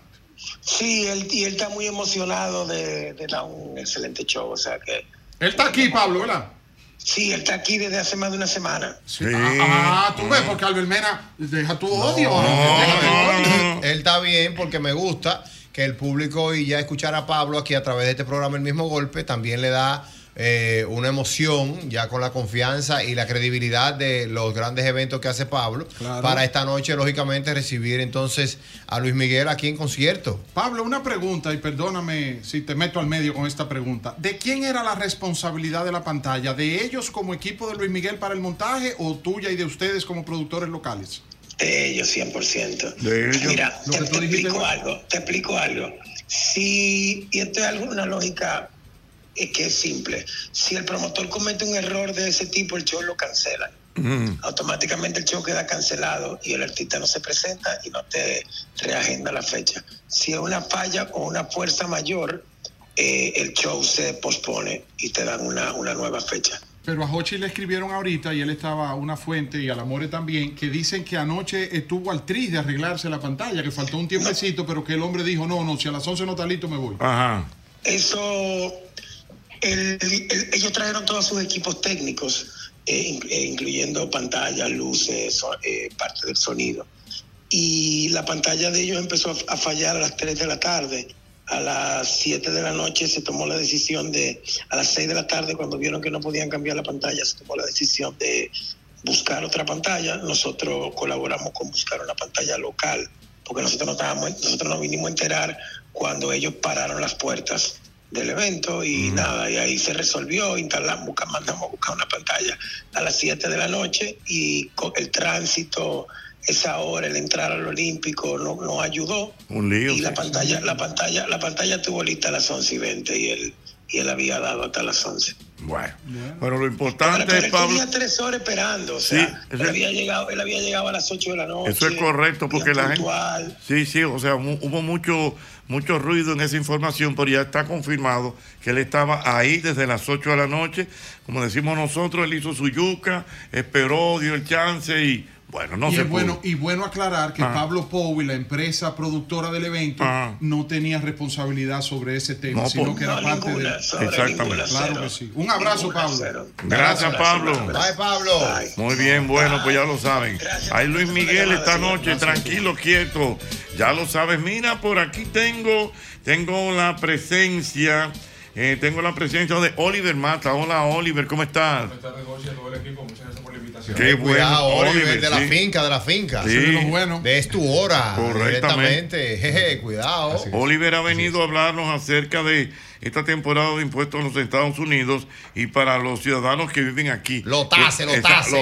[SPEAKER 1] Sí, él, y él está muy emocionado de, de dar un excelente show, o sea que...
[SPEAKER 13] Él está aquí, Pablo, ¿verdad?
[SPEAKER 1] Sí, él está aquí desde hace más de una semana.
[SPEAKER 2] Sí.
[SPEAKER 13] Ah, tú ves, porque Albert Mena deja tu odio.
[SPEAKER 3] Él está bien porque me gusta que el público y ya escuchar a Pablo aquí a través de este programa el mismo golpe también le da eh, una emoción ya con la confianza y la credibilidad de los grandes eventos que hace Pablo
[SPEAKER 13] Claro.
[SPEAKER 3] para esta noche lógicamente recibir entonces a Luis Miguel aquí en concierto.
[SPEAKER 13] Pablo, una pregunta, y perdóname si te meto al medio con esta pregunta. ¿De quién era la responsabilidad de la pantalla? ¿De ellos como equipo de Luis Miguel para el montaje o tuya y de ustedes como productores locales?
[SPEAKER 25] De ellos, 100%. Mira, te, te explico algo, te explico algo. Si, y esto es algo, una lógica eh, que es simple. Si el promotor comete un error de ese tipo, el show lo cancela. Automáticamente el show queda cancelado y el artista no se presenta y no te reagenda la fecha. Si es una falla o una fuerza mayor, eh, el show se pospone y te dan una, una nueva fecha.
[SPEAKER 22] Pero a Hochi le escribieron ahorita y él estaba a una fuente y al Amore también, que dicen que anoche estuvo al tris de arreglarse la pantalla, que faltó un tiempecito, pero que el hombre dijo, no, no, si a las 11 no está listo me voy.
[SPEAKER 2] Ajá.
[SPEAKER 25] Eso, el- el- ellos trajeron todos sus equipos técnicos, eh, in- eh, incluyendo pantallas, luces, so- eh, parte del sonido. Y la pantalla de ellos empezó a, a fallar a las 3 de la tarde. A las 7 de la noche se tomó la decisión de, a las 6 de la tarde, cuando vieron que no podían cambiar la pantalla, se tomó la decisión de buscar otra pantalla. Nosotros colaboramos con buscar una pantalla local, porque nosotros no estábamos, nosotros nos vinimos a enterar cuando ellos pararon las puertas del evento
[SPEAKER 2] Mm.
[SPEAKER 25] y nada, y ahí se resolvió, instalamos, busca- mandamos a buscar una pantalla a las 7 de la noche y co- el tránsito, esa hora, el entrar al Olímpico no, no ayudó
[SPEAKER 2] Un lío.
[SPEAKER 25] y la pantalla, la pantalla, la pantalla estuvo lista a las 11 y 20 y él, y él había dado hasta las 11.
[SPEAKER 2] Bueno, bueno lo importante
[SPEAKER 25] Pero
[SPEAKER 2] es,
[SPEAKER 25] él
[SPEAKER 2] Pablo,
[SPEAKER 25] tenía tres horas esperando, o
[SPEAKER 2] Sí,
[SPEAKER 25] sea,
[SPEAKER 2] es
[SPEAKER 25] él,
[SPEAKER 2] el-
[SPEAKER 25] había llegado, él había llegado a las 8 de la noche.
[SPEAKER 2] Eso es correcto porque
[SPEAKER 25] bien
[SPEAKER 2] la gente...
[SPEAKER 25] puntual.
[SPEAKER 2] Sí, sí, o sea, mu- hubo mucho, mucho ruido en esa información, pero ya está confirmado que él estaba ahí desde las 8 de la noche. Como decimos nosotros, él hizo su yuca, esperó, dio el chance y bueno, no
[SPEAKER 22] y,
[SPEAKER 2] se
[SPEAKER 22] es
[SPEAKER 2] pudo.
[SPEAKER 22] bueno, y bueno aclarar que
[SPEAKER 2] Ah.
[SPEAKER 22] Pablo Pou y la empresa productora del evento,
[SPEAKER 2] Ah.
[SPEAKER 22] no tenía responsabilidad sobre ese tema,
[SPEAKER 2] No, pues.
[SPEAKER 22] sino
[SPEAKER 2] por-
[SPEAKER 22] que era
[SPEAKER 2] no,
[SPEAKER 22] parte
[SPEAKER 2] ninguna,
[SPEAKER 22] de.
[SPEAKER 2] sobre Exactamente. ninguna,
[SPEAKER 22] Claro
[SPEAKER 2] cero.
[SPEAKER 22] que sí. Un abrazo, Pablo.
[SPEAKER 2] Gracias, Pablo.
[SPEAKER 3] Bye, Pablo.
[SPEAKER 2] Muy bien, bueno, pues ya lo saben. Ahí Luis Miguel esta noche, tranquilo, quieto. Ya lo sabes. Mira, por aquí tengo, tengo la presencia, eh, tengo la presencia de Oliver Mata. Hola, Oliver, ¿cómo estás? Qué bueno,
[SPEAKER 3] Cuidado, Oliver,
[SPEAKER 2] Oliver,
[SPEAKER 3] de la
[SPEAKER 2] sí.
[SPEAKER 3] finca, de la finca.
[SPEAKER 2] Sí. Eso es lo
[SPEAKER 3] De es tu hora.
[SPEAKER 2] Correctamente.
[SPEAKER 3] directamente. Jeje, Eh, cuidado.
[SPEAKER 2] Oliver ha venido a hablarnos acerca de esta temporada de impuestos en los Estados Unidos y para los ciudadanos que viven aquí. Eh, Lo
[SPEAKER 3] tase, lo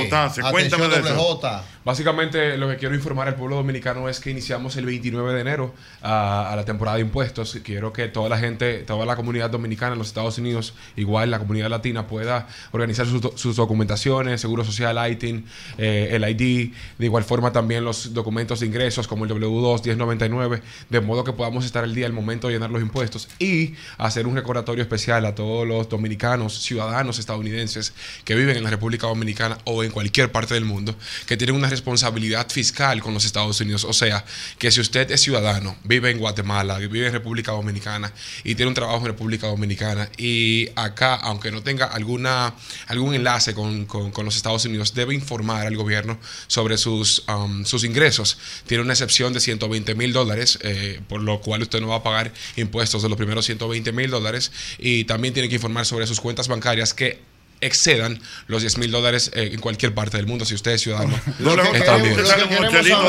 [SPEAKER 3] tase.
[SPEAKER 2] Cuéntame de eso.
[SPEAKER 10] Básicamente, lo que quiero informar al pueblo dominicano es que iniciamos el 29 de enero ah, a, a la temporada de impuestos. Quiero que toda la gente, toda la comunidad dominicana en los Estados Unidos, igual la comunidad latina, pueda organizar sus, do- sus documentaciones, seguro social, ITIN, eh, el ID, de igual forma también los documentos de ingresos como el W2, 1099, de modo que podamos estar al día al momento de llenar los impuestos y hacer un recordatorio especial a todos los dominicanos, ciudadanos estadounidenses que viven en la República Dominicana o en cualquier parte del mundo, que tienen una responsabilidad fiscal con los Estados Unidos. O sea, que si usted es ciudadano, vive en Guatemala, vive en República Dominicana y tiene un trabajo en República Dominicana y acá, aunque no tenga alguna, algún enlace con, con- con los Estados Unidos, debe informar al gobierno sobre sus, um, sus ingresos. Tiene una excepción de 120 mil dólares, eh, por lo cual usted no va a pagar impuestos de los primeros 120 mil dólares y también tiene que informar sobre sus cuentas bancarias que excedan los 10 mil dólares eh, en cualquier parte del mundo si usted es ciudadano.
[SPEAKER 2] Doble J,
[SPEAKER 10] estadounidense.
[SPEAKER 2] te sale unos chelitos,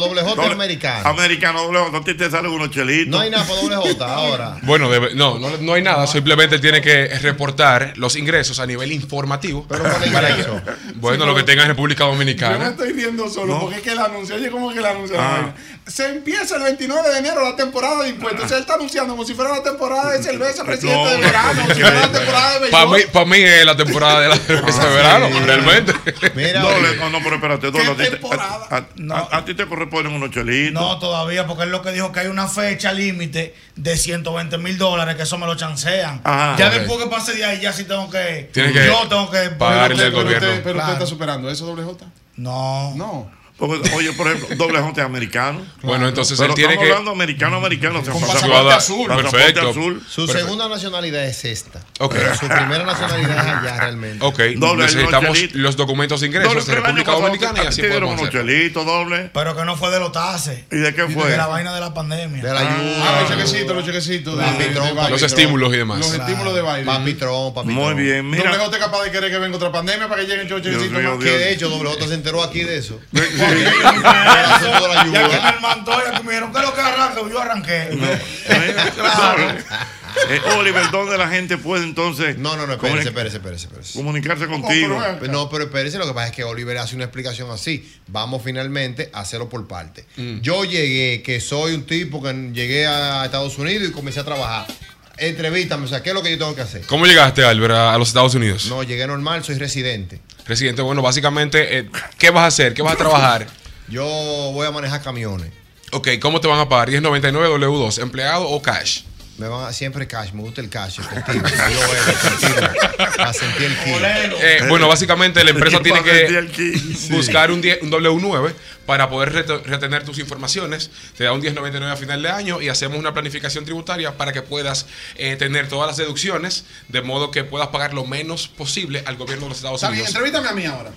[SPEAKER 2] doble J. Doble-
[SPEAKER 10] americano.
[SPEAKER 2] Americano, doble J, a ti te salen unos chelitos. No hay
[SPEAKER 3] nada para doble J ahora.
[SPEAKER 10] Bueno, debe- no, no, no hay nada, simplemente tiene que reportar los ingresos a nivel informativo. Para que- bueno, lo que tenga en República
[SPEAKER 13] Yo me
[SPEAKER 10] Dominicana.
[SPEAKER 13] estoy riendo solo
[SPEAKER 10] No.
[SPEAKER 13] porque es que el anuncio, oye, ¿cómo que el anuncio?
[SPEAKER 10] Ah.
[SPEAKER 13] Se empieza el 29 de enero la temporada de impuestos. O sea, él está anunciando como si fuera la temporada de cerveza reciente de verano, como si fuera la temporada de
[SPEAKER 10] Para
[SPEAKER 13] béisbol.
[SPEAKER 10] mí, pa' mí es la temporada de la cerveza de verano, realmente.
[SPEAKER 2] Doble, no, no, pero espérate, doble, a ti te- a, a- a- a ti te corresponden unos chelitos.
[SPEAKER 11] No, todavía, porque es lo que dijo que hay una fecha límite de 120 mil dólares, que eso me lo chancean.
[SPEAKER 22] Ah,
[SPEAKER 11] ya
[SPEAKER 22] ok.
[SPEAKER 11] después que pase de ahí, ya sí tengo que.
[SPEAKER 22] Tienes que
[SPEAKER 11] yo tengo que.
[SPEAKER 22] Pero usted- pero usted- Pero usted
[SPEAKER 11] Claro.
[SPEAKER 22] está superando eso, doble J.
[SPEAKER 11] No.
[SPEAKER 22] No.
[SPEAKER 2] Porque, oye, por ejemplo, doble J es americano.
[SPEAKER 10] Bueno, entonces
[SPEAKER 2] Pero
[SPEAKER 10] él tiene
[SPEAKER 2] estamos
[SPEAKER 10] que-
[SPEAKER 2] hablando americano, americano. o sea,
[SPEAKER 10] Con
[SPEAKER 2] pasaporte
[SPEAKER 10] pasaporte
[SPEAKER 2] azul.
[SPEAKER 10] azul.
[SPEAKER 2] pasaporte
[SPEAKER 10] Perfecto.
[SPEAKER 2] azul.
[SPEAKER 3] Su segunda nacionalidad es esta.
[SPEAKER 10] Ok.
[SPEAKER 3] Pero Su primera nacionalidad es allá realmente.
[SPEAKER 10] Ok,
[SPEAKER 2] Doble, no,
[SPEAKER 10] necesitamos
[SPEAKER 2] chelito.
[SPEAKER 10] los documentos de ingresos
[SPEAKER 2] Doble,
[SPEAKER 10] de
[SPEAKER 2] pero el año
[SPEAKER 10] República
[SPEAKER 2] pasado
[SPEAKER 10] Dominicana y
[SPEAKER 2] a ti
[SPEAKER 10] así
[SPEAKER 2] te dieron
[SPEAKER 10] podemos
[SPEAKER 2] unos
[SPEAKER 10] hacer.
[SPEAKER 2] chelitos, doble.
[SPEAKER 11] Pero que no fue de los tases.
[SPEAKER 2] ¿Y de qué
[SPEAKER 11] De
[SPEAKER 2] fue?
[SPEAKER 11] la vaina de la pandemia.
[SPEAKER 3] De la ayuda.
[SPEAKER 22] Ah, los chequecitos, los chequecitos. de-
[SPEAKER 3] Papi
[SPEAKER 22] de- de
[SPEAKER 3] Trump,
[SPEAKER 22] baile.
[SPEAKER 3] papi Los Trump. estímulos y demás.
[SPEAKER 22] Los
[SPEAKER 3] Claro.
[SPEAKER 22] estímulos de baile.
[SPEAKER 3] Papi Tron, papi
[SPEAKER 2] Muy
[SPEAKER 3] Tron.
[SPEAKER 2] bien, mira.
[SPEAKER 22] Doble J es capaz de querer que venga otra pandemia para que lleguen los chequecitos
[SPEAKER 2] mío,
[SPEAKER 22] más.
[SPEAKER 3] Que de hecho, doble J se enteró aquí de eso.
[SPEAKER 11] Ya que me mandó, ya que me dijeron que lo que arranca, yo arranqué.
[SPEAKER 2] Claro. Eh, Oliver, ¿dónde la gente puede entonces?
[SPEAKER 3] No, no, no, espérese, espérese, espérese.
[SPEAKER 2] Comunicarse contigo.
[SPEAKER 3] No, pero espérese, lo que pasa es que Oliver hace una explicación así. Vamos finalmente a hacerlo por parte.
[SPEAKER 10] Mm.
[SPEAKER 3] Yo llegué, que soy un tipo que llegué a Estados Unidos y comencé a trabajar. Entrevístame, o sea, ¿qué es lo que yo tengo que hacer?
[SPEAKER 10] ¿Cómo llegaste, Albert, a, a los Estados Unidos?
[SPEAKER 3] No, llegué normal, soy residente.
[SPEAKER 10] Residente, bueno, básicamente, eh, ¿qué vas a hacer? ¿Qué vas a trabajar?
[SPEAKER 3] Yo voy a manejar camiones.
[SPEAKER 10] Ok, ¿cómo te van a pagar? ¿1099 W2? ¿Empleado o cash?
[SPEAKER 3] Me van a, siempre cash, me gusta el cash, efectivo. Quiero ver, efectivo. A sentir el kilo.
[SPEAKER 10] Eh, bueno, básicamente la empresa tiene que
[SPEAKER 2] Sí.
[SPEAKER 10] buscar un, 10 un W9 para poder reto- retener tus informaciones. Te da un 1099 a final de año y hacemos una planificación tributaria para que puedas eh, tener todas las deducciones de modo que puedas pagar lo menos posible al gobierno de los Estados
[SPEAKER 13] Está bien,
[SPEAKER 10] Unidos.
[SPEAKER 13] entrevístame a mí ahora.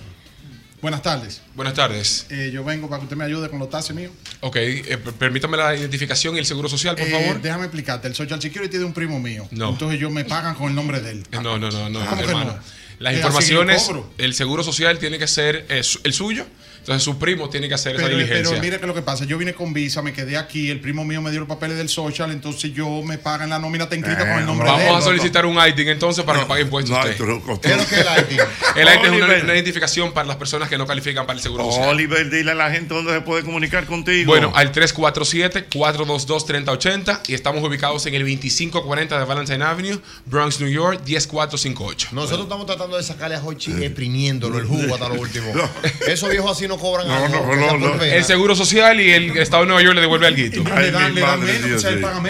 [SPEAKER 13] Buenas tardes.
[SPEAKER 10] Buenas tardes.
[SPEAKER 13] Eh, yo vengo para que usted me ayude con los taxis míos.
[SPEAKER 10] Ok, eh, per- permítame la identificación y el seguro social, por
[SPEAKER 13] Eh,
[SPEAKER 10] favor.
[SPEAKER 13] Déjame explicarte. El Social Security de un primo mío.
[SPEAKER 10] No.
[SPEAKER 13] Entonces yo me pagan con el nombre de él.
[SPEAKER 10] Eh, No, no, no, no,
[SPEAKER 13] ¿Cómo que
[SPEAKER 10] hermano.
[SPEAKER 13] no?
[SPEAKER 10] Las
[SPEAKER 13] Eh, así
[SPEAKER 10] informaciones,
[SPEAKER 13] que yo cobro.
[SPEAKER 10] el seguro social tiene que ser eh, su- el suyo, entonces su primo tiene que hacer
[SPEAKER 13] Pero,
[SPEAKER 10] esa diligencia.
[SPEAKER 13] pero mira que lo que pasa, yo vine con visa, me quedé aquí, el primo mío me dio los papeles del social, entonces yo me pagan la nómina técnica
[SPEAKER 2] Eh,
[SPEAKER 13] con el nombre de él.
[SPEAKER 10] Vamos a solicitar un ITIN entonces para que pague impuestos. usted. El ITIN es una,
[SPEAKER 2] Oliver.
[SPEAKER 10] una identificación para las personas que no califican para el seguro social.
[SPEAKER 2] Oliver, dile a la gente dónde se puede comunicar contigo.
[SPEAKER 10] Bueno, al 347-422-3080 y estamos ubicados en el 2540 de Valentine Avenue, Bronx, New York, 10458.
[SPEAKER 3] Nosotros estamos tratando de sacarle a Hochi exprimiéndolo el jugo hasta lo último. Esos viejos así no cobran
[SPEAKER 10] No,
[SPEAKER 3] algo,
[SPEAKER 10] no,
[SPEAKER 3] que sea
[SPEAKER 10] no,
[SPEAKER 3] por
[SPEAKER 10] no.
[SPEAKER 3] pena.
[SPEAKER 10] El seguro social y el Estado de Nueva York le devuelve algo. Le
[SPEAKER 2] dan- le dan menos, o sea, él paga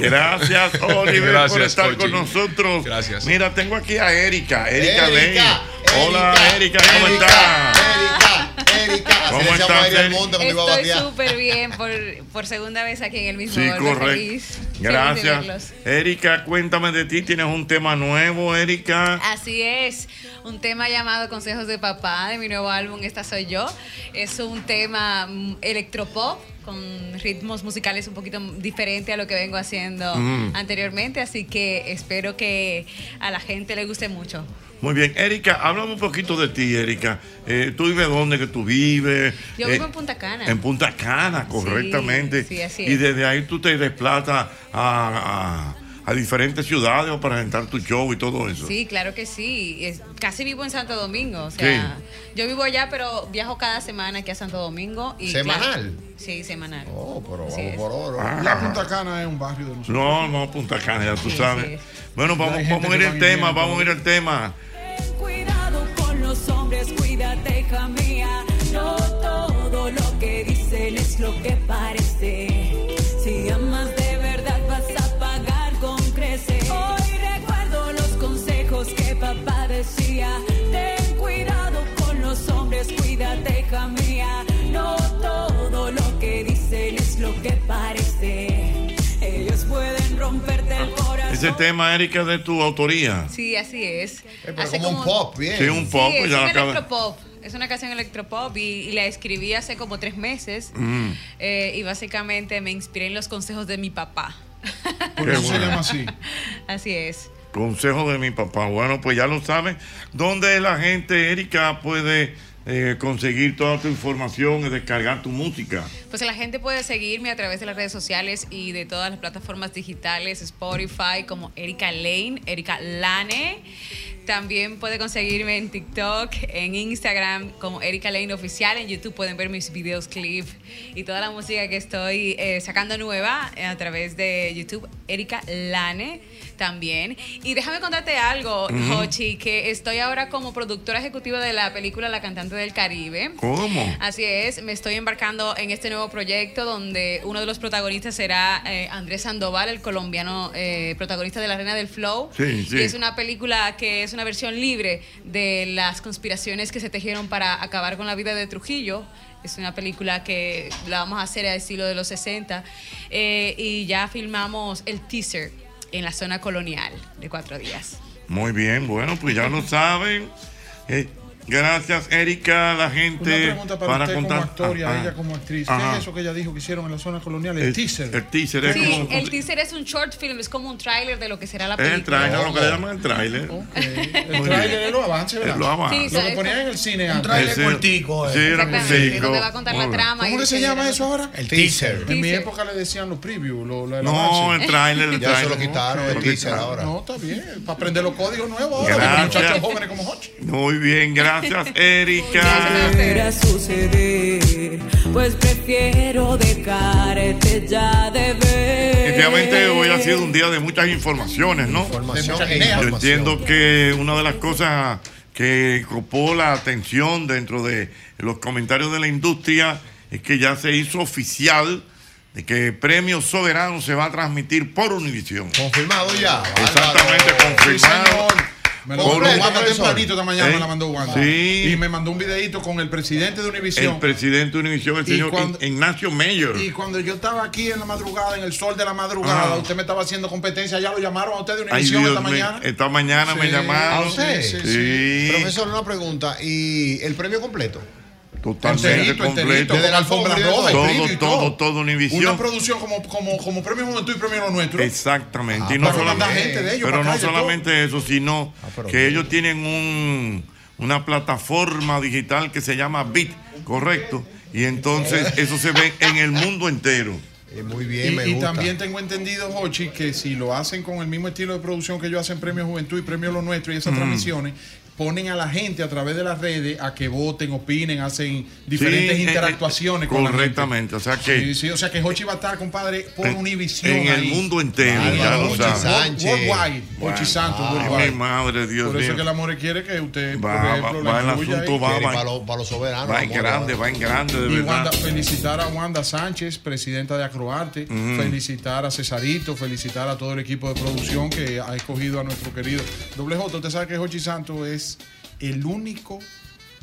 [SPEAKER 2] Gracias, Oliver, por estar con nosotros. Gracias. Mira, tengo aquí a Erika. Erika, ven. Hola, Erika, ¿cómo estás? Erika,
[SPEAKER 3] Así
[SPEAKER 2] ¿Cómo
[SPEAKER 3] le llamo a
[SPEAKER 2] estás,
[SPEAKER 3] Ariel
[SPEAKER 2] Erika?
[SPEAKER 3] Monte cuando iba a
[SPEAKER 14] Estoy
[SPEAKER 3] batear.
[SPEAKER 14] súper bien por, por segunda vez aquí en el mismo
[SPEAKER 2] Sí,
[SPEAKER 14] Golpe. Feliz-
[SPEAKER 2] correcto.
[SPEAKER 14] feliz de verlos.
[SPEAKER 2] Gracias. Erika, cuéntame de ti. Tienes un tema nuevo, Erika.
[SPEAKER 14] Así es, un tema llamado Consejos de Papá de mi nuevo álbum Esta Soy Yo. Es un tema mm, electropop con ritmos musicales un poquito diferente a lo que vengo haciendo
[SPEAKER 2] Mm.
[SPEAKER 14] anteriormente, así que espero que a la gente le guste mucho.
[SPEAKER 2] Muy bien. Erika, háblame un poquito de ti, Erika. Eh, ¿Tú vives dónde que tú vives?
[SPEAKER 14] Yo
[SPEAKER 2] Eh,
[SPEAKER 14] vivo en Punta Cana.
[SPEAKER 2] En Punta Cana, correctamente.
[SPEAKER 14] sí, así
[SPEAKER 2] Y
[SPEAKER 14] es.
[SPEAKER 2] desde ahí tú te desplazas a, a- a diferentes ciudades para presentar tu show y todo eso.
[SPEAKER 14] Sí, claro que sí. Es- casi vivo en Santo Domingo. O sea, yo vivo allá, pero viajo cada semana aquí a Santo Domingo. Y
[SPEAKER 2] ¿Semanal?
[SPEAKER 14] claro- sí, semanal.
[SPEAKER 3] Oh, pero
[SPEAKER 14] Así es.
[SPEAKER 2] Ah.
[SPEAKER 13] La Punta Cana es un barrio de nosotros.
[SPEAKER 2] No, no, Punta Cana, ya tú
[SPEAKER 13] Sí,
[SPEAKER 2] sabes. Bueno, vamos,
[SPEAKER 13] Hay gente
[SPEAKER 2] vamos a ir
[SPEAKER 13] que
[SPEAKER 2] al
[SPEAKER 13] va y
[SPEAKER 2] tema,
[SPEAKER 13] viene,
[SPEAKER 2] vamos a ir al tema.
[SPEAKER 12] Cuidado con los hombres, cuídate, hija mía. No todo lo que dicen es lo que parece. Si amas de verdad, vas a pagar con creces. Hoy recuerdo los consejos que papá decía. Ten cuidado con los hombres, cuídate, hija mía. No todo lo que dicen es lo que parece. Ellos pueden romperte el corazón.
[SPEAKER 2] Ese tema, Erika, es de tu autoría.
[SPEAKER 14] Sí, así es.
[SPEAKER 3] Eh, pero como un pop, bien.
[SPEAKER 2] Sí, un pop,
[SPEAKER 14] es
[SPEAKER 2] ya
[SPEAKER 14] un
[SPEAKER 2] acaba-
[SPEAKER 14] electropop. Es una canción electropop y, y la escribí hace como tres meses.
[SPEAKER 2] Mm.
[SPEAKER 14] eh, y básicamente me inspiré en los consejos de mi papá.
[SPEAKER 2] Qué bueno.
[SPEAKER 14] Así es.
[SPEAKER 2] Consejo de mi papá. Bueno, pues ya lo saben. ¿Dónde la gente, Erika, puede eh, conseguir toda tu información y descargar tu música?
[SPEAKER 14] Pues la gente puede seguirme a través de las redes sociales y de todas las plataformas digitales, Spotify, como Erika Lane, Erika Lane. También puede conseguirme en TikTok, en Instagram, como Erika Lane Oficial. En YouTube pueden ver mis videos, clip y toda la música que estoy eh, sacando nueva eh, a través de YouTube, Erika Lane también. Y déjame contarte algo,
[SPEAKER 2] Ujú.
[SPEAKER 14] Hochi, que estoy ahora como productora ejecutiva de la película La Cantante del Caribe.
[SPEAKER 2] ¿Cómo?
[SPEAKER 14] Así es, me estoy embarcando en este nuevo proyecto donde uno de los protagonistas será eh, Andrés Sandoval, el colombiano eh, protagonista de La Reina del Flow.
[SPEAKER 2] Sí, sí.
[SPEAKER 14] Y es una película que es una versión libre de las conspiraciones que se tejieron para acabar con la vida de Trujillo. Es una película que la vamos a hacer al estilo de los 60. eh, y ya filmamos el teaser en la zona colonial de cuatro días.
[SPEAKER 2] Muy bien, bueno, pues ya lo saben. Eh, Gracias, Erika, la
[SPEAKER 13] Una
[SPEAKER 2] gente
[SPEAKER 13] pregunta para, usted como actor y a
[SPEAKER 2] Ajá.
[SPEAKER 13] ella como actriz. ¿Qué
[SPEAKER 2] Ah, Ajá. Eh,
[SPEAKER 13] es eso que ella dijo que hicieron en la zona colonial? El,
[SPEAKER 2] ah, El
[SPEAKER 13] teaser.
[SPEAKER 2] El teaser es
[SPEAKER 14] Sí,
[SPEAKER 2] como.
[SPEAKER 14] el teaser es un short film, es como un tráiler de lo que será la
[SPEAKER 2] es el
[SPEAKER 14] película.
[SPEAKER 2] tráiler, lo que le llaman el tráiler. eh,
[SPEAKER 13] El tráiler de los avances, ¿verdad?
[SPEAKER 2] Lo avance.
[SPEAKER 13] Lo que ponían en el cine antes.
[SPEAKER 2] Ah, Ese-
[SPEAKER 13] eh.
[SPEAKER 2] Sí, era
[SPEAKER 14] Exactamente,
[SPEAKER 2] cortico.
[SPEAKER 14] donde va a contar la
[SPEAKER 2] Hola.
[SPEAKER 14] trama.
[SPEAKER 13] ¿Cómo
[SPEAKER 14] y
[SPEAKER 13] que se
[SPEAKER 14] el-
[SPEAKER 13] llama eso ahora?
[SPEAKER 2] El teaser.
[SPEAKER 13] En mi
[SPEAKER 2] Teaser.
[SPEAKER 13] época le decían los previews. Lo, lo-
[SPEAKER 2] No,
[SPEAKER 13] avance.
[SPEAKER 2] el tráiler, el
[SPEAKER 13] Ya se lo
[SPEAKER 2] tráiler, ¿no?
[SPEAKER 13] quitaron,
[SPEAKER 2] Se
[SPEAKER 13] el
[SPEAKER 2] lo
[SPEAKER 13] teaser
[SPEAKER 2] quitaron.
[SPEAKER 13] ahora. No, está bien. Para aprender los códigos nuevos ahora.
[SPEAKER 2] Gracias.
[SPEAKER 13] para Muchachos jóvenes como Hochi.
[SPEAKER 2] Muy bien, gracias, Erika.
[SPEAKER 21] volverá a suceder, pues prefiero dejarte ya de ver.
[SPEAKER 2] Efectivamente, hoy ha sido un día de muchas informaciones, ¿no?
[SPEAKER 3] Información De mucha e
[SPEAKER 2] Yo
[SPEAKER 3] información.
[SPEAKER 2] entiendo que una de las cosas que copó la atención dentro de los comentarios de la industria es que ya se hizo oficial de que Premio Soberano se va a transmitir por Univisión.
[SPEAKER 3] Confirmado ya.
[SPEAKER 2] Exactamente, confirmado.
[SPEAKER 13] Me lo
[SPEAKER 2] Por
[SPEAKER 13] mandó Wanda
[SPEAKER 2] Univisión.
[SPEAKER 13] tempranito esta mañana,
[SPEAKER 2] ¿Eh?
[SPEAKER 13] me la mandó Wanda.
[SPEAKER 2] Sí.
[SPEAKER 13] Y me mandó un videito con el presidente de Univision.
[SPEAKER 2] El presidente de Univision, el
[SPEAKER 13] Y
[SPEAKER 2] señor
[SPEAKER 13] cuando-
[SPEAKER 2] Ignacio Mayor.
[SPEAKER 13] Y cuando yo estaba aquí en la madrugada, en el sol de la madrugada,
[SPEAKER 2] Ah.
[SPEAKER 13] usted me estaba haciendo competencia, ya lo llamaron a usted de
[SPEAKER 2] Ay,
[SPEAKER 13] Univision
[SPEAKER 2] Dios
[SPEAKER 13] esta
[SPEAKER 2] mío,
[SPEAKER 13] mañana.
[SPEAKER 2] Esta mañana me
[SPEAKER 13] Sí.
[SPEAKER 2] llamaron.
[SPEAKER 13] ¿A usted?
[SPEAKER 2] Sí.
[SPEAKER 13] Sí,
[SPEAKER 3] Profesor, una pregunta. ¿Y el premio completo?
[SPEAKER 2] Totalmente
[SPEAKER 13] Enterito,
[SPEAKER 2] completo.
[SPEAKER 13] enterito,
[SPEAKER 2] Desde
[SPEAKER 13] con
[SPEAKER 2] la
[SPEAKER 13] alfombra
[SPEAKER 2] alfombra
[SPEAKER 13] roja,
[SPEAKER 2] todo,
[SPEAKER 13] escrito
[SPEAKER 2] todo,
[SPEAKER 13] y
[SPEAKER 2] todo,
[SPEAKER 13] todo.
[SPEAKER 2] Univision.
[SPEAKER 13] Una producción como, como, como Premio Juventud y Premio Lo Nuestro.
[SPEAKER 2] Exactamente.
[SPEAKER 13] Ah,
[SPEAKER 2] y no
[SPEAKER 13] para mandar
[SPEAKER 2] solamente,
[SPEAKER 13] gente de ellos
[SPEAKER 2] pero
[SPEAKER 13] para
[SPEAKER 2] no
[SPEAKER 13] calle, todo. Ah,
[SPEAKER 2] solamente eso, sino que ellos tienen un, una plataforma digital que se llama Bit, correcto. Y entonces eso se ve en el mundo entero.
[SPEAKER 13] Eh,
[SPEAKER 3] muy
[SPEAKER 13] y, y también tengo entendido, Hochi, que si lo hacen con el mismo estilo de producción que ellos hacen Premio Juventud y Premio Lo Nuestro y esas
[SPEAKER 2] Mm.
[SPEAKER 13] transmisiones, ponen a la gente a través de las redes a que voten, opinen, hacen diferentes
[SPEAKER 2] Sí, eh, eh,
[SPEAKER 13] interactuaciones con la gente.
[SPEAKER 2] Correctamente. O sea que
[SPEAKER 13] Sí, sí, o sea que Hochi va a estar, compadre, por
[SPEAKER 2] En-
[SPEAKER 13] Univisión.
[SPEAKER 2] en el
[SPEAKER 13] ahí.
[SPEAKER 2] mundo entero,
[SPEAKER 13] Ay,
[SPEAKER 2] ya lo
[SPEAKER 13] Hochi
[SPEAKER 2] sabes.
[SPEAKER 13] Sánchez. Worldwide, Hochi
[SPEAKER 2] Bueno,
[SPEAKER 13] Santos,
[SPEAKER 2] ay,
[SPEAKER 13] worldwide.
[SPEAKER 2] mi madre, Dios
[SPEAKER 13] Por eso
[SPEAKER 2] mío.
[SPEAKER 13] que el amor quiere que usted, por
[SPEAKER 2] Va,
[SPEAKER 13] ejemplo,
[SPEAKER 2] va, va,
[SPEAKER 13] la
[SPEAKER 2] el
[SPEAKER 13] incluya
[SPEAKER 2] asunto
[SPEAKER 13] ahí.
[SPEAKER 2] va, va. Va en
[SPEAKER 13] amor,
[SPEAKER 2] grande, va en grande, de
[SPEAKER 13] y
[SPEAKER 2] verdad.
[SPEAKER 13] Wanda, felicitar a Wanda Sánchez, presidenta de Acroarte,
[SPEAKER 2] Mm.
[SPEAKER 13] felicitar a Cesarito, felicitar a todo el equipo de producción que ha escogido a nuestro querido Doble J. Usted sabe que Jochi Santos es el único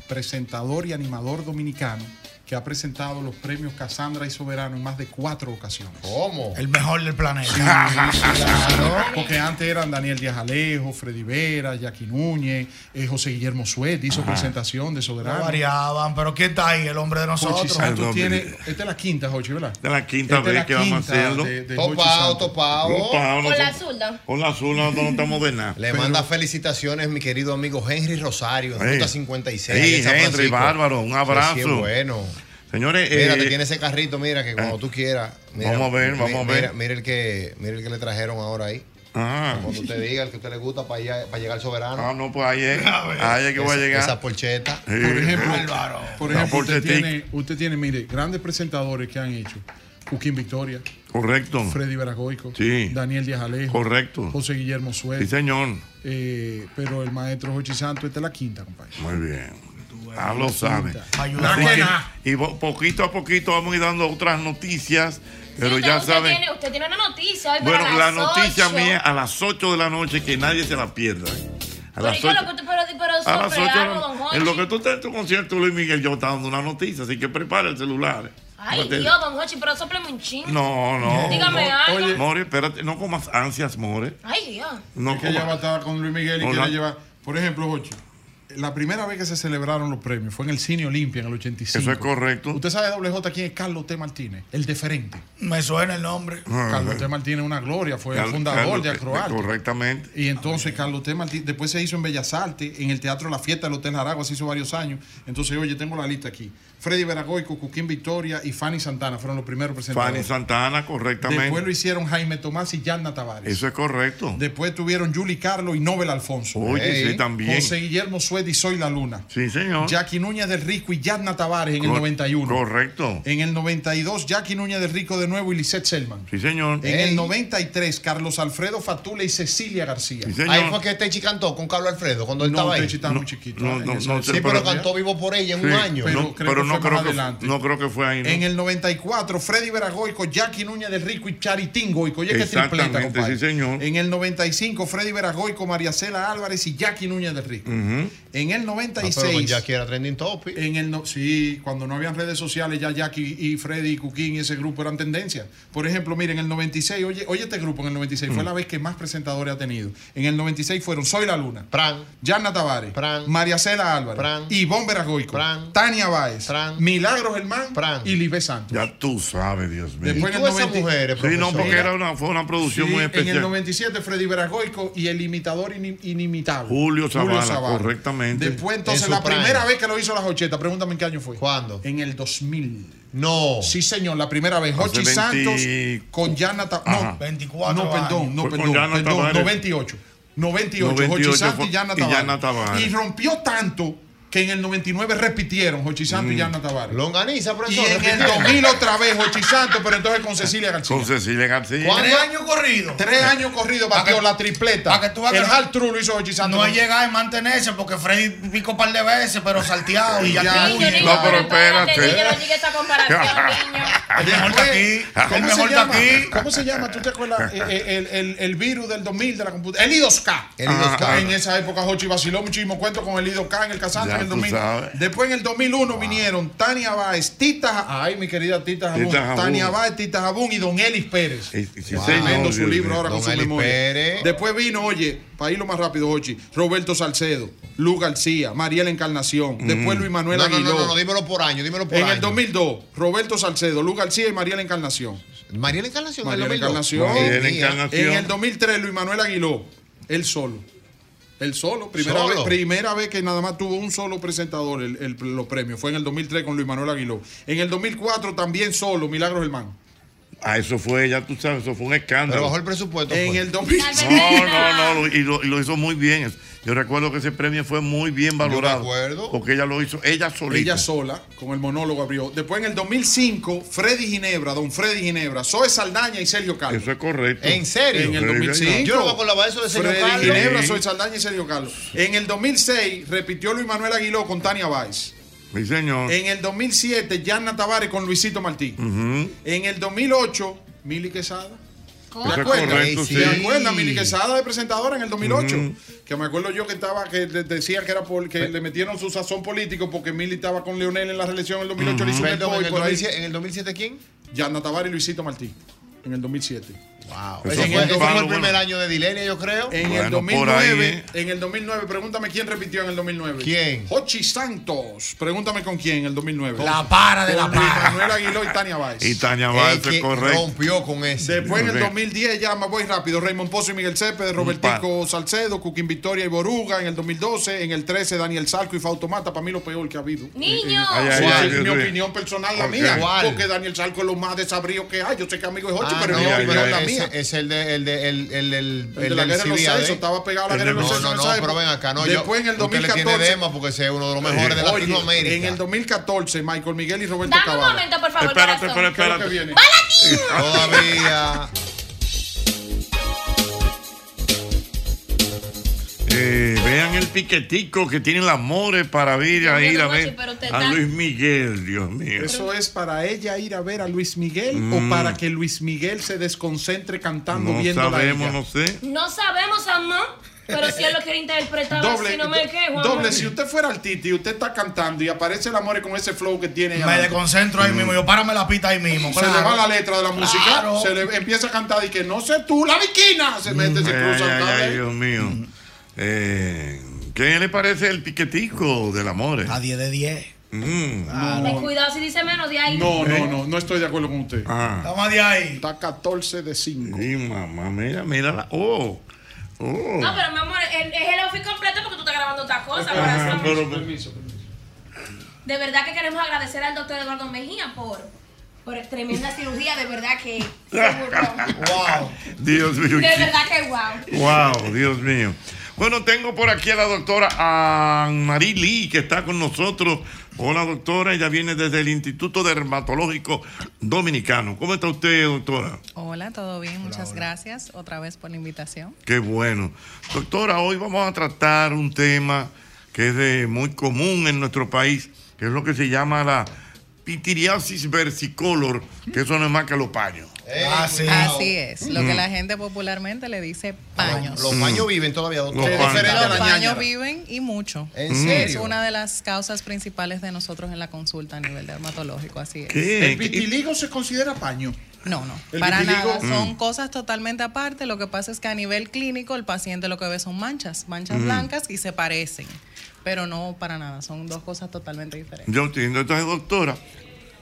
[SPEAKER 13] presentador y animador dominicano que ha presentado los premios Casandra y Soberano en más de cuatro ocasiones.
[SPEAKER 3] ¿Cómo?
[SPEAKER 11] El mejor del planeta.
[SPEAKER 13] Claro, porque antes eran Daniel Díaz Alejo, Freddy Vera, Jackie Núñez, eh, José Guillermo Suet hizo
[SPEAKER 11] Ajá.
[SPEAKER 13] presentación de Soberano.
[SPEAKER 11] No variaban, pero ¿quién está ahí? El hombre de nosotros.
[SPEAKER 13] Jochi Santos tiene- esta es la quinta, Jochi, ¿verdad?
[SPEAKER 2] Esta es la
[SPEAKER 13] Esta
[SPEAKER 2] quinta
[SPEAKER 13] es
[SPEAKER 2] vez
[SPEAKER 13] la
[SPEAKER 2] que vamos a
[SPEAKER 13] quinta
[SPEAKER 2] hacerlo.
[SPEAKER 13] de- de
[SPEAKER 3] Topao,
[SPEAKER 13] Jochi Santos.
[SPEAKER 3] topao.
[SPEAKER 2] Topao,
[SPEAKER 4] Con la
[SPEAKER 2] nosotros-
[SPEAKER 4] zurda.
[SPEAKER 2] Con la azul nosotros no estamos de nada.
[SPEAKER 3] Le
[SPEAKER 2] Pero-
[SPEAKER 3] manda felicitaciones mi querido amigo Henry Rosario, en
[SPEAKER 2] Sí.
[SPEAKER 3] Ruta 56.
[SPEAKER 2] Sí,
[SPEAKER 3] ahí en San
[SPEAKER 2] Henry,
[SPEAKER 3] Francisco.
[SPEAKER 2] bárbaro, un
[SPEAKER 3] Que sí es
[SPEAKER 2] abrazo.
[SPEAKER 3] bueno.
[SPEAKER 2] Señores,
[SPEAKER 3] Mira,
[SPEAKER 2] eh, ah,
[SPEAKER 3] te tiene ese carrito, mira, que cuando tú quieras. mira,
[SPEAKER 2] Vamos a ver,
[SPEAKER 3] mi-
[SPEAKER 2] vamos a ver.
[SPEAKER 3] Mira, mira el que, mira el que le trajeron ahora ahí.
[SPEAKER 2] Ah.
[SPEAKER 3] Cuando usted diga, el que a usted le gusta para, allá- para llegar soberano.
[SPEAKER 2] Ah, no, pues ahí es. Ahí es que voy a
[SPEAKER 3] Esa-
[SPEAKER 2] llegar.
[SPEAKER 3] Esa porcheta.
[SPEAKER 2] Sí. Por ejemplo,
[SPEAKER 13] Por
[SPEAKER 2] La
[SPEAKER 13] ejemplo, usted
[SPEAKER 2] Portetic.
[SPEAKER 13] tiene, usted tiene, mire, grandes presentadores que han hecho. Joaquín Victoria,
[SPEAKER 2] Correcto.
[SPEAKER 13] Freddy Veragoico,
[SPEAKER 2] Sí.
[SPEAKER 13] Daniel Díaz Alejo,
[SPEAKER 2] Correcto.
[SPEAKER 13] José Guillermo Suet.
[SPEAKER 2] Sí, señor.
[SPEAKER 13] Eh, pero el maestro Jochi Santos, esta es la quinta, compadre.
[SPEAKER 2] Muy bien. Ah, lo sabe.
[SPEAKER 13] Pa' ayudar.
[SPEAKER 2] Así
[SPEAKER 13] Nada que
[SPEAKER 2] que-
[SPEAKER 13] nada.
[SPEAKER 2] y po- poquito a poquito vamos a ir dando otras noticias, pero
[SPEAKER 4] Usted-
[SPEAKER 2] ya
[SPEAKER 4] usted
[SPEAKER 2] saben.
[SPEAKER 4] Tiene, usted tiene una noticia hoy
[SPEAKER 2] Bueno,
[SPEAKER 4] para
[SPEAKER 2] la
[SPEAKER 4] las
[SPEAKER 2] noticia
[SPEAKER 4] ocho.
[SPEAKER 2] mía a las 8 de la noche, que nadie se la pierda. A
[SPEAKER 4] Pero,
[SPEAKER 2] las
[SPEAKER 4] ¿y qué
[SPEAKER 2] 8.
[SPEAKER 4] lo que usted- pero, pero
[SPEAKER 2] A las 8
[SPEAKER 4] sobre
[SPEAKER 2] de la
[SPEAKER 4] algo, don
[SPEAKER 2] noche.
[SPEAKER 4] Jorge.
[SPEAKER 2] En lo que tú estás en tu concierto, Luis Miguel, yo estaba dando una noticia, así que prepara el celular.
[SPEAKER 4] Ay,
[SPEAKER 2] Porque-
[SPEAKER 4] Dios, don Hochi, pero sopleme un chingo.
[SPEAKER 2] No, no.
[SPEAKER 4] Dígame
[SPEAKER 2] Mo-
[SPEAKER 4] algo.
[SPEAKER 2] Oye, More, espérate, no comas ansias, More.
[SPEAKER 4] Ay, Dios.
[SPEAKER 2] No
[SPEAKER 13] Es que ella va a estar con Luis Miguel y
[SPEAKER 2] Hola.
[SPEAKER 13] quiere llevar. Por ejemplo, Jochi, la primera vez que se celebraron los premios fue en el Cine Olimpia en el 85.
[SPEAKER 2] Eso es correcto.
[SPEAKER 13] Usted sabe, WJ, quién es Carlos T. Martínez, el deferente.
[SPEAKER 11] Me suena el nombre.
[SPEAKER 13] Carlos T. Martínez, una gloria, fue el
[SPEAKER 2] Cal-
[SPEAKER 13] fundador
[SPEAKER 2] Carlos
[SPEAKER 13] de
[SPEAKER 2] T-
[SPEAKER 13] Acroarte.
[SPEAKER 2] Correctamente.
[SPEAKER 13] Y entonces Carlos T. Martí- después se hizo en Bellas Artes, en el Teatro La Fiesta del Hotel Aragua, se hizo varios años. Entonces, oye, tengo la lista aquí. Freddy Veragoico, Cuquín Victoria y Fanny Santana fueron los primeros
[SPEAKER 2] Fanny
[SPEAKER 13] presentadores.
[SPEAKER 2] Santana, correctamente.
[SPEAKER 13] Después lo hicieron Jaime Tomás y Yanna Tavares.
[SPEAKER 2] Eso es correcto.
[SPEAKER 13] Después tuvieron Julie Carlos y Nobel Alfonso. Eh,
[SPEAKER 2] Oye, sí, también.
[SPEAKER 13] José Guillermo Suedi, Soy la Luna.
[SPEAKER 2] Sí, señor.
[SPEAKER 13] Jackie Núñez del Rico y Yadna Tavares en el
[SPEAKER 2] Cor-
[SPEAKER 13] 91.
[SPEAKER 2] Correcto.
[SPEAKER 13] En el 92, Jackie Núñez del Rico de nuevo y Lisette Selman.
[SPEAKER 2] Sí, señor.
[SPEAKER 13] En el 93, Carlos Alfredo Fatula y Cecilia García.
[SPEAKER 3] Ahí fue que Techi cantó con Carlos Alfredo cuando él
[SPEAKER 13] No,
[SPEAKER 3] estaba ahí.
[SPEAKER 13] Techi estaba muy chiquito.
[SPEAKER 2] no, no, no,
[SPEAKER 3] sí,
[SPEAKER 2] sí,
[SPEAKER 3] pero
[SPEAKER 2] pero-
[SPEAKER 3] cantó vivo por ella en
[SPEAKER 2] Sí,
[SPEAKER 3] un año.
[SPEAKER 2] no,
[SPEAKER 13] Pero creo
[SPEAKER 2] pero
[SPEAKER 13] que
[SPEAKER 2] no,
[SPEAKER 13] fue
[SPEAKER 2] creo
[SPEAKER 13] más
[SPEAKER 2] que,
[SPEAKER 13] adelante.
[SPEAKER 2] no creo que fue ahí. ¿no?
[SPEAKER 13] En el 94, Freddy Veragoico, Jackie Núñez del Rico y Charitín Goico. Oye, qué tripleta,
[SPEAKER 2] Exactamente,
[SPEAKER 13] compadre.
[SPEAKER 2] sí, señor.
[SPEAKER 13] En el 95, Freddy Veragoico, María Cela Álvarez y Jackie Núñez del Rico.
[SPEAKER 2] Ujú.
[SPEAKER 13] En el 96.
[SPEAKER 3] Ah, pero con Jackie era trending topic.
[SPEAKER 13] En el no- sí, cuando no habían redes sociales, ya Jackie y Freddy y Cuquín y ese grupo eran tendencia. Por ejemplo, miren, en el 96, oye, oye este grupo en el 96,
[SPEAKER 3] Mm.
[SPEAKER 13] fue la vez que más presentadores ha tenido. En el 96 fueron Soy la Luna, Pran, Yarna Tavares, María Cela Álvarez, Ivonne Veragoico, Tania Báez, Milagros Germán y Libé Santos.
[SPEAKER 2] Ya tú sabes, Dios mío.
[SPEAKER 13] Después en el 90
[SPEAKER 2] Sí, no, porque
[SPEAKER 13] Mira,
[SPEAKER 2] era una, fue una producción
[SPEAKER 13] sí,
[SPEAKER 2] muy especial.
[SPEAKER 13] En el 97, Freddy Veragoico y el imitador inim- inimitable.
[SPEAKER 2] Julio Zavala, correctamente.
[SPEAKER 13] Después, entonces,
[SPEAKER 2] En su
[SPEAKER 13] la
[SPEAKER 2] prime.
[SPEAKER 13] primera vez que lo hizo las 80, pregúntame en qué año fue. ¿Cuándo? En el 2000.
[SPEAKER 3] No.
[SPEAKER 13] Sí, señor, la primera vez.
[SPEAKER 2] Hace
[SPEAKER 13] Jochi
[SPEAKER 2] 20
[SPEAKER 13] Santos con Yana Ta-
[SPEAKER 2] Ajá.
[SPEAKER 13] No,
[SPEAKER 11] 24
[SPEAKER 13] No, perdón,
[SPEAKER 2] años.
[SPEAKER 13] no,
[SPEAKER 2] Fue con
[SPEAKER 13] perdón.
[SPEAKER 2] Yana
[SPEAKER 13] perdón
[SPEAKER 2] Tavares.
[SPEAKER 13] 98. 98, Jochi
[SPEAKER 2] 98
[SPEAKER 13] Santos
[SPEAKER 2] fue-
[SPEAKER 13] y Yana
[SPEAKER 2] y
[SPEAKER 13] Tavares.
[SPEAKER 2] Yana Tavares.
[SPEAKER 13] Y rompió tanto que en el 99 repitieron Jochi Santos y
[SPEAKER 2] Mm.
[SPEAKER 13] Yana Tavares.
[SPEAKER 3] Longaniza,
[SPEAKER 13] Y
[SPEAKER 3] profesor,
[SPEAKER 13] en el
[SPEAKER 3] repitieron.
[SPEAKER 13] 2000 otra vez Jochi Santos, pero entonces con Cecilia García.
[SPEAKER 2] Con Cecilia García.
[SPEAKER 13] ¿Cuántos
[SPEAKER 11] años corridos?
[SPEAKER 13] Tres años corridos batió la tripleta. el hard true lo hizo Jochi Santos.
[SPEAKER 11] No es llegar y mantenerse porque Freddy picó un par de veces, pero salteado y ya
[SPEAKER 13] Ya,
[SPEAKER 11] te huye.
[SPEAKER 2] No, pero
[SPEAKER 4] Yo
[SPEAKER 2] espérate.
[SPEAKER 4] no llegué a esa comparación.
[SPEAKER 13] ¿Cómo,
[SPEAKER 11] mejor
[SPEAKER 13] se
[SPEAKER 11] está
[SPEAKER 13] llama? ¿Cómo se llama? ¿Tú te
[SPEAKER 2] Ah.
[SPEAKER 13] acuerdas? Eh, eh, El, el- el virus del 2000 de la computadora. El I2K.
[SPEAKER 2] El I2K.
[SPEAKER 13] Ajá. Ah, En esa época, Jochi vaciló muchísimo cuento con el I2K en el Casante
[SPEAKER 2] Ya
[SPEAKER 13] en el
[SPEAKER 2] tú
[SPEAKER 13] 2000.
[SPEAKER 2] sabes. Ah.
[SPEAKER 13] Después, en el 2001, vinieron Tania Báez, Tita Ja- Ay, mi querida Tita Jabón.
[SPEAKER 2] Tita Jabón.
[SPEAKER 13] Tania Báez, Tita Jabón y Don Elis Pérez.
[SPEAKER 2] Y- y- sí,
[SPEAKER 13] Wow.
[SPEAKER 2] señor,
[SPEAKER 13] Tremendo su
[SPEAKER 2] Dios
[SPEAKER 13] libro
[SPEAKER 2] mío.
[SPEAKER 13] ahora con
[SPEAKER 2] Don
[SPEAKER 13] su
[SPEAKER 2] Eli
[SPEAKER 13] memoria.
[SPEAKER 2] Pérez.
[SPEAKER 13] Después vino, oye, para irlo más rápido, Jochi, Roberto Salcedo, Lu García, Mariela Encarnación. Después,
[SPEAKER 2] Mm.
[SPEAKER 13] Luis Manuel
[SPEAKER 3] no, no,
[SPEAKER 13] Aguiló.
[SPEAKER 3] no, no, no, dímelo por año, dímelo por
[SPEAKER 13] En
[SPEAKER 3] año.
[SPEAKER 13] el 2002, Roberto Salcedo, Lu García y Mariela Encarnación.
[SPEAKER 3] Mariela Encarnación, en el
[SPEAKER 13] Mariela
[SPEAKER 3] 2002.
[SPEAKER 13] Encarnación.
[SPEAKER 3] Mariela
[SPEAKER 13] En
[SPEAKER 3] Encarnación.
[SPEAKER 13] el 2003, Luis Manuel Aguiló, él solo. Él solo, primera,
[SPEAKER 3] Solo.
[SPEAKER 13] Vez, primera vez que nada más tuvo un solo presentador el- el- los premios. Fue en el 2003 con Luis Manuel Aguiló. En el 2004 también solo, Milagros Germán.
[SPEAKER 2] Ah, eso fue, ya tú sabes, eso fue un escándalo.
[SPEAKER 13] Pero bajó el
[SPEAKER 3] presupuesto. pues.
[SPEAKER 13] En el 2000.
[SPEAKER 2] No, no, no, lo- y lo, y lo hizo muy bien. Yo recuerdo que ese premio fue muy bien valorado.
[SPEAKER 13] acuerdo.
[SPEAKER 2] Porque ella lo hizo, ella solita.
[SPEAKER 13] Ella sola, con el monólogo abrió. Después en el 2005, Freddy Ginebra, don Freddy Ginebra, Zoe Saldaña y Sergio Carlos.
[SPEAKER 2] Eso es correcto.
[SPEAKER 13] ¿En serio? En el 2005.
[SPEAKER 3] Yo no me acordaba de eso de Sergio
[SPEAKER 13] Freddy
[SPEAKER 3] Carlos.
[SPEAKER 13] Ginebra,
[SPEAKER 3] Sí.
[SPEAKER 13] Zoe Saldaña y Sergio Carlos. En el 2006, repitió Luis Manuel Aguiló con Tania Báez.
[SPEAKER 2] Sí, señor.
[SPEAKER 13] En el 2007, Yanna Tavares con Luisito Martí.
[SPEAKER 2] Ujú.
[SPEAKER 13] En el 2008, Mili Quesada.
[SPEAKER 2] ¿Cómo?
[SPEAKER 13] ¿Te acuerdas?
[SPEAKER 2] Eso es correcto,
[SPEAKER 13] ¿Te
[SPEAKER 2] sí.
[SPEAKER 13] acuerdas? Mili Quesada de presentadora en el 2008.
[SPEAKER 2] Ujú.
[SPEAKER 13] Que me acuerdo yo que estaba, que de- decía que era porque le metieron su sazón político porque Mili estaba con Leonel en la reelección en el 2008. Le hizo un
[SPEAKER 3] Perdón,
[SPEAKER 13] emboy
[SPEAKER 3] en el
[SPEAKER 13] por ahí.
[SPEAKER 3] 2007 ¿en el 2007 quién?
[SPEAKER 13] Yanna Tavares y Luisito Martí. En el 2007.
[SPEAKER 3] Wow. Ese fue, ese fue el primer año de Dilenia, yo creo.
[SPEAKER 13] En el 2009,
[SPEAKER 2] eh.
[SPEAKER 13] en el 2009, pregúntame quién repitió en el 2009.
[SPEAKER 3] ¿Quién?
[SPEAKER 13] Jochi Santos. Pregúntame con quién en el 2009.
[SPEAKER 3] La para de la
[SPEAKER 13] Con Luis
[SPEAKER 3] para.
[SPEAKER 13] Manuel Aguiló y Tania Báez.
[SPEAKER 2] Y Tania Báez,
[SPEAKER 3] El
[SPEAKER 2] es
[SPEAKER 3] que
[SPEAKER 2] correcto.
[SPEAKER 3] rompió con ese.
[SPEAKER 13] Después en el 2010 ya me voy rápido. Raymond Pozo y Miguel Cepeda, Robertico Salcedo, Cuquín Victoria y Boruga en el 2012. En el 13 Daniel Salco y Fautomata. Para mí lo peor que ha habido.
[SPEAKER 4] Niño.
[SPEAKER 13] Sí,
[SPEAKER 4] Ay, ay,
[SPEAKER 13] es
[SPEAKER 4] ay,
[SPEAKER 13] mi
[SPEAKER 4] Dios mío.
[SPEAKER 13] opinión personal, la
[SPEAKER 3] Ok.
[SPEAKER 13] mía.
[SPEAKER 3] ¿Cuál?
[SPEAKER 13] Porque Daniel Salco es lo más desabrío que hay. Yo sé que amigo es Jochi,
[SPEAKER 3] Ah,
[SPEAKER 13] pero
[SPEAKER 3] no,
[SPEAKER 13] es mi
[SPEAKER 3] pero
[SPEAKER 13] opinión, la
[SPEAKER 3] ese-
[SPEAKER 13] mía.
[SPEAKER 3] Es el de, el de, el, el, el, el,
[SPEAKER 13] de la
[SPEAKER 3] del
[SPEAKER 13] guerra de los
[SPEAKER 3] CBA,
[SPEAKER 13] sexos,
[SPEAKER 3] ¿eh?
[SPEAKER 13] estaba pegado a la
[SPEAKER 3] El
[SPEAKER 13] guerra de los
[SPEAKER 3] no,
[SPEAKER 13] sexos en
[SPEAKER 3] No,
[SPEAKER 13] esa
[SPEAKER 3] no, pero
[SPEAKER 13] época.
[SPEAKER 3] ven acá, no.
[SPEAKER 13] Después en el
[SPEAKER 3] Usted le tiene
[SPEAKER 13] 2014.
[SPEAKER 3] dema porque ese es uno de los mejores de
[SPEAKER 13] Oye,
[SPEAKER 3] Latinoamérica.
[SPEAKER 13] En el 2014, Michael Miguel y Roberto
[SPEAKER 4] Dame un
[SPEAKER 13] Cavallo.
[SPEAKER 4] momento, por favor.
[SPEAKER 13] Espérate,
[SPEAKER 4] corazón.
[SPEAKER 13] espérate, espérate. Creo que viene.
[SPEAKER 4] ¡Va
[SPEAKER 3] Todavía.
[SPEAKER 4] Latina!
[SPEAKER 2] Eh, vean el piquetico que tienen las mores para ir a
[SPEAKER 13] Dios mío,
[SPEAKER 2] ir a
[SPEAKER 13] Rochi,
[SPEAKER 2] ver
[SPEAKER 13] pero te
[SPEAKER 2] a
[SPEAKER 13] da-
[SPEAKER 2] Luis Miguel, Dios mío.
[SPEAKER 13] ¿Eso es para ella ir a ver a Luis Miguel
[SPEAKER 2] Mm.
[SPEAKER 13] o para que Luis Miguel se desconcentre cantando
[SPEAKER 2] No
[SPEAKER 13] viendo
[SPEAKER 2] sabemos, no sé.
[SPEAKER 4] No sabemos, amor. Pero si él lo quiere interpretar
[SPEAKER 13] Doble,
[SPEAKER 4] así, no me quejo.
[SPEAKER 13] doble,
[SPEAKER 4] amor.
[SPEAKER 13] si usted fuera al Titi y usted está cantando y aparece el amor con ese flow que tiene. ahí
[SPEAKER 11] Me
[SPEAKER 13] adelante,
[SPEAKER 11] desconcentro ahí mismo, yo párame la pita ahí mismo.
[SPEAKER 13] Se le
[SPEAKER 11] claro.
[SPEAKER 13] va la letra de la música,
[SPEAKER 11] Claro.
[SPEAKER 13] se le empieza a cantar y que no sé tú, la viquina. Se mete, se
[SPEAKER 2] Mm, Ay,
[SPEAKER 13] cruza.
[SPEAKER 2] ay,
[SPEAKER 13] otra
[SPEAKER 2] ay,
[SPEAKER 13] vez.
[SPEAKER 2] Dios mío. Eh, ¿Qué le parece el piquetico del amor? Mm, A
[SPEAKER 11] 10 de Ah, 10.
[SPEAKER 4] Ten cuidado si dice menos de ahí.
[SPEAKER 13] No, no, no, no estoy de acuerdo con usted.
[SPEAKER 11] Vamos de ahí.
[SPEAKER 13] Está 14 de 5.
[SPEAKER 2] Ah. Sí, mamá, mira, mira la. Oh, oh.
[SPEAKER 4] No, Ah, pero mi amor, el- es el outfit completo porque tú estás grabando otras cosas.
[SPEAKER 2] Ah,
[SPEAKER 4] corazón.
[SPEAKER 2] pero-
[SPEAKER 4] De verdad que queremos agradecer al doctor Eduardo Mejía por, por tremenda cirugía. De verdad que.
[SPEAKER 11] wow.
[SPEAKER 2] Dios
[SPEAKER 4] De
[SPEAKER 2] mío.
[SPEAKER 4] verdad que wow.
[SPEAKER 2] Wow, Dios mío. Bueno, tengo por aquí a la doctora Anne-Marie Lee, que está con nosotros. Hola, doctora. Ella viene desde el Instituto Dermatológico Dominicano. ¿Cómo está usted, doctora?
[SPEAKER 15] Hola, todo bien, muchas gracias otra vez por la invitación.
[SPEAKER 2] Qué bueno. Doctora, hoy vamos a tratar un tema que es de muy común en nuestro país, que es lo que se llama la pitiriasis versicolor, que eso no es más que los paños.
[SPEAKER 3] Ah,
[SPEAKER 15] Así es, lo que
[SPEAKER 2] Mm.
[SPEAKER 15] la gente popularmente le dice paños.
[SPEAKER 3] Los paños viven todavía. doctor.
[SPEAKER 2] Los
[SPEAKER 3] Es
[SPEAKER 2] paños.
[SPEAKER 3] diferente a
[SPEAKER 15] Los
[SPEAKER 3] la ñañara.
[SPEAKER 15] paños viven y mucho.
[SPEAKER 3] ¿En
[SPEAKER 15] Sí, Es
[SPEAKER 3] serio?
[SPEAKER 15] una de las causas principales de nosotros en la consulta a nivel dermatológico, así es.
[SPEAKER 2] ¿Qué?
[SPEAKER 15] vitiligo
[SPEAKER 13] se considera paño?
[SPEAKER 15] No, no.
[SPEAKER 13] El
[SPEAKER 15] Para
[SPEAKER 13] vitiligo-
[SPEAKER 15] nada, son
[SPEAKER 13] Mm.
[SPEAKER 15] cosas totalmente aparte. Lo que pasa es que a nivel clínico el paciente lo que ve son manchas, manchas
[SPEAKER 2] Mm.
[SPEAKER 15] blancas y se parecen, pero no para nada, son dos cosas totalmente diferentes.
[SPEAKER 2] Yo entiendo. Entonces, doctora,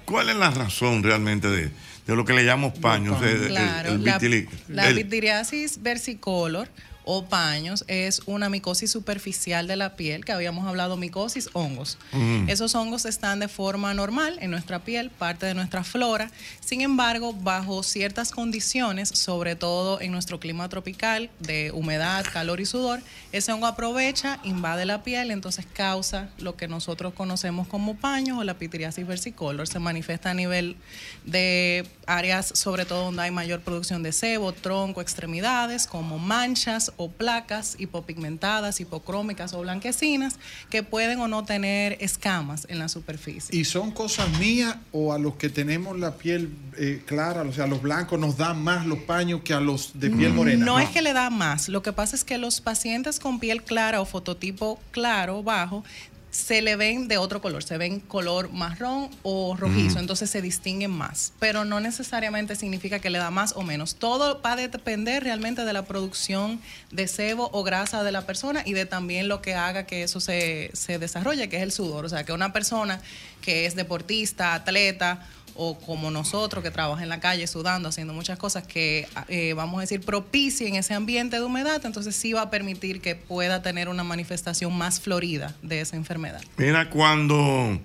[SPEAKER 2] ¿cuál es la razón realmente de, de lo que le llamamos paños? de- de-
[SPEAKER 15] Claro,
[SPEAKER 2] el, el
[SPEAKER 15] la,
[SPEAKER 2] vitiligo?
[SPEAKER 15] la
[SPEAKER 2] El-
[SPEAKER 15] vitiriasis versicolor o paños es una micosis superficial de la piel, que habíamos hablado micosis, hongos.
[SPEAKER 26] Mm.
[SPEAKER 15] Esos hongos están de forma normal en nuestra piel, parte de nuestra flora. Sin embargo, bajo ciertas condiciones, sobre todo en nuestro clima tropical de humedad, calor y sudor, ese hongo aprovecha, invade la piel, entonces causa lo que nosotros conocemos como paños o la pitiriasis versicolor. Se manifiesta a nivel de áreas, sobre todo donde hay mayor producción de sebo, tronco, extremidades, como manchas o placas hipopigmentadas, hipocrómicas o blanquecinas, que pueden o no tener escamas en la superficie.
[SPEAKER 13] ¿Y son cosas mías o a los que tenemos la piel eh, clara, o sea, a los blancos nos dan más los paños que a los de piel morena?
[SPEAKER 15] Mm, No es que le da más, lo que pasa es que los pacientes con piel clara o fototipo claro, bajo, se le ven de otro color, se ven color marrón o rojizo,
[SPEAKER 26] Mm.
[SPEAKER 15] entonces se distinguen más, pero no necesariamente significa que le da más o menos. Todo va a depender realmente de la producción de sebo o grasa de la persona y de también lo que haga que eso se, se desarrolle, que es el sudor. O sea, que una persona que es deportista, atleta o como nosotros que trabaja en la calle sudando, haciendo muchas cosas que, eh, vamos a decir, propicien ese ambiente de humedad, entonces sí va a permitir que pueda tener una manifestación más florida de esa enfermedad.
[SPEAKER 2] Mira, cuando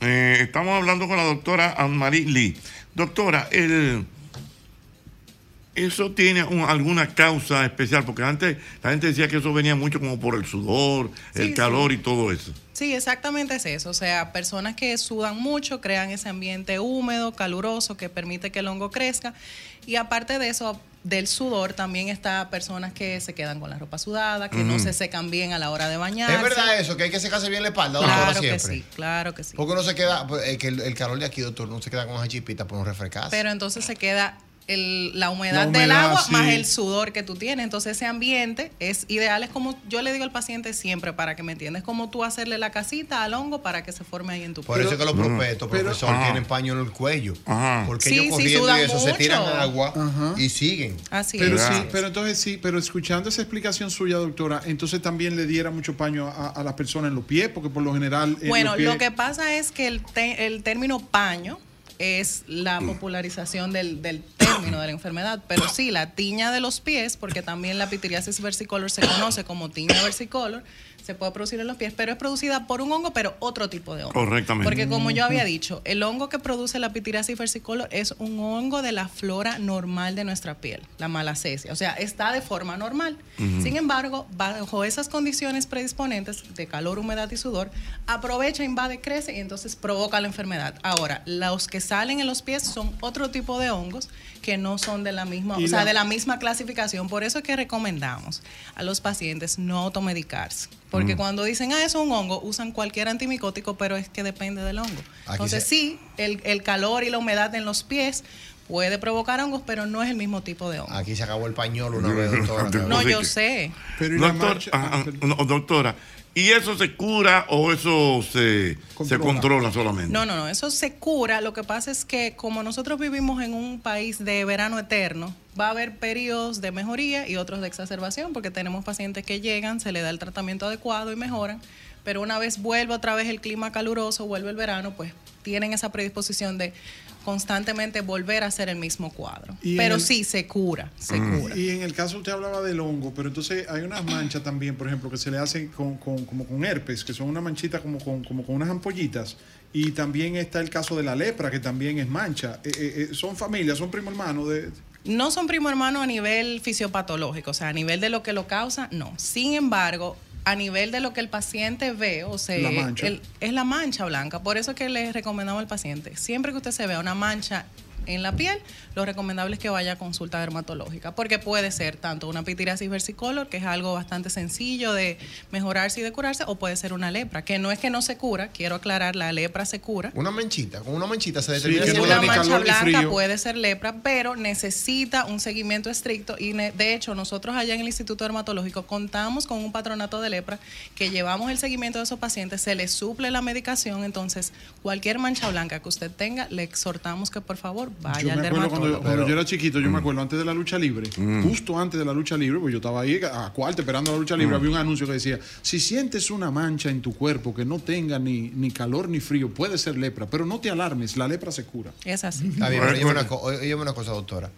[SPEAKER 2] eh, estamos hablando con la doctora Anne-Marie Lee, doctora, el, ¿eso tiene un- alguna causa especial? Porque antes la gente decía que eso venía mucho como por el sudor,
[SPEAKER 15] Sí,
[SPEAKER 2] el calor
[SPEAKER 15] sí.
[SPEAKER 2] y todo eso.
[SPEAKER 15] Sí, exactamente es eso. O sea, personas que sudan mucho crean ese ambiente húmedo, caluroso, que permite que el hongo crezca. Y aparte de eso, del sudor, también está personas que se quedan con la ropa sudada, que no
[SPEAKER 3] Ujú.
[SPEAKER 15] se secan bien a la hora de bañarse.
[SPEAKER 3] Es verdad eso, que hay que secarse bien la espalda, doctora,
[SPEAKER 15] Claro que
[SPEAKER 3] siempre.
[SPEAKER 15] sí, claro que sí.
[SPEAKER 3] Porque uno se queda, pues, eh, que el, el calor de aquí, doctor, no se queda con pues, esa chipita por un refrescarse.
[SPEAKER 15] Pero entonces se queda el- la, humedad
[SPEAKER 3] La
[SPEAKER 15] del
[SPEAKER 3] humedad,
[SPEAKER 15] agua
[SPEAKER 3] sí.
[SPEAKER 15] más el sudor que tú tienes. Entonces ese ambiente es ideal. Es como yo le digo al paciente siempre, para que me entiendas, como tú hacerle la casita al hongo para que se forme ahí en tu
[SPEAKER 3] Por eso es que los
[SPEAKER 15] Mm.
[SPEAKER 3] prospectos, profesor, tienen paño en el cuello. Porque
[SPEAKER 15] Sí, sí,
[SPEAKER 3] ellos corriendo
[SPEAKER 15] sudan
[SPEAKER 3] y eso, se
[SPEAKER 15] mucho.
[SPEAKER 3] tiran agua y siguen.
[SPEAKER 15] Así
[SPEAKER 13] pero
[SPEAKER 3] es.
[SPEAKER 13] sí,
[SPEAKER 3] Claro.
[SPEAKER 13] pero entonces sí, pero escuchando esa explicación suya, doctora, entonces también le diera mucho paño a, a las personas en los pies, porque por lo general. en
[SPEAKER 15] Bueno,
[SPEAKER 13] los pies-
[SPEAKER 15] lo que pasa es que el, te- el término paño es la
[SPEAKER 3] Mm.
[SPEAKER 15] popularización del, del término de la enfermedad, pero sí, la tiña de los pies, porque también la pitiriasis versicolor se conoce como tiña versicolor, se puede producir en los pies, pero es producida por un hongo, pero otro tipo de hongo.
[SPEAKER 2] Correctamente.
[SPEAKER 15] Porque como yo había dicho, el hongo que produce la pitiriasis versicolor es un hongo de la flora normal de nuestra piel, la malacesia, o sea, está de forma normal.
[SPEAKER 26] Ujú.
[SPEAKER 15] Sin embargo, bajo esas condiciones predisponentes de calor, humedad y sudor, aprovecha, invade, crece y entonces provoca la enfermedad. Ahora, los que salen en los pies son otro tipo de hongos que no son de la misma,
[SPEAKER 26] Y
[SPEAKER 15] o sea,
[SPEAKER 26] la-
[SPEAKER 15] de la misma clasificación. Por eso es que recomendamos a los pacientes no automedicarse. Porque
[SPEAKER 26] Mm.
[SPEAKER 15] cuando dicen, ah, eso es un hongo, usan cualquier antimicótico, pero es que depende del hongo.
[SPEAKER 26] Aquí
[SPEAKER 15] Entonces,
[SPEAKER 26] se-
[SPEAKER 15] sí, el, el calor y la humedad en los pies puede provocar hongos, pero no es el mismo tipo de hongo.
[SPEAKER 3] Aquí se acabó el pañuelo una vez, doctora.
[SPEAKER 15] No, yo sé.
[SPEAKER 2] Doctor- ah, ah, no, doctora, ¿y eso se cura o eso se controla, se controla solamente?
[SPEAKER 15] No, no, no, eso se cura. Lo que pasa es que como nosotros vivimos en un país de verano eterno, va a haber periodos de mejoría y otros de exacerbación, porque tenemos pacientes que llegan, se le da el tratamiento adecuado y mejoran, pero una vez vuelve otra vez el clima caluroso, vuelve el verano, pues tienen esa predisposición de constantemente volver a hacer el mismo cuadro.
[SPEAKER 13] Y en
[SPEAKER 15] Pero
[SPEAKER 13] el-
[SPEAKER 15] sí, se cura, se cura.
[SPEAKER 13] Y en el caso usted hablaba del hongo, pero entonces hay unas manchas también, por ejemplo, que se le hacen con, con- como con herpes, que son una manchita como con, como con unas ampollitas. Y también está el caso de la lepra, que también es mancha. Eh, eh, eh, son familias, son primo hermano de...
[SPEAKER 15] No son primo hermano a nivel fisiopatológico, o sea, a nivel de lo que lo causa, no. Sin embargo, a nivel de lo que el paciente ve, o sea,
[SPEAKER 26] La mancha.
[SPEAKER 15] el- es la mancha blanca. Por eso es que le recomendamos al paciente, siempre que usted se vea una mancha en la piel, lo recomendable es que vaya a consulta dermatológica, porque puede ser tanto una pitiriasis versicolor, que es algo bastante sencillo de mejorarse y de curarse, o puede ser una lepra, que no es que no se cura, quiero aclarar, la lepra se cura.
[SPEAKER 3] Una manchita, con una manchita se
[SPEAKER 15] Sí,
[SPEAKER 3] determina si
[SPEAKER 15] una
[SPEAKER 3] tiene
[SPEAKER 15] mancha
[SPEAKER 3] calor y
[SPEAKER 15] blanca
[SPEAKER 3] frío.
[SPEAKER 15] puede ser lepra, pero necesita un seguimiento estricto y ne- de hecho nosotros allá en el Instituto Dermatológico contamos con un patronato de lepra que llevamos el seguimiento de esos pacientes, se les suple la medicación, entonces cualquier mancha blanca que usted tenga, le exhortamos que por favor
[SPEAKER 13] Yo
[SPEAKER 15] vaya al
[SPEAKER 13] me acuerdo
[SPEAKER 15] dermatólogo.
[SPEAKER 13] cuando, cuando yo era chiquito, yo me acuerdo antes de la lucha libre, justo antes de la lucha libre, pues yo estaba ahí a cuarto esperando la lucha libre,
[SPEAKER 2] Mm.
[SPEAKER 13] había un anuncio que decía, si sientes una mancha en tu cuerpo que no tenga ni, ni calor ni frío, puede ser lepra, pero no te alarmes, la lepra se cura.
[SPEAKER 15] Es así.
[SPEAKER 3] Está bien, pero óyeme una, co- óyeme una cosa, doctora.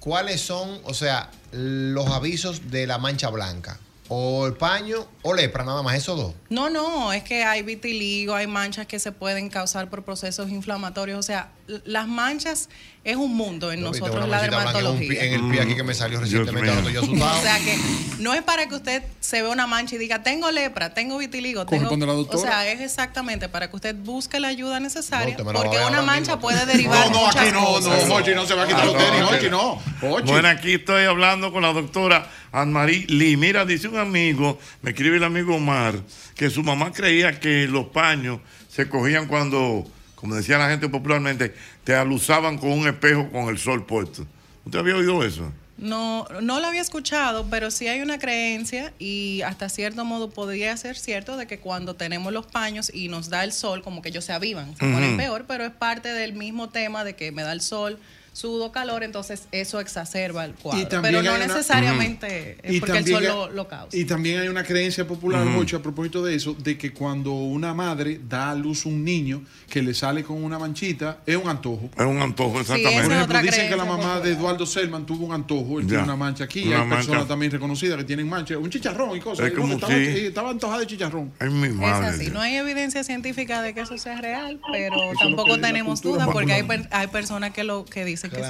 [SPEAKER 3] ¿Cuáles son, o sea, los avisos de la mancha blanca? O el paño o lepra, nada más, esos dos.
[SPEAKER 15] No, no, es que hay vitiligo, hay manchas que se pueden causar por procesos inflamatorios, o sea, l- las manchas es un mundo en
[SPEAKER 3] Yo vi, tengo
[SPEAKER 15] nosotros
[SPEAKER 3] una
[SPEAKER 15] la
[SPEAKER 3] manchita blanca en un
[SPEAKER 15] dermatología.
[SPEAKER 3] pi- en el pie aquí que me salió recientemente, ahora estoy yo asustado.
[SPEAKER 15] O sea que no es para que usted se vea una mancha y diga, tengo lepra, tengo vitiligo, tengo...
[SPEAKER 3] Corresponde a la
[SPEAKER 15] O
[SPEAKER 3] doctora.
[SPEAKER 15] sea, es exactamente para que usted busque la ayuda necesaria,
[SPEAKER 13] me la va a
[SPEAKER 15] porque
[SPEAKER 13] ver
[SPEAKER 15] una
[SPEAKER 13] ahora
[SPEAKER 15] mancha
[SPEAKER 13] mismo.
[SPEAKER 15] puede derivar
[SPEAKER 13] No, no,
[SPEAKER 15] muchas
[SPEAKER 13] aquí no, no,
[SPEAKER 15] cosas.
[SPEAKER 13] Jochi, no se va a quitar los tenis, Jochi, no. Jochi.
[SPEAKER 2] Ah, Bueno, aquí estoy hablando con la doctora Anmarie Lee. Mira, dice un amigo, me escribe el amigo Omar, que su mamá creía que los paños se cogían cuando, como decía la gente popularmente, te alusaban con un espejo con el sol puesto. ¿Usted había oído eso?
[SPEAKER 15] No, no lo había escuchado, pero sí hay una creencia y hasta cierto modo podría ser cierto de que cuando tenemos los paños y nos da el sol, como que ellos se avivan, se ponen
[SPEAKER 26] Ujú.
[SPEAKER 15] peor, pero es parte del mismo tema de que me da el sol, sudo calor, entonces eso exacerba el cuadro. Pero
[SPEAKER 13] también
[SPEAKER 15] no
[SPEAKER 13] hay una-
[SPEAKER 15] necesariamente es
[SPEAKER 13] Y
[SPEAKER 15] porque el
[SPEAKER 13] también
[SPEAKER 15] sol
[SPEAKER 13] hay-
[SPEAKER 15] lo, lo causa.
[SPEAKER 13] Y también hay una creencia popular, mucho a propósito de eso, de que cuando una madre da a luz un niño que le sale con una manchita, es un antojo.
[SPEAKER 2] Es un antojo,
[SPEAKER 13] Por
[SPEAKER 2] exactamente.
[SPEAKER 13] ejemplo, dicen que la mamá de Eduardo Selman tuvo un antojo, él
[SPEAKER 2] Ya.
[SPEAKER 13] tiene una mancha aquí,
[SPEAKER 2] Una
[SPEAKER 13] hay personas
[SPEAKER 2] mancha.
[SPEAKER 13] también reconocidas que tienen mancha, un chicharrón y cosas.
[SPEAKER 2] Es
[SPEAKER 13] y
[SPEAKER 2] como
[SPEAKER 13] no, estaba,
[SPEAKER 2] si-
[SPEAKER 13] eh, estaba antojada de chicharrón.
[SPEAKER 2] Ay, mi madre.
[SPEAKER 15] Es así, no hay evidencia científica de que eso sea real, pero
[SPEAKER 2] es lo
[SPEAKER 15] tampoco
[SPEAKER 2] que la
[SPEAKER 15] tenemos
[SPEAKER 2] cultura
[SPEAKER 15] duda porque hay, per- hay personas que lo que dicen que sí.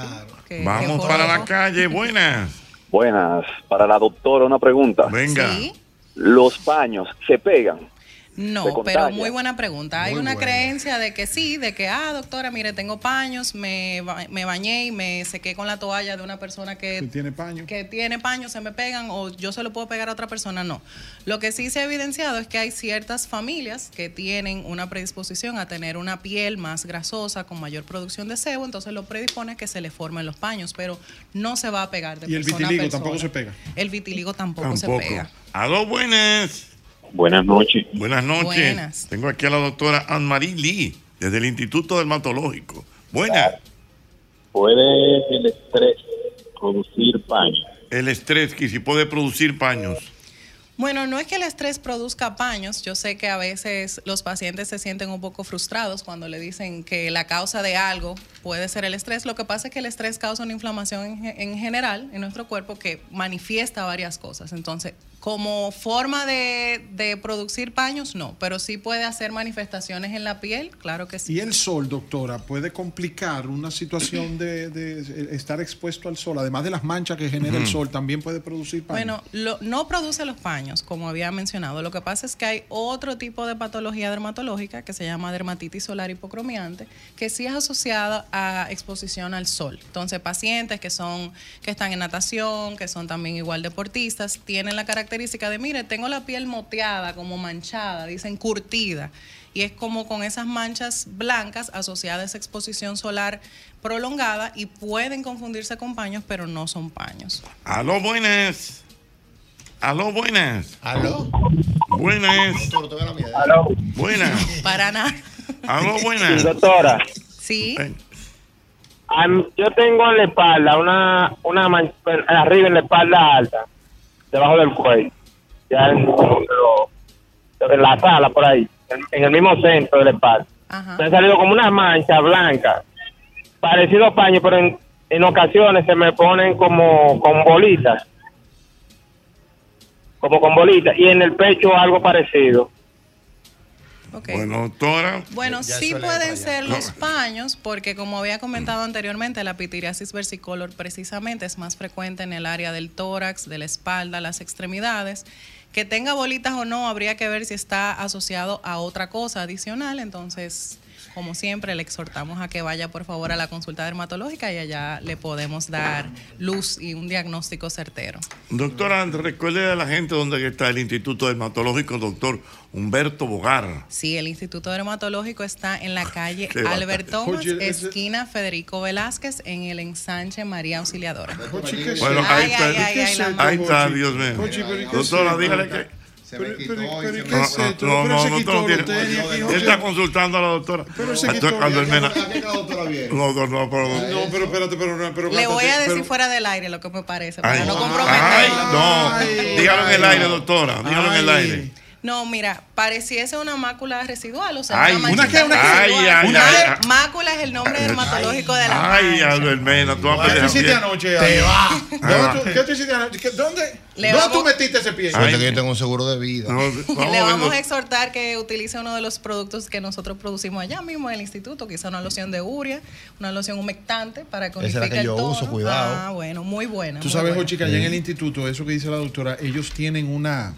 [SPEAKER 15] que- que
[SPEAKER 2] Vamos
[SPEAKER 15] por
[SPEAKER 2] para
[SPEAKER 15] ojo.
[SPEAKER 2] la calle, buenas.
[SPEAKER 20] Buenas, para la doctora una pregunta.
[SPEAKER 2] Venga.
[SPEAKER 20] Los paños se pegan. Se
[SPEAKER 15] No,
[SPEAKER 20] contagia.
[SPEAKER 15] pero muy buena pregunta. Hay una creencia de que sí, de que, ah, doctora, mire, tengo paños, me, ba- me bañé y me sequé con la toalla de una persona que,
[SPEAKER 13] Que tiene paño.
[SPEAKER 15] que tiene paños, se me pegan o yo se lo puedo pegar a otra persona. No. Lo que sí se ha evidenciado es que hay ciertas familias que tienen una predisposición a tener una piel más grasosa, con mayor producción de sebo, entonces lo predispone a que se le formen los paños, pero no se va a pegar de
[SPEAKER 13] Y el
[SPEAKER 15] persona a
[SPEAKER 13] vitiligo
[SPEAKER 15] persona.
[SPEAKER 13] tampoco se pega.
[SPEAKER 15] El vitiligo tampoco,
[SPEAKER 2] Tampoco.
[SPEAKER 15] se pega.
[SPEAKER 2] A los buenas.
[SPEAKER 20] Buenas noches.
[SPEAKER 2] Buenas noches.
[SPEAKER 15] Buenas.
[SPEAKER 2] Tengo aquí a la doctora Anmarie Lee, desde el Instituto Dermatológico. Buenas.
[SPEAKER 20] ¿Puede el estrés producir paño?
[SPEAKER 2] El estrés, que si puede producir paños.
[SPEAKER 15] Bueno, no es que el estrés produzca paños. Yo sé que a veces los pacientes se sienten un poco frustrados cuando le dicen que la causa de algo puede ser el estrés. Lo que pasa es que el estrés causa una inflamación en, ge- en general en nuestro cuerpo que manifiesta varias cosas. Entonces, como forma de, de producir paños, no, pero sí puede hacer manifestaciones en la piel, claro que sí.
[SPEAKER 13] Y el sol, doctora, puede complicar una situación de, de estar expuesto al sol, además de las manchas que genera el
[SPEAKER 20] Ujú.
[SPEAKER 13] sol, también puede producir paño.
[SPEAKER 15] Bueno, lo- no produce los paños, como había mencionado. Lo que pasa es que hay otro tipo de patología dermatológica que se llama dermatitis solar hipocromiante, que sí es asociada a exposición al sol. Entonces, pacientes que son que están en natación, que son también igual deportistas, tienen la característica de, mire, tengo la piel moteada, como manchada, dicen curtida. Y es como con esas manchas blancas asociadas a esa exposición solar prolongada y pueden confundirse con paños, pero no son paños.
[SPEAKER 2] Aló, buenas. Aló, buenas.
[SPEAKER 3] Aló.
[SPEAKER 2] Buenas.
[SPEAKER 3] Aló.
[SPEAKER 2] Buenas.
[SPEAKER 15] Para nada.
[SPEAKER 2] Aló, buenas.
[SPEAKER 6] Doctora,
[SPEAKER 15] Sí.
[SPEAKER 6] a mí- yo tengo en la espalda una, una man- arriba en la espalda alta, debajo del cuello, ya en, como que lo- en la sala por ahí, en, en el mismo centro de la espalda. Me han salido como una mancha blanca, parecido a paño, pero en, en ocasiones se me ponen como con bolitas, como con bolitas, y en el pecho algo parecido.
[SPEAKER 2] Bueno, doctora.
[SPEAKER 15] Bueno,
[SPEAKER 2] Ya
[SPEAKER 15] sí
[SPEAKER 2] eso le falla.
[SPEAKER 15] pueden ser los paños, porque como había comentado anteriormente, la pitiriasis versicolor precisamente es más frecuente en el área del tórax, de la espalda, las extremidades. Que tenga bolitas o no, habría que ver si está asociado a otra cosa adicional. Entonces, Como siempre, le exhortamos a que vaya por favor a la consulta dermatológica y allá le podemos dar luz y un diagnóstico certero.
[SPEAKER 2] Doctora, recuerde a la gente dónde está el Instituto Dermatológico, doctor Humberto Bogar.
[SPEAKER 15] Sí, el Instituto Dermatológico está en la calle Albert Thomas, Oye, ese- esquina Federico Velázquez, en el ensanche María Auxiliadora.
[SPEAKER 2] Bueno, ahí
[SPEAKER 15] Ay,
[SPEAKER 2] está.
[SPEAKER 15] ay, ay, ay, la amo.
[SPEAKER 2] ahí está, Dios mío.
[SPEAKER 15] Jochi, pero ¿y qué
[SPEAKER 2] Doctora,
[SPEAKER 15] es
[SPEAKER 2] dígale
[SPEAKER 15] esto?
[SPEAKER 2] que.
[SPEAKER 3] Se me quitó y se me-
[SPEAKER 2] No, no, no, no, doctor, no tiene- Él está consultando a la doctora.
[SPEAKER 3] se
[SPEAKER 2] A-
[SPEAKER 3] quitó ya.
[SPEAKER 2] a Dormena.
[SPEAKER 3] ¿A qué que la doctora viene?
[SPEAKER 2] No, no, no, pero.
[SPEAKER 13] No, pero espérate, pero no, pero
[SPEAKER 15] Le voy a decir
[SPEAKER 13] pero-
[SPEAKER 15] fuera del aire lo que me parece, para
[SPEAKER 2] Ay,
[SPEAKER 15] no
[SPEAKER 2] Ay,
[SPEAKER 15] comprometerlo.
[SPEAKER 2] no. Dígalo en el aire, doctora. Dígalo en el aire.
[SPEAKER 15] No, mira, pareciese una mácula residual, o sea,
[SPEAKER 2] Ay,
[SPEAKER 15] una
[SPEAKER 2] ¿una qué,
[SPEAKER 15] manchita
[SPEAKER 2] una qué?
[SPEAKER 15] residual.
[SPEAKER 2] Ay, ay,
[SPEAKER 15] Una
[SPEAKER 2] ay,
[SPEAKER 15] de- mácula es el nombre dermatológico de la
[SPEAKER 2] Ay,
[SPEAKER 15] mancha.
[SPEAKER 2] Albermena, tú vas a
[SPEAKER 13] ¿Qué tú
[SPEAKER 2] perder
[SPEAKER 13] hiciste
[SPEAKER 2] bien.
[SPEAKER 13] anoche?
[SPEAKER 2] Te
[SPEAKER 13] Ale?
[SPEAKER 2] va.
[SPEAKER 13] ¿Dónde tú- ¿Qué tú hiciste anoche? ¿Qué- ¿Dónde?
[SPEAKER 15] Le
[SPEAKER 13] ¿Dónde
[SPEAKER 15] vamos-
[SPEAKER 13] tú metiste ese pie?
[SPEAKER 1] Suerte que yo tengo un seguro de vida.
[SPEAKER 15] Le vamos a exhortar que utilice uno de los productos que nosotros producimos allá mismo en el instituto, quizá una loción de urea, una loción humectante para que
[SPEAKER 1] Esa es la
[SPEAKER 15] unifique
[SPEAKER 1] que
[SPEAKER 15] el
[SPEAKER 1] yo
[SPEAKER 15] tono.
[SPEAKER 1] uso, cuidado.
[SPEAKER 15] Ah, bueno, muy buena.
[SPEAKER 13] Tú
[SPEAKER 15] muy
[SPEAKER 13] sabes,
[SPEAKER 15] buena.
[SPEAKER 13] Jochi, que allá en el instituto, eso que dice la doctora, ellos tienen una,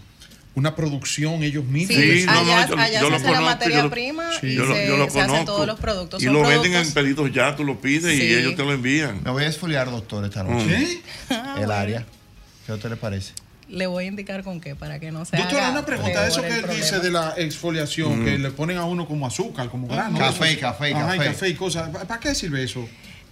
[SPEAKER 13] una producción ellos mismos.
[SPEAKER 15] Sí, Sí, no, allá-
[SPEAKER 2] pues,
[SPEAKER 15] no, yo- allá yo Ah, se lo hace la conozco, materia yo lo- prima y
[SPEAKER 2] yo lo,
[SPEAKER 15] se-
[SPEAKER 2] yo lo
[SPEAKER 15] se hacen
[SPEAKER 2] conozco.
[SPEAKER 15] todos los productos.
[SPEAKER 2] Y
[SPEAKER 15] Son
[SPEAKER 2] lo
[SPEAKER 15] productos-
[SPEAKER 2] venden en pedidos ya, tú lo pides
[SPEAKER 15] Sí.
[SPEAKER 2] y ellos te lo envían.
[SPEAKER 1] Me voy a esfoliar, doctor, esta noche.
[SPEAKER 15] Ah,
[SPEAKER 1] El área. ¿Qué a usted le parece?
[SPEAKER 15] Le voy a indicar con qué para que no sea.
[SPEAKER 13] Doctora, una pregunta, eso que él dice de la exfoliación, que le ponen a uno como azúcar, como grano.
[SPEAKER 1] Café,
[SPEAKER 13] eso-
[SPEAKER 1] café,
[SPEAKER 13] Ajá, y
[SPEAKER 1] café.
[SPEAKER 13] café y cosas. ¿Pa- ¿Para qué sirve eso?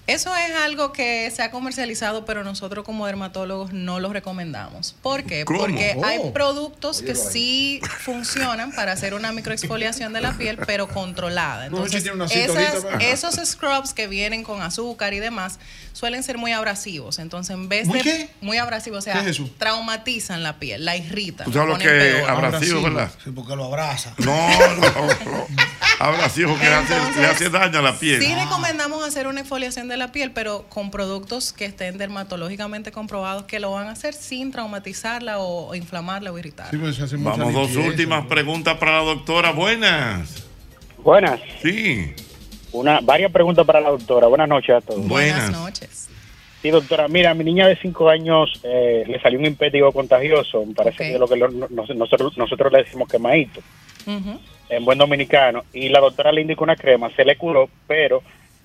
[SPEAKER 15] Eso es algo que se ha comercializado, pero nosotros como dermatólogos no lo recomendamos. ¿Por qué?
[SPEAKER 2] ¿Cómo?
[SPEAKER 15] Porque
[SPEAKER 2] Oh.
[SPEAKER 15] hay productos que
[SPEAKER 2] Óyelo ahí.
[SPEAKER 15] sí funcionan para hacer una microexfoliación de la piel, pero controlada.
[SPEAKER 13] No, sí
[SPEAKER 15] Entonces,
[SPEAKER 13] tiene una cita
[SPEAKER 15] esas-
[SPEAKER 13] ahorita, pero-
[SPEAKER 15] esos scrubs que vienen con azúcar y demás suelen ser muy abrasivos. Entonces, en vez
[SPEAKER 2] ¿Muy
[SPEAKER 15] de
[SPEAKER 2] qué?
[SPEAKER 15] muy abrasivos, o sea,
[SPEAKER 2] ¿Qué es eso?
[SPEAKER 15] traumatizan la piel, la irritan.
[SPEAKER 2] Tú sabes
[SPEAKER 15] la
[SPEAKER 2] lo
[SPEAKER 15] ponen
[SPEAKER 2] que
[SPEAKER 15] peor.
[SPEAKER 2] abrasivo, ¿verdad?
[SPEAKER 11] Sí, porque lo abraza.
[SPEAKER 2] No, no, no. Abrasivo que le hace, le hace daño a la piel.
[SPEAKER 15] Sí recomendamos hacer una exfoliación de la piel, pero con productos que estén dermatológicamente comprobados que lo van a hacer sin traumatizarla o, o inflamarla o irritarla.
[SPEAKER 13] Pues
[SPEAKER 2] Vamos, dos últimas preguntas para la doctora. Buenas.
[SPEAKER 26] Buenas.
[SPEAKER 2] Sí.
[SPEAKER 26] Una, varias preguntas para la doctora. Buenas noches a todos.
[SPEAKER 2] Buenas.
[SPEAKER 15] noches.
[SPEAKER 26] Sí, doctora, mira, a mi niña de 5 años eh, le salió un impétigo contagioso. Me parece
[SPEAKER 15] Ok.
[SPEAKER 26] que es lo que lo- nos- nosotros, nosotros le decimos quemadito,
[SPEAKER 15] Ujú.
[SPEAKER 26] en buen dominicano. Y la doctora le indicó una crema, se le curó, pero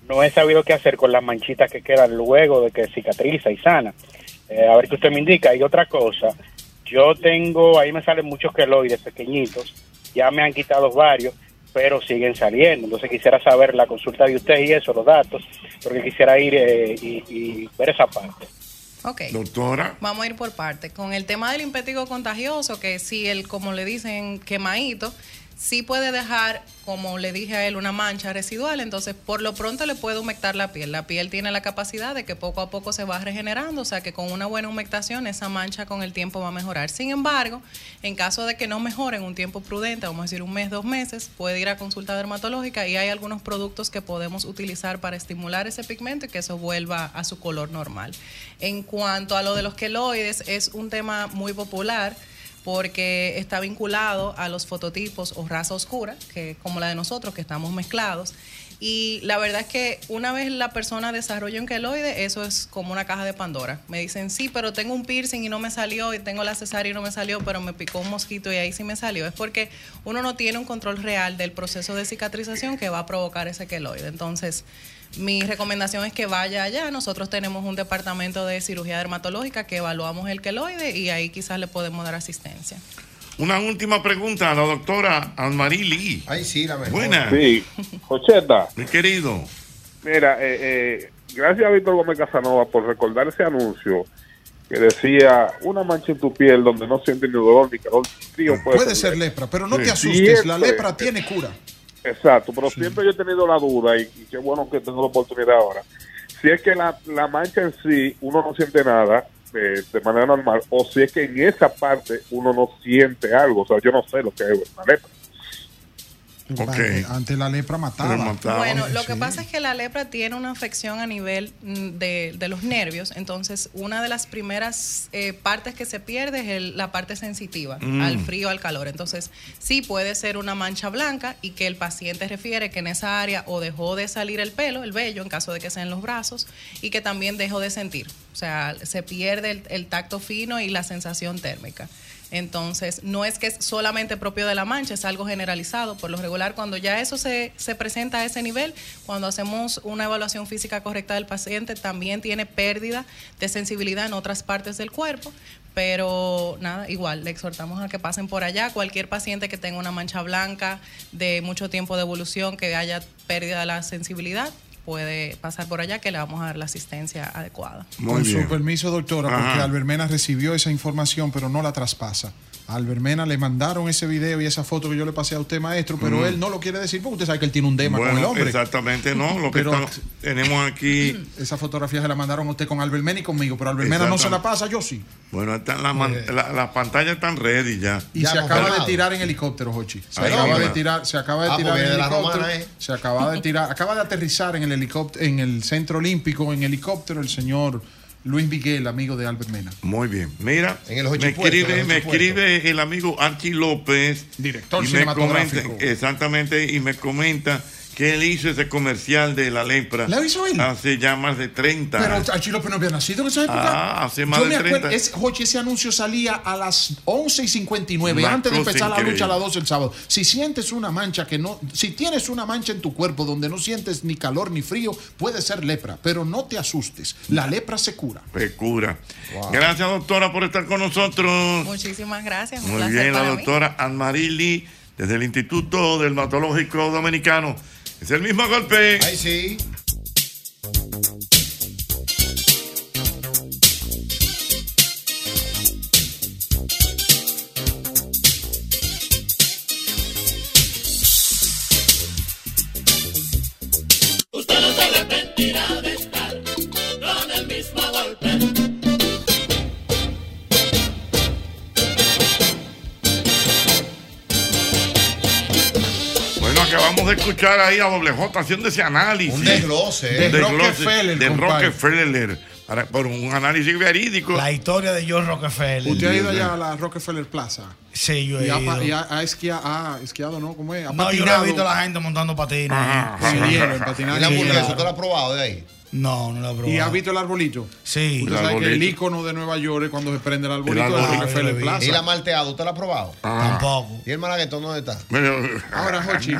[SPEAKER 26] no he sabido qué hacer con las manchitas que quedan luego de que cicatriza y sana. Eh, a ver qué usted me indica. Y otra cosa, yo tengo, ahí me salen muchos queloides pequeñitos, ya me han quitado varios, pero siguen saliendo. Entonces quisiera saber la consulta de usted y eso, los datos, porque quisiera ir eh, y, y ver esa parte.
[SPEAKER 15] Ok.
[SPEAKER 2] Doctora.
[SPEAKER 15] Vamos a ir por partes. Con el tema del impétigo contagioso, que si el, como le dicen, quemadito, sí puede dejar, como le dije a él, una mancha residual. Entonces, por lo pronto le puede humectar la piel. La piel tiene la capacidad de que poco a poco se va regenerando, o sea que con una buena humectación esa mancha con el tiempo va a mejorar. Sin embargo, en caso de que no mejore en un tiempo prudente, vamos a decir un mes, dos meses, puede ir a consulta dermatológica y hay algunos productos que podemos utilizar para estimular ese pigmento y que eso vuelva a su color normal. En cuanto a lo de los queloides, es un tema muy popular porque está vinculado a los fototipos o raza oscura, que es como la de nosotros, que estamos mezclados. Y la verdad es que una vez la persona desarrolla un queloide, eso es como una caja de Pandora. Me dicen, sí, pero tengo un piercing y no me salió, y tengo la cesárea y no me salió, pero me picó un mosquito y ahí sí me salió. Es porque uno no tiene un control real del proceso de cicatrización que va a provocar ese queloide. Entonces, mi recomendación es que vaya allá. Nosotros tenemos un departamento de cirugía dermatológica que evaluamos el queloide y ahí quizás le podemos dar asistencia.
[SPEAKER 2] Una última pregunta a la doctora Anmarie Lee.
[SPEAKER 3] Ay, sí, la mejor.
[SPEAKER 2] Buenas.
[SPEAKER 26] Sí.
[SPEAKER 2] Jocheta. Mi querido.
[SPEAKER 19] Mira, eh, eh, gracias a Víctor Gómez Casanova por recordar ese anuncio que decía una mancha en tu piel donde no sientes ni dolor ni calor ni frío. Puede,
[SPEAKER 13] Puede ser lepra, pero no
[SPEAKER 19] Sí.
[SPEAKER 13] te asustes, la
[SPEAKER 19] Siempre.
[SPEAKER 13] lepra tiene cura.
[SPEAKER 19] Exacto, pero siempre yo he tenido la duda y, y qué bueno que tengo la oportunidad ahora. Si es que la, la mancha en sí uno no siente nada eh, de manera normal o si es que en esa parte uno no siente algo, o sea, yo no sé lo que es una lepra.
[SPEAKER 13] Antes- Antes la lepra mataba.
[SPEAKER 15] Bueno, lo que pasa es que la lepra tiene una afección a nivel mm, de, de los nervios, entonces una de las primeras eh, partes que se pierde es el- la parte sensitiva
[SPEAKER 7] Mm.
[SPEAKER 15] al frío, al calor. Entonces, sí puede ser una mancha blanca y que el paciente refiere que en esa área o dejó de salir el pelo, el vello, en caso de que sea en los brazos, y que también dejó de sentir. O sea, se pierde el, el tacto fino y la sensación térmica. Entonces, no es que es solamente propio de la mancha, es algo generalizado. Por lo regular, cuando ya eso se, se presenta a ese nivel, cuando hacemos una evaluación física correcta del paciente, también tiene pérdida de sensibilidad en otras partes del cuerpo. Pero nada, igual, le exhortamos a que pasen por allá. Cualquier paciente que tenga una mancha blanca de mucho tiempo de evolución, que haya pérdida de la sensibilidad, puede pasar por allá que le vamos a dar la asistencia adecuada.
[SPEAKER 13] Muy Con bien. su permiso, doctora, Ajá. porque Albermena recibió esa información, pero no la traspasa. A Albermena le mandaron ese video y esa foto que yo le pasé a usted, maestro, pero mm. él no lo quiere decir porque usted sabe que él tiene un tema
[SPEAKER 2] bueno,
[SPEAKER 13] con el hombre.
[SPEAKER 2] Exactamente, no. Lo que pero, está, tenemos aquí.
[SPEAKER 13] Esas fotografías se las mandaron a usted con Albermena y conmigo, pero Albermena no se la pasa, yo sí.
[SPEAKER 2] Bueno, están la, man, la, la pantalla están ready ya.
[SPEAKER 13] Y ya, se acaba de tirar en helicóptero, Jochi. Se Ahí acaba de tirar, se acaba de ah, tirar en de helicóptero. Romana, eh. Se acaba de tirar, acaba de aterrizar en el helicóptero, en el centro olímpico, en helicóptero, el señor Luis Miguel, amigo de Albert Mena.
[SPEAKER 2] Muy bien. Mira, en me, escribe, en me escribe el amigo Archie López.
[SPEAKER 13] Director
[SPEAKER 2] y cinematográfico. Me comenta, exactamente, y me comenta que él hizo ese comercial de la lepra.
[SPEAKER 13] ¿La hizo él?
[SPEAKER 2] Hace ya más de 30.
[SPEAKER 13] Pero Archie López no había nacido en esa época.
[SPEAKER 2] Ah, hace más Yo de me 30. Acuerdo,
[SPEAKER 13] es, Jorge, ese anuncio salía a las 11 y 59, Una antes de empezar increíble. la lucha a las 12 el sábado. Si sientes una mancha que no. Si tienes una mancha en tu cuerpo donde no sientes ni calor ni frío, puede ser lepra. Pero no te asustes. La lepra se cura.
[SPEAKER 2] Se cura. Wow. Gracias, doctora, por estar con nosotros.
[SPEAKER 15] Muchísimas gracias.
[SPEAKER 2] Muy bien, la doctora Anmarili, desde el Instituto Dermatológico Dominicano. Es el mismo golpe.
[SPEAKER 3] Ahí sí.
[SPEAKER 1] Usted no se arrepentirá de estar con el mismo golpe.
[SPEAKER 2] acabamos de escuchar ahí a WJ haciendo ese análisis. Un
[SPEAKER 3] desglose. De,
[SPEAKER 2] de Rockefeller. De Rockefeller. Para, por un análisis verídico.
[SPEAKER 11] La historia de John Rockefeller.
[SPEAKER 13] ¿Usted ha ido allá a la Rockefeller Plaza?
[SPEAKER 11] Sí, yo he
[SPEAKER 13] y
[SPEAKER 11] ido.
[SPEAKER 13] Ha, y ha, ha, esquiado, ah, ha, esquiado, ¿no? ¿Cómo es? Ha
[SPEAKER 11] no, yo no he visto a la gente montando patines. Ajá,
[SPEAKER 13] sí, ajá, hielo, ajá, patinar.
[SPEAKER 3] ¿Y la hamburguesa? Sí, ¿Tú la has probado de ahí?
[SPEAKER 11] No, no la he probado.
[SPEAKER 13] ¿Y has visto el arbolito?
[SPEAKER 11] Sí.
[SPEAKER 13] Usted sabe que el icono de Nueva York es cuando se prende el arbolito el árbol, de Rockefeller
[SPEAKER 3] ah,
[SPEAKER 13] Plaza.
[SPEAKER 3] ¿Y la malteada? ¿Usted la ha probado?
[SPEAKER 11] Ah. Tampoco.
[SPEAKER 3] ¿Y el malaguetón dónde está?
[SPEAKER 13] Ahora, Jochi,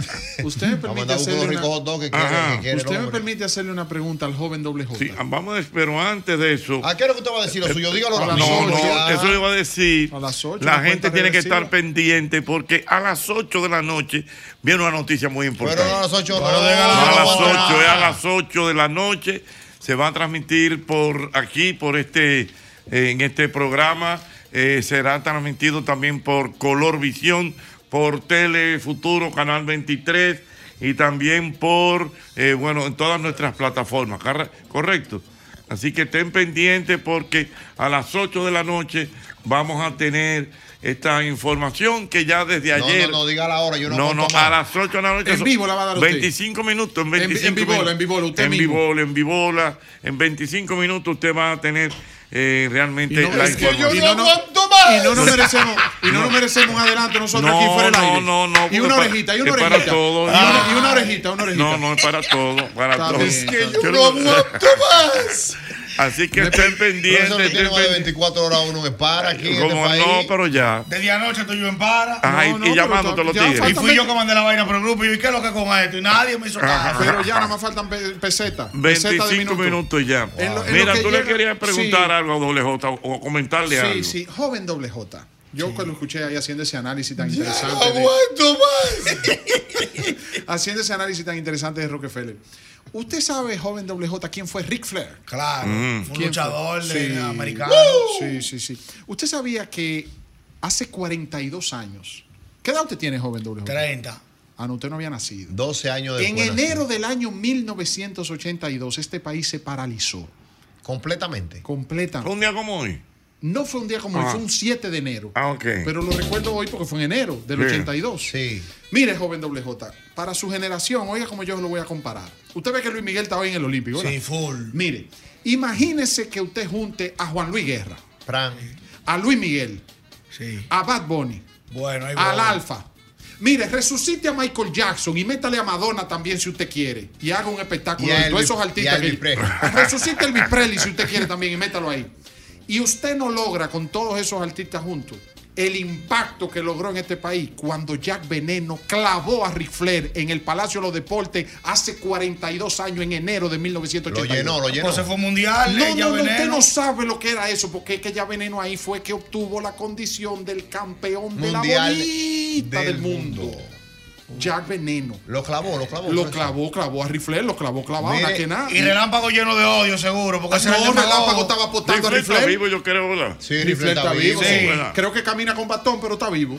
[SPEAKER 13] usted me permite hacerle una...
[SPEAKER 3] Que quiere,
[SPEAKER 13] que quiere usted me permite hacerle una pregunta al joven doble J.
[SPEAKER 2] Sí, ah, vamos, pero antes de eso...
[SPEAKER 3] ¿A Ah, qué hora que usted va a decir
[SPEAKER 2] Eh,
[SPEAKER 3] lo suyo? Dígalo.
[SPEAKER 2] A las no, no, ya. eso le iba a decir. A las 8. La gente tiene regresiva. que estar pendiente porque a las 8 de la noche viene una noticia muy importante.
[SPEAKER 3] Pero a las 8 no.
[SPEAKER 2] no a las 8, es a las 8 de la noche se va a transmitir por aquí, por este, eh, en este programa. Eh, será transmitido también por Color Visión, por Telefuturo, Canal 23 y también por, eh, bueno, en todas nuestras plataformas, ¿correcto? Así que estén pendientes porque a las 8 de la noche vamos a tener esta información que ya desde
[SPEAKER 3] no,
[SPEAKER 2] ayer.
[SPEAKER 3] No, no, diga la hora, yo no
[SPEAKER 2] No, no,
[SPEAKER 3] más.
[SPEAKER 2] a las 8 de la noche.
[SPEAKER 13] En vivo la va a dar
[SPEAKER 2] 25 usted. minutos, en 25
[SPEAKER 13] en, en vivola,
[SPEAKER 2] minutos.
[SPEAKER 13] En vivola, usted
[SPEAKER 2] en
[SPEAKER 13] mismo.
[SPEAKER 2] Vivola, en vivola, en 25 minutos usted va a tener eh, realmente
[SPEAKER 13] no,
[SPEAKER 2] la
[SPEAKER 13] es que yo y no, no, y no nos merecemos y no, nos merecemos un adelanto nosotros aquí fuera del aire.
[SPEAKER 2] No, no,
[SPEAKER 13] y una orejita, y una orejita.
[SPEAKER 2] Para todo.
[SPEAKER 13] Ah. Y, una, y, una, orejita, una orejita.
[SPEAKER 2] No, no, es para todo, para todo.
[SPEAKER 13] Es que yo no aguanto más.
[SPEAKER 2] Así que estén pendientes.
[SPEAKER 3] Eso tiene
[SPEAKER 13] este
[SPEAKER 3] más de 24 horas uno en para aquí. Como, en este país.
[SPEAKER 2] No, pero ya.
[SPEAKER 11] De día a noche estoy yo en para.
[SPEAKER 2] Ajá, no, no, y, llamándote los tigres.
[SPEAKER 11] Y fui yo que mandé la vaina por el grupo y vi qué es lo que con esto. Y nadie me hizo nada.
[SPEAKER 13] Pero ya nada más faltan pesetas.
[SPEAKER 2] 25 minutos. minutos ya. Wow. En lo, en Mira, tú llega... le querías preguntar sí. algo a Doble J o comentarle
[SPEAKER 13] sí,
[SPEAKER 2] algo.
[SPEAKER 13] Sí, sí, joven Doble J. Yo sí. cuando escuché ahí haciendo ese análisis tan
[SPEAKER 11] ya
[SPEAKER 13] interesante.
[SPEAKER 11] No aguanto
[SPEAKER 13] de... más. haciendo ese análisis tan interesante de Rockefeller. Usted sabe, joven WJ, quién fue Rick Flair.
[SPEAKER 11] Claro, mm. un luchador sí. de americano.
[SPEAKER 13] Sí, sí, sí. Usted sabía que hace 42 años. ¿Qué edad usted tiene, joven WJ?
[SPEAKER 11] 30.
[SPEAKER 13] Ah, no, usted no había nacido.
[SPEAKER 3] 12 años
[SPEAKER 13] después. En enero del año 1982, este país se paralizó.
[SPEAKER 3] Completamente.
[SPEAKER 13] Completamente.
[SPEAKER 2] Un día como hoy.
[SPEAKER 13] No fue un día como ah. hoy, fue un 7 de enero.
[SPEAKER 2] Ah, ok.
[SPEAKER 13] Pero lo recuerdo hoy porque fue en enero del sí. 82.
[SPEAKER 3] Sí.
[SPEAKER 13] Mire, joven WJ, para su generación, oiga como yo lo voy a comparar. Usted ve que Luis Miguel está hoy en el Olímpico, ¿verdad?
[SPEAKER 11] Sí, full.
[SPEAKER 13] Mire, imagínese que usted junte a Juan Luis Guerra.
[SPEAKER 3] Fran.
[SPEAKER 13] A Luis Miguel.
[SPEAKER 11] Sí.
[SPEAKER 13] A Bad Bunny.
[SPEAKER 11] Bueno, ahí
[SPEAKER 13] Al Alfa. Mire, resucite a Michael Jackson y métale a Madonna también si usted quiere. Y haga un espectáculo de todos esos artistas. que- Resucite el Presley si usted quiere también y métalo ahí. Y usted no logra con todos esos artistas juntos el impacto que logró en este país cuando Jack Veneno clavó a Ric Flair en el Palacio de los Deportes hace 42 años, en enero de 1982.
[SPEAKER 3] Lo llenó, lo llenó. Pues se fue mundial,
[SPEAKER 13] No,
[SPEAKER 3] eh, Jack
[SPEAKER 13] no, no, usted
[SPEAKER 3] Veneno.
[SPEAKER 13] no sabe lo que era eso, porque es que Jack Veneno ahí fue que obtuvo la condición del campeón de la
[SPEAKER 3] Mundial
[SPEAKER 13] bolita del,
[SPEAKER 3] del
[SPEAKER 13] mundo. Jack Veneno.
[SPEAKER 3] Lo clavó, lo clavó.
[SPEAKER 13] Lo
[SPEAKER 3] profesor.
[SPEAKER 13] clavó, clavó a Ric Flair, lo clavó, clavado.
[SPEAKER 3] Mire,
[SPEAKER 13] nada que nada.
[SPEAKER 11] Y Relámpago lleno de odio, seguro. Porque ese era el
[SPEAKER 13] No,
[SPEAKER 11] demagogo.
[SPEAKER 13] Relámpago estaba apostando a Ric Flair.
[SPEAKER 2] vivo, yo creo, hola.
[SPEAKER 3] Sí,
[SPEAKER 13] Ric Flair está vivo. Sí. Creo que camina con bastón, pero está vivo.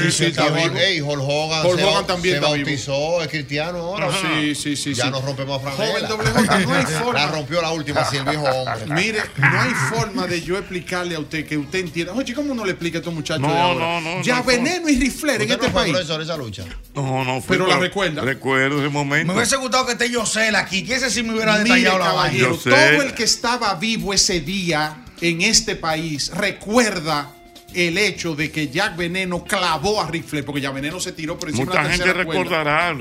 [SPEAKER 3] Sí, sí, está vivo. Ey, Hulk Hogan,
[SPEAKER 13] Hulk
[SPEAKER 3] se,
[SPEAKER 13] Hogan
[SPEAKER 3] ba-
[SPEAKER 13] también
[SPEAKER 3] se
[SPEAKER 13] está vivo.
[SPEAKER 3] bautizó, es cristiano ahora.
[SPEAKER 13] Ajá. Sí, sí, sí.
[SPEAKER 3] Ya
[SPEAKER 13] sí.
[SPEAKER 3] no rompe más
[SPEAKER 13] Joven
[SPEAKER 3] franela.
[SPEAKER 13] doble J, no hay forma.
[SPEAKER 3] La rompió la última, sí, el viejo hombre.
[SPEAKER 13] Mire, no hay forma de yo explicarle a usted que usted entienda. Oye, ¿cómo no le explica a estos muchachos?
[SPEAKER 2] No,
[SPEAKER 13] de ahora?
[SPEAKER 2] no, no,
[SPEAKER 13] Ya
[SPEAKER 2] no,
[SPEAKER 13] veneno y rifler en
[SPEAKER 3] Usted
[SPEAKER 13] este
[SPEAKER 3] no fue
[SPEAKER 13] país.
[SPEAKER 3] profesor de esa lucha.
[SPEAKER 2] No, no, fui,
[SPEAKER 13] Pero la recuerda.
[SPEAKER 2] Recuerdo ese momento.
[SPEAKER 11] Me hubiese gustado que esté Yosel aquí, que ese sí me hubiera
[SPEAKER 13] Mire,
[SPEAKER 11] detallado la vaina.
[SPEAKER 13] caballero,
[SPEAKER 2] Yo sé.
[SPEAKER 13] todo el que estaba vivo ese día en este país recuerda el hecho de que Jack Veneno clavó a rifle, porque Jack Veneno se tiró por encima de
[SPEAKER 2] Mucha
[SPEAKER 13] la
[SPEAKER 2] gente
[SPEAKER 13] tercera cuerda.
[SPEAKER 2] recordará.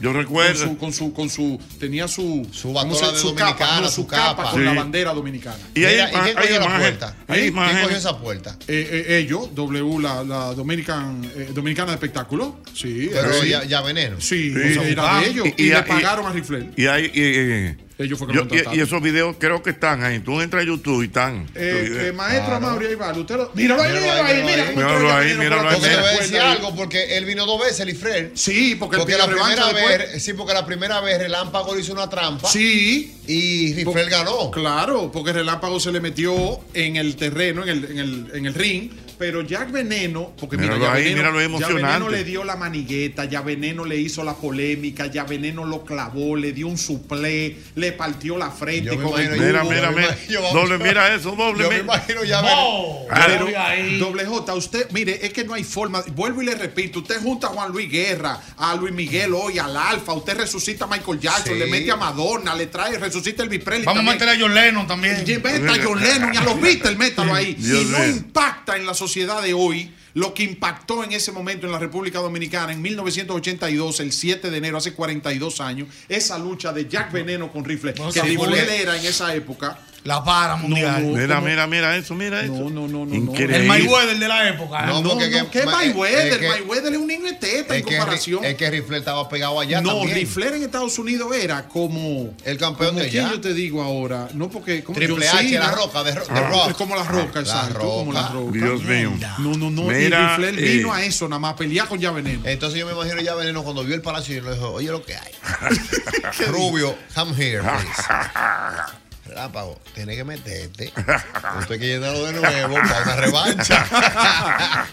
[SPEAKER 2] Yo
[SPEAKER 13] Con
[SPEAKER 2] recuerdo.
[SPEAKER 13] su, con su, con su, tenía su, su
[SPEAKER 3] batola de dominicana,
[SPEAKER 13] su,
[SPEAKER 3] su
[SPEAKER 13] capa,
[SPEAKER 3] capa.
[SPEAKER 13] con la
[SPEAKER 3] Sí.
[SPEAKER 13] bandera dominicana.
[SPEAKER 2] Y hay Mira, ¿y ima- quién cogió hay la imagen-
[SPEAKER 3] puerta? hay ¿Quién imagen. cogió esa puerta?
[SPEAKER 13] Eh, eh, ellos, W, la, la Dominican, eh, Dominicana de Espectáculo. Sí,
[SPEAKER 3] Pero
[SPEAKER 13] sí.
[SPEAKER 3] ya, ya veneno.
[SPEAKER 13] Sí,
[SPEAKER 2] Sí. Ah,
[SPEAKER 13] era de ellos. Y,
[SPEAKER 2] Y- y-
[SPEAKER 13] le
[SPEAKER 2] y-
[SPEAKER 13] pagaron a Rifler.
[SPEAKER 2] Y hay. y- y-
[SPEAKER 13] Ellos fueron
[SPEAKER 2] yo-
[SPEAKER 13] contratados.
[SPEAKER 2] y, y esos videos creo que están ahí. Tú entras a YouTube y están.
[SPEAKER 13] Eh, eh, maestro
[SPEAKER 2] Claro.
[SPEAKER 13] Amaury Aybar, usted lo- Míralo ahí, míralo ahí, mira cómo entró
[SPEAKER 2] Míralo
[SPEAKER 13] Jack
[SPEAKER 2] ahí,
[SPEAKER 13] Veneno
[SPEAKER 2] míralo
[SPEAKER 13] por la
[SPEAKER 2] ahí.
[SPEAKER 3] Porque te
[SPEAKER 2] mira.
[SPEAKER 3] voy a decir
[SPEAKER 13] Cuenta ahí.
[SPEAKER 3] algo, porque él vino dos veces, el Ifrel.
[SPEAKER 13] Sí, porque él
[SPEAKER 3] porque
[SPEAKER 13] pidió
[SPEAKER 3] la primera
[SPEAKER 13] revancha
[SPEAKER 3] vez,
[SPEAKER 13] después.
[SPEAKER 3] sí, porque la primera vez Relámpago le hizo una trampa.
[SPEAKER 13] Sí.
[SPEAKER 3] Y Rifler ganó.
[SPEAKER 13] Claro, porque Relámpago se le metió en el terreno, en el, en el, en el ring. Pero Jack Veneno, porque mira,
[SPEAKER 2] Míralo
[SPEAKER 13] Jack
[SPEAKER 2] ahí,
[SPEAKER 13] Veneno,
[SPEAKER 2] míralo
[SPEAKER 13] Jack Veneno
[SPEAKER 2] emocionante.
[SPEAKER 13] le dio la manigueta, ya Veneno le hizo la polémica, ya Veneno lo clavó, le dio un suplé, le partió la frente. con el
[SPEAKER 2] Mira,
[SPEAKER 13] codo.
[SPEAKER 2] mira, mira. Doble, mira eso, doble.
[SPEAKER 13] Yo me
[SPEAKER 2] mira.
[SPEAKER 13] imagino
[SPEAKER 3] ya
[SPEAKER 13] Bo.
[SPEAKER 2] Ah,
[SPEAKER 13] Pero,
[SPEAKER 2] pero-
[SPEAKER 13] doble J, usted, mire, es que no hay forma. Vuelvo y le repito, usted junta a Juan Luis Guerra, a Luis Miguel hoy, al Alfa, usted resucita a Michael Jackson,
[SPEAKER 11] Sí.
[SPEAKER 13] le mete a Madonna, le trae, resucita el Biprelli.
[SPEAKER 11] Vamos a
[SPEAKER 13] también.
[SPEAKER 11] meterle a John Lennon también.
[SPEAKER 13] Y vete a John Lennon y a los Beatles, métalo ahí.
[SPEAKER 11] Dios
[SPEAKER 13] y no
[SPEAKER 11] mío.
[SPEAKER 13] impacta en la sociedad de hoy lo que impactó en ese momento en la República Dominicana en 1982, el 7 de enero, hace 42 años, esa lucha de Jack Veneno con rifle, que
[SPEAKER 11] sí,
[SPEAKER 13] Rifle
[SPEAKER 11] porque-
[SPEAKER 13] era en esa época.
[SPEAKER 11] La para mundial.
[SPEAKER 2] mira, mira, mira eso, mira eso. No,
[SPEAKER 13] no, no, no.
[SPEAKER 2] Increíble.
[SPEAKER 11] El Mayweather de la época.
[SPEAKER 3] No, porque que-
[SPEAKER 13] ¿Qué
[SPEAKER 3] ma-
[SPEAKER 13] Mayweather?
[SPEAKER 3] es que-
[SPEAKER 13] Mayweather es un ingleteta en
[SPEAKER 3] Es que,
[SPEAKER 13] comparación.
[SPEAKER 3] Ri- es que Rifler estaba pegado allá
[SPEAKER 13] no,
[SPEAKER 3] también.
[SPEAKER 13] Rifler en Estados Unidos era como el campeón
[SPEAKER 3] de allá.
[SPEAKER 13] yo te digo ahora, no porque como
[SPEAKER 3] Triple
[SPEAKER 13] John
[SPEAKER 3] H,
[SPEAKER 13] Cena.
[SPEAKER 3] La Roca, de Ro- de
[SPEAKER 13] Ah,
[SPEAKER 3] Rock.
[SPEAKER 13] es como la roca,
[SPEAKER 3] La
[SPEAKER 13] exacto, como la roca.
[SPEAKER 2] Dios mío.
[SPEAKER 13] No, no, no,
[SPEAKER 2] Mira,
[SPEAKER 13] y Rifler vino
[SPEAKER 2] eh,
[SPEAKER 13] a eso, nada más a pelear con ya veneno.
[SPEAKER 3] Entonces yo me imagino ya Veneno cuando vio el palacio y le dijo, oye lo que hay. Rubio, come here, please. Rápago, tienes que meterte. Esto hay que llenarlo de nuevo para una revancha.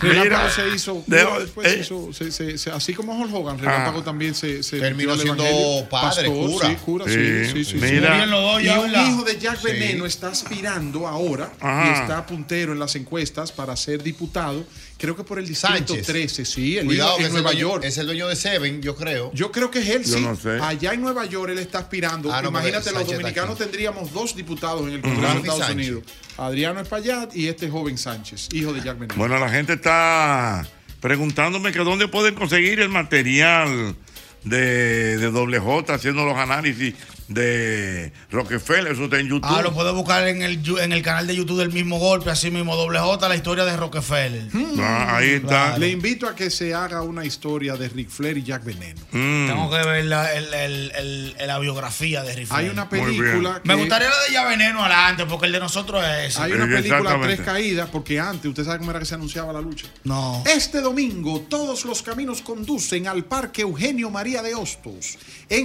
[SPEAKER 13] Relámpago se hizo,
[SPEAKER 3] de-
[SPEAKER 13] después se
[SPEAKER 3] eh. Ah.
[SPEAKER 13] hizo se- se- se- así como Hulk Hogan, Relámpago también se, se
[SPEAKER 3] Terminó
[SPEAKER 13] metió al
[SPEAKER 3] siendo
[SPEAKER 13] evangelio.
[SPEAKER 3] padre, cura.
[SPEAKER 13] Sí, cura, sí,
[SPEAKER 2] Sí,
[SPEAKER 13] sí, sí, sí.
[SPEAKER 2] mira. Bien lo doy,
[SPEAKER 13] Y
[SPEAKER 2] ya,
[SPEAKER 13] un
[SPEAKER 2] ¿verdad?
[SPEAKER 13] hijo de Jack
[SPEAKER 2] Sí.
[SPEAKER 13] Veneno está aspirando ahora
[SPEAKER 2] Ajá.
[SPEAKER 13] y está puntero en las encuestas para ser diputado, creo que por el distrito
[SPEAKER 3] Sánchez.
[SPEAKER 13] 13, sí, el
[SPEAKER 3] Cuidado,
[SPEAKER 13] hijo
[SPEAKER 3] que
[SPEAKER 13] en
[SPEAKER 3] es
[SPEAKER 13] Nueva
[SPEAKER 3] el dueño-
[SPEAKER 13] York.
[SPEAKER 3] Es el dueño de Seven, yo creo.
[SPEAKER 13] Yo creo que es él,
[SPEAKER 3] Yo
[SPEAKER 13] sí.
[SPEAKER 3] no sé.
[SPEAKER 13] Allá en Nueva York él está aspirando.
[SPEAKER 3] Ah, no, porque
[SPEAKER 13] Imagínate, los
[SPEAKER 3] Sánchez está
[SPEAKER 13] dominicanos
[SPEAKER 3] aquí.
[SPEAKER 13] tendríamos dos diputados en el
[SPEAKER 2] Ujú.
[SPEAKER 13] Congreso de
[SPEAKER 2] Sánchez.
[SPEAKER 13] Estados Unidos. Adriano Espaillat y este joven Sánchez, hijo de Jack Veneno.
[SPEAKER 2] Bueno, la gente está preguntándome que dónde pueden conseguir el material de, de Doble J haciendo los análisis de Rockefeller. Eso está en YouTube.
[SPEAKER 11] Ah, lo puedes buscar en el, yu- en el canal de YouTube del mismo golpe, así mismo, doble J, la historia de Rockefeller.
[SPEAKER 13] Hmm.
[SPEAKER 2] Ah, ahí está.
[SPEAKER 13] Le invito a que se haga una historia de Ric Flair y Jack Veneno.
[SPEAKER 11] Tengo que ver la, el- el- el- la biografía de Rifle.
[SPEAKER 13] Hay una película.
[SPEAKER 11] Me
[SPEAKER 13] que-
[SPEAKER 11] gustaría la de Ya Veneno adelante, porque el de nosotros es.
[SPEAKER 13] Hay una película Tres Caídas, porque antes, ¿usted sabe cómo era que se anunciaba la lucha?
[SPEAKER 11] No.
[SPEAKER 13] Este domingo, todos los caminos conducen al Parque Eugenio María de Hostos.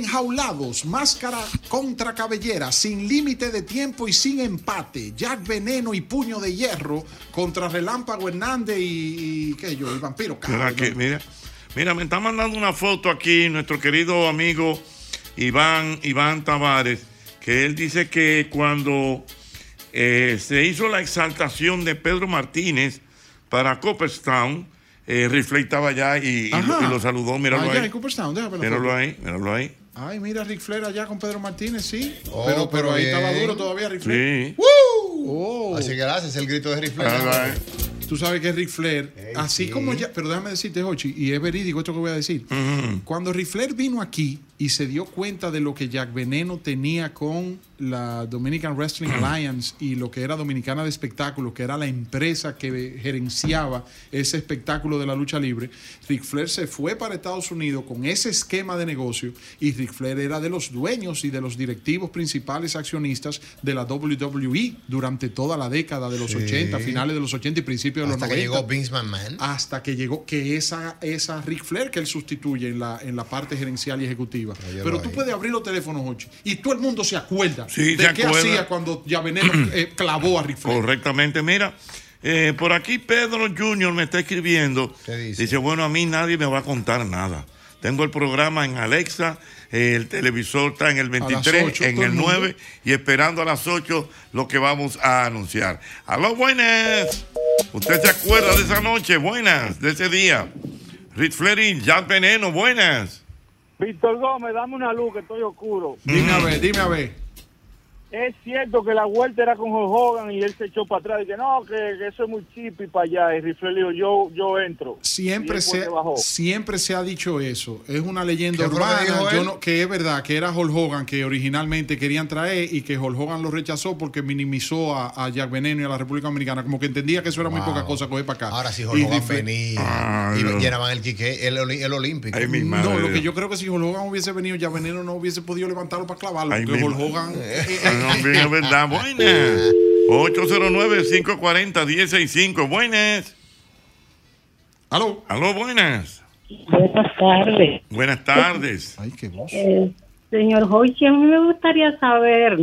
[SPEAKER 13] Enjaulados, máscara contra cabellera, sin límite de tiempo y sin empate. Jack Veneno y Puño de Hierro contra Relámpago Hernández y, y qué yo, el vampiro. Cabo,
[SPEAKER 2] Mira, que- mira, mira, me está mandando una foto aquí nuestro querido amigo Iván, Iván Tavares, que él dice que cuando eh, se hizo la exaltación de Pedro Martínez para Cooperstown, eh, Rifley estaba allá y, y lo,
[SPEAKER 13] Ajá.
[SPEAKER 2] y lo saludó. Míralo
[SPEAKER 13] Allá
[SPEAKER 2] ahí.
[SPEAKER 13] en Cooperstown, déjame la
[SPEAKER 2] Míralo
[SPEAKER 13] foto.
[SPEAKER 2] ahí, míralo ahí.
[SPEAKER 13] Ay, mira Ric Flair allá con Pedro Martínez, sí.
[SPEAKER 3] Oh,
[SPEAKER 13] pero, pero
[SPEAKER 3] pero
[SPEAKER 13] ahí estaba
[SPEAKER 3] bien.
[SPEAKER 13] eh, duro todavía Ric Flair.
[SPEAKER 2] Sí.
[SPEAKER 13] Oh.
[SPEAKER 3] Así que gracias, el grito de Rifler.
[SPEAKER 2] Ahí va, eh.
[SPEAKER 13] Tú sabes que Ric Flair, así como ya, pero déjame decirte, Hochi, y es verídico esto que voy a decir. Cuando Ric Flair vino aquí y se dio cuenta de lo que Jack Veneno tenía con la Dominican Wrestling Alliance y lo que era Dominicana de Espectáculos, que era la empresa que gerenciaba ese espectáculo de la lucha libre, Ric Flair se fue para Estados Unidos con ese esquema de negocio y Ric Flair era de los dueños y de los directivos principales accionistas de la WWE durante toda la década de los
[SPEAKER 3] Sí.
[SPEAKER 13] 80, finales de los 80 y principios de los 90.
[SPEAKER 3] Hasta que llegó Vince McMahon.
[SPEAKER 13] Hasta que llegó, que esa, esa Ric Flair que él sustituye en la, en la parte gerencial y ejecutiva.
[SPEAKER 3] yo
[SPEAKER 13] Pero
[SPEAKER 3] lo
[SPEAKER 13] tú
[SPEAKER 3] vi.
[SPEAKER 13] puedes abrir los teléfonos, Hochi, y todo el mundo se acuerda
[SPEAKER 2] Sí,
[SPEAKER 13] de
[SPEAKER 2] se
[SPEAKER 13] qué
[SPEAKER 2] acuerda.
[SPEAKER 13] hacía cuando ya Veneno eh, clavó a Ric Flair.
[SPEAKER 2] Correctamente, mira. eh, por aquí Pedro Junior me está escribiendo. dice? bueno, a mí nadie me va a contar nada. Tengo el programa en Alexa, eh, el televisor está en el
[SPEAKER 9] las
[SPEAKER 2] 23,
[SPEAKER 9] ocho,
[SPEAKER 2] en
[SPEAKER 9] todo
[SPEAKER 2] el
[SPEAKER 9] el mundo.
[SPEAKER 2] 9 y esperando a las 8 lo que vamos a anunciar. ¡A los buenas! ¿Usted se acuerda de esa noche? Buenas, de ese día. Rit Flerin, Jack Veneno, buenas.
[SPEAKER 6] Víctor Gómez, dame una luz que estoy oscuro.
[SPEAKER 13] Dime a ver, dime a ver.
[SPEAKER 6] Es cierto que la vuelta era con Hulk Hogan y él se echó para atrás y que no, que, que eso es muy chip y para allá. Y Rifle le dijo, yo, yo entro. Y
[SPEAKER 13] Siempre
[SPEAKER 6] él fue
[SPEAKER 13] se,
[SPEAKER 6] que bajó.
[SPEAKER 13] siempre se ha dicho eso. Es una leyenda
[SPEAKER 6] ¿Qué fue lo que
[SPEAKER 13] urbana.
[SPEAKER 6] dijo
[SPEAKER 13] Yo
[SPEAKER 6] él?
[SPEAKER 13] no- que es verdad que era Hulk Hogan que originalmente querían traer y que Hulk Hogan lo rechazó porque minimizó a, a Jack Veneno y a la República Dominicana. Como que entendía que eso era muy
[SPEAKER 3] Wow.
[SPEAKER 13] poca cosa coger para acá.
[SPEAKER 3] Ahora sí,
[SPEAKER 13] Y
[SPEAKER 3] Jorge Hogan
[SPEAKER 13] dife-
[SPEAKER 3] venía.
[SPEAKER 13] Ay,
[SPEAKER 2] Ah,
[SPEAKER 3] y
[SPEAKER 13] Dios.
[SPEAKER 3] llenaban el Quique, el, oli- el Olímpico.
[SPEAKER 13] No, lo que yo creo que si Hulk Hogan hubiese venido, ya Veneno no hubiese podido levantarlo para clavarlo.
[SPEAKER 2] Ahí
[SPEAKER 13] porque Hulk
[SPEAKER 2] mismo.
[SPEAKER 13] Hogan. eh,
[SPEAKER 2] No, bien, es verdad, buenas. 809-540-165, buenas.
[SPEAKER 13] Aló.
[SPEAKER 2] Aló, buenas.
[SPEAKER 27] Buenas tardes.
[SPEAKER 2] Buenas tardes.
[SPEAKER 13] Ay, qué voz.
[SPEAKER 27] Eh, señor Hochi, a mí me gustaría saber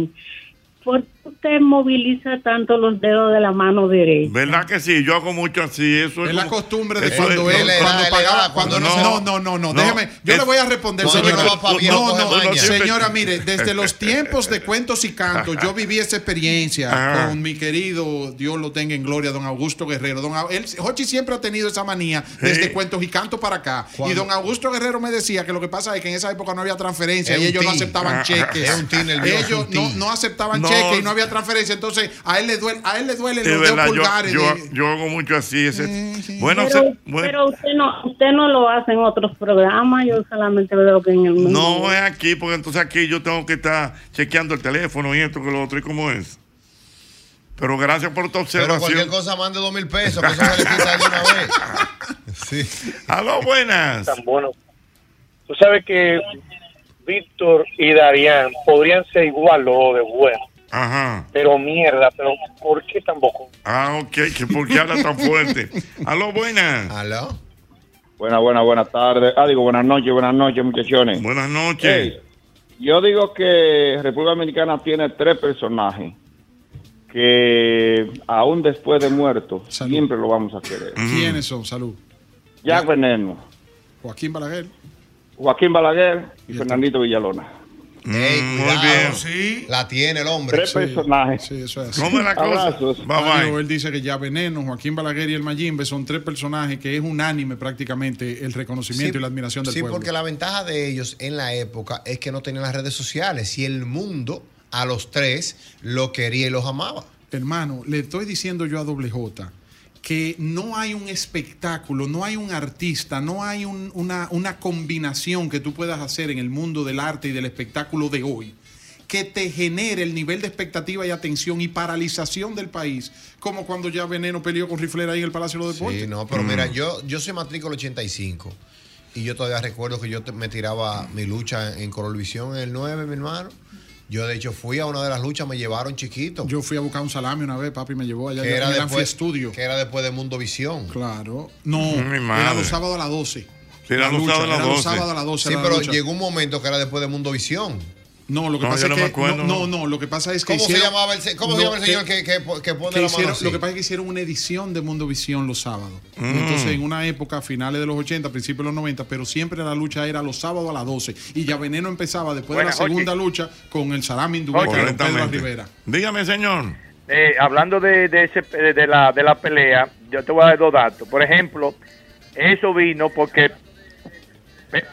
[SPEAKER 27] por qué usted moviliza tanto los dedos de la mano derecha.
[SPEAKER 2] ¿Verdad que sí? Yo hago mucho así. Eso es,
[SPEAKER 13] Es la
[SPEAKER 2] como-
[SPEAKER 13] costumbre de
[SPEAKER 2] eso
[SPEAKER 13] cuando
[SPEAKER 2] es-
[SPEAKER 13] él,
[SPEAKER 2] no,
[SPEAKER 13] cuando
[SPEAKER 2] no,
[SPEAKER 13] pagaba, cuando no, no, no, no, no, déjeme, yo
[SPEAKER 2] es-
[SPEAKER 13] le voy a responder,
[SPEAKER 2] Cuando
[SPEAKER 13] señora.
[SPEAKER 2] no eh, va pa' viejo,
[SPEAKER 13] No,
[SPEAKER 2] coge
[SPEAKER 13] no,
[SPEAKER 2] maña.
[SPEAKER 13] señora, mire, desde los tiempos de cuentos y cantos, yo viví esa experiencia
[SPEAKER 2] Ajá.
[SPEAKER 13] con mi querido, Dios lo tenga en gloria, don Augusto Guerrero. Don, Au- él, Hochi siempre ha tenido esa manía desde
[SPEAKER 2] Sí.
[SPEAKER 13] cuentos y cantos para acá. Y
[SPEAKER 2] Cuando-
[SPEAKER 13] don Augusto Guerrero me decía que lo que pasa es que en esa época no había transferencia
[SPEAKER 2] Es
[SPEAKER 13] y
[SPEAKER 2] un
[SPEAKER 13] ellos no
[SPEAKER 2] ti.
[SPEAKER 13] aceptaban
[SPEAKER 2] Ah,
[SPEAKER 13] cheques.
[SPEAKER 2] es un ti nervioso,
[SPEAKER 13] Ellos
[SPEAKER 2] un ti.
[SPEAKER 13] no, no aceptaban
[SPEAKER 2] No.
[SPEAKER 13] cheques y no había transferencia. Entonces, a él le duele, a él le duele
[SPEAKER 2] Es
[SPEAKER 13] los
[SPEAKER 2] verdad,
[SPEAKER 13] dedos
[SPEAKER 2] yo,
[SPEAKER 13] pulgares.
[SPEAKER 2] yo,
[SPEAKER 13] de-
[SPEAKER 2] yo hago mucho así. Ese. Bueno,
[SPEAKER 27] pero,
[SPEAKER 2] se- bueno,
[SPEAKER 27] pero usted no usted no lo hace en otros programas, yo solamente veo que en el mismo.
[SPEAKER 2] no es aquí, porque entonces aquí yo tengo que estar chequeando el teléfono y esto que lo otro y cómo es. Pero gracias por tu
[SPEAKER 3] Pero cualquier
[SPEAKER 2] observación.
[SPEAKER 3] cosa mande dos mil pesos, que eso se le quita de una vez.
[SPEAKER 2] Aló, buenas.
[SPEAKER 6] Tan bueno. Tú sabes que Víctor y Darían podrían ser igual los dos de bueno.
[SPEAKER 2] Ajá.
[SPEAKER 6] Pero mierda, pero ¿por qué tampoco?
[SPEAKER 2] Ah, ok, que ¿por qué habla tan fuerte? Aló, buenas.
[SPEAKER 3] Aló.
[SPEAKER 6] Buenas, buenas, buenas tardes. Ah, digo, buenas noches, buenas noches, muchachones.
[SPEAKER 2] Buenas noches.
[SPEAKER 6] yo digo que República Dominicana tiene tres personajes que aún después de muerto siempre lo vamos a querer.
[SPEAKER 13] ¿Quiénes son? Salud.
[SPEAKER 6] Jack Veneno,
[SPEAKER 13] Joaquín Balaguer.
[SPEAKER 6] Joaquín Balaguer y Fernandito Villalona.
[SPEAKER 3] Ey, cuidado,
[SPEAKER 6] bien.
[SPEAKER 3] sí. La tiene el hombre.
[SPEAKER 6] Tres personajes.
[SPEAKER 13] Sí, eso es así.
[SPEAKER 6] ¿Cómo es la cosa? Abrazos. Bye,
[SPEAKER 13] Mario,
[SPEAKER 6] bye.
[SPEAKER 13] Él dice que ya Veneno, Joaquín Balaguer y el Mayimbe son tres personajes que es unánime prácticamente el reconocimiento
[SPEAKER 3] Sí,
[SPEAKER 13] y la admiración del
[SPEAKER 3] sí,
[SPEAKER 13] pueblo.
[SPEAKER 3] porque la ventaja de ellos en la época es que no tenían las redes sociales y el mundo a los tres lo quería y los amaba.
[SPEAKER 13] Hermano, le estoy diciendo yo a Doble J que no hay un espectáculo, no hay un artista, no hay un- una, una combinación que tú puedas hacer en el mundo del arte y del espectáculo de hoy que te genere el nivel de expectativa y atención y paralización del país, como cuando ya Veneno peleó con Riflera ahí en el Palacio de los Deportes.
[SPEAKER 3] Sí, no, pero
[SPEAKER 13] Mm.
[SPEAKER 3] mira, yo, yo soy matrícula 85 y yo todavía recuerdo que yo te- me tiraba mi lucha en Colorvisión en el 9, mi hermano. Yo, de hecho, fui a una de las luchas, me llevaron chiquito.
[SPEAKER 13] Yo fui a buscar un salami una vez, papi me llevó allá
[SPEAKER 3] que era
[SPEAKER 13] en el
[SPEAKER 3] después,
[SPEAKER 13] estudio.
[SPEAKER 3] Que era después de Mundo Visión.
[SPEAKER 13] Claro. No,
[SPEAKER 2] Mi madre.
[SPEAKER 13] era los sábados a las 12.
[SPEAKER 2] Sí, era
[SPEAKER 13] La
[SPEAKER 2] los
[SPEAKER 13] lucha,
[SPEAKER 2] sábados a las
[SPEAKER 13] era los
[SPEAKER 2] 12.
[SPEAKER 13] sábados a las 12
[SPEAKER 3] Sí,
[SPEAKER 13] era la
[SPEAKER 3] pero
[SPEAKER 13] lucha.
[SPEAKER 3] llegó un momento que era después de Mundo Visión.
[SPEAKER 13] No, lo que
[SPEAKER 3] No,
[SPEAKER 13] pasa
[SPEAKER 3] yo
[SPEAKER 13] es
[SPEAKER 3] no
[SPEAKER 13] que
[SPEAKER 3] me acuerdo,
[SPEAKER 13] no,
[SPEAKER 3] no.
[SPEAKER 13] no, no, lo que pasa es que
[SPEAKER 3] ¿Cómo, se,
[SPEAKER 13] hicieron-
[SPEAKER 3] llamaba el, se- cómo se
[SPEAKER 13] No,
[SPEAKER 3] llama el señor
[SPEAKER 13] que-
[SPEAKER 3] que, que- que pone
[SPEAKER 13] que
[SPEAKER 3] la mano
[SPEAKER 13] hicieron-
[SPEAKER 3] así?
[SPEAKER 13] Lo que pasa es que hicieron una edición de Mundo Visión los sábados.
[SPEAKER 3] Mm.
[SPEAKER 13] Entonces, en una época, finales de los 80, principios de los 90, pero siempre la lucha era los sábados a las 12. Y ya Veneno empezaba después
[SPEAKER 6] Buenas,
[SPEAKER 13] de la
[SPEAKER 6] Jochi.
[SPEAKER 13] segunda lucha con el salami indubeca
[SPEAKER 6] Jochi.
[SPEAKER 13] con Pedro
[SPEAKER 6] Correctamente.
[SPEAKER 13] Rivera.
[SPEAKER 2] Dígame, señor.
[SPEAKER 6] Eh, hablando de, de, ese, de, la, de la pelea, yo te voy a dar dos datos. Por ejemplo, eso vino porque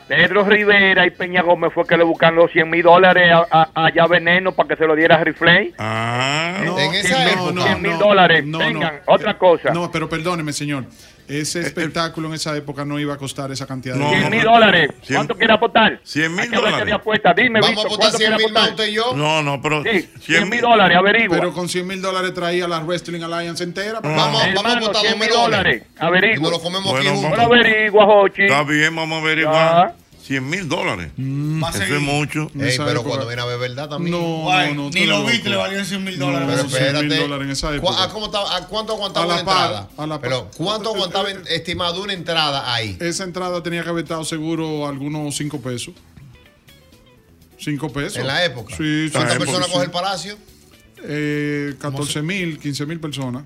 [SPEAKER 6] Pedro Rivera y Peña Gómez fue que le buscaron los 100 mil dólares a, a, a, Ya Veneno para que se lo diera a Rifley.
[SPEAKER 2] Ah,
[SPEAKER 6] no, 100 mil no, no, dólares. Vengan, otra cosa.
[SPEAKER 13] No, pero perdóneme, señor. Ese espectáculo en esa época no iba a costar esa cantidad de
[SPEAKER 6] no, 100 mil dólares. ¿Cuánto quiere apostar?
[SPEAKER 2] 100 mil dólares.
[SPEAKER 6] Apuesta? Dime,
[SPEAKER 3] Vamos Visto, a apostar 100 mil usted y yo.
[SPEAKER 2] No, no, pero.
[SPEAKER 6] Sí, 100 mil dólares, averigua.
[SPEAKER 13] Pero con 100 mil dólares traía la Wrestling Alliance entera.
[SPEAKER 3] Ah. Vamos, Hermano, vamos a apostar 2 mil dólares.
[SPEAKER 6] Averigua.
[SPEAKER 3] Nos lo comemos bueno, aquí
[SPEAKER 6] juntos. averigua, Jochi.
[SPEAKER 2] Está bien, vamos a averiguar. 100 mil dólares.
[SPEAKER 3] Mm,
[SPEAKER 2] Eso es mucho.
[SPEAKER 3] Ey, pero cuando viene a ver verdad también.
[SPEAKER 13] No,
[SPEAKER 11] Guay,
[SPEAKER 13] no, no,
[SPEAKER 11] ni lo viste, le valían 100 mil dólares.
[SPEAKER 3] Pero espérate.
[SPEAKER 13] dólares en esa
[SPEAKER 3] ¿Cu-
[SPEAKER 13] época.
[SPEAKER 3] ¿A, cómo estaba- a cuánto aguantaba
[SPEAKER 13] A la
[SPEAKER 3] una
[SPEAKER 13] par,
[SPEAKER 3] entrada?
[SPEAKER 13] a la par.
[SPEAKER 3] Pero ¿cuánto aguantaba en- estimado una entrada ahí?
[SPEAKER 13] Esa entrada tenía que haber estado seguro algunos 5 pesos. 5 pesos.
[SPEAKER 3] En la época.
[SPEAKER 13] Sí,
[SPEAKER 3] ¿Cuántas
[SPEAKER 13] sí,
[SPEAKER 3] personas
[SPEAKER 13] sí.
[SPEAKER 3] coge el palacio?
[SPEAKER 13] Eh, 14 mil, 15 mil personas.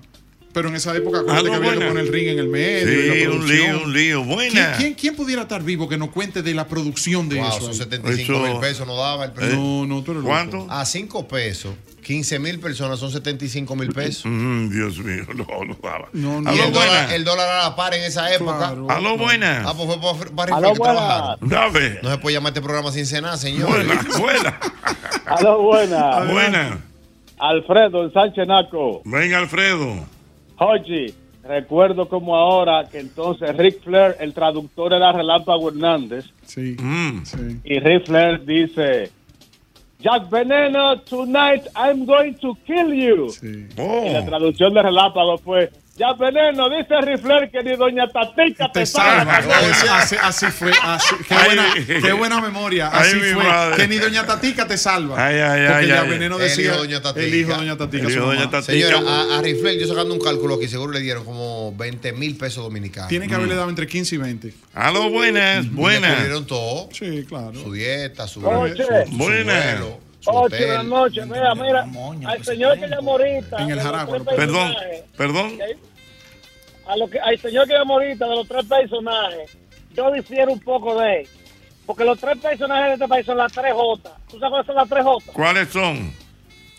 [SPEAKER 13] Pero en esa época, acuérdate
[SPEAKER 2] Ah, no,
[SPEAKER 13] que había que
[SPEAKER 2] buena.
[SPEAKER 13] poner el ring en el medio. y la
[SPEAKER 2] Sí, un
[SPEAKER 13] producción.
[SPEAKER 2] lío, un lío.
[SPEAKER 13] ¿Quién,
[SPEAKER 2] Buena.
[SPEAKER 13] quién, quién pudiera estar vivo que no cuente de la producción de
[SPEAKER 3] Wow,
[SPEAKER 13] eso?
[SPEAKER 3] son
[SPEAKER 13] ahí?
[SPEAKER 3] 75 mil pesos no daba el
[SPEAKER 13] Eh, No, no, tú eres loco. ¿Cuánto?
[SPEAKER 3] A 5 pesos, 15 mil personas son 75 mil pesos.
[SPEAKER 2] Mm, Dios mío, no, no daba.
[SPEAKER 13] No,
[SPEAKER 3] Y
[SPEAKER 2] Aló,
[SPEAKER 3] el dólar,
[SPEAKER 2] buena.
[SPEAKER 3] el dólar a la par en esa época.
[SPEAKER 2] Aló, buena.
[SPEAKER 3] Ah, pues fue para- para
[SPEAKER 6] Aló,
[SPEAKER 3] rifle que
[SPEAKER 6] buena.
[SPEAKER 3] trabajaron.
[SPEAKER 2] Dame.
[SPEAKER 3] No se puede llamar este programa sin cenar, señor.
[SPEAKER 2] Buena, buena.
[SPEAKER 6] Aló, buena.
[SPEAKER 2] Buena.
[SPEAKER 6] Alfredo, en Sánchez Naco.
[SPEAKER 2] Venga, Alfredo.
[SPEAKER 6] Jochi, recuerdo como ahora que entonces Rick Flair, el traductor era Relámpago Hernández.
[SPEAKER 13] Sí. sí.
[SPEAKER 6] Y Rick Flair dice: Jack Veneno, tonight I'm going to kill you.
[SPEAKER 2] Oh.
[SPEAKER 6] Y la traducción de Relámpago fue: Jack Veneno, dice Rick Flair que ni Doña Tatica te, salva.
[SPEAKER 13] Así, así fue. así- qué,
[SPEAKER 2] Ay,
[SPEAKER 13] buena,
[SPEAKER 2] mi-
[SPEAKER 13] qué buena memoria.
[SPEAKER 2] Ay,
[SPEAKER 13] Así
[SPEAKER 2] mi
[SPEAKER 13] fue.
[SPEAKER 2] madre.
[SPEAKER 13] Que ni Doña Tatica te salva.
[SPEAKER 2] Ay, ay,
[SPEAKER 13] Porque
[SPEAKER 2] ay,
[SPEAKER 13] ya
[SPEAKER 2] ay.
[SPEAKER 13] Veneno
[SPEAKER 2] El
[SPEAKER 13] decía.
[SPEAKER 3] hijo de Doña Tatica.
[SPEAKER 13] El hijo de Doña Tatica.
[SPEAKER 2] El
[SPEAKER 13] su
[SPEAKER 2] hijo de Doña
[SPEAKER 13] mamá.
[SPEAKER 2] Tatica.
[SPEAKER 3] Señora, a, a Rifler, yo sacando un cálculo aquí, seguro le dieron como 20 mil pesos dominicanos.
[SPEAKER 13] Tiene que haberle dado entre 15 y Mm. 20.
[SPEAKER 2] Mm. Aló, buenas,
[SPEAKER 3] Le
[SPEAKER 2] buenas.
[SPEAKER 3] cubrieron todo.
[SPEAKER 13] Sí, claro.
[SPEAKER 3] Su dieta, su,
[SPEAKER 6] Oye.
[SPEAKER 3] su- su- su
[SPEAKER 2] Buena.
[SPEAKER 3] vuelo, su
[SPEAKER 6] Ocho de la
[SPEAKER 3] hotel.
[SPEAKER 6] noche, mira, mira, al señor que llamó ahorita.
[SPEAKER 13] En el
[SPEAKER 6] de los
[SPEAKER 13] Jarabo,
[SPEAKER 6] tres
[SPEAKER 13] lo-
[SPEAKER 2] Perdón,
[SPEAKER 6] personajes,
[SPEAKER 2] perdón.
[SPEAKER 6] a lo que, al señor que llamó ahorita, de los tres personajes, yo difiero un poco de él. Porque los tres personajes de este país son las tres J. ¿Tú sabes cuáles son las tres J?
[SPEAKER 2] ¿Cuáles son?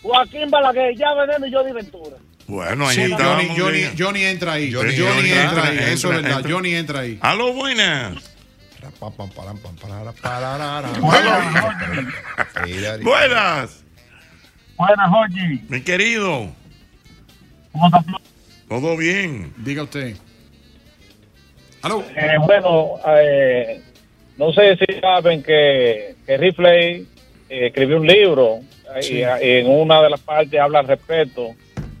[SPEAKER 6] Joaquín Balaguer, ya veneno y yo de Ventura.
[SPEAKER 2] Bueno, ahí
[SPEAKER 13] Sí,
[SPEAKER 2] estábamos,
[SPEAKER 13] Johnny, Johnny,
[SPEAKER 2] venga.
[SPEAKER 13] Johnny entra ahí.
[SPEAKER 2] Johnny,
[SPEAKER 13] Johnny,
[SPEAKER 2] Johnny
[SPEAKER 13] entra,
[SPEAKER 2] entra,
[SPEAKER 13] ahí. Eso es
[SPEAKER 2] entra,
[SPEAKER 13] verdad.
[SPEAKER 2] entra.
[SPEAKER 13] Johnny entra ahí.
[SPEAKER 2] Aló, buenas.
[SPEAKER 3] Pam, pam, param, pam, parara, pararara. Mira,
[SPEAKER 2] Buenas,
[SPEAKER 6] Buenas, Jorge.
[SPEAKER 2] mi querido. Todo bien.
[SPEAKER 13] Diga usted. Aló.
[SPEAKER 6] Eh, bueno, eh, no sé si saben que, que Ripley eh, escribió un libro eh,
[SPEAKER 13] Sí.
[SPEAKER 6] y, en una de las partes habla al respecto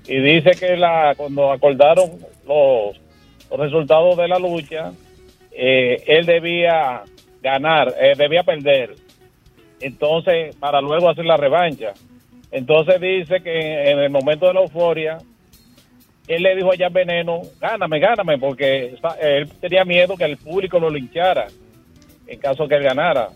[SPEAKER 6] y dice que la cuando acordaron los, los resultados de la lucha eh, él debía ganar eh, debía perder entonces para luego hacer la revancha entonces dice que en, en el momento de la euforia él le dijo a Jan Veneno gáname gáname porque sa- él tenía miedo que el público lo linchara en caso que él ganara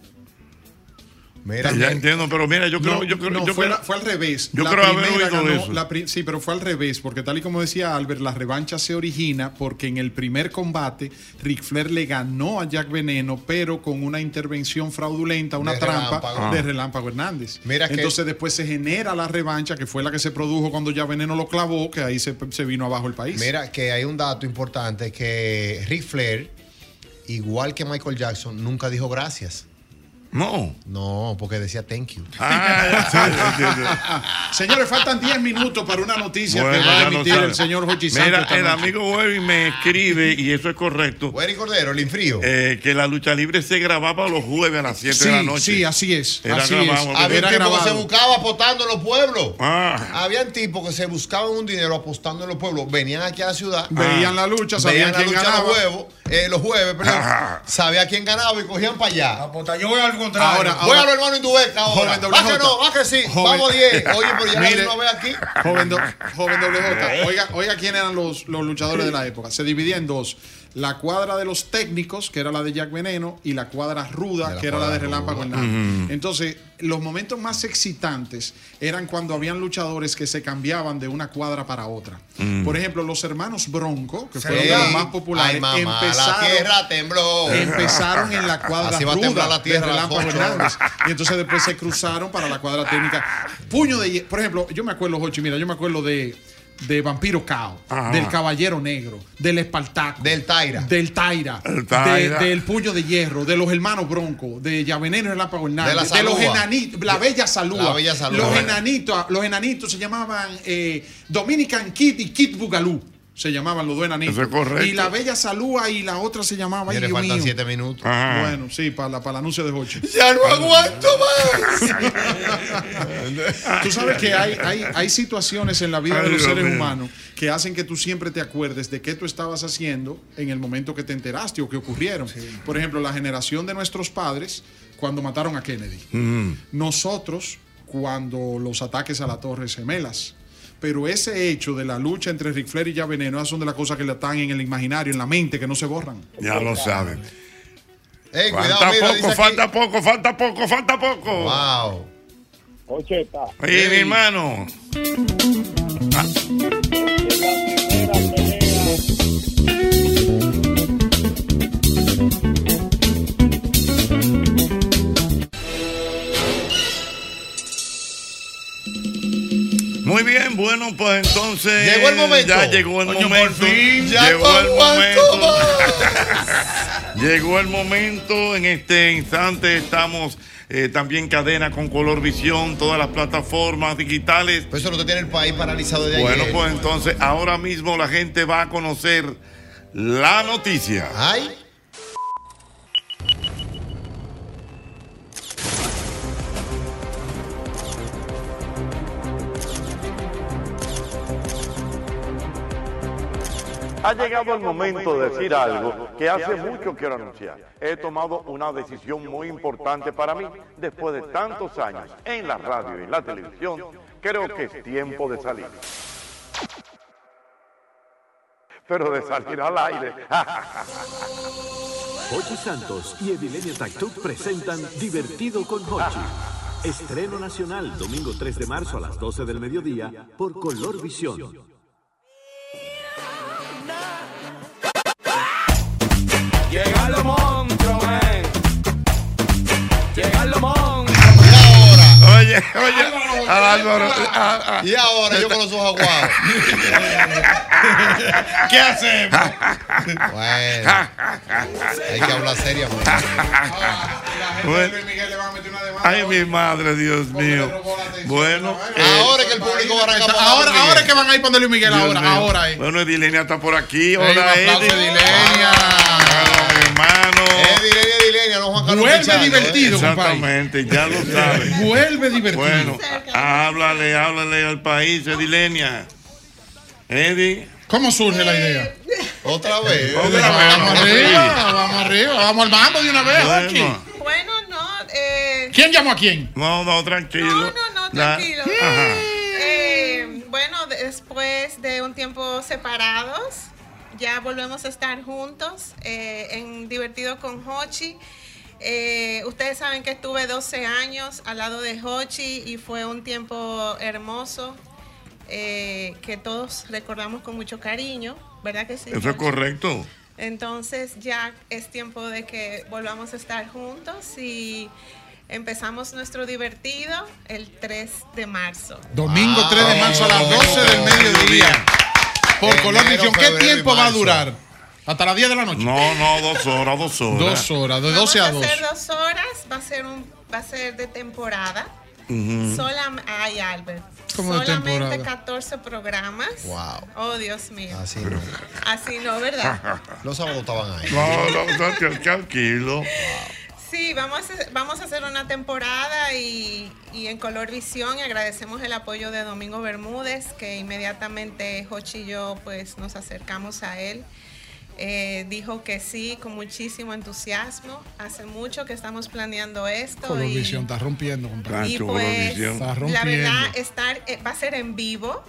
[SPEAKER 3] mira,
[SPEAKER 2] Ya entiendo, pero mira, yo creo,
[SPEAKER 13] No,
[SPEAKER 2] yo creo,
[SPEAKER 13] no,
[SPEAKER 2] yo
[SPEAKER 13] fue,
[SPEAKER 2] creo-
[SPEAKER 13] la- fue al revés.
[SPEAKER 2] yo
[SPEAKER 13] La
[SPEAKER 2] creo haber
[SPEAKER 13] primera
[SPEAKER 2] oído
[SPEAKER 13] ganó-
[SPEAKER 2] eso.
[SPEAKER 13] la pri- sí, pero fue al revés, porque tal y como decía Albert, la revancha se origina porque en el primer combate Ric Flair le ganó a Jack Veneno, pero con una intervención fraudulenta, una
[SPEAKER 3] De
[SPEAKER 13] trampa
[SPEAKER 3] Relámpago.
[SPEAKER 13] de
[SPEAKER 2] Ah.
[SPEAKER 13] Relámpago Hernández.
[SPEAKER 3] Mira que-
[SPEAKER 13] Entonces después se genera la revancha, que fue la que se produjo cuando Jack Veneno lo clavó, que ahí se, se vino abajo el país.
[SPEAKER 3] Mira, que hay un dato importante que Ric Flair, igual que Michael Jackson, nunca dijo gracias.
[SPEAKER 2] No.
[SPEAKER 3] No, porque decía thank you.
[SPEAKER 2] Ah, ya, sí, ya entiendo.
[SPEAKER 13] Señores, faltan 10 minutos para una noticia
[SPEAKER 2] Bueno,
[SPEAKER 13] que va a
[SPEAKER 2] ya lo
[SPEAKER 13] emitir
[SPEAKER 2] sabe.
[SPEAKER 13] el señor Jochi
[SPEAKER 2] Mira,
[SPEAKER 13] Santos esta
[SPEAKER 2] el
[SPEAKER 13] noche.
[SPEAKER 2] amigo Webby me escribe, y eso es correcto,
[SPEAKER 3] Wery Cordero, el infrío.
[SPEAKER 2] eh, que la lucha libre se grababa los jueves a las 7
[SPEAKER 13] Sí,
[SPEAKER 2] de la noche.
[SPEAKER 13] sí, así es.
[SPEAKER 2] Era
[SPEAKER 13] así es.
[SPEAKER 2] grabado,
[SPEAKER 3] Había
[SPEAKER 13] Era
[SPEAKER 3] un tipo que se
[SPEAKER 13] grabado.
[SPEAKER 3] buscaba apostando en los pueblos.
[SPEAKER 2] Ah,
[SPEAKER 3] Habían tipos que se buscaban un dinero apostando en los pueblos. Venían aquí a la ciudad.
[SPEAKER 13] Ah. Veían la lucha, sabían
[SPEAKER 3] Veían la
[SPEAKER 13] quién
[SPEAKER 3] lucha
[SPEAKER 13] ganaba.
[SPEAKER 3] los, huevos, eh, los jueves, perdón.
[SPEAKER 2] Ajá.
[SPEAKER 3] Sabía quién ganaba y cogían para allá.
[SPEAKER 11] Apuesta, yo voy al contrario.
[SPEAKER 13] Ahora,
[SPEAKER 3] Voy a lo hermano Indubeca ahora.
[SPEAKER 13] Joven doble
[SPEAKER 3] Baje
[SPEAKER 13] J.
[SPEAKER 3] no, baje sí.
[SPEAKER 13] Joven-
[SPEAKER 3] Vamos 10. Oye, pero ya
[SPEAKER 13] Mire.
[SPEAKER 3] la no ve aquí.
[SPEAKER 13] Joven, do- joven WJ, oiga, oiga quién eran los, los luchadores de la época. Se dividía en dos. La cuadra de los técnicos, que era la de Jack Veneno, y la cuadra ruda, que era la de Relámpago Hernández. Entonces, los momentos más excitantes eran cuando habían luchadores que se cambiaban de una cuadra para otra. Por ejemplo, los hermanos Bronco, que fueron de los más populares,
[SPEAKER 3] Ay, mamá, la
[SPEAKER 13] empezaron
[SPEAKER 3] tierra tembló.
[SPEAKER 13] Empezaron en la cuadra
[SPEAKER 3] Así va a
[SPEAKER 13] ruda
[SPEAKER 3] temblar la tierra
[SPEAKER 13] de
[SPEAKER 3] a las
[SPEAKER 13] Relámpago
[SPEAKER 3] ocho
[SPEAKER 13] Hernández.
[SPEAKER 3] horas.
[SPEAKER 13] Y entonces después se cruzaron para la cuadra técnica. Puño de hie- Por ejemplo, yo me acuerdo, Jochi, mira, yo me acuerdo de, de Vampiro Cao,
[SPEAKER 2] Ajá.
[SPEAKER 13] del Caballero Negro, del Espartaco, del Taira, del Taira,
[SPEAKER 2] El Taira.
[SPEAKER 13] de- del Puño de Hierro, de los hermanos Bronco, de Yavenero y Relámpago
[SPEAKER 3] De la
[SPEAKER 13] Hernández, de, los
[SPEAKER 3] Salúa.
[SPEAKER 13] enanitos, la Bella Salud,
[SPEAKER 3] La Bella Salúa.
[SPEAKER 13] los
[SPEAKER 3] Ajá.
[SPEAKER 13] enanitos, los enanitos se llamaban eh, Dominican Kid y Kid Bugalú. Se llamaban los dos enanitos.
[SPEAKER 2] Eso es correcto.
[SPEAKER 13] Y la bella Salúa y la otra se llamaba.
[SPEAKER 3] Ya
[SPEAKER 13] ay,
[SPEAKER 3] le
[SPEAKER 13] Dios
[SPEAKER 3] faltan
[SPEAKER 13] mío.
[SPEAKER 3] siete minutos.
[SPEAKER 2] Ajá.
[SPEAKER 13] Bueno, sí, para, la- para el anuncio de Hochi.
[SPEAKER 3] Ya no aguanto
[SPEAKER 13] Tú sabes que hay, hay, hay situaciones en la vida
[SPEAKER 2] Ay,
[SPEAKER 13] de los
[SPEAKER 2] Dios
[SPEAKER 13] seres
[SPEAKER 2] mío.
[SPEAKER 13] humanos que hacen que tú siempre te acuerdes de qué tú estabas haciendo en el momento que te enteraste o que ocurrieron. Por ejemplo, la generación de nuestros padres cuando mataron a Kennedy. Nosotros cuando los ataques a las Torres Gemelas. Pero ese hecho de la lucha entre Ric Flair y Ya Veneno, esas son de las cosas que le están en el imaginario, en la mente, que no se borran.
[SPEAKER 2] Ya lo saben.
[SPEAKER 13] cuidado,
[SPEAKER 2] falta
[SPEAKER 13] mira, dice
[SPEAKER 2] poco,
[SPEAKER 13] aquí-
[SPEAKER 2] falta poco, falta poco, falta poco.
[SPEAKER 3] Wow.
[SPEAKER 2] Ocheta. Oye, mi hermano. Ah. Muy bien, bueno, pues entonces.
[SPEAKER 3] Llegó el momento.
[SPEAKER 2] Ya llegó el
[SPEAKER 3] Coño, por
[SPEAKER 2] momento.
[SPEAKER 3] fin. Ya
[SPEAKER 2] llegó
[SPEAKER 3] no
[SPEAKER 2] el
[SPEAKER 3] aguanto
[SPEAKER 2] momento. Llegó el momento, en este instante estamos eh, también cadena con Color Visión, todas las plataformas digitales.
[SPEAKER 3] Pues eso lo tiene el país paralizado de
[SPEAKER 2] Bueno,
[SPEAKER 3] ayer.
[SPEAKER 2] pues entonces ahora mismo la gente va a conocer la noticia.
[SPEAKER 3] Ay.
[SPEAKER 2] Ha llegado el momento de decir algo que hace mucho quiero anunciar. He tomado una decisión muy importante para mí después de tantos años en la radio y en la televisión. Creo que es tiempo de salir. Pero de salir al aire.
[SPEAKER 9] Hochi Santos y Edilenia Taktuk presentan Divertido con Hochi. Estreno nacional domingo 3 de marzo a las 12 del mediodía por Color Visión.
[SPEAKER 5] Llegan los monstruos, eh. Llegan los monstruos.
[SPEAKER 2] Oye, oye, Álvaro.
[SPEAKER 3] Y ahora yo con los ojos aguados.
[SPEAKER 2] ¿Qué hacemos?
[SPEAKER 3] Bueno. Hay que hablar seriamente.
[SPEAKER 2] Bueno. Ay, mi madre, Dios mío. Bueno, eh,
[SPEAKER 3] Ahora es que el público va a arrancar. por
[SPEAKER 13] Ahora,
[SPEAKER 3] Luis Miguel.
[SPEAKER 13] ahora es que van a ir para Luis Miguel,
[SPEAKER 2] Dios
[SPEAKER 13] ahora,
[SPEAKER 2] mío.
[SPEAKER 13] ahora es.
[SPEAKER 2] Bueno, Edilenia está por aquí. Hola,
[SPEAKER 13] Ey, un aplauso,
[SPEAKER 2] Edilenia. hermano.
[SPEAKER 3] Edilenia, Edilenia, no Juan Carlos
[SPEAKER 13] Vuelve
[SPEAKER 3] Pichardo, ¿eh?
[SPEAKER 13] divertido,
[SPEAKER 2] Exactamente, ya lo sabes.
[SPEAKER 13] Vuelve divertido.
[SPEAKER 2] Bueno, háblale, háblale al país, Edilenia. Edi.
[SPEAKER 13] ¿Cómo surge la idea?
[SPEAKER 3] Otra vez.
[SPEAKER 13] vamos arriba, vamos arriba, vamos al mambo de una vez,
[SPEAKER 2] Bueno.
[SPEAKER 13] Jochi.
[SPEAKER 17] Bueno, no, eh,
[SPEAKER 13] ¿Quién llamó a quién?
[SPEAKER 2] No, no, tranquilo. No, no,
[SPEAKER 17] no, tranquilo. Eh, bueno, después de un tiempo separados, ya volvemos a estar juntos eh, en Divertido con Hochi. Eh, ustedes saben que estuve 12 años al lado de Hochi y fue un tiempo hermoso eh, que todos recordamos con mucho cariño, ¿verdad que sí?
[SPEAKER 2] Eso es
[SPEAKER 17] Jochi?
[SPEAKER 2] correcto.
[SPEAKER 17] Entonces ya es tiempo de que volvamos a estar juntos y empezamos nuestro divertido el 3 de marzo.
[SPEAKER 3] Ah,
[SPEAKER 13] Domingo 3 de marzo a las 12 del mediodía. Por Color Visión, ¿qué tiempo va a durar? Hasta las 10 de la noche.
[SPEAKER 2] No, no, dos horas, dos horas.
[SPEAKER 13] Dos horas, de 12 a
[SPEAKER 17] Vamos a
[SPEAKER 13] 2.
[SPEAKER 17] hacer dos horas, va a ser un va a ser de temporada. Solam- ay, Albert.
[SPEAKER 13] Mm. ¿Cómo de
[SPEAKER 17] Solamente
[SPEAKER 13] temporada?
[SPEAKER 17] 14 programas.
[SPEAKER 3] Wow.
[SPEAKER 17] Oh, Dios mío.
[SPEAKER 3] Así Ah, no.
[SPEAKER 17] Así no, ¿verdad?
[SPEAKER 3] Los sábados estaban ahí.
[SPEAKER 2] No, no, no, tran- tranquilo.
[SPEAKER 17] Sí, vamos a, vamos a hacer una temporada y, y en Color Visión agradecemos el apoyo de Domingo Bermúdez, que inmediatamente Jochi y yo pues, nos acercamos a él. Eh, dijo que sí, con muchísimo entusiasmo. Hace mucho que estamos planeando esto.
[SPEAKER 13] Color
[SPEAKER 17] y-
[SPEAKER 13] Visión está rompiendo, compadre.
[SPEAKER 17] y pues,
[SPEAKER 13] Está
[SPEAKER 17] la
[SPEAKER 13] rompiendo.
[SPEAKER 17] verdad, estar, eh, va a ser en vivo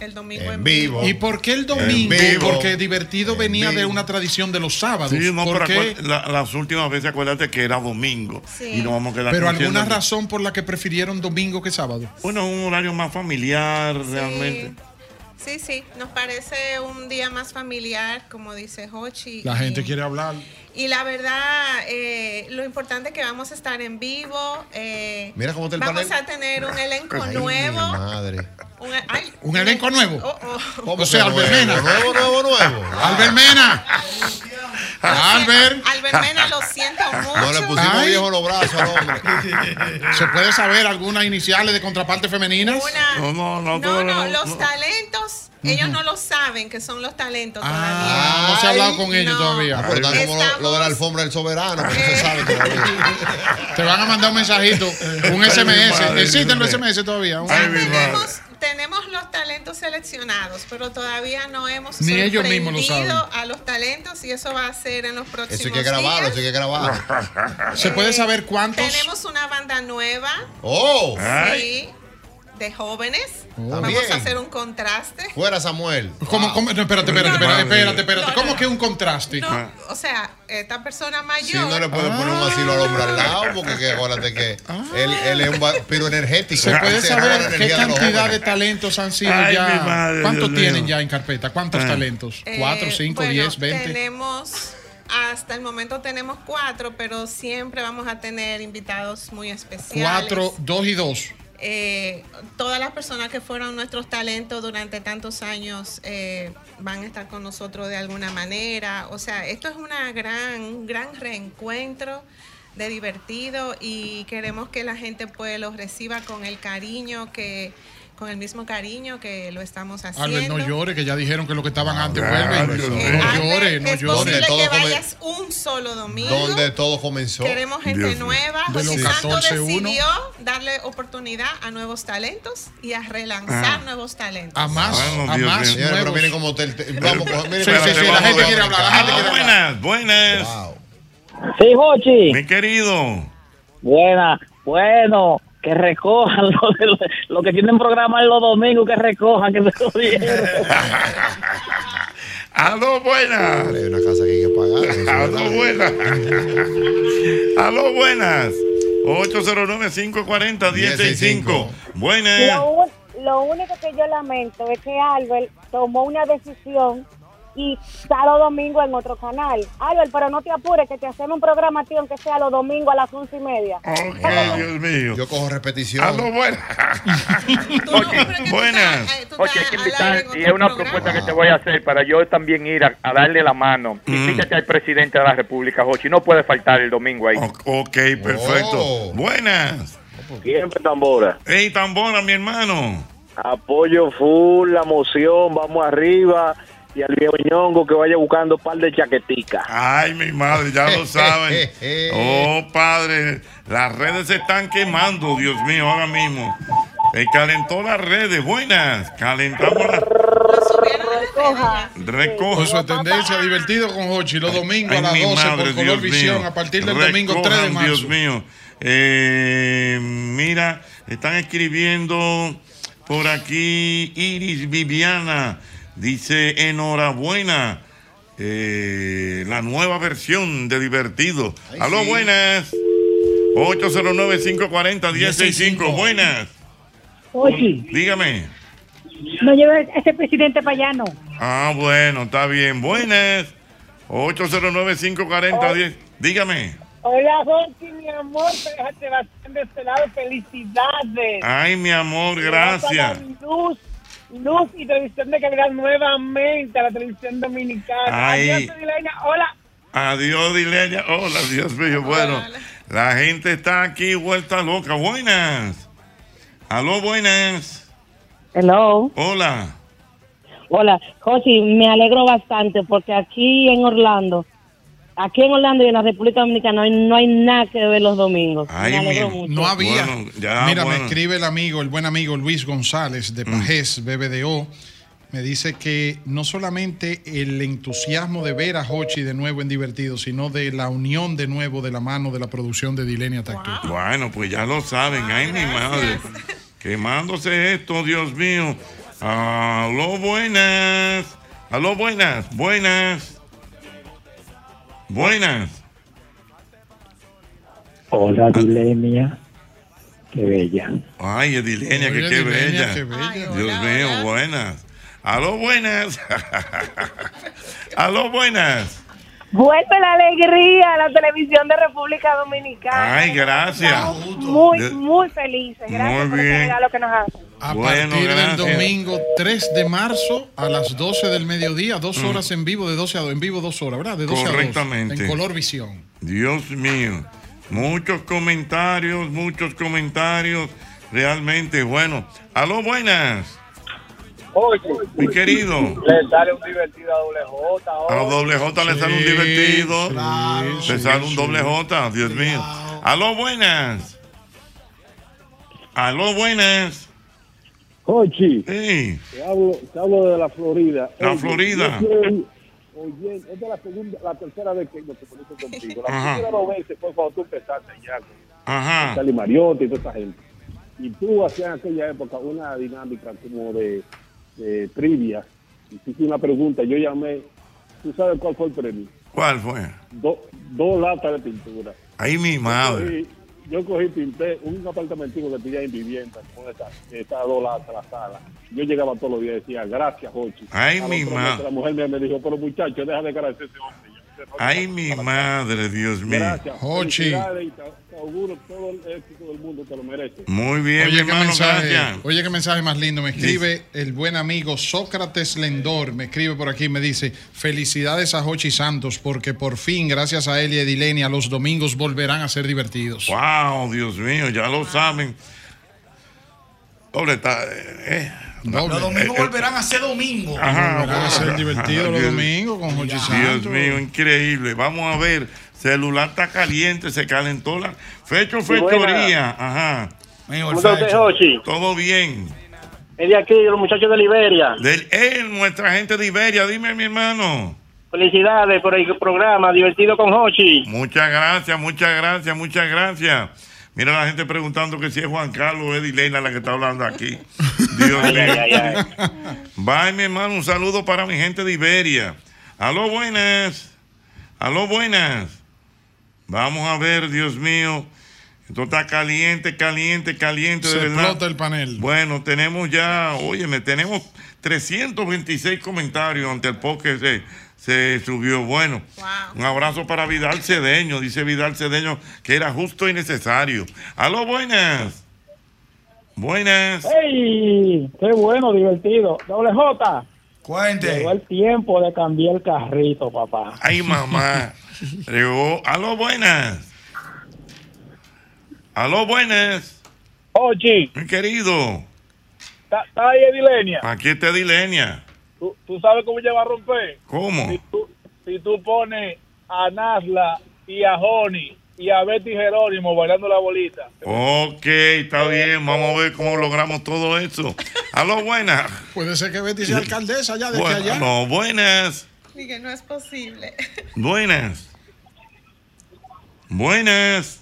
[SPEAKER 17] el domingo en,
[SPEAKER 13] ¿Y por qué el domingo?
[SPEAKER 2] En vivo.
[SPEAKER 13] Porque divertido venía de una tradición de los sábados.
[SPEAKER 2] Sí, no,
[SPEAKER 13] ¿Por
[SPEAKER 2] pero
[SPEAKER 13] qué?
[SPEAKER 2] acuer- la- las últimas veces acuérdate que era domingo.
[SPEAKER 13] Sí.
[SPEAKER 2] Y nos vamos a quedar
[SPEAKER 13] Pero
[SPEAKER 2] con-
[SPEAKER 13] alguna razón por la que prefirieron domingo que sábado.
[SPEAKER 2] Bueno, un horario más familiar, realmente.
[SPEAKER 17] Sí, sí, nos parece un día más familiar, como dice Jochi.
[SPEAKER 13] La gente quiere hablar.
[SPEAKER 17] Y la verdad, eh, lo importante es que vamos a estar en vivo. eh,
[SPEAKER 3] Mira cómo está el
[SPEAKER 17] Vamos
[SPEAKER 3] panel.
[SPEAKER 17] a tener un elenco
[SPEAKER 3] Ay, mi
[SPEAKER 17] nuevo,
[SPEAKER 3] madre.
[SPEAKER 17] Un, ay,
[SPEAKER 13] Un elenco nuevo.
[SPEAKER 17] oh, oh.
[SPEAKER 13] O sea,
[SPEAKER 3] nuevo,
[SPEAKER 13] Albermena.
[SPEAKER 3] nuevo, nuevo, nuevo?
[SPEAKER 13] Albermena. Albert.
[SPEAKER 17] Albert Mena, lo siento mucho.
[SPEAKER 13] No le pusimos viejo los brazos al hombre. ¿Se puede saber algunas iniciales de contraparte femeninas?
[SPEAKER 17] Una- No,
[SPEAKER 2] no,
[SPEAKER 17] No, no, los talentos, ellos no lo saben que son los talentos todavía.
[SPEAKER 13] Ah, no se ha hablado con ellos todavía.
[SPEAKER 3] Ah, pero está como lo, lo de la alfombra del soberano, que no se sabe todavía.
[SPEAKER 13] Te van a mandar un mensajito, un
[SPEAKER 3] Ay,
[SPEAKER 13] SMS.
[SPEAKER 3] mi madre,
[SPEAKER 13] ¿Existen los
[SPEAKER 3] mi madre.
[SPEAKER 13] SMS todavía?
[SPEAKER 17] Tenemos, tenemos los talentos seleccionados, pero todavía no hemos
[SPEAKER 13] Ni ellos mismos lo
[SPEAKER 17] sorprendido
[SPEAKER 13] saben.
[SPEAKER 17] a los talentos y eso va a ser en los próximos
[SPEAKER 3] Eso hay que grabarlo,
[SPEAKER 17] días.
[SPEAKER 3] eso hay que grabarlo.
[SPEAKER 13] ¿Se puede saber cuántos?
[SPEAKER 17] Tenemos una banda nueva.
[SPEAKER 3] ¡Oh!
[SPEAKER 17] Sí, de jóvenes.
[SPEAKER 3] Oh.
[SPEAKER 17] Vamos
[SPEAKER 3] También.
[SPEAKER 17] a hacer un contraste.
[SPEAKER 3] Fuera Samuel.
[SPEAKER 13] ¿Cómo, cómo? No, espérate, espérate, espérate, espérate, espérate. ¿Cómo que un contraste?
[SPEAKER 17] No, o sea, esta persona mayor.
[SPEAKER 3] Si no le pueden poner
[SPEAKER 13] Ah.
[SPEAKER 3] un vacilo al hombre al lado, porque que, acuérdate que él, él es un va- pero energético.
[SPEAKER 13] ¿Se puede
[SPEAKER 3] Él roba la
[SPEAKER 13] saber qué
[SPEAKER 3] energía de los
[SPEAKER 13] cantidad
[SPEAKER 3] jóvenes.
[SPEAKER 13] de talentos han sido
[SPEAKER 3] Ay,
[SPEAKER 13] ya?
[SPEAKER 3] mi madre,
[SPEAKER 13] ¿Cuántos
[SPEAKER 3] Dios
[SPEAKER 13] tienen
[SPEAKER 3] mío.
[SPEAKER 13] ya en carpeta? ¿Cuántos
[SPEAKER 3] Ah.
[SPEAKER 13] talentos?
[SPEAKER 17] Eh,
[SPEAKER 13] ¿Cuatro, cinco,
[SPEAKER 17] bueno,
[SPEAKER 13] diez, veinte?
[SPEAKER 17] Tenemos, hasta el momento tenemos cuatro, pero siempre vamos a tener invitados muy especiales.
[SPEAKER 13] Cuatro, dos y dos.
[SPEAKER 17] Eh, todas las personas que fueron nuestros talentos durante tantos años eh, van a estar con nosotros de alguna manera. O sea, esto es una gran, un gran reencuentro de divertido y queremos que la gente pues los reciba con el cariño que con el mismo cariño que lo estamos haciendo.
[SPEAKER 13] Albert, Ah, no llores, que ya dijeron que lo que estaban antes
[SPEAKER 3] Ah, claro,
[SPEAKER 13] vuelve.
[SPEAKER 3] Dios mío.
[SPEAKER 13] No llores, no
[SPEAKER 3] Es posible
[SPEAKER 13] llores.
[SPEAKER 3] que
[SPEAKER 17] que
[SPEAKER 3] Todo come-
[SPEAKER 17] vayas un solo domingo.
[SPEAKER 3] Donde todo comenzó.
[SPEAKER 17] Queremos gente nueva.
[SPEAKER 3] De
[SPEAKER 17] José
[SPEAKER 3] los
[SPEAKER 17] Santo
[SPEAKER 3] 14, uno.
[SPEAKER 17] decidió darle oportunidad a nuevos talentos y a relanzar nuevos talentos.
[SPEAKER 13] Ah. A más,
[SPEAKER 3] Bueno,
[SPEAKER 13] a
[SPEAKER 3] Ah, Dios
[SPEAKER 13] más
[SPEAKER 3] mío. Señores, pero
[SPEAKER 13] nuevos.
[SPEAKER 3] miren cómo te- te- vamos, pues, miren,
[SPEAKER 13] Sí, sí,
[SPEAKER 3] espérate,
[SPEAKER 13] sí, la
[SPEAKER 3] vamos
[SPEAKER 13] gente
[SPEAKER 3] a
[SPEAKER 13] quiere hablar, la gente
[SPEAKER 3] Dominicana.
[SPEAKER 13] quiere hablar.
[SPEAKER 2] Buenas, buenas.
[SPEAKER 28] Sí, Jochi. Mi
[SPEAKER 2] querido.
[SPEAKER 28] Buena, bueno, que recojan lo, de lo- lo que tienen programado los domingos, que recojan, que se lo dieron.
[SPEAKER 2] Aló, buenas.
[SPEAKER 3] Hay una casa que hay que pagar.
[SPEAKER 2] Aló, buenas. Aló, buenas. 809-540-1065. Buenas.
[SPEAKER 27] Lo, un- lo único que yo lamento es que Albert tomó una decisión y está los domingos en otro canal. Albert, pero no te apures que te hacemos un programa a ti, aunque sea los domingos a las once y media.
[SPEAKER 2] Ay, Dios mío.
[SPEAKER 3] Yo cojo repetición.
[SPEAKER 2] Aló, buenas.
[SPEAKER 6] Buenas. Oye, hay que invitar, y es una propuesta que te voy a hacer para yo también ir a, a darle la mano.
[SPEAKER 2] Mm.
[SPEAKER 6] Invítate al presidente de la República, Jochi. No puede faltar el domingo ahí.
[SPEAKER 2] Ok, perfecto. Buenas.
[SPEAKER 7] Siempre tambora.
[SPEAKER 2] Ey, tambora, mi hermano.
[SPEAKER 7] Apoyo full, la moción, vamos arriba. Y al viejo ñongo que vaya buscando un par de chaqueticas.
[SPEAKER 2] Ay, mi madre, ya lo saben. Oh, padre, las redes se están quemando, Dios mío, ahora mismo. Eh, calentó las redes, buenas. Calentamos las
[SPEAKER 13] Con su
[SPEAKER 2] recojas.
[SPEAKER 13] tendencia divertido con Hochi los domingos a las 12 por Color Visión a partir del domingo 3 de
[SPEAKER 2] Recojan, Dios
[SPEAKER 13] marzo.
[SPEAKER 2] mío. Eh, mira, están escribiendo por aquí Iris Viviana. Dice, enhorabuena. eh, la nueva versión de Divertido. Aló,
[SPEAKER 6] sí.
[SPEAKER 2] buenas. 809-540-1065. Buenas.
[SPEAKER 27] Oye,
[SPEAKER 2] Dígame.
[SPEAKER 27] no lleves a ese presidente payano.
[SPEAKER 2] Ah, bueno, está bien. Buenas. 809-540-10. Dígame.
[SPEAKER 1] Hola, Jorge, mi amor, pero Sebastián de este lado, felicidades.
[SPEAKER 2] Ay, mi amor, gracias.
[SPEAKER 1] Luz, luz y televisión de calidad nuevamente a la televisión dominicana.
[SPEAKER 2] Ay.
[SPEAKER 1] Adiós, Adilena. Hola.
[SPEAKER 2] Adiós, Dileña. Hola, Dios mío. Bueno, la gente está aquí vuelta loca. Buenas. Aló, buenas.
[SPEAKER 27] Hello.
[SPEAKER 2] Hola.
[SPEAKER 27] Hola, Josi, me alegro bastante porque aquí en Orlando, aquí en Orlando y en la República Dominicana no hay, no hay nada que ver los domingos. me alegro mucho.
[SPEAKER 13] No había.
[SPEAKER 2] Bueno, ya,
[SPEAKER 13] Mira,
[SPEAKER 2] bueno.
[SPEAKER 13] me escribe el amigo, el buen amigo Luis González
[SPEAKER 3] Mm.
[SPEAKER 13] de Pajés, BBDO. Me dice que no solamente el entusiasmo de ver a Hochi de nuevo en divertido, sino de la unión de nuevo de la mano de la producción de Dilenia Tactu.
[SPEAKER 2] Bueno, pues ya lo saben. Ay, mi madre. Quemándose esto, Dios mío. Aló, buenas. Aló, buenas. Buenas. Buenas.
[SPEAKER 29] Hola, Dilemia. Qué bella.
[SPEAKER 2] Ay, Edilenia, que
[SPEAKER 29] Oye,
[SPEAKER 2] qué
[SPEAKER 29] Edilenia,
[SPEAKER 2] bella.
[SPEAKER 29] qué bella. Ay,
[SPEAKER 2] Dios mío, buenas. Aló, buenas. Aló, buenas.
[SPEAKER 27] Vuelve la alegría a la televisión de República Dominicana.
[SPEAKER 2] Ay, gracias.
[SPEAKER 27] Muy, muy felices. Gracias
[SPEAKER 13] Muy
[SPEAKER 27] por este
[SPEAKER 13] bien.
[SPEAKER 27] regalo que nos hacen.
[SPEAKER 13] A
[SPEAKER 2] Bueno,
[SPEAKER 13] partir
[SPEAKER 2] gracias.
[SPEAKER 13] del domingo 3 de marzo a las 12 del mediodía, dos horas en vivo, de 12 a 2, en vivo dos horas, ¿verdad? De 12 a 2,
[SPEAKER 2] Mm. Correctamente.
[SPEAKER 13] en color visión.
[SPEAKER 2] Dios mío, muchos comentarios, muchos comentarios, realmente bueno. Aló, buenas,
[SPEAKER 6] Oye,
[SPEAKER 2] mi querido.
[SPEAKER 6] le sale un divertido a doble J.
[SPEAKER 2] A los doble J le sale un divertido, le sale un doble J, Dios mío. Aló, buenas. Aló, buenas.
[SPEAKER 6] Jochi,
[SPEAKER 2] Sí,
[SPEAKER 6] te hablo, te hablo de la Florida.
[SPEAKER 2] La
[SPEAKER 6] Oye,
[SPEAKER 2] Florida.
[SPEAKER 6] yo soy oyente- esta es la segunda, la tercera vez que yo te conozco contigo. La
[SPEAKER 2] Ajá.
[SPEAKER 6] primera dos veces fue cuando tú empezaste ya con
[SPEAKER 2] ajá.
[SPEAKER 6] Charlie Mariotti y toda esa gente. Y tú hacías en aquella época una dinámica como de, de trivia. Hiciste una pregunta, yo llamé. ¿Tú sabes cuál fue el premio?
[SPEAKER 2] ¿Cuál fue?
[SPEAKER 6] Do- dos latas de pintura.
[SPEAKER 2] Ahí mi madre.
[SPEAKER 6] Y yo cogí, pinté un apartamentico que tenía en vivienda, con esta, esta dos latas, la sala. Yo llegaba todos los días y decía, gracias, Jochi.
[SPEAKER 2] Ay,
[SPEAKER 6] A los
[SPEAKER 2] mi
[SPEAKER 6] tres
[SPEAKER 2] ma-
[SPEAKER 6] meses La mujer me, me dijo, pero muchacho, deja de agradecer a ese hombre.
[SPEAKER 2] Ay, mi madre, Dios mío.
[SPEAKER 6] Gracias. Felicidades y Te, te auguro todo el éxito del mundo, te lo mereces.
[SPEAKER 2] Muy bien, mi
[SPEAKER 13] oye, qué
[SPEAKER 2] hermano,
[SPEAKER 13] mensaje,
[SPEAKER 2] gracias.
[SPEAKER 13] oye, qué mensaje más lindo. Me escribe el buen amigo Sócrates Lendor. Me escribe por aquí, me dice: Felicidades a Jochi Santos, porque por fin, gracias a él y a Edilenia, los domingos volverán a ser divertidos.
[SPEAKER 2] Wow, Dios mío, ya lo saben. Doble está. eh, eh,
[SPEAKER 9] Los domingos
[SPEAKER 2] eh, eh,
[SPEAKER 9] volverán a ser domingo.
[SPEAKER 2] Ajá,
[SPEAKER 13] Volverán a ser
[SPEAKER 2] ajá,
[SPEAKER 13] divertidos los
[SPEAKER 2] Dios-
[SPEAKER 13] domingos con Jochi
[SPEAKER 2] Dios
[SPEAKER 13] Santos.
[SPEAKER 2] mío, increíble. Vamos a ver. Celular está caliente, se calentó la. Fecho,
[SPEAKER 6] Sí, buena.
[SPEAKER 2] fechoría. Ajá.
[SPEAKER 6] ¿Cómo está usted, Jochi?
[SPEAKER 2] Todo bien.
[SPEAKER 6] Es de aquí, de los muchachos de Liberia.
[SPEAKER 2] Del, eh, nuestra gente de Iberia, dime, mi hermano.
[SPEAKER 6] Felicidades por el programa Divertido con Hochi.
[SPEAKER 2] Muchas gracias, muchas gracias, muchas gracias. Mira la gente preguntando que si es Juan Carlos o Edilena la que está hablando aquí. Dios mío. Bye, mi hermano. Un saludo para mi gente de Iberia. Aló, buenas. Aló, buenas. Vamos a ver, Dios mío. Esto está caliente, caliente, caliente,
[SPEAKER 13] Se
[SPEAKER 2] de verdad.
[SPEAKER 13] explota el panel.
[SPEAKER 2] Bueno, tenemos ya, óyeme, tenemos 326 comentarios ante el post que se, se subió. Bueno, un abrazo para Vidal Cedeño, dice Vidal Cedeño, que era justo y necesario. Aló, buenas. Buenas.
[SPEAKER 6] ¡Ey! ¡Qué bueno, divertido! Doble J.
[SPEAKER 9] Cuente.
[SPEAKER 6] Llegó el tiempo de cambiar el carrito, papá.
[SPEAKER 2] Ay, mamá. Llegó. Aló, buenas. Aló, buenas.
[SPEAKER 6] Oye.
[SPEAKER 2] Mi querido,
[SPEAKER 6] ¿Está está ahí, Edilenia?
[SPEAKER 2] aquí está Dilenia.
[SPEAKER 6] ¿Tú, tú sabes cómo ella va a romper?
[SPEAKER 2] ¿Cómo?
[SPEAKER 6] Si tú pones a Nasla y a Joni y a Betty Jerónimo bailando la bolita.
[SPEAKER 2] Ok, está bien. Vamos a ver cómo logramos todo eso. Aló, buenas.
[SPEAKER 13] Puede ser que Betty sea alcaldesa ya de aquí a
[SPEAKER 2] Bueno,
[SPEAKER 13] allá.
[SPEAKER 2] no, buenas.
[SPEAKER 17] Miguel, no es posible.
[SPEAKER 2] Buenas. Buenas.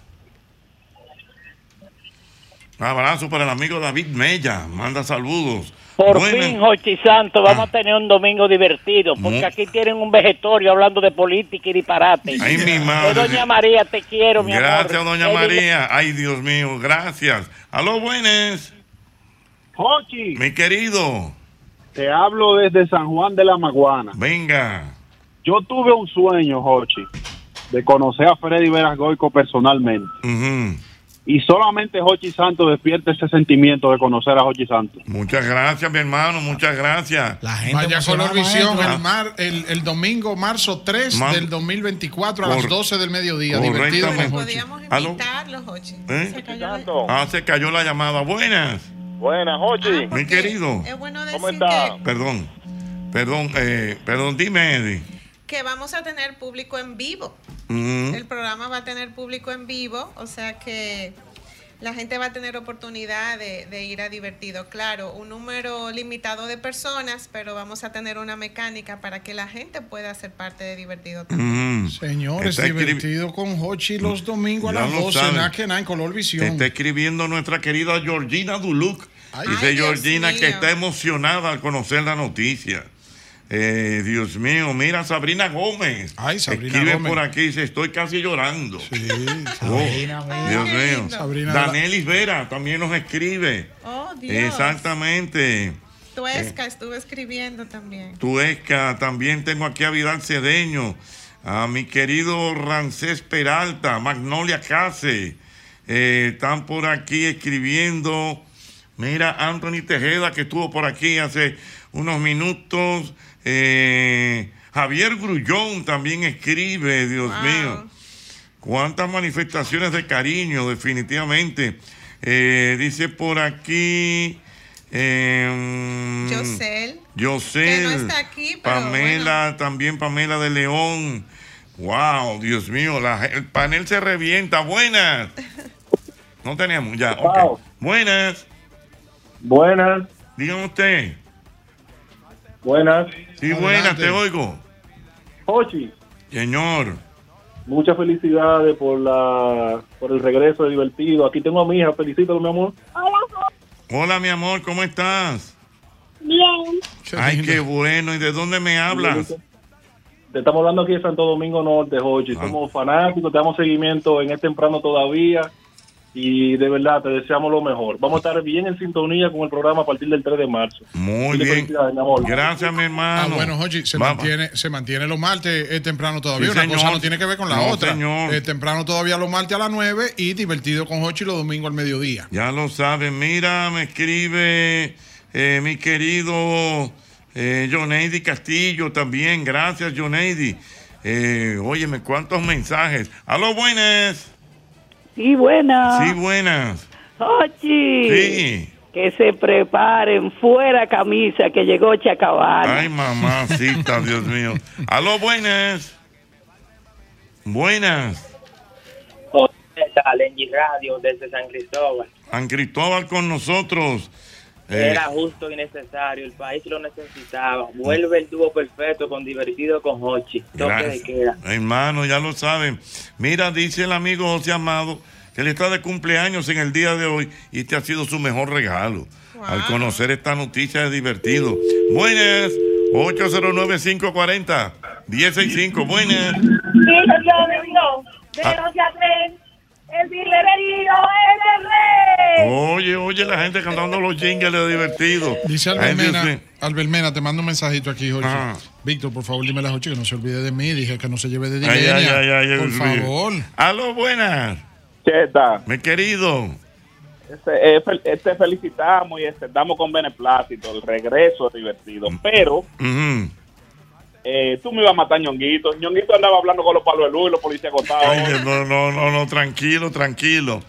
[SPEAKER 2] Un abrazo para el amigo David Mella. Manda saludos.
[SPEAKER 8] Por
[SPEAKER 2] Buenas.
[SPEAKER 8] fin, Jochi Santo, vamos a tener un domingo divertido, porque
[SPEAKER 2] Ah. Mu-
[SPEAKER 8] aquí tienen un vegetorio hablando de política y disparate.
[SPEAKER 2] Ay, mi
[SPEAKER 8] Eh,
[SPEAKER 2] madre.
[SPEAKER 8] doña María, te quiero, mi
[SPEAKER 2] Gracias,
[SPEAKER 8] amor.
[SPEAKER 2] doña
[SPEAKER 8] Eh,
[SPEAKER 2] María. Ay, Dios mío, gracias. Aló, buenas.
[SPEAKER 6] Jochi.
[SPEAKER 2] Mi querido.
[SPEAKER 6] Te hablo desde San Juan de la Maguana.
[SPEAKER 2] Venga.
[SPEAKER 6] Yo tuve un sueño, Jochi, de conocer a Freddy Veras Goico personalmente. Y solamente Jochi Santos despierta ese sentimiento de conocer a Jochi Santos.
[SPEAKER 2] Muchas gracias, mi hermano. Muchas gracias. Ah, La
[SPEAKER 13] Vaya color visión el, mar, el, el domingo, marzo 3
[SPEAKER 2] Mar-
[SPEAKER 13] del 2024 a las
[SPEAKER 2] Cor-
[SPEAKER 13] 12 del mediodía. Divertido con
[SPEAKER 2] correctamente.
[SPEAKER 13] Jochi.
[SPEAKER 2] Aló.
[SPEAKER 17] Carlos Jochi.
[SPEAKER 2] ¿Eh?
[SPEAKER 17] Se cayó la-
[SPEAKER 2] Ah, se cayó la llamada. Buenas.
[SPEAKER 30] Buenas, Jochi.
[SPEAKER 13] Ah,
[SPEAKER 2] Mi querido.
[SPEAKER 17] Es bueno
[SPEAKER 30] ¿Cómo
[SPEAKER 17] decir
[SPEAKER 30] está?
[SPEAKER 2] Perdón. Perdón, eh, perdón, dime, Eddie.
[SPEAKER 17] que vamos a tener público en vivo.
[SPEAKER 2] Ujú.
[SPEAKER 17] El programa va a tener público en vivo, o sea que la gente va a tener oportunidad de, de ir a divertido. Claro, un número limitado de personas, pero vamos a tener una mecánica para que la gente pueda ser parte de divertido.
[SPEAKER 13] Señores,
[SPEAKER 2] Mm-hmm. Está escribi-
[SPEAKER 13] divertido con Hochi los domingos a
[SPEAKER 2] Ya
[SPEAKER 13] las
[SPEAKER 2] lo
[SPEAKER 13] 12
[SPEAKER 2] saben.
[SPEAKER 13] nada que nada en color
[SPEAKER 2] Te
[SPEAKER 13] visión.
[SPEAKER 2] está escribiendo nuestra querida Georgina Duluc. Dice Georgina que está emocionada al conocer la noticia. Eh, Dios mío, mira Sabrina Gómez. Ay,
[SPEAKER 13] Sabrina
[SPEAKER 2] Escribe
[SPEAKER 13] Gómez.
[SPEAKER 2] por aquí, dice, estoy casi llorando. Sí, Sabrina, Dios mío.
[SPEAKER 13] Sabrina
[SPEAKER 2] Danelis Vera también nos escribe.
[SPEAKER 17] Oh, Dios.
[SPEAKER 2] Eh, Exactamente. eh.
[SPEAKER 17] Tuesca estuvo escribiendo también.
[SPEAKER 2] Tuesca, también tengo aquí a Vidal Cedeño. a mi querido Rancés Peralta, Magnolia Case. Eh, están por aquí escribiendo. Mira, Anthony Tejeda, que estuvo por aquí hace unos minutos. Eh, Javier Grullón también escribe, Dios mío. Cuántas manifestaciones de cariño, definitivamente. Eh, dice por aquí. Eh,
[SPEAKER 17] Yosel,
[SPEAKER 2] Yosel,
[SPEAKER 17] que no está aquí, pero
[SPEAKER 2] Pamela, también Pamela de León. Wow, Dios mío, la- el panel se revienta. Buenas. No tenemos ya. ok. Buenas.
[SPEAKER 7] Buenas.
[SPEAKER 2] Dígame usted.
[SPEAKER 7] Buenas.
[SPEAKER 2] Sí, buenas, te oigo.
[SPEAKER 7] Ochi,
[SPEAKER 2] Señor.
[SPEAKER 7] muchas felicidades por la por el regreso de Divertido. Aquí tengo a mi hija, felicítalo, mi amor.
[SPEAKER 2] Hola, mi amor, ¿cómo estás?
[SPEAKER 7] Bien.
[SPEAKER 2] Ay, qué bueno. ¿Y de dónde me hablas?
[SPEAKER 7] Te estamos hablando aquí de Santo Domingo Norte, Ochi.
[SPEAKER 2] Ah.
[SPEAKER 7] Somos fanáticos, te damos seguimiento en este temprano todavía. Y de verdad, te deseamos lo mejor. Vamos a estar bien en sintonía con el programa a partir del 3 de marzo.
[SPEAKER 2] Muy
[SPEAKER 7] bien. Felicidades, mi amor.
[SPEAKER 2] Gracias, mi hermano.
[SPEAKER 13] Ah, bueno, Jochi, se
[SPEAKER 2] Vamos.
[SPEAKER 13] mantiene, se mantiene los martes eh, temprano todavía.
[SPEAKER 2] Sí,
[SPEAKER 13] Una
[SPEAKER 2] señor.
[SPEAKER 13] cosa no tiene que ver con la
[SPEAKER 2] No,
[SPEAKER 13] otra.
[SPEAKER 2] señor.
[SPEAKER 13] Eh, temprano todavía los martes a las 9 y divertido con Jochi los domingos al mediodía.
[SPEAKER 2] Ya lo saben, mira, me escribe eh, mi querido eh, Joneidi Castillo también. Gracias, Joneidi. Eh, óyeme, cuántos mensajes. Aló, buenas.
[SPEAKER 31] Sí, buena.
[SPEAKER 1] Ah.
[SPEAKER 2] Sí, buenas.
[SPEAKER 31] Ochi.
[SPEAKER 2] Sí.
[SPEAKER 31] Que se preparen fuera camisa, que llegó Chacabal.
[SPEAKER 2] Ay, mamacita, Dios mío. Aló, buenas. Buenas.
[SPEAKER 6] Lenji Radio desde San Cristóbal.
[SPEAKER 2] San Cristóbal con nosotros. Eh,
[SPEAKER 6] Era justo y necesario, el país lo necesitaba. Vuelve el dúo perfecto con divertido con Hochi. Toque de
[SPEAKER 2] Gracias.
[SPEAKER 6] queda.
[SPEAKER 2] Hermano, ya lo saben. Mira, dice el amigo José Amado que él está de cumpleaños en el día de hoy y este ha sido su mejor regalo. Al conocer esta noticia es divertido. Buenas, 809-540-165. Buenas. Ah.
[SPEAKER 1] de los de atrás, el dilerillo es el rey.
[SPEAKER 2] Oye, oye, la gente cantando los jingles de divertido.
[SPEAKER 13] Dice
[SPEAKER 2] La gente
[SPEAKER 13] Albermena,
[SPEAKER 2] dice,
[SPEAKER 13] Albermena, te mando un mensajito aquí, Jochi.
[SPEAKER 2] Ah.
[SPEAKER 13] Víctor, por favor, dime a las 8 que no se olvide de mí. Dije que no se lleve de
[SPEAKER 2] Ay,
[SPEAKER 13] dinero.
[SPEAKER 2] ay, ay, ay,
[SPEAKER 13] por
[SPEAKER 2] Dios mío.
[SPEAKER 13] favor.
[SPEAKER 2] Aló, buenas.
[SPEAKER 6] Cheta.
[SPEAKER 2] Mi querido.
[SPEAKER 6] Este, eh, fel- este, felicitamos y estamos con beneplácito. El regreso es divertido.
[SPEAKER 17] Mm.
[SPEAKER 6] Pero
[SPEAKER 2] Ujú.
[SPEAKER 6] eh, tú me ibas a matar, Ñonguito. Ñonguito andaba hablando con los palos de luz y los policías
[SPEAKER 2] Ay,
[SPEAKER 6] acostados.
[SPEAKER 2] Dios, no, no, no, no, tranquilo, tranquilo.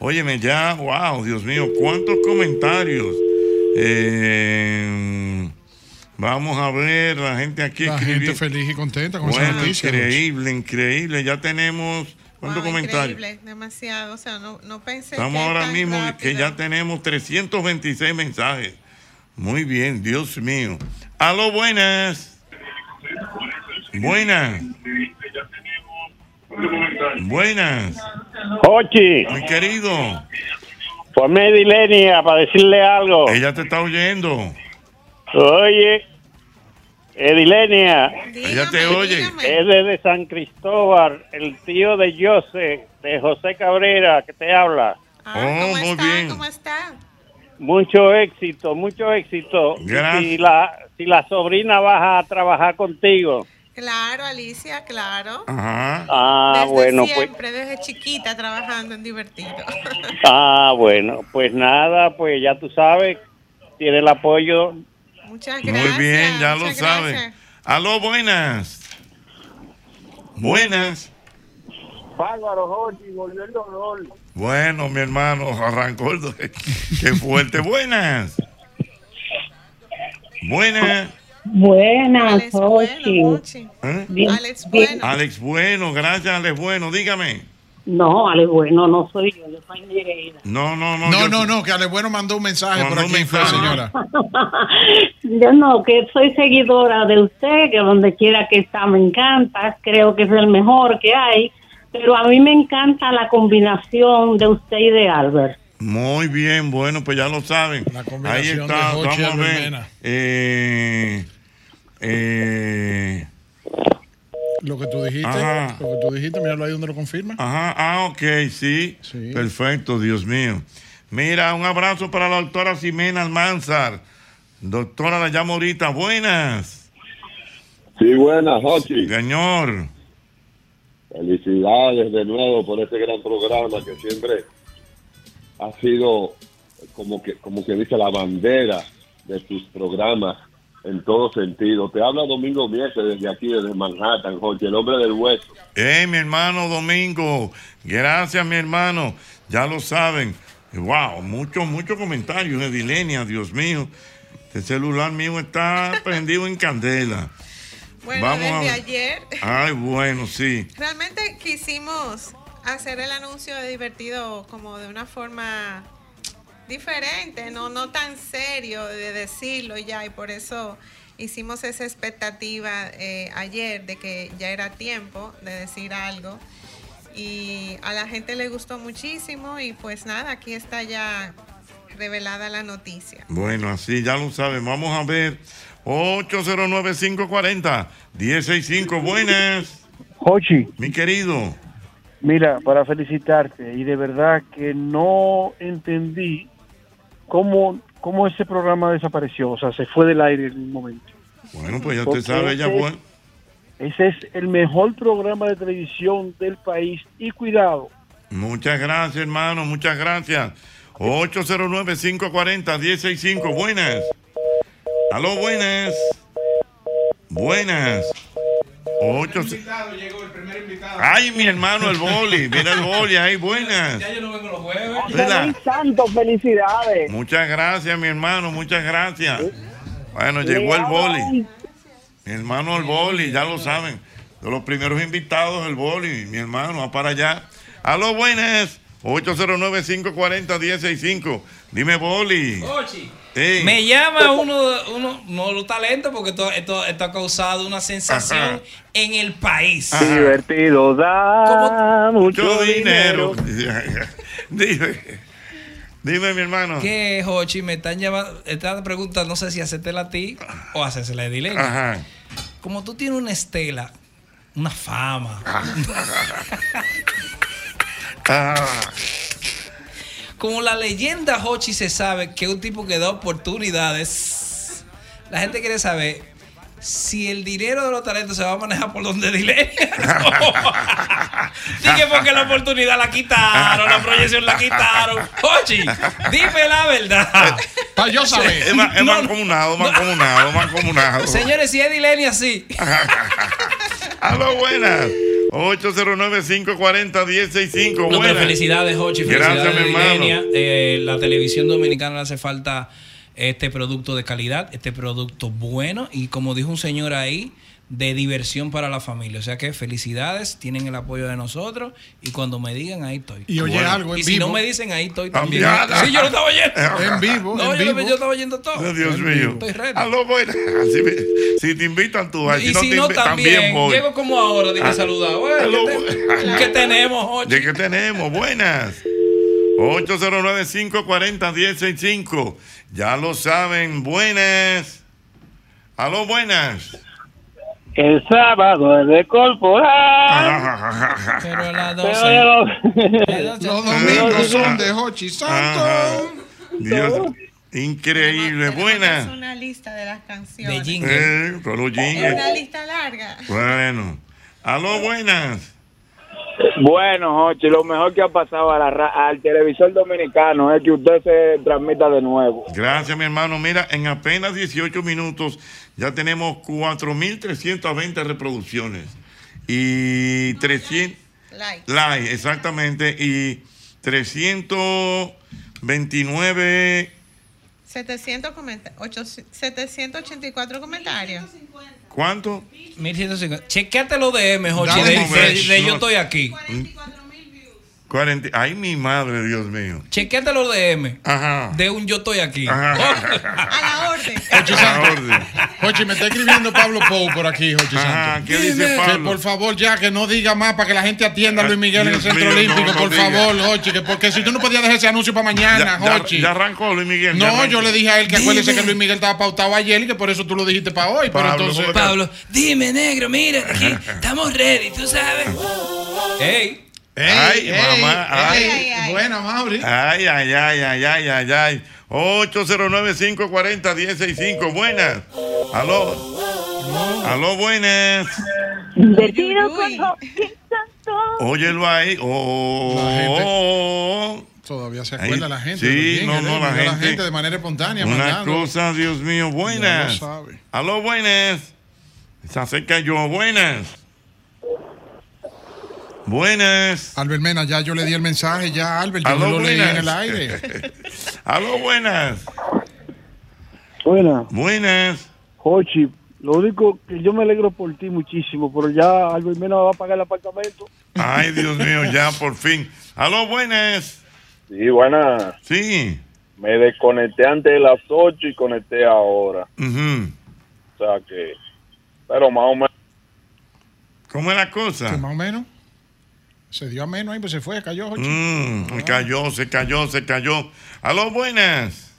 [SPEAKER 2] Óyeme, ya, wow, Dios mío, cuántos comentarios. Eh, vamos a ver, la gente aquí
[SPEAKER 13] La
[SPEAKER 2] escribió.
[SPEAKER 13] gente feliz y contenta con esa
[SPEAKER 2] Bueno,
[SPEAKER 13] noticia.
[SPEAKER 2] increíble, increíble. Ya tenemos, ¿cuántos comentarios?
[SPEAKER 17] Increíble, demasiado. O sea, no, no pensé
[SPEAKER 2] Estamos
[SPEAKER 17] que
[SPEAKER 2] ahora
[SPEAKER 17] tan
[SPEAKER 2] mismo que
[SPEAKER 17] rápido.
[SPEAKER 2] ya tenemos 326 mensajes. Muy bien, Dios mío. Aló, buenas. Buenas. Buenas.
[SPEAKER 6] Jochi.
[SPEAKER 2] Mi querido.
[SPEAKER 6] Ponme Dilenia para decirle algo.
[SPEAKER 2] Ella te está oyendo.
[SPEAKER 6] Oye, Edilenia.
[SPEAKER 2] Ella te oye.
[SPEAKER 6] Es desde San Cristóbal, el tío de Jose, de José Cabrera, que te habla.
[SPEAKER 17] Ah,
[SPEAKER 2] oh, muy bien.
[SPEAKER 6] Mucho éxito, mucho éxito.
[SPEAKER 2] Gracias.
[SPEAKER 6] Si la, si la sobrina baja a trabajar contigo.
[SPEAKER 17] Claro, Alicia, claro.
[SPEAKER 2] Ajá.
[SPEAKER 6] Ah,
[SPEAKER 17] desde
[SPEAKER 6] bueno, pues.
[SPEAKER 17] siempre, desde chiquita trabajando en divertido.
[SPEAKER 6] Ah, bueno, pues nada, pues ya tú sabes, tiene el apoyo.
[SPEAKER 17] Muchas
[SPEAKER 2] Muy
[SPEAKER 17] gracias.
[SPEAKER 2] bien, ya lo
[SPEAKER 17] muchas
[SPEAKER 2] saben.
[SPEAKER 17] gracias.
[SPEAKER 2] Aló, buenas. Buenas.
[SPEAKER 6] Bárbaro, Jorge, volvió el dolor.
[SPEAKER 2] Bueno, mi hermano, arrancó el do- Qué fuerte. Buenas. Buenas.
[SPEAKER 27] Buenas, Jochi.
[SPEAKER 2] ¿Eh?
[SPEAKER 27] Bien,
[SPEAKER 17] Alex
[SPEAKER 27] bien.
[SPEAKER 2] Alex Bueno, gracias, Alex Bueno. Dígame.
[SPEAKER 27] No, Ale, bueno, no soy yo, yo soy Nereida.
[SPEAKER 2] No, no, no.
[SPEAKER 13] No,
[SPEAKER 2] yo-
[SPEAKER 13] no, no, que Ale Bueno mandó un mensaje por aquí, fue, señora.
[SPEAKER 27] Yo no, que soy seguidora de usted, que donde quiera que está me encanta, creo que es el mejor que hay, pero a mí me encanta la combinación de usted y de Albert.
[SPEAKER 2] Muy bien, bueno, pues ya lo saben. Ahí
[SPEAKER 13] combinación
[SPEAKER 2] está,
[SPEAKER 13] de Hochi
[SPEAKER 2] vamos a ver.
[SPEAKER 13] Albermena.
[SPEAKER 2] Eh, eh,
[SPEAKER 13] Lo que tú dijiste,
[SPEAKER 2] Ajá.
[SPEAKER 13] lo que tú dijiste, míralo ahí donde lo confirma.
[SPEAKER 2] ajá, ah, ok, sí. Perfecto, Dios mío. Mira, un abrazo para la doctora Ximena Almanzar. Doctora, la llamo ahorita. Buenas.
[SPEAKER 32] Sí, buenas, Jochi.
[SPEAKER 2] Señor.
[SPEAKER 7] Felicidades de nuevo por este gran programa que siempre ha sido como que como que dice la bandera de tus programas en todo sentido. Te habla Domingo Mieses desde aquí, desde Manhattan, Jorge, el hombre del hueso.
[SPEAKER 2] Eh, mi hermano Domingo, gracias, mi hermano. Ya lo saben. Wow, muchos, muchos comentarios de Vilenia, Dios mío. Este celular mío está prendido en candela.
[SPEAKER 17] Bueno, desde ayer.
[SPEAKER 2] Ay, bueno, sí.
[SPEAKER 17] Realmente quisimos hacer el anuncio de divertido como de una forma diferente, no, no tan serio de decirlo ya, y por eso hicimos esa expectativa eh, ayer de que ya era tiempo de decir algo. Y a la gente le gustó muchísimo y pues nada, aquí está ya revelada la noticia.
[SPEAKER 2] Bueno, así ya lo saben. Vamos a ver. 809-540-165. Buenas.
[SPEAKER 19] Jochi.
[SPEAKER 2] Mi querido.
[SPEAKER 19] Mira, para felicitarte, y de verdad que no entendí cómo, cómo ese programa desapareció, o sea, se fue del aire en un momento.
[SPEAKER 2] Bueno, pues ya usted sabe, ya
[SPEAKER 19] ese-
[SPEAKER 2] bueno.
[SPEAKER 19] Ese es el mejor programa de televisión del país, y cuidado,
[SPEAKER 2] Muchas gracias, hermano, muchas gracias. 809-540-165. Buenas. Aló, buenas. Buenas. 8... Ay, mi hermano, el boli. Mira el boli, ahí, buenas. Hola.
[SPEAKER 33] Feliz santo, felicidades.
[SPEAKER 2] Muchas gracias, mi hermano, muchas gracias. Bueno,
[SPEAKER 33] Le
[SPEAKER 2] llegó el
[SPEAKER 33] hablan.
[SPEAKER 2] boli. Mi hermano el boli, ya lo saben. De los primeros invitados el boli, mi hermano, va para allá. A los buenas, 809-540-165. Dime boli. Ey.
[SPEAKER 12] Me llama uno, de- uno no los talentos porque esto, esto, esto ha causado una sensación
[SPEAKER 2] Ajá.
[SPEAKER 12] en el país.
[SPEAKER 19] Divertido, da mucho
[SPEAKER 2] dinero. dime, dime, mi hermano.
[SPEAKER 12] Que, Jochi, me están llamando. Esta pregunta no sé si hacértela a ti o hacérsela a Edilene.
[SPEAKER 2] Ajá.
[SPEAKER 12] Como tú tienes una estela, una fama, Ah. como la leyenda Hochi se sabe que es un tipo que da oportunidades, la gente quiere saber si el dinero de los talentos se va a manejar por donde dile. Dije porque la oportunidad la quitaron, la proyección la quitaron. Hochi, dime la verdad.
[SPEAKER 2] Para yo
[SPEAKER 12] saber.
[SPEAKER 2] Es ma- es mancomunado, mancomunado, mancomunado.
[SPEAKER 12] Señores, si es Edilene así.
[SPEAKER 2] A lo buenas. 809-540-165.
[SPEAKER 12] No, pero
[SPEAKER 2] Buenas.
[SPEAKER 12] felicidades, Jochi. Felicidades,
[SPEAKER 2] Gracias, mi hermano.
[SPEAKER 12] Ilenia. Eh, la televisión dominicana le hace falta este producto de calidad, este producto bueno y como dijo un señor ahí, de diversión para la familia. O sea que felicidades, tienen el apoyo de nosotros y cuando me digan, ahí estoy.
[SPEAKER 13] Y oye algo en
[SPEAKER 12] Y si
[SPEAKER 13] vivo.
[SPEAKER 12] no me dicen, ahí
[SPEAKER 2] Ah,
[SPEAKER 12] estoy también.
[SPEAKER 13] También.
[SPEAKER 12] Sí, yo lo estaba oyendo.
[SPEAKER 13] En vivo,
[SPEAKER 12] No,
[SPEAKER 13] en
[SPEAKER 12] yo, lo-
[SPEAKER 13] vivo.
[SPEAKER 12] yo estaba oyendo todo.
[SPEAKER 2] Dios mío.
[SPEAKER 12] Estoy ready.
[SPEAKER 2] A lo buenas. Si, me- si te invitan tú, vas.
[SPEAKER 12] Y si
[SPEAKER 2] te
[SPEAKER 12] no,
[SPEAKER 2] invi-
[SPEAKER 12] también.
[SPEAKER 2] voy.
[SPEAKER 12] Llego como ahora, dije
[SPEAKER 2] Ah.
[SPEAKER 12] saludar. Bueno,
[SPEAKER 2] A lo
[SPEAKER 9] Eh,
[SPEAKER 12] ¿qué te-
[SPEAKER 2] buenas.
[SPEAKER 12] ¿Qué tenemos, Jochi?
[SPEAKER 2] ¿De qué tenemos? Buenas. 809-540-165. Ya lo saben. Buenas. Aló, buenas.
[SPEAKER 6] El sábado es de corporal.
[SPEAKER 12] Pero a las
[SPEAKER 6] Pero de los-
[SPEAKER 13] Los domingos son de Hochi
[SPEAKER 2] Ajá.
[SPEAKER 13] Santo.
[SPEAKER 2] Dios. Increíble.
[SPEAKER 17] Es
[SPEAKER 2] Buenas.
[SPEAKER 17] una lista de las canciones.
[SPEAKER 2] Ah. Eh, pero
[SPEAKER 17] Es una
[SPEAKER 2] jingle.
[SPEAKER 17] lista larga.
[SPEAKER 2] Bueno. Aló, buenas.
[SPEAKER 6] Bueno, Jochi, lo mejor que ha pasado a la ra- al televisor dominicano es que usted se transmita de nuevo.
[SPEAKER 2] Gracias, mi hermano. Mira, en apenas 18 minutos ya tenemos 4.320 reproducciones y 300
[SPEAKER 17] likes.
[SPEAKER 2] exactamente, y 329,
[SPEAKER 17] 700 comenta- ocho- 784 comentarios.
[SPEAKER 2] ¿cuánto?
[SPEAKER 12] 1150. Chequéate lo de M, Jochi.
[SPEAKER 2] Dame
[SPEAKER 12] De,
[SPEAKER 2] un break.
[SPEAKER 12] de- de yo
[SPEAKER 2] No.
[SPEAKER 12] estoy aquí.
[SPEAKER 2] 40, ay, mi madre, Dios mío.
[SPEAKER 12] Chequéate lo de M. De un yo estoy aquí.
[SPEAKER 17] A la orden.
[SPEAKER 13] Jochi, me está escribiendo Pablo Pou por aquí, Jochi
[SPEAKER 2] Ajá,
[SPEAKER 13] Santo.
[SPEAKER 2] ¿qué dice
[SPEAKER 13] Que
[SPEAKER 2] Pablo?
[SPEAKER 13] por favor, ya, que no diga más para que la gente atienda a Luis Miguel en el
[SPEAKER 2] Dios
[SPEAKER 13] Centro
[SPEAKER 2] mío, no,
[SPEAKER 13] Olímpico,
[SPEAKER 2] no
[SPEAKER 13] por
[SPEAKER 2] diga.
[SPEAKER 13] favor, Jochi, que porque si tú no podías dejar ese anuncio para mañana,
[SPEAKER 2] Ya, ya-
[SPEAKER 13] Jochi.
[SPEAKER 2] ya arrancó Luis Miguel.
[SPEAKER 13] no,
[SPEAKER 2] ya arrancó.
[SPEAKER 13] yo le dije a él que acuérdese que Luis Miguel estaba pautado ayer y que por eso tú lo dijiste para hoy. Pero
[SPEAKER 2] Pablo,
[SPEAKER 13] entonces.
[SPEAKER 2] ¿cómo te- Pablo,
[SPEAKER 12] dime, negro, mira, aquí estamos ready, tú sabes. ¡Ey!
[SPEAKER 2] Ay, mamá, ay.
[SPEAKER 13] Buena, Mauri.
[SPEAKER 2] Ay, ay, ay, ay, ay, ay, ay. 809-540-165. Buenas. Aló. Aló, buenas.
[SPEAKER 6] Divertido con Jochi Santo.
[SPEAKER 2] Óyelo ahí. Oh,
[SPEAKER 13] La gente-
[SPEAKER 2] oh,
[SPEAKER 13] Todavía se
[SPEAKER 2] Ahí-
[SPEAKER 13] acuerda la gente.
[SPEAKER 2] sí,
[SPEAKER 13] Bien,
[SPEAKER 2] no, no,
[SPEAKER 13] Elena,
[SPEAKER 2] la
[SPEAKER 13] mira
[SPEAKER 2] gente-
[SPEAKER 13] de manera espontánea.
[SPEAKER 2] Una
[SPEAKER 13] mandando.
[SPEAKER 2] cosa, Dios mío,
[SPEAKER 13] Ya
[SPEAKER 2] buenas.
[SPEAKER 13] lo sabe.
[SPEAKER 2] Aló, buenas. Se acerca yo, buenas. Buenas.
[SPEAKER 13] Albert Mena, ya yo le di el mensaje, ya Albert, Ah, yo
[SPEAKER 2] Aló,
[SPEAKER 13] no lo leí en
[SPEAKER 2] buenas.
[SPEAKER 13] el aire.
[SPEAKER 2] Aló, buenas.
[SPEAKER 6] Buenas.
[SPEAKER 2] Buenas.
[SPEAKER 6] Jochi, lo único que yo me alegro por ti muchísimo, pero ya Albert Mena va a pagar el apartamento.
[SPEAKER 2] Ay, Dios mío, ya por fin. Aló, buenas.
[SPEAKER 1] Sí, buenas.
[SPEAKER 2] Sí.
[SPEAKER 1] Me desconecté antes de las 8 y conecté ahora.
[SPEAKER 2] Ujú.
[SPEAKER 1] O sea que. Pero más o menos.
[SPEAKER 2] ¿Cómo es la cosa?
[SPEAKER 13] Que más o menos. Se dio a menos ahí, pues se fue, cayó. Ah. Jochi.
[SPEAKER 2] Mm, se cayó, se cayó, se cayó. Aló, buenas.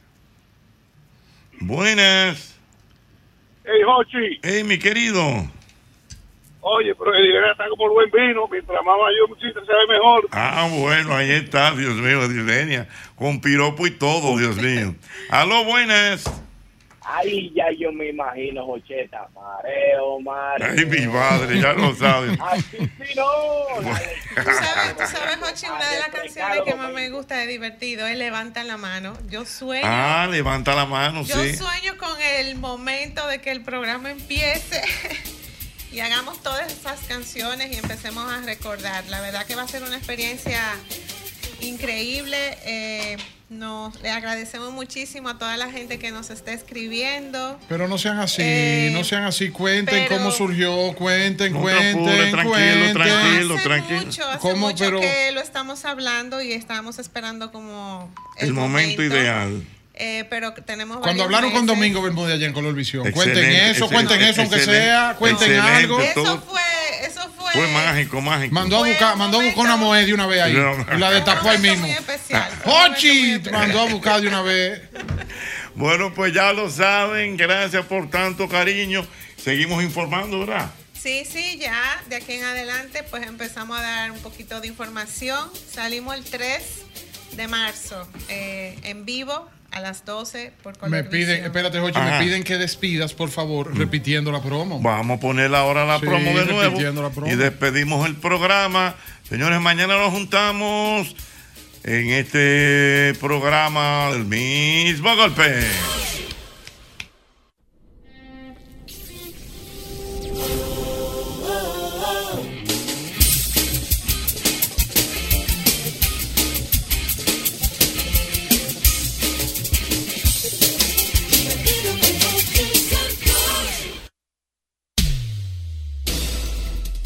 [SPEAKER 2] Buenas.
[SPEAKER 34] Hey, Jochi.
[SPEAKER 2] Hey, mi querido.
[SPEAKER 34] Oye, pero el Ibera está como el buen vino. Mientras más mayor, muchísimo se ve mejor.
[SPEAKER 2] Ah, bueno, ahí está, Dios mío, Dilenia. Con piropo y todo, Dios mío. Aló, buenas.
[SPEAKER 1] Ay, ya yo me imagino, Jocheta. Mareo, mareo.
[SPEAKER 2] Ay, mi padre, ya lo sabes.
[SPEAKER 1] Sí, no. la de-
[SPEAKER 17] Tú sabes, tú sabes, Jochi, una de las canciones que más me gusta de divertido es Levanta la mano. Yo sueño.
[SPEAKER 2] Ah, levanta la mano,
[SPEAKER 17] Yo
[SPEAKER 2] sí.
[SPEAKER 17] sueño con el momento de que el programa empiece y hagamos todas esas canciones y empecemos a recordar. La verdad que va a ser una experiencia increíble. Eh, nos le agradecemos muchísimo a toda la gente que nos está escribiendo.
[SPEAKER 13] Pero no sean así,
[SPEAKER 17] Eh,
[SPEAKER 13] no sean así. Cuenten
[SPEAKER 17] pero-
[SPEAKER 13] cómo surgió, cuenten,
[SPEAKER 2] No te
[SPEAKER 13] cuenten,
[SPEAKER 2] apures, tranquilo,
[SPEAKER 13] cuenten.
[SPEAKER 2] tranquilo, Hace tranquilo.
[SPEAKER 17] Mucho, hace
[SPEAKER 13] ¿Cómo,
[SPEAKER 17] mucho
[SPEAKER 13] pero-
[SPEAKER 17] que lo estamos hablando y estamos esperando como
[SPEAKER 2] El, momento, ideal.
[SPEAKER 17] eh, pero tenemos
[SPEAKER 13] Cuando
[SPEAKER 17] varios
[SPEAKER 13] hablaron con
[SPEAKER 17] meses.
[SPEAKER 13] Domingo Bermúdez allá en Color Visión,
[SPEAKER 2] Excelente,
[SPEAKER 13] cuenten eso,
[SPEAKER 2] excelente,
[SPEAKER 13] cuenten eso, aunque
[SPEAKER 2] excelente,
[SPEAKER 13] sea, cuenten
[SPEAKER 2] excelente,
[SPEAKER 13] algo.
[SPEAKER 2] todo-
[SPEAKER 17] Fue- eso fue
[SPEAKER 2] Fue mágico, mágico.
[SPEAKER 13] Mandó a buscar, mandó a buscar una moed de una vez ahí.
[SPEAKER 2] No.
[SPEAKER 13] y la destapó ahí mismo. Hochi mandó a buscar de una vez.
[SPEAKER 2] Bueno, pues ya lo saben. Gracias por tanto cariño. Seguimos informando, ¿verdad?
[SPEAKER 17] Sí, sí, ya de aquí en adelante pues empezamos a dar un poquito de información. Salimos el 3 de marzo eh, en vivo a las 12 por Color
[SPEAKER 13] Me piden,
[SPEAKER 17] Visión.
[SPEAKER 13] espérate, Jochi,
[SPEAKER 2] Ajá. Mm.
[SPEAKER 13] me piden que despidas, por favor, repitiendo la promo.
[SPEAKER 2] Vamos a poner ahora la
[SPEAKER 13] Sí,
[SPEAKER 2] promo de nuevo.
[SPEAKER 13] repitiendo la promo.
[SPEAKER 2] Y despedimos el programa. Señores, mañana nos juntamos en este programa del mismo golpe.